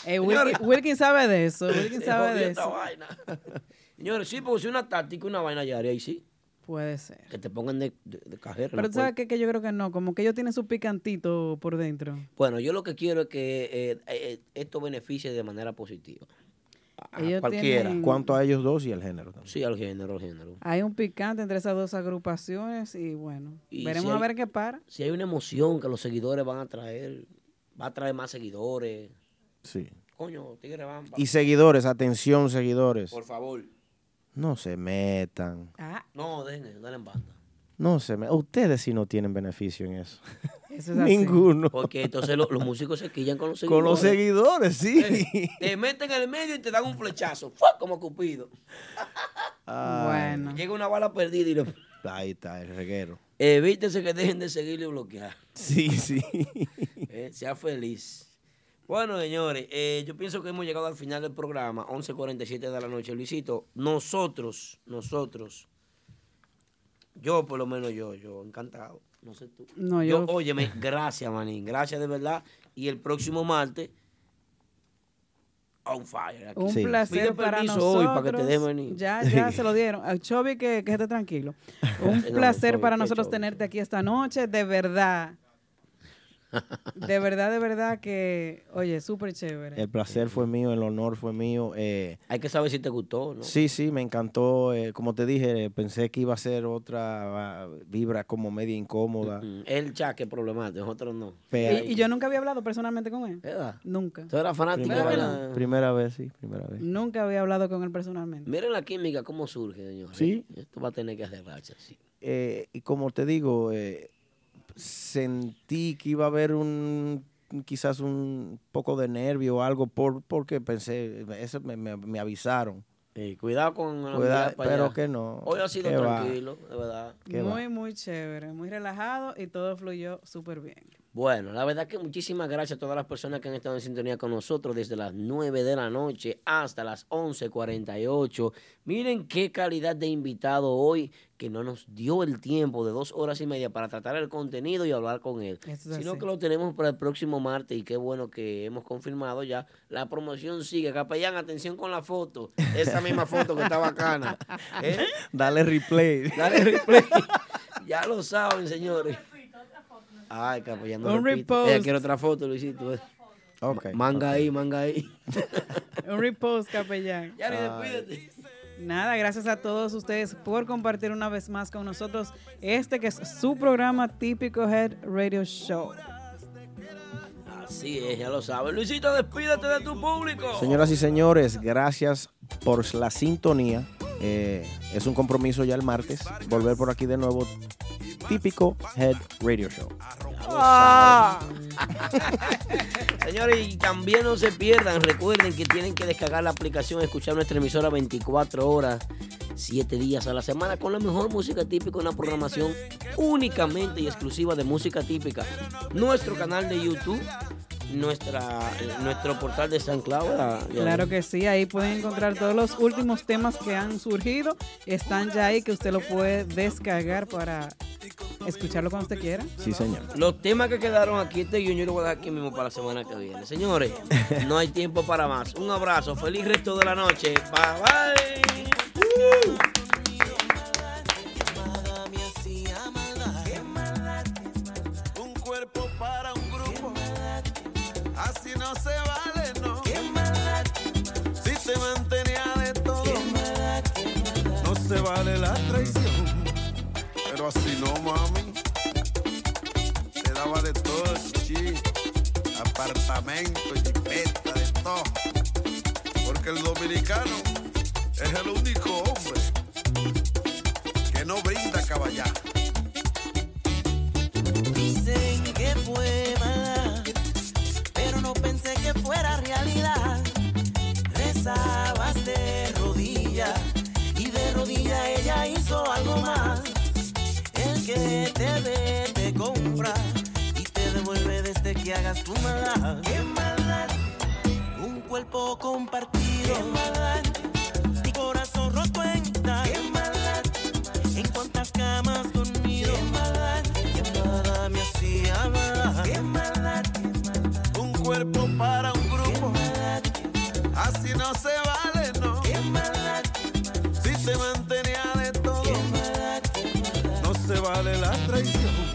Speaker 3: Eh, Wilkin, Wilkin sabe de
Speaker 2: <laughs>
Speaker 3: eso. Wilkin
Speaker 2: Se
Speaker 3: sabe
Speaker 2: jodió
Speaker 3: de
Speaker 2: esta
Speaker 3: eso.
Speaker 2: vaina. <laughs> Señores, sí, porque si una táctica, una vaina ya haría ahí sí.
Speaker 3: Puede ser.
Speaker 2: Que te pongan de, de, de cajero. en la
Speaker 3: Pero tú sabes
Speaker 2: puerta.
Speaker 3: que, que yo creo que no, como que ellos tienen su picantito por dentro.
Speaker 2: Bueno, yo lo que quiero es que eh, eh, esto beneficie de manera positiva. A
Speaker 3: Ellos
Speaker 2: Ah, cualquiera.
Speaker 3: tienen-
Speaker 4: Cuanto a ellos dos y el género también.
Speaker 2: Sí, al género, al género.
Speaker 3: Hay un picante entre esas dos agrupaciones y bueno,
Speaker 2: Y
Speaker 3: veremos
Speaker 2: si
Speaker 3: a
Speaker 2: hay-
Speaker 3: ver qué para.
Speaker 2: Si hay una emoción que los seguidores van a traer, va a traer más seguidores.
Speaker 4: Sí.
Speaker 2: Coño, tigre van.
Speaker 4: Y seguidores, atención, seguidores.
Speaker 2: Por favor.
Speaker 4: No se metan.
Speaker 3: Ah.
Speaker 2: No, dejen, eso, dale en banda. <laughs>
Speaker 4: No se metan. Ustedes sí no tienen beneficio en eso.
Speaker 3: Eso
Speaker 2: es así.
Speaker 4: Ninguno.
Speaker 2: Porque entonces lo- los músicos se quillan con los seguidores.
Speaker 4: Con los seguidores, sí.
Speaker 2: Eh, te meten en el medio y te dan un flechazo. ¡Fua! Como Cupido.
Speaker 4: Bueno.
Speaker 2: Llega una bala perdida y lo...
Speaker 4: Ahí está, el reguero.
Speaker 2: Evítese que dejen de seguirle y bloquear.
Speaker 4: Sí, sí.
Speaker 2: Eh, sea feliz. Bueno, señores, eh, yo pienso que hemos llegado al final del programa, 11.47 de la noche. Luisito, nosotros, nosotros, yo <laughs> por lo menos yo, yo encantado. No sé tú.
Speaker 3: No, yo-
Speaker 2: Óyeme, gracias, Manín, gracias de verdad. Y el próximo martes, on fire. aquí.
Speaker 3: Un
Speaker 2: Sí.
Speaker 3: placer
Speaker 2: Pide
Speaker 3: para
Speaker 2: permiso
Speaker 3: nosotros.
Speaker 2: hoy para que te dejen venir.
Speaker 3: Ya, ya se lo dieron. A Chovy que, que esté
Speaker 2: <laughs>
Speaker 3: tranquilo. Un
Speaker 2: No,
Speaker 3: placer
Speaker 2: Chovy,
Speaker 3: para
Speaker 2: qué
Speaker 3: nosotros
Speaker 2: Chovy.
Speaker 3: tenerte aquí esta noche, de verdad. De verdad, de verdad que, oye, súper chévere.
Speaker 4: El placer fue mío, el honor fue mío. eh,
Speaker 2: Hay que saber si te gustó, ¿no?
Speaker 4: Sí, sí, me encantó. eh, como te dije, eh, pensé que iba a ser otra ah, vibra como media incómoda.
Speaker 2: Mm, El chat que es problemático, nosotros no.
Speaker 4: Pero-
Speaker 3: Y, y yo nunca había hablado personalmente con él.
Speaker 2: ¿Verdad?
Speaker 3: Nunca.
Speaker 2: Tú eras fanático de
Speaker 3: ¿Verdad que no?
Speaker 2: bailar.
Speaker 4: Primera vez, sí, primera vez.
Speaker 3: Nunca había hablado con él personalmente.
Speaker 2: Miren la química, cómo surge, señores.
Speaker 4: Sí.
Speaker 2: Esto va a tener que arreglarse, sí.
Speaker 4: eh, y como te digo, eh, sentí que iba a haber un quizás un poco de nervio o algo por porque pensé, eso me, me- me avisaron.
Speaker 2: Eh, cuidado con la
Speaker 4: Cuida-
Speaker 2: mirada para
Speaker 4: pero
Speaker 2: allá.
Speaker 4: que no.
Speaker 2: Hoy ha sido
Speaker 4: que va.
Speaker 2: tranquilo, de verdad.
Speaker 4: ¿Qué va?
Speaker 3: Muy, muy chévere, muy relajado y todo fluyó súper bien.
Speaker 2: Bueno, la verdad que muchísimas gracias a todas las personas que han estado en sintonía con nosotros desde las 9 de la noche hasta las 11.48. Miren qué calidad de invitado hoy que no nos dio el tiempo de dos horas y media para tratar el contenido y hablar con él,
Speaker 3: Eso es
Speaker 2: sino
Speaker 3: así.
Speaker 2: que lo tenemos para el próximo martes y qué bueno que hemos confirmado ya. La promoción sigue. Capellán, atención con la foto. Esa misma foto que
Speaker 3: <laughs>
Speaker 4: <laughs>
Speaker 2: está bacana. ¿Eh?
Speaker 4: Dale replay.
Speaker 2: Dale replay. <laughs> Ya lo saben, señores. Ay, capellán, no
Speaker 3: Un
Speaker 2: repita.
Speaker 3: repost.
Speaker 2: Eh, quiero otra foto, Luisito. eh.
Speaker 4: Ok,
Speaker 2: manga ahí, manga ahí.
Speaker 3: Un repost, capellán.
Speaker 2: Yari,
Speaker 3: Ay.
Speaker 2: despídete.
Speaker 3: Nada, gracias a todos ustedes por compartir una vez más con nosotros este que es su programa típico Head Radio Show.
Speaker 2: Así es, ya lo saben. Luisito, despídete de tu público.
Speaker 4: Señoras y señores, gracias por la sintonía. Eh, es un compromiso ya el martes. Volver por aquí de nuevo. Típico Head Radio Show.
Speaker 2: Ah. <laughs> Señores, y también no se pierdan, recuerden que tienen que descargar la aplicación, escuchar nuestra emisora 24 horas, 7 días a la semana, con la mejor música típica, una programación únicamente y exclusiva de música típica. Nuestro canal de YouTube, nuestra, nuestro portal de San Cloud.
Speaker 3: Claro que sí, ahí pueden encontrar todos los últimos temas que han surgido. Están ya ahí que usted lo puede descargar para escucharlo cuando usted quiera.
Speaker 4: Sí, señor.
Speaker 2: Los temas que quedaron aquí, este yo, yo lo voy a dejar aquí mismo para la semana que viene. Señores, no hay tiempo para más. Un abrazo, feliz resto de la noche. Bye bye.
Speaker 4: Uh.
Speaker 13: Un cuerpo para un grupo. Así no se vale, no. Si se mantenía de todo. No se vale la traición. Pero así no, mami. Te daba de todo, chi. Apartamento, jipeta, de todo. Porque el dominicano es el único hombre que no brinda caballar.
Speaker 14: Dicen que fue mala, pero no pensé que fuera realidad. Rezabas de rodilla y de rodilla ella hizo algo más. El que te ve te compra y te devuelve desde que hagas tu maldad. Qué maldad, un cuerpo compartido. Qué maldad, mi corazón roto en mitad. Qué maldad, en cuántas camas dormido. Qué maldad, qué maldad me hacía maldad. Qué maldad,
Speaker 13: un cuerpo para un grupo. Así no se vale, no. Si se mantenía de todo, no se vale la traición.